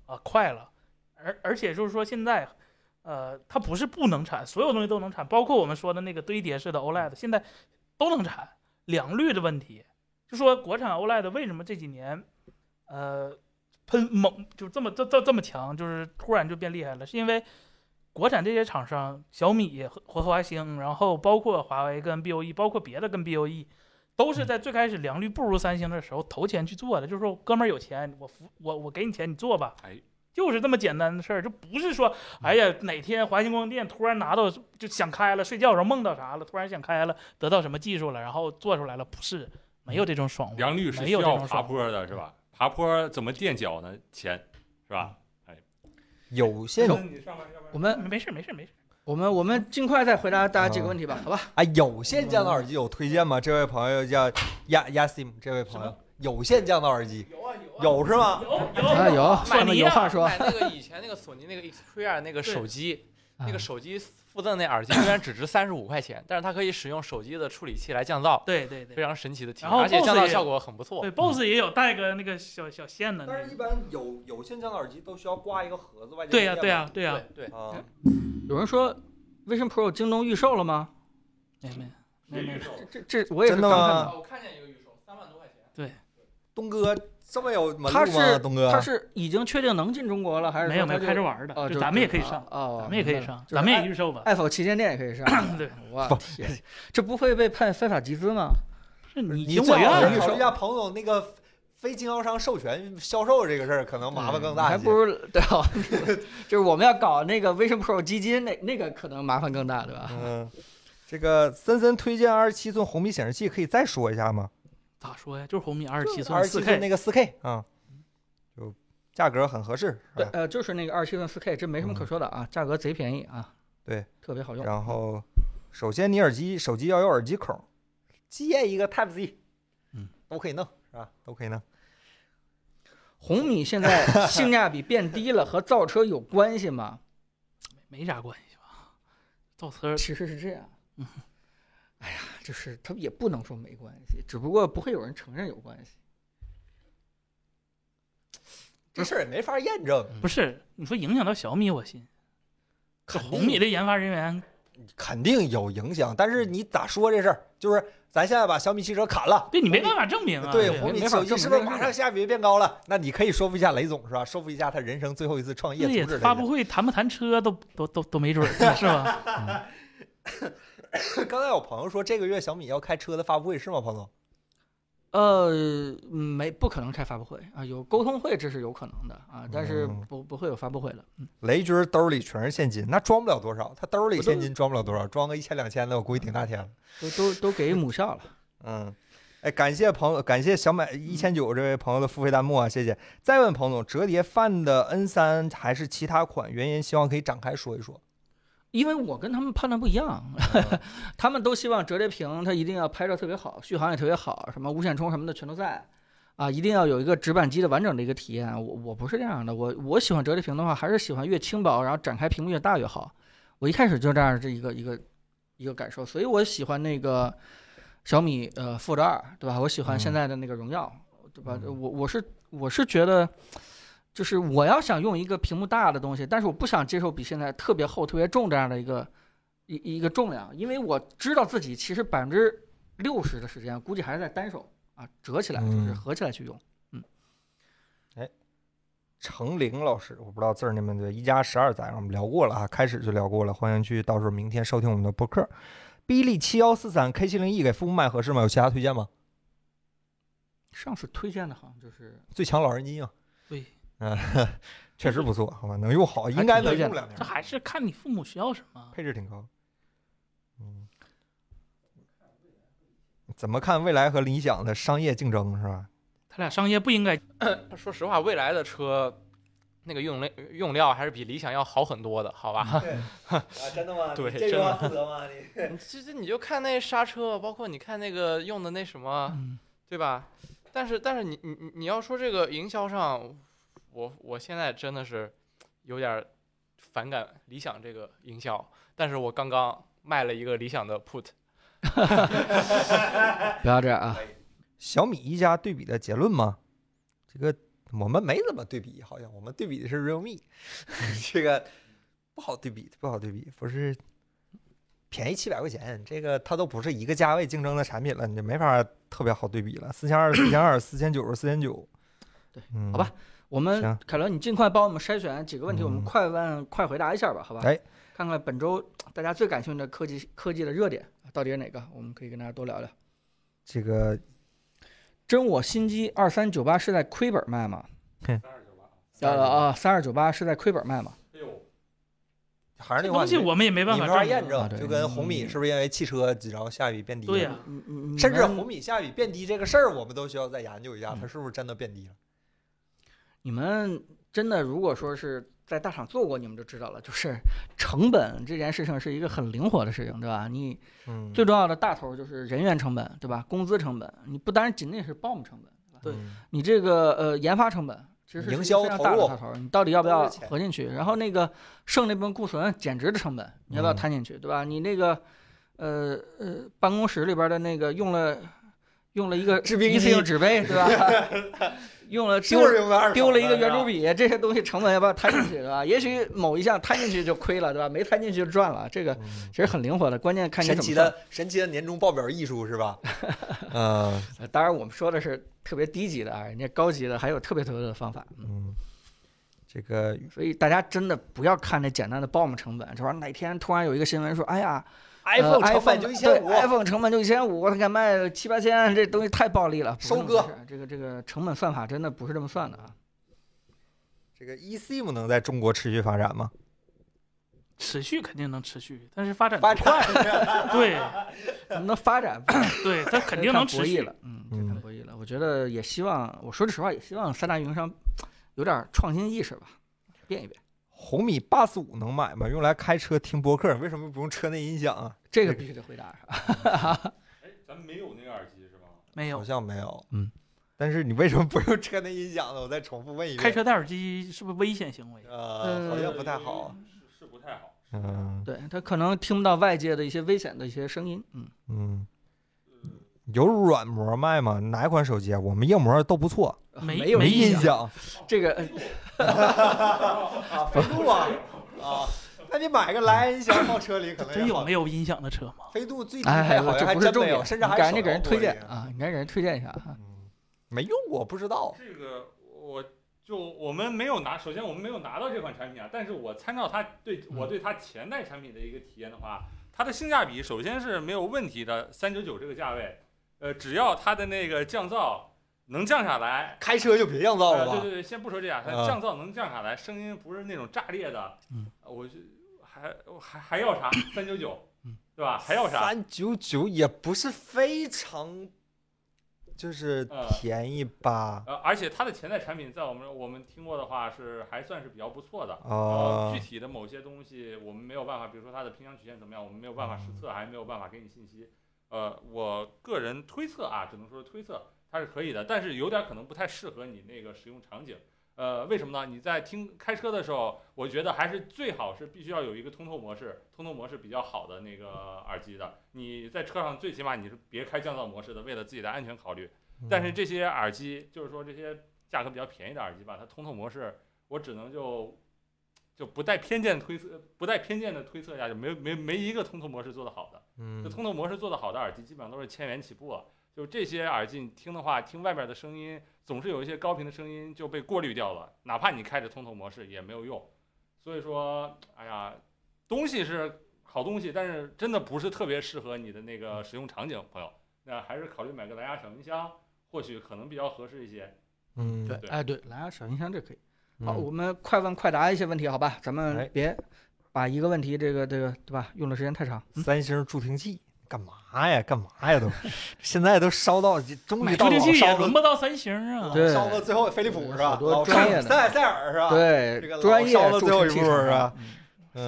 [SPEAKER 3] 啊、快了，而而且就是说现在。呃，它不是不能产，所有东西都能产，包括我们说的那个堆叠式的 OLED，现在都能产。良率的问题，就说国产 OLED 为什么这几年，呃，喷猛就这么这这这么强，就是突然就变厉害了，是因为国产这些厂商，小米和和华星，然后包括华为跟 BOE，包括别的跟 BOE，都是在最开始良率不如三星的时候投钱去做的，就是说哥们儿有钱，我服我我给你钱，你做吧，
[SPEAKER 4] 哎，
[SPEAKER 3] 就是这么简单的事儿，就不是说哎呀哪天华星光电突然拿到就想开了，睡觉时候梦到啥了，突然想开了，得到什么技术了，然后做出来了，不是没有这种爽文，
[SPEAKER 4] 良率是
[SPEAKER 3] 没
[SPEAKER 4] 需
[SPEAKER 3] 有这
[SPEAKER 4] 要
[SPEAKER 3] 种
[SPEAKER 4] 爬
[SPEAKER 3] 爽
[SPEAKER 4] 坡的，是吧？爬坡怎么垫脚呢？钱是吧？
[SPEAKER 1] 有些有
[SPEAKER 4] 你上班要不然
[SPEAKER 2] 我们
[SPEAKER 3] 嗯没事儿没事儿没事儿，
[SPEAKER 2] 我们我们尽快再回答大家几个问题吧，好吧？
[SPEAKER 1] 啊，有线降噪耳机有推荐吗？这位朋友叫亚亚 sim，这位朋友有线降噪耳机
[SPEAKER 5] 有啊有
[SPEAKER 1] 有是吗？
[SPEAKER 3] 有
[SPEAKER 2] 啊，
[SPEAKER 3] 有
[SPEAKER 2] 有，
[SPEAKER 3] 索
[SPEAKER 2] 算了，
[SPEAKER 3] 尼
[SPEAKER 2] 有
[SPEAKER 3] 啊
[SPEAKER 2] 话说。
[SPEAKER 5] 买那个以前那个索尼那个 Xperia 那个
[SPEAKER 3] 对
[SPEAKER 5] 手机，
[SPEAKER 2] 啊
[SPEAKER 5] 那个手机附赠那耳机虽然只值三十五块 钱，但是它可以使用手机的处理器来降噪，
[SPEAKER 3] 对对对
[SPEAKER 5] 非。常神奇的体验，
[SPEAKER 3] 然后
[SPEAKER 5] 而且
[SPEAKER 3] BOSS
[SPEAKER 5] 降噪
[SPEAKER 3] 也
[SPEAKER 5] 效果很不错。
[SPEAKER 3] 对，BOSS 也有带个那个小小线的、那
[SPEAKER 1] 但是，一
[SPEAKER 3] 个。
[SPEAKER 1] 般有有线降噪耳机都需要挂一个盒子外接
[SPEAKER 3] 对呀、
[SPEAKER 1] 电
[SPEAKER 3] 对呀、
[SPEAKER 1] 吧
[SPEAKER 3] 对呀、
[SPEAKER 5] 对对，
[SPEAKER 1] 啊，
[SPEAKER 2] 有人说，Vision Pro 京东预售了吗？
[SPEAKER 3] 没没
[SPEAKER 2] 嗯
[SPEAKER 3] 没没，
[SPEAKER 2] 这这这我也是
[SPEAKER 1] 真的
[SPEAKER 2] 刚看
[SPEAKER 3] 嗯
[SPEAKER 1] 吗
[SPEAKER 2] 到
[SPEAKER 5] 啊我看见一个预售，三万多块钱。
[SPEAKER 1] 东哥这么有门
[SPEAKER 2] 他
[SPEAKER 1] 路吗？
[SPEAKER 2] 是
[SPEAKER 1] 东哥
[SPEAKER 2] 他是已经确定能进中国了，还是
[SPEAKER 3] 没有没有开着
[SPEAKER 2] 玩？
[SPEAKER 3] 玩儿的，
[SPEAKER 2] 哦，
[SPEAKER 3] 就
[SPEAKER 2] 就
[SPEAKER 3] 咱们也可以上，
[SPEAKER 2] 哦，
[SPEAKER 3] 咱们也可以
[SPEAKER 2] 明白了
[SPEAKER 3] 上，
[SPEAKER 2] 就是哎
[SPEAKER 3] 咱们也
[SPEAKER 2] 爱
[SPEAKER 3] 预售吧。
[SPEAKER 2] 爱否旗舰店也可以上。
[SPEAKER 3] 对，
[SPEAKER 2] 我天，这不会被判非法集资吗？
[SPEAKER 3] 是你
[SPEAKER 1] 你
[SPEAKER 3] 情
[SPEAKER 1] 最
[SPEAKER 3] 我
[SPEAKER 1] 好
[SPEAKER 3] 愿
[SPEAKER 1] 是
[SPEAKER 3] 的。
[SPEAKER 1] 考虑一下彭总那个非经销商授权销售这个事儿，可能
[SPEAKER 3] 嗯
[SPEAKER 1] 麻烦更大
[SPEAKER 2] 嗯还
[SPEAKER 1] 一些
[SPEAKER 2] 不。如对吧？ 就是我们要搞那个 Vision Pro 基金，那那个可能麻烦更大，对吧？
[SPEAKER 1] 嗯，这个森森推荐二十七寸红米显示器，可以再说一下吗？
[SPEAKER 3] 咋说呀？就是红米二十七寸
[SPEAKER 1] 二十
[SPEAKER 3] 四
[SPEAKER 1] 七寸
[SPEAKER 3] K，
[SPEAKER 1] 那个四 K 啊，就价格很合适。
[SPEAKER 2] 对
[SPEAKER 1] 啊，
[SPEAKER 2] 呃，就是那个二七寸四 K，这没什么可说的啊，价格贼便宜啊，
[SPEAKER 1] 嗯对，
[SPEAKER 2] 特别好用。
[SPEAKER 1] 然后，首先你耳机手机要有耳机孔，接一个 Type C，
[SPEAKER 3] 嗯，
[SPEAKER 1] 都可以弄是吧？都可以弄。
[SPEAKER 2] 红米现在性价比变低了，和造车有关系吗？
[SPEAKER 3] 没啥关系吧？造车
[SPEAKER 2] 其实是这样， 哎呀，就是他也不能说没关系，只不过不会有人承认有关系。
[SPEAKER 1] 这事儿也没法验证，
[SPEAKER 2] 嗯
[SPEAKER 3] 不是你说影响到小米，我信。这红米的研发人员，
[SPEAKER 1] 肯定有影响，但
[SPEAKER 2] 嗯
[SPEAKER 1] 是你咋说这事儿？就是咱现在把小米汽车砍了，
[SPEAKER 3] 对你没办法证明啊。
[SPEAKER 1] 对
[SPEAKER 2] 对
[SPEAKER 1] 红米
[SPEAKER 2] 没法
[SPEAKER 1] 手机
[SPEAKER 2] 证
[SPEAKER 1] 是
[SPEAKER 2] 明
[SPEAKER 1] 不是
[SPEAKER 2] 这个
[SPEAKER 1] 马
[SPEAKER 2] 事儿
[SPEAKER 1] 上性价比变高了？那你可以说服一下雷总是吧？说服一下他人生最后一次创业，
[SPEAKER 3] 对
[SPEAKER 1] 阻止
[SPEAKER 3] 发
[SPEAKER 1] 他
[SPEAKER 3] 布会谈不谈车都都都都没准 儿，是吧？
[SPEAKER 1] 一下。 刚才有朋友说这个月小米要开车的发布会是吗，彭总？
[SPEAKER 2] 呃，没不可能开发布会啊，有沟通会这是有可能的啊，但是
[SPEAKER 1] 嗯
[SPEAKER 2] 不不会有发布会的。
[SPEAKER 1] 雷军兜里全是现金，那装不了多少，他兜里
[SPEAKER 2] 我都
[SPEAKER 1] 现金装不了多少，装个一千两千的，我估计顶大天了。
[SPEAKER 2] 都都都给母校了。
[SPEAKER 1] 嗯，哎，感谢朋友，感谢小买一千九这位朋友的付费弹幕啊，谢谢。再问彭总，折叠范的 N 三还是其他款，原因希望可以展开说一说。
[SPEAKER 2] 因为我跟他们判断不一样， 他们都希望折叠屏它一定要拍照特别好，续航也特别好，什么无线充什么的全都在，啊，一定要有一个直板机的完整的一个体验。我我不是这样的，我我喜欢折叠屏的话，还是喜欢越轻薄，然后展开屏幕越大越好。我一开始就这样这一个一个一个感受，所以我喜欢那个小米呃 Fold 二，对吧？我喜欢现在的那个荣耀，对吧？我我是我是觉得。就是我要想用一个屏幕大的东西，但是我不想接受比现在特别厚、特别重这样的一个一一个重量，因为我知道自己其实百分之六十的时间估计还是在单手啊折起来，就是
[SPEAKER 1] 嗯
[SPEAKER 2] 合起来去用。
[SPEAKER 1] 程玲老师，我不知道字儿念没对，一加十二载，我们聊过了啊，开始就聊过了，欢迎去到时候明天收听我们的播客。B 力七幺四三 K 七零 E 给父母买合适吗？有其他推荐吗？
[SPEAKER 2] 上次推荐的好像就是
[SPEAKER 1] 最强老人机嘛，
[SPEAKER 3] 对，
[SPEAKER 1] 嗯， 确实不错，好吧，能用好，应
[SPEAKER 2] 挺
[SPEAKER 1] 该能
[SPEAKER 2] 推荐
[SPEAKER 1] 用两年
[SPEAKER 3] 这，还是看你父母需要什么。
[SPEAKER 1] 配置挺高。嗯，怎么看未来和理想的商业竞争是吧？
[SPEAKER 3] 他俩商业不应该
[SPEAKER 1] 啊
[SPEAKER 5] 说实话，未来的车那个用料用料还是比理想要好很多的，好吧？
[SPEAKER 1] 啊，真的吗
[SPEAKER 5] 对你这句话
[SPEAKER 1] 负责吗？你
[SPEAKER 5] 你其实你就看那刹车，包括你看那个用的那什么，
[SPEAKER 3] 嗯
[SPEAKER 5] 对吧？但是但是你你你你要说这个营销上，我我现在真的是有点儿反感理想这个营销，但是我刚刚卖了一个理想的 put，
[SPEAKER 2] 不要这样啊，
[SPEAKER 1] 小米一加对比的结论吗？这个我们没怎么对比，好像我们对比的是 realme，这个不好对比，不好对比，不是便宜七百块钱，这个它都不是一个价位竞争的产品了，你就没法特别好对比了。四千二、四千二、四千九、四千九，
[SPEAKER 2] 对
[SPEAKER 1] 嗯，
[SPEAKER 2] 好吧，我们
[SPEAKER 1] 行
[SPEAKER 2] 凯伦，你尽快帮我们筛选几个问题，我们
[SPEAKER 1] 嗯
[SPEAKER 2] 快问快回答一下吧，好吧？
[SPEAKER 1] 哎，
[SPEAKER 2] 看看本周大家最感兴趣的科技科技的热点到底是哪个，我们可以跟大家多聊聊。
[SPEAKER 1] 这个
[SPEAKER 2] 真我新机二三九八是在亏本卖吗？
[SPEAKER 4] 三十九吧。
[SPEAKER 2] 呃啊，三二九八是在亏本卖吗？
[SPEAKER 4] 哎呦，
[SPEAKER 1] 还是
[SPEAKER 3] 这
[SPEAKER 1] 那话，
[SPEAKER 3] 东西
[SPEAKER 1] 你
[SPEAKER 3] 我们也没办
[SPEAKER 1] 你
[SPEAKER 3] 法
[SPEAKER 1] 没法
[SPEAKER 3] 证
[SPEAKER 1] 验
[SPEAKER 3] 明
[SPEAKER 2] 啊
[SPEAKER 1] 证，
[SPEAKER 2] 对
[SPEAKER 1] 就跟红米是不是因为汽车然后下雨变低了？
[SPEAKER 3] 对呀、
[SPEAKER 2] 嗯嗯，
[SPEAKER 1] 甚至
[SPEAKER 2] 你们嗯
[SPEAKER 1] 红米下雨变低这个事儿，我们都需要再研究一下，它是不是真的变低了？
[SPEAKER 2] 你们真的如果说是在大厂做过，你们就知道了，就是成本这件事情是一个很灵活的事情，对吧？你
[SPEAKER 1] 嗯，
[SPEAKER 2] 最重要的大头就是人员成本，对吧？工资成本，你不单仅仅是 BOM 成本，
[SPEAKER 5] 对
[SPEAKER 1] 嗯
[SPEAKER 2] 你这个呃研发成本，其实是一个
[SPEAKER 1] 营销
[SPEAKER 2] 非常
[SPEAKER 1] 投
[SPEAKER 2] 大的
[SPEAKER 1] 入
[SPEAKER 2] 大头，你到底要不
[SPEAKER 1] 都
[SPEAKER 2] 要
[SPEAKER 1] 是钱
[SPEAKER 2] 合进去？然后那个剩那部分库存减值的成本，你
[SPEAKER 1] 嗯
[SPEAKER 2] 要不要摊进去，对吧？你那个呃呃办公室里边的那个用了用了一个
[SPEAKER 1] 制 冰
[SPEAKER 2] 一次
[SPEAKER 1] 机
[SPEAKER 2] 性纸杯，对吧？ 用了丢
[SPEAKER 1] 就是用的二手
[SPEAKER 2] 丢了一
[SPEAKER 1] 的
[SPEAKER 2] 个
[SPEAKER 1] 是
[SPEAKER 2] 圆
[SPEAKER 1] 吧
[SPEAKER 2] 珠笔，这些东西成本要不要摊进去，对吧？也许某一项摊进去就亏了，对吧？没摊进去就赚了，这个
[SPEAKER 1] 嗯
[SPEAKER 2] 其实很灵活的，关键看你怎
[SPEAKER 1] 神
[SPEAKER 2] 么
[SPEAKER 1] 奇
[SPEAKER 2] 算
[SPEAKER 1] 的神奇的年终报表艺术是 吧？嗯
[SPEAKER 2] 呃当然，我们说的是特别低级的啊，人家高级的还有特别多的方法。嗯
[SPEAKER 1] 嗯，这个
[SPEAKER 2] 所以大家真的不要看那简单的 BOM 成本，就说哪天突然有一个新闻说，哎呀呃
[SPEAKER 1] iPhone 成本就一千五
[SPEAKER 2] 对，iPhone 成本就一千五，它敢卖七八千，这东西太暴利了，不是
[SPEAKER 1] 收
[SPEAKER 2] 这么
[SPEAKER 1] 割
[SPEAKER 2] 回事儿。这个这个成本算法真的不是这么算的啊。
[SPEAKER 1] 这个 eSIM 能在中国持续发展吗？
[SPEAKER 3] 持续肯定能持续，但是发展
[SPEAKER 1] 发展
[SPEAKER 3] 对
[SPEAKER 2] 能不能发展
[SPEAKER 3] 对，它 肯定能持
[SPEAKER 2] 博弈
[SPEAKER 3] 续。
[SPEAKER 2] 了，嗯，这
[SPEAKER 1] 嗯
[SPEAKER 2] 看博弈了。我觉得也希望，我说句实话，也希望三大运营商有点创新意识吧，变一变。
[SPEAKER 1] 红米 b 四五能买吗？用来开车听播客，为什么不用车内音响啊？
[SPEAKER 2] 这个必须得回答。
[SPEAKER 4] 哎，咱们没有那个耳机是吗？
[SPEAKER 3] 没
[SPEAKER 1] 好
[SPEAKER 3] 有，
[SPEAKER 1] 像没有，
[SPEAKER 2] 嗯。
[SPEAKER 1] 但是你为什么不用车内音响呢？我再重复问一遍。
[SPEAKER 3] 开车戴耳机是不是危险行为？
[SPEAKER 4] 嗯
[SPEAKER 1] 呃，好像不太好。
[SPEAKER 4] 是是不太好。
[SPEAKER 1] 嗯
[SPEAKER 2] 对他可能听不到外界的一些危险的一些声音，嗯。
[SPEAKER 1] 嗯，有软膜卖吗？哪款手机啊？我们硬膜都不错，
[SPEAKER 3] 没
[SPEAKER 2] 没有
[SPEAKER 3] 没
[SPEAKER 2] 印
[SPEAKER 1] 音
[SPEAKER 3] 印
[SPEAKER 2] 象，
[SPEAKER 1] 响
[SPEAKER 2] 这个呃
[SPEAKER 1] 啊，飞度啊啊，那你买个蓝牙音响放车里可能
[SPEAKER 3] 真
[SPEAKER 1] 也
[SPEAKER 3] 有
[SPEAKER 1] 好
[SPEAKER 3] 没有音响的车吗？
[SPEAKER 1] 飞度最低
[SPEAKER 2] 哎，
[SPEAKER 1] 配好
[SPEAKER 2] 这
[SPEAKER 1] 像还
[SPEAKER 2] 不是
[SPEAKER 1] 真
[SPEAKER 2] 重
[SPEAKER 1] 没有，
[SPEAKER 2] 点，
[SPEAKER 1] 甚至还
[SPEAKER 2] 赶
[SPEAKER 1] 少
[SPEAKER 2] 紧给人
[SPEAKER 1] 过
[SPEAKER 2] 推荐
[SPEAKER 1] 这个
[SPEAKER 2] 啊，你赶紧给人推荐一下啊。
[SPEAKER 1] 嗯，没用过不知道。
[SPEAKER 4] 这个我就我们没有拿，首先我们没有拿到这款产品啊，但是我参照它对
[SPEAKER 1] 嗯
[SPEAKER 4] 我对它前代产品的一个体验的话，它的性价比首先是没有问题的，三九九这个价位，呃，只要它的那个降噪能降下来。
[SPEAKER 1] 开车就别降噪
[SPEAKER 4] 呃
[SPEAKER 2] 啊
[SPEAKER 1] 了，吧。
[SPEAKER 4] 对对对，先不说这样，它
[SPEAKER 1] 啊
[SPEAKER 4] 降噪能降下来，声音不是那种炸裂的。
[SPEAKER 2] 嗯
[SPEAKER 4] 呃，我就还我还还要啥？三九九
[SPEAKER 2] 嗯，
[SPEAKER 4] 对吧？还要啥？
[SPEAKER 1] 三九九也不是非常，就是
[SPEAKER 4] 呃
[SPEAKER 1] 便宜吧？
[SPEAKER 4] 呃，而且它的前代产品在我们我们听过的话是还算是比较不错的。
[SPEAKER 1] 啊
[SPEAKER 4] 呃具体的某些东西我们没有办法，比如说它的拼箱曲线怎么样，我们没有办法实测，还没有办法给你信息。呃，我个人推测啊，只能说是推测，它是可以的，但是有点可能不太适合你那个使用场景。呃，为什么呢？你在听开车的时候，我觉得还是最好是必须要有一个通透模式，通透模式比较好的那个耳机的。你在车上最起码你是别开降噪模式的，为了自己的安全考虑。
[SPEAKER 1] 嗯
[SPEAKER 4] 但是这些耳机，就是说这些价格比较便宜的耳机吧，它通透模式，我只能就就不带偏见推测，不带偏见的推测一下，就没没没一个通透模式做得好的。
[SPEAKER 1] 嗯
[SPEAKER 4] 就通透模式做得好的耳机，基本上都是千元起步了。啊就这些耳机，你听的话，听外边的声音，总是有一些高频的声音就被过滤掉了，哪怕你开着通透模式也没有用。所以说，哎呀，东西是好东西，但是真的不是特别适合你的那个使用场景，朋友。那还是考虑买个蓝牙小音箱，或许可能比较合适一些。
[SPEAKER 1] 嗯，
[SPEAKER 2] 对，哎对，蓝牙小音箱这可以。
[SPEAKER 1] 嗯
[SPEAKER 2] 好，我们快问快答一些问题，好吧？咱们
[SPEAKER 1] 哎
[SPEAKER 2] 别把一个问题这个这个对吧？用的时间太长。
[SPEAKER 1] 三星助听器干嘛呀？干嘛呀都？现在都烧到，终于
[SPEAKER 3] 买
[SPEAKER 1] 到
[SPEAKER 3] 助
[SPEAKER 1] 老
[SPEAKER 3] 听器也
[SPEAKER 1] 烧
[SPEAKER 3] 轮
[SPEAKER 1] 到嗯
[SPEAKER 3] 不到三星啊
[SPEAKER 2] 对！
[SPEAKER 1] 烧到最后飞利浦是吧？
[SPEAKER 2] 好多
[SPEAKER 1] 老
[SPEAKER 2] 专业的
[SPEAKER 1] 烧塞塞尔是吧？，啊这个
[SPEAKER 2] 对，
[SPEAKER 1] 老
[SPEAKER 2] 专业
[SPEAKER 1] 烧到
[SPEAKER 2] 助
[SPEAKER 1] 最后
[SPEAKER 2] 听
[SPEAKER 1] 一
[SPEAKER 2] 器
[SPEAKER 1] 步
[SPEAKER 2] 厂
[SPEAKER 1] 是
[SPEAKER 2] 商
[SPEAKER 1] 吧？
[SPEAKER 2] 嗯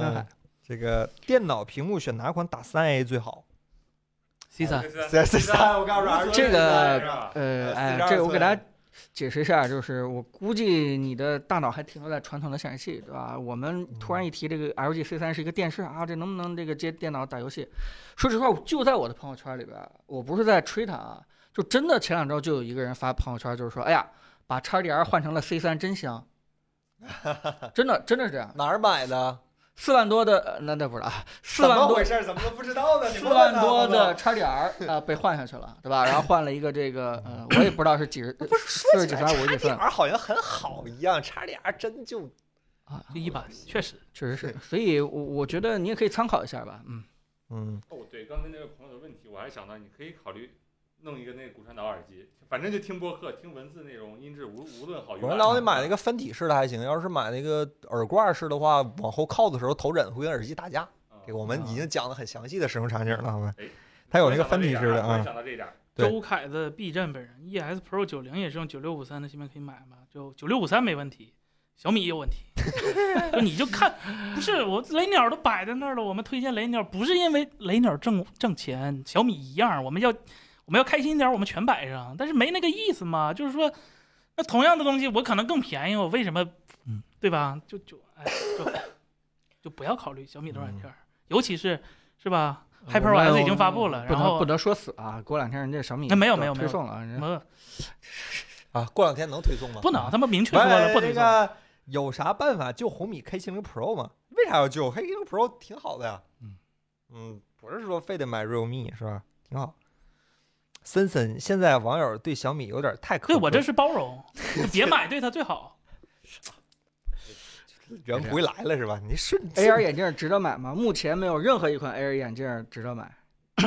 [SPEAKER 2] 深海
[SPEAKER 1] 嗯，这个电脑屏幕选哪款打三 A 最好
[SPEAKER 3] C 三，
[SPEAKER 1] ？C C 三，我告诉你，
[SPEAKER 2] 这个
[SPEAKER 4] 是吧
[SPEAKER 1] 呃
[SPEAKER 2] 呃，哎，
[SPEAKER 1] 42
[SPEAKER 2] 这个我给
[SPEAKER 1] 寸
[SPEAKER 2] 大家解释一下，就是我估计你的大脑还停留在传统的显示器，对吧？我们
[SPEAKER 1] 嗯
[SPEAKER 2] 突然一提这个 LG C 3是一个电视啊，这能不能这个接电脑打游戏？说实话，我就在我的朋友圈里边，我不是在吹它啊，就真的前两周就有一个人发朋友圈，就是说，哎呀，把 XDR 换成了 C 3真香。真的，真的是这样。
[SPEAKER 1] 哪儿买的？
[SPEAKER 2] 四万多的呃那那不是啊，四
[SPEAKER 1] 怎
[SPEAKER 2] 万
[SPEAKER 1] 么
[SPEAKER 2] 多
[SPEAKER 1] 回事儿？怎么都不知道呢？你
[SPEAKER 2] 四
[SPEAKER 1] 问问
[SPEAKER 2] 万
[SPEAKER 1] 他
[SPEAKER 2] 多
[SPEAKER 1] 好不
[SPEAKER 2] 的
[SPEAKER 1] 好
[SPEAKER 2] 差点儿 啊、被换下去了，对吧？然后换了一个这个呃，我也不知道是几十，
[SPEAKER 1] 不是
[SPEAKER 2] 四
[SPEAKER 1] 说
[SPEAKER 2] 十
[SPEAKER 1] 起
[SPEAKER 2] 几
[SPEAKER 1] 来
[SPEAKER 2] 岁还是五十几岁
[SPEAKER 1] XDR 好像很好一样，XDR 真就
[SPEAKER 2] 啊，
[SPEAKER 3] 就一般，确实。
[SPEAKER 2] 确实是，所以我我觉得你也可以参考一下吧，嗯，
[SPEAKER 1] 嗯
[SPEAKER 4] 哦，对，刚才那位朋友的问题，我还想到，你可以考虑弄一个那个骨传导耳机，反正就听播客、听文字内容，音质无无论好与
[SPEAKER 1] 我
[SPEAKER 4] 坏。
[SPEAKER 1] 说
[SPEAKER 4] 啊
[SPEAKER 1] 老得买那个分体式的还行，要是买那个耳挂式的话，往后靠的时候头枕会跟耳机打架。这个
[SPEAKER 4] 嗯
[SPEAKER 1] 我们已经讲的很详细的使用场景了，好吧
[SPEAKER 4] 哎？
[SPEAKER 1] 它有那个分体式的
[SPEAKER 4] 我也
[SPEAKER 1] 啊，
[SPEAKER 4] 想到这一点儿，
[SPEAKER 1] 对
[SPEAKER 3] 周凯的 B 站本人，ES Pro 九零也是用九六五三的芯片可以买吗？就九六五三没问题，小米有问题。 就你就看，不是我雷鸟都摆在那儿了，我们推荐雷鸟不是因为雷鸟挣挣钱，小米一样，我们要我们要开心一点，我们全摆上，但是没那个意思嘛，就是说，那同样的东西我可能更便宜，我为什么，
[SPEAKER 2] 嗯
[SPEAKER 3] 对吧？就就哎就就不要考虑小米的软件儿，尤其是是吧？Hyper
[SPEAKER 2] 嗯我
[SPEAKER 3] OS
[SPEAKER 2] 们
[SPEAKER 3] 已经发布了，
[SPEAKER 2] 不
[SPEAKER 3] 然
[SPEAKER 2] 能
[SPEAKER 3] 后
[SPEAKER 2] 不能说死啊，过两天人家小米
[SPEAKER 3] 哎没有
[SPEAKER 2] 要
[SPEAKER 3] 没有没
[SPEAKER 2] 推
[SPEAKER 3] 有
[SPEAKER 2] 送了，人家
[SPEAKER 3] 么
[SPEAKER 1] 啊，过两天能推送吗？
[SPEAKER 3] 不能，他们明确
[SPEAKER 1] 喂。
[SPEAKER 3] 说了不
[SPEAKER 1] 那
[SPEAKER 3] 推送。
[SPEAKER 1] 个有啥办法救红米 K 7 0 Pro 吗？为啥要救？K 7 0 Pro 挺好的呀。
[SPEAKER 2] 嗯
[SPEAKER 1] 嗯，不是说非得买 Realme 是吧？挺好。森森，现在网友对小米有点太苛刻。
[SPEAKER 3] 对我这是包容，就别买对它最好。
[SPEAKER 1] 圆回来了是吧？你顺
[SPEAKER 2] AR 眼镜值得买吗？目前没有任何一款 AR 眼镜值得买。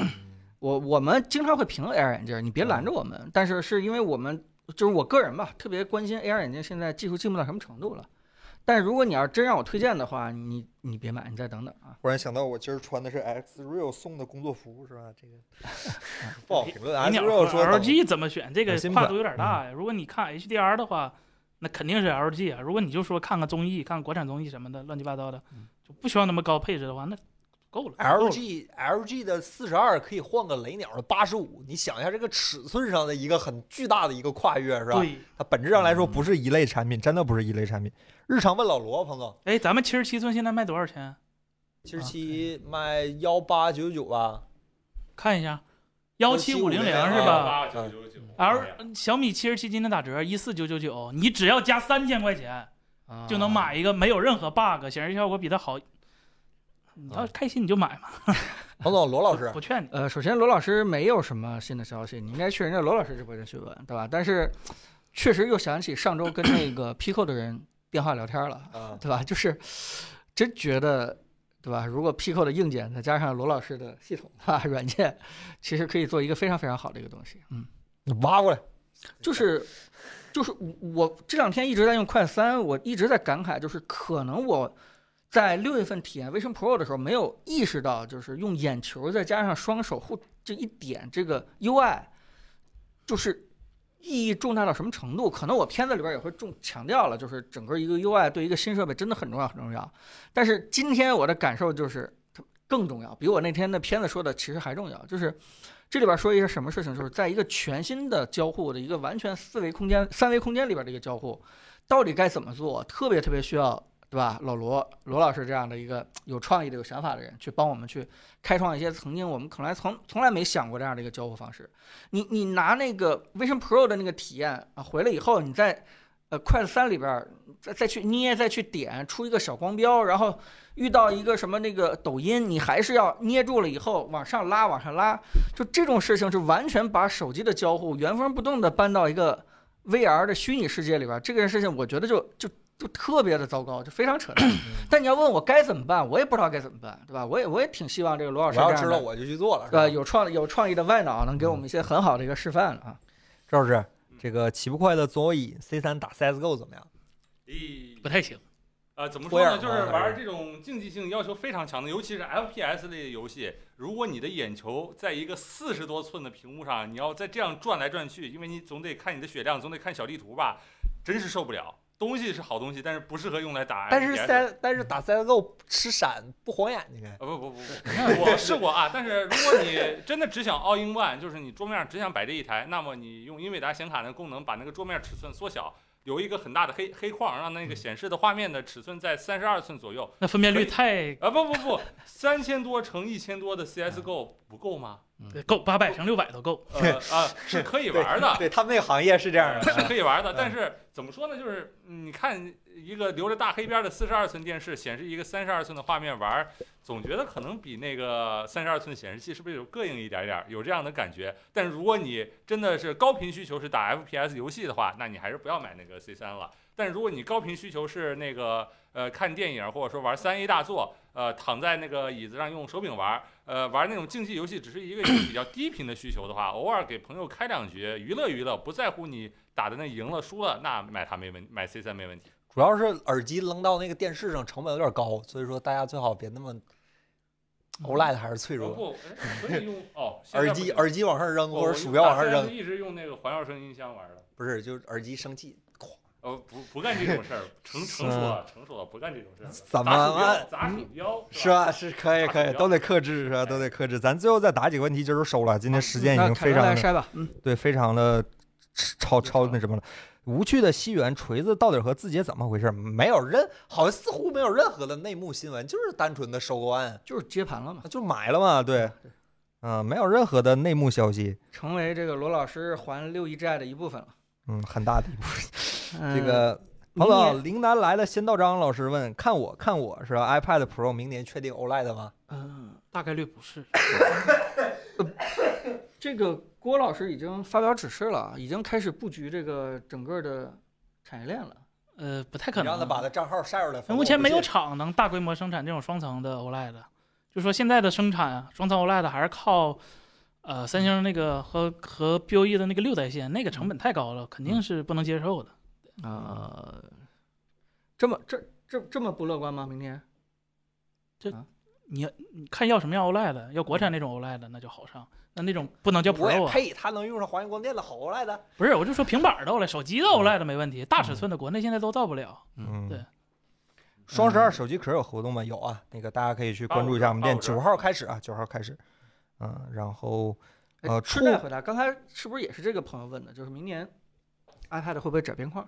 [SPEAKER 2] 我我们经常会评论 AR 眼镜，你别拦着我们。但是是因为我们就是我个人吧，特别关心 AR 眼镜现在技术进步到什么程度了。但如果你要真让我推荐的话，你你别买，你再等等啊。
[SPEAKER 1] 忽然想到，我今儿穿的是 X Real 送的工作服，是吧？这个 不好评论。
[SPEAKER 3] 你
[SPEAKER 1] X
[SPEAKER 3] 鸟啊
[SPEAKER 1] Real 说
[SPEAKER 3] LG 怎么选这个
[SPEAKER 1] 新款嗯
[SPEAKER 3] 跨度有点大呀？如果你看 HDR 的话，那肯定是 LG 啊。如果你就说看看综艺、看国产综艺什么的，乱七八糟的，
[SPEAKER 1] 嗯
[SPEAKER 3] 就不需要那么高配置的话，那够了。够了
[SPEAKER 1] LG LG 的四十二可以换个雷鸟的八十五，你想一下这个尺寸上的一个很巨大的一个跨越，是吧？
[SPEAKER 3] 对，
[SPEAKER 1] 它本质上来说不是一类产品，真的不是一类产品。日常问老罗，彭总，
[SPEAKER 3] 哎，咱们七十七寸现在卖多少钱？
[SPEAKER 1] 七十七卖幺八九九吧？
[SPEAKER 3] 看一下，幺七五零零是
[SPEAKER 1] 啊
[SPEAKER 3] 吧
[SPEAKER 4] 啊
[SPEAKER 3] 嗯
[SPEAKER 4] 八九九九哎呀
[SPEAKER 3] ？L 小米七十七今天打折一四九九九，你只要加三千块钱就
[SPEAKER 1] 啊
[SPEAKER 3] 能买一个没有任何 bug，显示效果比它好。
[SPEAKER 1] 啊
[SPEAKER 3] 你要开心你就买嘛，
[SPEAKER 1] 彭总，罗老师
[SPEAKER 3] 不劝你。
[SPEAKER 2] 呃，首先罗老师没有什么新的消息，你应该去人家罗老师直播间去问，对吧？但是确实又想起上周跟那个 Pico 的人电话聊天了，
[SPEAKER 1] 啊，
[SPEAKER 2] 对吧？就是真觉得，对吧？如果 Pico 的硬件再加上罗老师的系统啊软件，其实可以做一个非常非常好的一个东西。嗯，
[SPEAKER 1] 你挖过来，
[SPEAKER 2] 就是就是我我这两天一直在用快三，我一直在感慨，就是可能我在六月份体验 Vision Pro 的时候，没有意识到，就是用眼球再加上双手护这一点这个 UI，就是。意义重大到什么程度？可能我片子里边也会重强调了，就是整个一个 UI 对一个新设备真的很重要，很重要。但是今天我的感受就是，它更重要，比我那天的片子说的其实还重要。就是这里边说一个什么事情，就是在一个全新的交互的一个完全四维空间、三维空间里边的一个交互，到底该怎么做，特别特别需要，对吧？老罗罗老师这样的一个有创意的、有想法的人，去帮我们去开创一些曾经我们可能还从从来没想过这样的一个交互方式。你你拿那个 Vision Pro 的那个体验啊，回来以后，你在呃快乐三里边儿再再去捏、再去点出一个小光标，然后遇到一个什么那个抖音，你还是要捏住了以后往上拉、往上拉。就这种事情是完全把手机的交互原封不动的搬到一个 VR 的虚拟世界里边儿，这个事情我觉得就就就特别的糟糕，就非常 扯淡。但你要问我该怎么办，我也不知道该怎么办，对吧？我也我也挺希望这个罗老
[SPEAKER 1] 我
[SPEAKER 2] 师这样
[SPEAKER 1] 要
[SPEAKER 2] 的
[SPEAKER 1] 知道我就去做了，是吧嗯
[SPEAKER 2] 呃，？有创有创意的外脑能给我们一些很好的一个示范啊。
[SPEAKER 1] 赵老师，这个骑不快的左椅 C 3打 CSGO 怎么样？
[SPEAKER 4] 咦
[SPEAKER 3] 不太行。
[SPEAKER 4] 哎呃，怎么
[SPEAKER 1] 托
[SPEAKER 4] 说
[SPEAKER 1] 尔吗
[SPEAKER 4] 呢？就是
[SPEAKER 1] 啊还是
[SPEAKER 4] 玩这种竞技性要求非常强的，尤其是 FPS 类的游戏。如果你的眼球在一个四十多寸的屏幕上，你要再这样转来转去，因为你总得看你的血量，总得看小地图吧，真是受不了。东西是好东西，但是不适合用来打 FPS。
[SPEAKER 1] 但是三但是打 CSGO 吃闪不晃眼睛啊。
[SPEAKER 4] 啊不不不不， 我试过啊。但是如果你真的只想 all in one，就是你桌面上只想摆这一台，那么你用英伟达显卡的功能把那个桌面尺寸缩小，留一个很大的黑 黑框，让那个显示的画面的尺寸在三十二寸左右。
[SPEAKER 3] 那分辨率
[SPEAKER 4] 可以
[SPEAKER 3] 太
[SPEAKER 4] 啊不不不，三千多乘一千多的 CSGO 不够吗？
[SPEAKER 3] 对够八百乘六百都够。
[SPEAKER 4] 呃啊是可以玩 的，
[SPEAKER 1] 对他们那个行业是这样
[SPEAKER 4] 是
[SPEAKER 1] 的，
[SPEAKER 4] 可以玩的，
[SPEAKER 1] 嗯
[SPEAKER 4] 但是怎么说呢？就是你看一个留着大黑边的四十二寸电视显示一个三十二寸的画面玩儿，总觉得可能比那个三十二寸显示器是不是有膈应一点点儿，有这样的感觉。但是如果你真的是高频需求是打 FPS 游戏的话，那你还是不要买那个 C 三了。但是如果你高频需求是那个呃看电影或者说玩三 A 大作，呃躺在那个椅子上用手柄玩儿，呃玩那种竞技游戏只是一个比较低频的需求的话，偶尔给朋友开两局娱乐娱乐，不在乎你打的那赢了输了，那买它没问买 C 三没问题。
[SPEAKER 1] 主要是耳机扔到那个电视上成本有点高，所以说大家最好别那么 OLED 还是脆
[SPEAKER 4] 哦
[SPEAKER 1] 弱，
[SPEAKER 4] 不，哎可以用哦，现在
[SPEAKER 1] 耳
[SPEAKER 4] 不
[SPEAKER 1] 机
[SPEAKER 4] 行哦
[SPEAKER 1] 耳机往上扔
[SPEAKER 4] 我
[SPEAKER 1] 或者
[SPEAKER 4] 我
[SPEAKER 1] 鼠标往
[SPEAKER 4] 打
[SPEAKER 1] 上
[SPEAKER 4] CS
[SPEAKER 1] 扔，
[SPEAKER 4] 一直用那个环绕声音箱玩的。
[SPEAKER 1] 不是就是耳机生气，
[SPEAKER 4] 呃，不不干这种事儿，成成熟了，成熟了，不干这种事儿了。
[SPEAKER 1] 怎
[SPEAKER 4] 砸鼠
[SPEAKER 1] 么嗯
[SPEAKER 4] 标，砸鼠标
[SPEAKER 1] 是？啊吧？是可以
[SPEAKER 4] 打
[SPEAKER 1] 可以，
[SPEAKER 4] 鼠标
[SPEAKER 1] 都得克制是吧？都得克制。咱最后再打几个问题，就是收了。今天时间已
[SPEAKER 2] 那
[SPEAKER 1] 经
[SPEAKER 2] 凯
[SPEAKER 1] 非
[SPEAKER 2] 文来
[SPEAKER 1] 常
[SPEAKER 2] 筛吧，嗯，
[SPEAKER 1] 对，非常的超超那什么了。无趣的西园锤子到底和字节怎么回事？没有任，好像似乎没有任何的内幕新闻，就是单纯的收购案，
[SPEAKER 2] 就是接盘了嘛，
[SPEAKER 1] 就买了嘛。对，嗯、没有任何的内幕消息。
[SPEAKER 2] 成为这个罗老师还六亿债的一部分了。
[SPEAKER 1] 嗯，很大的一部分。
[SPEAKER 2] 嗯
[SPEAKER 1] 这个
[SPEAKER 2] 明
[SPEAKER 1] 彭总，
[SPEAKER 2] 年
[SPEAKER 1] 林南来了，先到章老师问，看我看我是吧？iPad Pro 明年确定 OLED 吗？
[SPEAKER 2] 嗯，
[SPEAKER 3] 大概率不是，
[SPEAKER 2] 嗯这个郭老师已经发表指示了，啊已经开始布局这个整个的产业链了。
[SPEAKER 3] 呃，不太
[SPEAKER 1] 你
[SPEAKER 3] 可能。
[SPEAKER 1] 让他把他账号晒出来。否则
[SPEAKER 3] 目前
[SPEAKER 1] 我不
[SPEAKER 3] 没有
[SPEAKER 1] 信
[SPEAKER 3] 厂能大规模生产这种双层的 OLED，就说现在的生产啊，双层 OLED 还是靠呃三星那个和和 BOE 的那个六代线，那个成本太高了，肯定是不能接受的。
[SPEAKER 1] 啊
[SPEAKER 2] 呃，这么这这这么不乐观吗？明天？
[SPEAKER 3] 你看要什么样 OLED，要国产那种 OLED 那就好上，那那种不能叫
[SPEAKER 1] 我
[SPEAKER 3] Pro
[SPEAKER 1] 也
[SPEAKER 3] 啊。
[SPEAKER 1] 配，他能用上华为光电的好 OLED。
[SPEAKER 3] 不是，我就说平板的 E OLED，手机的 OLED 没问题，大尺寸的国内现在都到不了。
[SPEAKER 1] 嗯
[SPEAKER 3] 对。
[SPEAKER 1] 双十二手机壳有活动吗？有啊，那个大家可以去关注一下我们店，
[SPEAKER 4] 八
[SPEAKER 1] 九
[SPEAKER 4] 五折
[SPEAKER 1] 号开始啊，九号开始。嗯，然后
[SPEAKER 2] 哎
[SPEAKER 1] 呃
[SPEAKER 2] 顺
[SPEAKER 1] 触
[SPEAKER 2] 带回答，刚才是不是也是这个朋友问的？就是明年 iPad 会不会窄边框？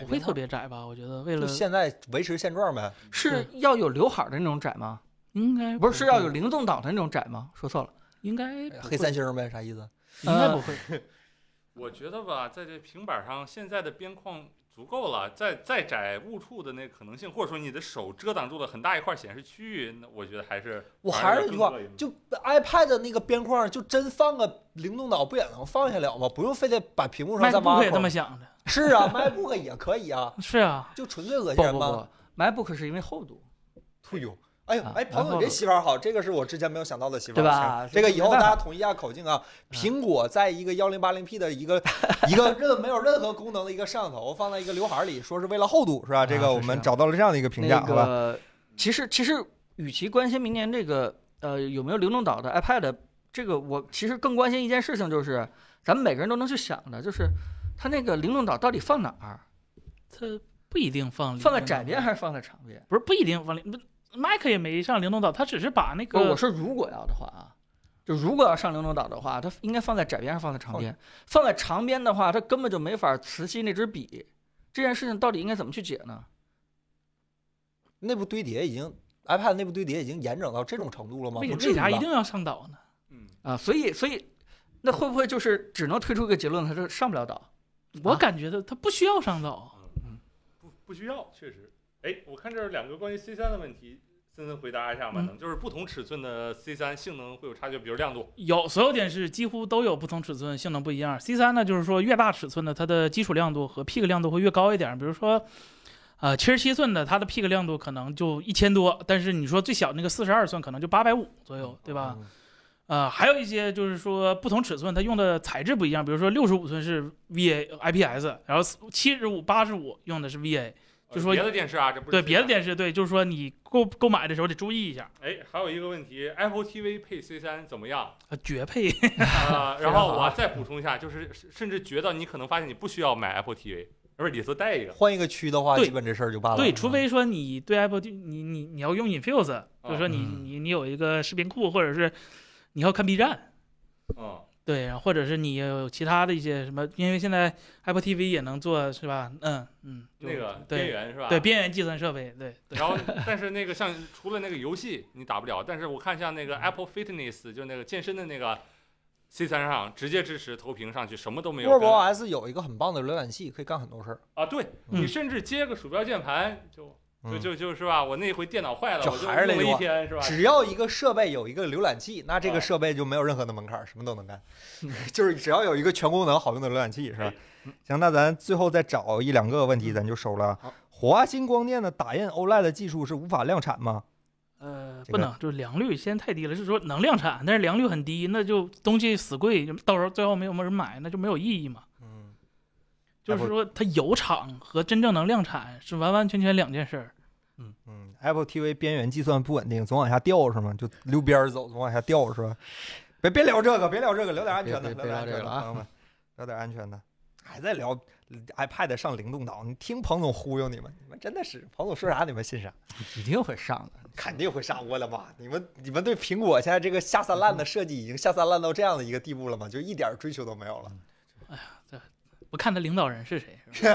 [SPEAKER 3] 不会特别窄吧？我觉得为
[SPEAKER 1] 就
[SPEAKER 3] 了
[SPEAKER 1] 现在维持现状呗。
[SPEAKER 2] 是要有刘海儿的那种窄吗？
[SPEAKER 3] 应该
[SPEAKER 2] 不是，是要
[SPEAKER 1] 嗯
[SPEAKER 2] 有
[SPEAKER 3] 会
[SPEAKER 2] 灵动岛的那种窄吗？说错了，
[SPEAKER 3] 应该不
[SPEAKER 1] 黑
[SPEAKER 3] 会
[SPEAKER 1] 三星呗，啥意思？
[SPEAKER 3] 应该
[SPEAKER 2] 呃
[SPEAKER 3] 不会。
[SPEAKER 4] 我觉得吧，在这平板上现在的边框足够了，再再窄误触的那可能性，或者说你的手遮挡住了很大一块显示区域，那我觉得还是
[SPEAKER 1] 我
[SPEAKER 4] 反
[SPEAKER 1] 还
[SPEAKER 4] 而
[SPEAKER 1] 是那句
[SPEAKER 4] 更
[SPEAKER 1] 话
[SPEAKER 4] 膈应，
[SPEAKER 1] 就 iPad 的那个边框，就真放个灵动岛不也能放下了吗？不用非得把屏幕上
[SPEAKER 3] 麦
[SPEAKER 1] 再
[SPEAKER 3] 克不
[SPEAKER 1] 挖
[SPEAKER 3] 也这么
[SPEAKER 1] 孔。
[SPEAKER 3] 想的？
[SPEAKER 1] 是啊，MacBook 也可以啊，
[SPEAKER 3] 是啊，
[SPEAKER 1] 就纯粹恶
[SPEAKER 2] 不
[SPEAKER 1] 心
[SPEAKER 2] 不
[SPEAKER 1] 人
[SPEAKER 2] 不
[SPEAKER 1] 吗？
[SPEAKER 2] ，MacBook 是因为厚度，
[SPEAKER 1] 退呦，哎呦
[SPEAKER 2] 啊，
[SPEAKER 1] 哎，
[SPEAKER 2] 然
[SPEAKER 1] 彭
[SPEAKER 2] 后
[SPEAKER 1] 总，这媳法好，这个是我之前没有想到的媳法，
[SPEAKER 2] 对吧
[SPEAKER 1] 行这个以后
[SPEAKER 2] 没办
[SPEAKER 1] 大
[SPEAKER 2] 法
[SPEAKER 1] 家统一一下口径啊。
[SPEAKER 2] 嗯
[SPEAKER 1] 苹果在一个幺零八零 P 的一 个一个任没有任何功能的一个摄像头放在一个刘海里，说是为了厚度，是吧？
[SPEAKER 2] 啊
[SPEAKER 1] 这
[SPEAKER 2] 是
[SPEAKER 1] 个我
[SPEAKER 2] 是
[SPEAKER 1] 们找到了这样的一个评价，好
[SPEAKER 2] 那
[SPEAKER 1] 吧？
[SPEAKER 2] 个其实其实，与其关心明年这个呃有没有灵动岛的 iPad，这个我其实更关心一件事情，就是咱们每个人都能去想的，就是它那个灵动岛到底放哪儿？
[SPEAKER 3] 它不一定放
[SPEAKER 2] 放在
[SPEAKER 3] 灵动
[SPEAKER 2] 窄边
[SPEAKER 3] 岛
[SPEAKER 2] 还是放在长边？
[SPEAKER 3] 不是不一定往里，不麦克也没上灵动岛，他只是把那
[SPEAKER 2] 不是，我
[SPEAKER 3] 个
[SPEAKER 2] 说如果要的话啊，就如果要上灵动岛的话，它应该放在窄边还是放在长边？放在长边的话，它根本就没法磁吸那支笔。这件事情到底应该怎么去解呢？
[SPEAKER 1] 内部堆叠已经 iPad 内部堆叠已经严整到这种程度了吗？
[SPEAKER 3] 为
[SPEAKER 1] 不
[SPEAKER 3] 为
[SPEAKER 1] 至于
[SPEAKER 3] 啥一
[SPEAKER 1] 吧？
[SPEAKER 3] 定要上岛呢？
[SPEAKER 4] 嗯，
[SPEAKER 2] 啊，所以所以那会不会就是只能推出一个结论，它就上不了岛？
[SPEAKER 3] 我感觉他他不需要上岛，
[SPEAKER 4] 不不需要，确实。哎，我看这儿两个关于 C 三的问题，森森回答一下吧，
[SPEAKER 3] 嗯
[SPEAKER 4] 能就是不同尺寸的 C 三性能会有差距，比如亮度。
[SPEAKER 3] 有所有电视几乎都有不同尺寸，性能不一样。C 3呢，就是说越大尺寸的，它的基础亮度和 peak 亮度会越高一点。比如说，呃，七十七寸的它的 peak 亮度可能就一千多，但是你说最小那个四十二寸可能就八百五左右，对吧？
[SPEAKER 1] 嗯
[SPEAKER 3] 呃，还有一些就是说不同尺寸它用的材质不一样，比如说六十五寸是 VA IPS，然后七十五、八十五用的是 VA。就
[SPEAKER 4] 呃
[SPEAKER 3] 说
[SPEAKER 4] 别的电视啊，这不是
[SPEAKER 3] 对别的
[SPEAKER 4] 视。
[SPEAKER 3] 电视，对，就是说你购购买的时候得注意一下，
[SPEAKER 4] 哎，还有一个问题，Apple TV 配 C 三怎么样？
[SPEAKER 3] 呃绝配
[SPEAKER 4] 啊，然
[SPEAKER 2] 非常
[SPEAKER 4] 后
[SPEAKER 2] 好
[SPEAKER 4] 我再补充一下，就是甚甚至觉得你可能发现你不需要买 Apple TV，而是里头带一个。
[SPEAKER 1] 换一个区的话，
[SPEAKER 3] 对
[SPEAKER 1] 基本这事儿就办了。嗯
[SPEAKER 3] 对，除非说你对 Apple T- 你你你要用 Infuse，就是说你
[SPEAKER 1] 嗯
[SPEAKER 3] 你你有一个视频库，或者是你要看 B 站，
[SPEAKER 4] 嗯，
[SPEAKER 3] 对，或者是你有其他的一些什么，因为现在 Apple TV 也能做，是吧？嗯嗯，
[SPEAKER 4] 那个
[SPEAKER 3] 对
[SPEAKER 4] 边缘是吧？
[SPEAKER 3] 对，边缘计算设备，对对
[SPEAKER 4] 然后，但是那个像除了那个游戏你打不了，但是我看像那
[SPEAKER 3] 嗯
[SPEAKER 4] 个 Apple Fitness 就那个健身的那个 C 3上直接支持投屏上去，什么都没有跟。
[SPEAKER 1] ，WebOS 有一个很棒的浏览器，可以干很多事儿。
[SPEAKER 4] 啊，对
[SPEAKER 3] 嗯
[SPEAKER 4] 你甚至接个鼠标键盘就就
[SPEAKER 1] 嗯
[SPEAKER 4] 就就是吧，我那回电脑坏了，
[SPEAKER 1] 就
[SPEAKER 4] 我就
[SPEAKER 1] 还是那
[SPEAKER 4] 用了
[SPEAKER 1] 句
[SPEAKER 4] 一
[SPEAKER 1] 话
[SPEAKER 4] 天是吧？
[SPEAKER 1] 只要一个设备有一个浏览
[SPEAKER 5] 啊
[SPEAKER 1] 器，那这个设备就没有任何的门槛，什么都能 干。就是只要有一个全功能好用的浏览器，是吧
[SPEAKER 4] 哎？
[SPEAKER 1] 行，那咱最后再找一两个问题，咱就收了
[SPEAKER 5] 好。
[SPEAKER 1] 华星光电的打印 OLED 的技术是无法量产吗？
[SPEAKER 3] 呃，
[SPEAKER 1] 这
[SPEAKER 3] 不
[SPEAKER 1] 个
[SPEAKER 3] 能，就是良率现在太低了，是说能量产，但是良率很低，那就东西死贵，到时候最后没有人买，那就没有意义嘛。
[SPEAKER 1] 嗯，
[SPEAKER 3] 就是说，它有厂和真正能量产是完完全全两件事儿。
[SPEAKER 1] 嗯，Apple TV 边缘计算不稳定，总往下掉是吗？就溜边儿走，总往下掉是吧？别别聊这个，别聊这个，聊点安全的，
[SPEAKER 5] 别别
[SPEAKER 1] 聊点安
[SPEAKER 5] 别
[SPEAKER 1] 全的，
[SPEAKER 5] 聊这个啊
[SPEAKER 1] 朋友们，聊点安全的。还在聊 iPad 上灵动岛，你听彭总忽悠你们，你们真的是彭总说啥你们信啥，
[SPEAKER 5] 一定会上的。
[SPEAKER 1] 肯定会上。我的妈，你们你们对苹果现在这个下三滥的设计已经下三滥到这样的一个地步了吗？就一点追求都没有了。
[SPEAKER 3] 不看他领导人是谁，是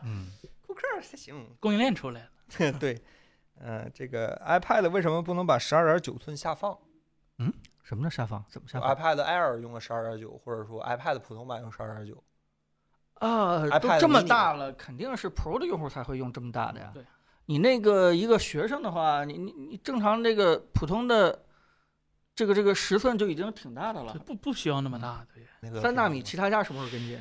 [SPEAKER 5] 嗯，
[SPEAKER 1] 库克还行，
[SPEAKER 3] 供应链出来了。
[SPEAKER 1] 对，呃，这个 iPad 为什么不能把十二点九寸下放？
[SPEAKER 2] 什么叫下放？怎么下放？
[SPEAKER 1] iPad Air 用了十二点九，或者说 iPad 普通版用十二点九。
[SPEAKER 2] 啊，都
[SPEAKER 1] iPad
[SPEAKER 2] 这么
[SPEAKER 1] mini
[SPEAKER 2] 大了，肯定是 Pro 的用户才会用这么大的呀。
[SPEAKER 3] 对，
[SPEAKER 2] 你那个一个学生的话，你你你正常这个普通的这个这个十寸就已经挺大的嗯
[SPEAKER 3] 就
[SPEAKER 2] 了，
[SPEAKER 3] 不不需要那么大，对。
[SPEAKER 1] 那个
[SPEAKER 2] 三纳米其他家什么时候跟进？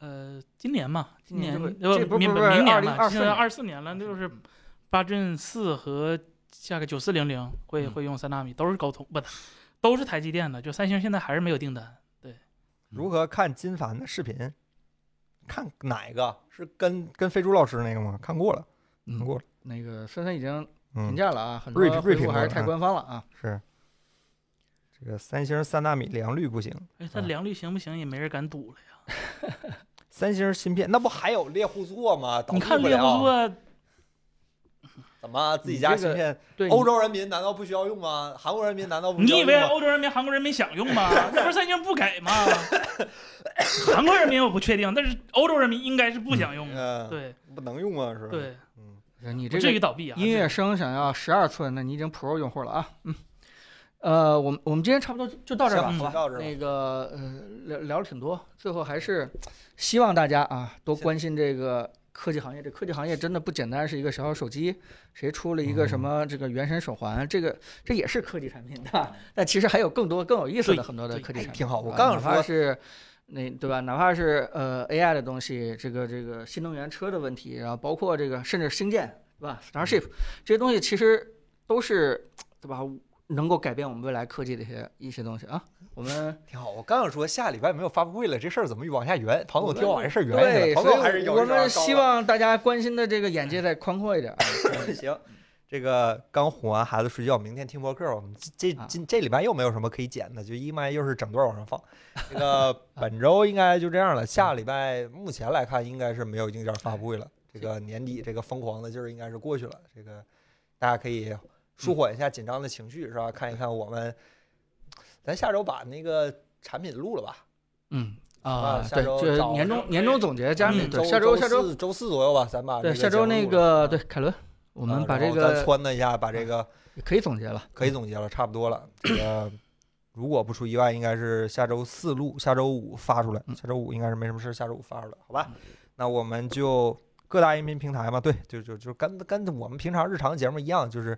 [SPEAKER 3] 呃，今年嘛，今
[SPEAKER 2] 年
[SPEAKER 3] 年
[SPEAKER 2] 这不
[SPEAKER 3] 呃
[SPEAKER 2] 这不
[SPEAKER 3] 明
[SPEAKER 2] 不是
[SPEAKER 3] 明年嘛，
[SPEAKER 2] 2024
[SPEAKER 3] 现在二四年了，那就是八 Gen 四和下个九四零零会
[SPEAKER 1] 嗯
[SPEAKER 3] 会用三纳米，都是高通不，都是台积电的。就三星现在还是没有订单，
[SPEAKER 1] 如何看金凡的视频？看哪一个是跟跟飞猪老师那个吗？看过了，
[SPEAKER 2] 嗯
[SPEAKER 1] 看过了。
[SPEAKER 2] 那个森森已经评
[SPEAKER 1] 嗯，
[SPEAKER 2] 价了啊，很
[SPEAKER 1] 锐
[SPEAKER 2] 多
[SPEAKER 1] 锐
[SPEAKER 2] 回复
[SPEAKER 1] 评
[SPEAKER 2] 还是
[SPEAKER 1] 了
[SPEAKER 2] 太
[SPEAKER 1] 嗯
[SPEAKER 2] 官方了啊。
[SPEAKER 1] 是这个三星三纳米良率不行，
[SPEAKER 3] 哎，它
[SPEAKER 1] 啊
[SPEAKER 3] 良率行不行也没人敢赌了呀。
[SPEAKER 1] 三星芯片那不还有猎户座吗？
[SPEAKER 3] 你
[SPEAKER 1] 导
[SPEAKER 3] 看
[SPEAKER 1] 入不
[SPEAKER 3] 猎户
[SPEAKER 1] 了
[SPEAKER 3] 座，
[SPEAKER 1] 怎么自己
[SPEAKER 2] 你
[SPEAKER 1] 家
[SPEAKER 2] 这
[SPEAKER 1] 芯
[SPEAKER 2] 个
[SPEAKER 1] 片？
[SPEAKER 2] 对，
[SPEAKER 1] 欧洲人民难道不需要用吗？韩国人民难道不需
[SPEAKER 3] 你
[SPEAKER 1] 要
[SPEAKER 3] 以
[SPEAKER 1] 用
[SPEAKER 3] 为
[SPEAKER 1] 吗？
[SPEAKER 3] 欧洲人民、韩国人民想用吗？那不是三星不给吗？韩国人民我不确定，但是欧洲人民应该是不想用的。
[SPEAKER 1] 嗯，
[SPEAKER 3] 对
[SPEAKER 1] 不能用啊，是吧？，
[SPEAKER 3] 对，
[SPEAKER 1] 嗯，
[SPEAKER 2] 洲，呃你
[SPEAKER 3] 不
[SPEAKER 2] 这
[SPEAKER 3] 至
[SPEAKER 2] 个
[SPEAKER 3] 于倒闭啊。
[SPEAKER 2] 音
[SPEAKER 3] 这
[SPEAKER 2] 乐
[SPEAKER 3] 个
[SPEAKER 2] 生想要十二寸，那你已经 Pro 用户了啊。嗯，呃，我们我们今天差不多就就到这儿吧，
[SPEAKER 3] 行
[SPEAKER 2] 好吧？
[SPEAKER 1] 到这儿吧
[SPEAKER 2] 那个呃，聊聊了挺多，最后还是希望大家啊多关心这个科技行业。这科技行业真的不简单，是一个小小手机，谁出了一
[SPEAKER 3] 嗯
[SPEAKER 2] 个什么这个原神手环，这个这也是科技产品的。但其实还有更多更有意思
[SPEAKER 3] 嗯
[SPEAKER 2] 的
[SPEAKER 3] 对
[SPEAKER 2] 很多的科技
[SPEAKER 3] 对
[SPEAKER 2] 产品，
[SPEAKER 1] 挺好我
[SPEAKER 2] 啊
[SPEAKER 1] 刚
[SPEAKER 2] 哪
[SPEAKER 1] 想
[SPEAKER 2] 怕
[SPEAKER 1] 说
[SPEAKER 2] 是。那对吧？哪怕是呃 AI 的东西，这个这个新能源车的问题，然后包括这个甚至星舰，对吧？Starship
[SPEAKER 1] 嗯
[SPEAKER 2] 这些东西其实都是对吧？能够改变我们未来科技的一些一些东西啊。我们
[SPEAKER 1] 挺好，我刚想说下礼拜没有发布会了，这事儿怎么往下圆？庞总听我完事儿圆一下，
[SPEAKER 2] 对，
[SPEAKER 1] 庞
[SPEAKER 2] 所
[SPEAKER 1] 总还是
[SPEAKER 2] 以
[SPEAKER 1] 有
[SPEAKER 2] 我
[SPEAKER 1] 一手
[SPEAKER 2] 们
[SPEAKER 1] 高
[SPEAKER 2] 希
[SPEAKER 1] 了嗯
[SPEAKER 2] 望大家关心的这个眼界再宽阔一点啊。
[SPEAKER 1] 行，这个刚哄完孩子睡觉，明天听播客。我们这这
[SPEAKER 2] 啊
[SPEAKER 1] 今这礼拜又没有什么可以剪的，就一麦又是整段往 上放。这个本周应该就这样了，下礼拜目前来看应该是没有硬件发布会了。
[SPEAKER 2] 哎
[SPEAKER 1] 这个年底这个疯狂的劲儿应该是过去了，这个大家可以
[SPEAKER 2] 嗯
[SPEAKER 1] 舒缓一下紧张的情绪，是吧？看一看我们，咱下周把那个产品录了吧。
[SPEAKER 2] 嗯
[SPEAKER 1] 啊
[SPEAKER 2] 啊，
[SPEAKER 1] 下
[SPEAKER 2] 对，
[SPEAKER 1] 周
[SPEAKER 2] 就是
[SPEAKER 1] 找
[SPEAKER 2] 年
[SPEAKER 4] 人
[SPEAKER 2] 终年终总结加
[SPEAKER 3] 嗯
[SPEAKER 2] 那对，
[SPEAKER 1] 周
[SPEAKER 2] 下周下周
[SPEAKER 1] 四周四左右吧，咱把
[SPEAKER 2] 对
[SPEAKER 1] 这
[SPEAKER 2] 下周
[SPEAKER 1] 节目
[SPEAKER 2] 那
[SPEAKER 1] 录
[SPEAKER 2] 个
[SPEAKER 1] 了
[SPEAKER 2] 对凯伦，我
[SPEAKER 1] 我
[SPEAKER 2] 们把这
[SPEAKER 1] 咱
[SPEAKER 2] 个啊
[SPEAKER 1] 撺掇一下，把这个。
[SPEAKER 2] 可以总结了，
[SPEAKER 1] 可以总结了，差不多了。这个如果不出意外，应该是下周四录，下周五发出来。
[SPEAKER 3] 嗯
[SPEAKER 1] 下周五应该是没什么事儿，下周五发出来，好吧？那我们就各大音频平台嘛，对，就就就跟跟我们平常日常节目一样，就是。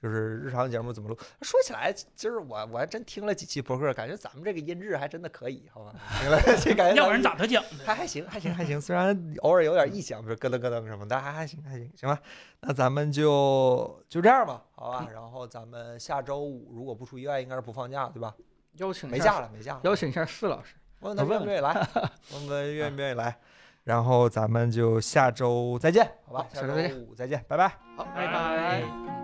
[SPEAKER 1] 就是日常节目怎么录？说起来，今儿我我还真听了几期博客，感觉咱们这个音质还真的可以，好吧？ 听了这感觉咱们，
[SPEAKER 3] 哎要不然咋得奖
[SPEAKER 1] 还
[SPEAKER 3] 呢？
[SPEAKER 1] 还行，还行，还行。虽然偶尔有点异响，比如咯噔咯噔什么的，还还行，还行，行吧。那咱们就就这样吧，好吧。然后咱们下周五如果不出意外，应该是不放假，对吧？
[SPEAKER 2] 邀请一
[SPEAKER 1] 没
[SPEAKER 2] 下
[SPEAKER 1] 假了，没假了。
[SPEAKER 2] 邀请一下四老师。
[SPEAKER 1] 问问他
[SPEAKER 2] 我
[SPEAKER 1] 愿
[SPEAKER 2] 问
[SPEAKER 1] 不
[SPEAKER 2] 问
[SPEAKER 1] 愿意来，问啊问愿不愿意来。然后咱们就下周再见，好吧？
[SPEAKER 2] 好下周
[SPEAKER 1] 周
[SPEAKER 2] 再
[SPEAKER 1] 五再见，拜拜。
[SPEAKER 2] 好，
[SPEAKER 3] 拜拜。
[SPEAKER 1] 嗯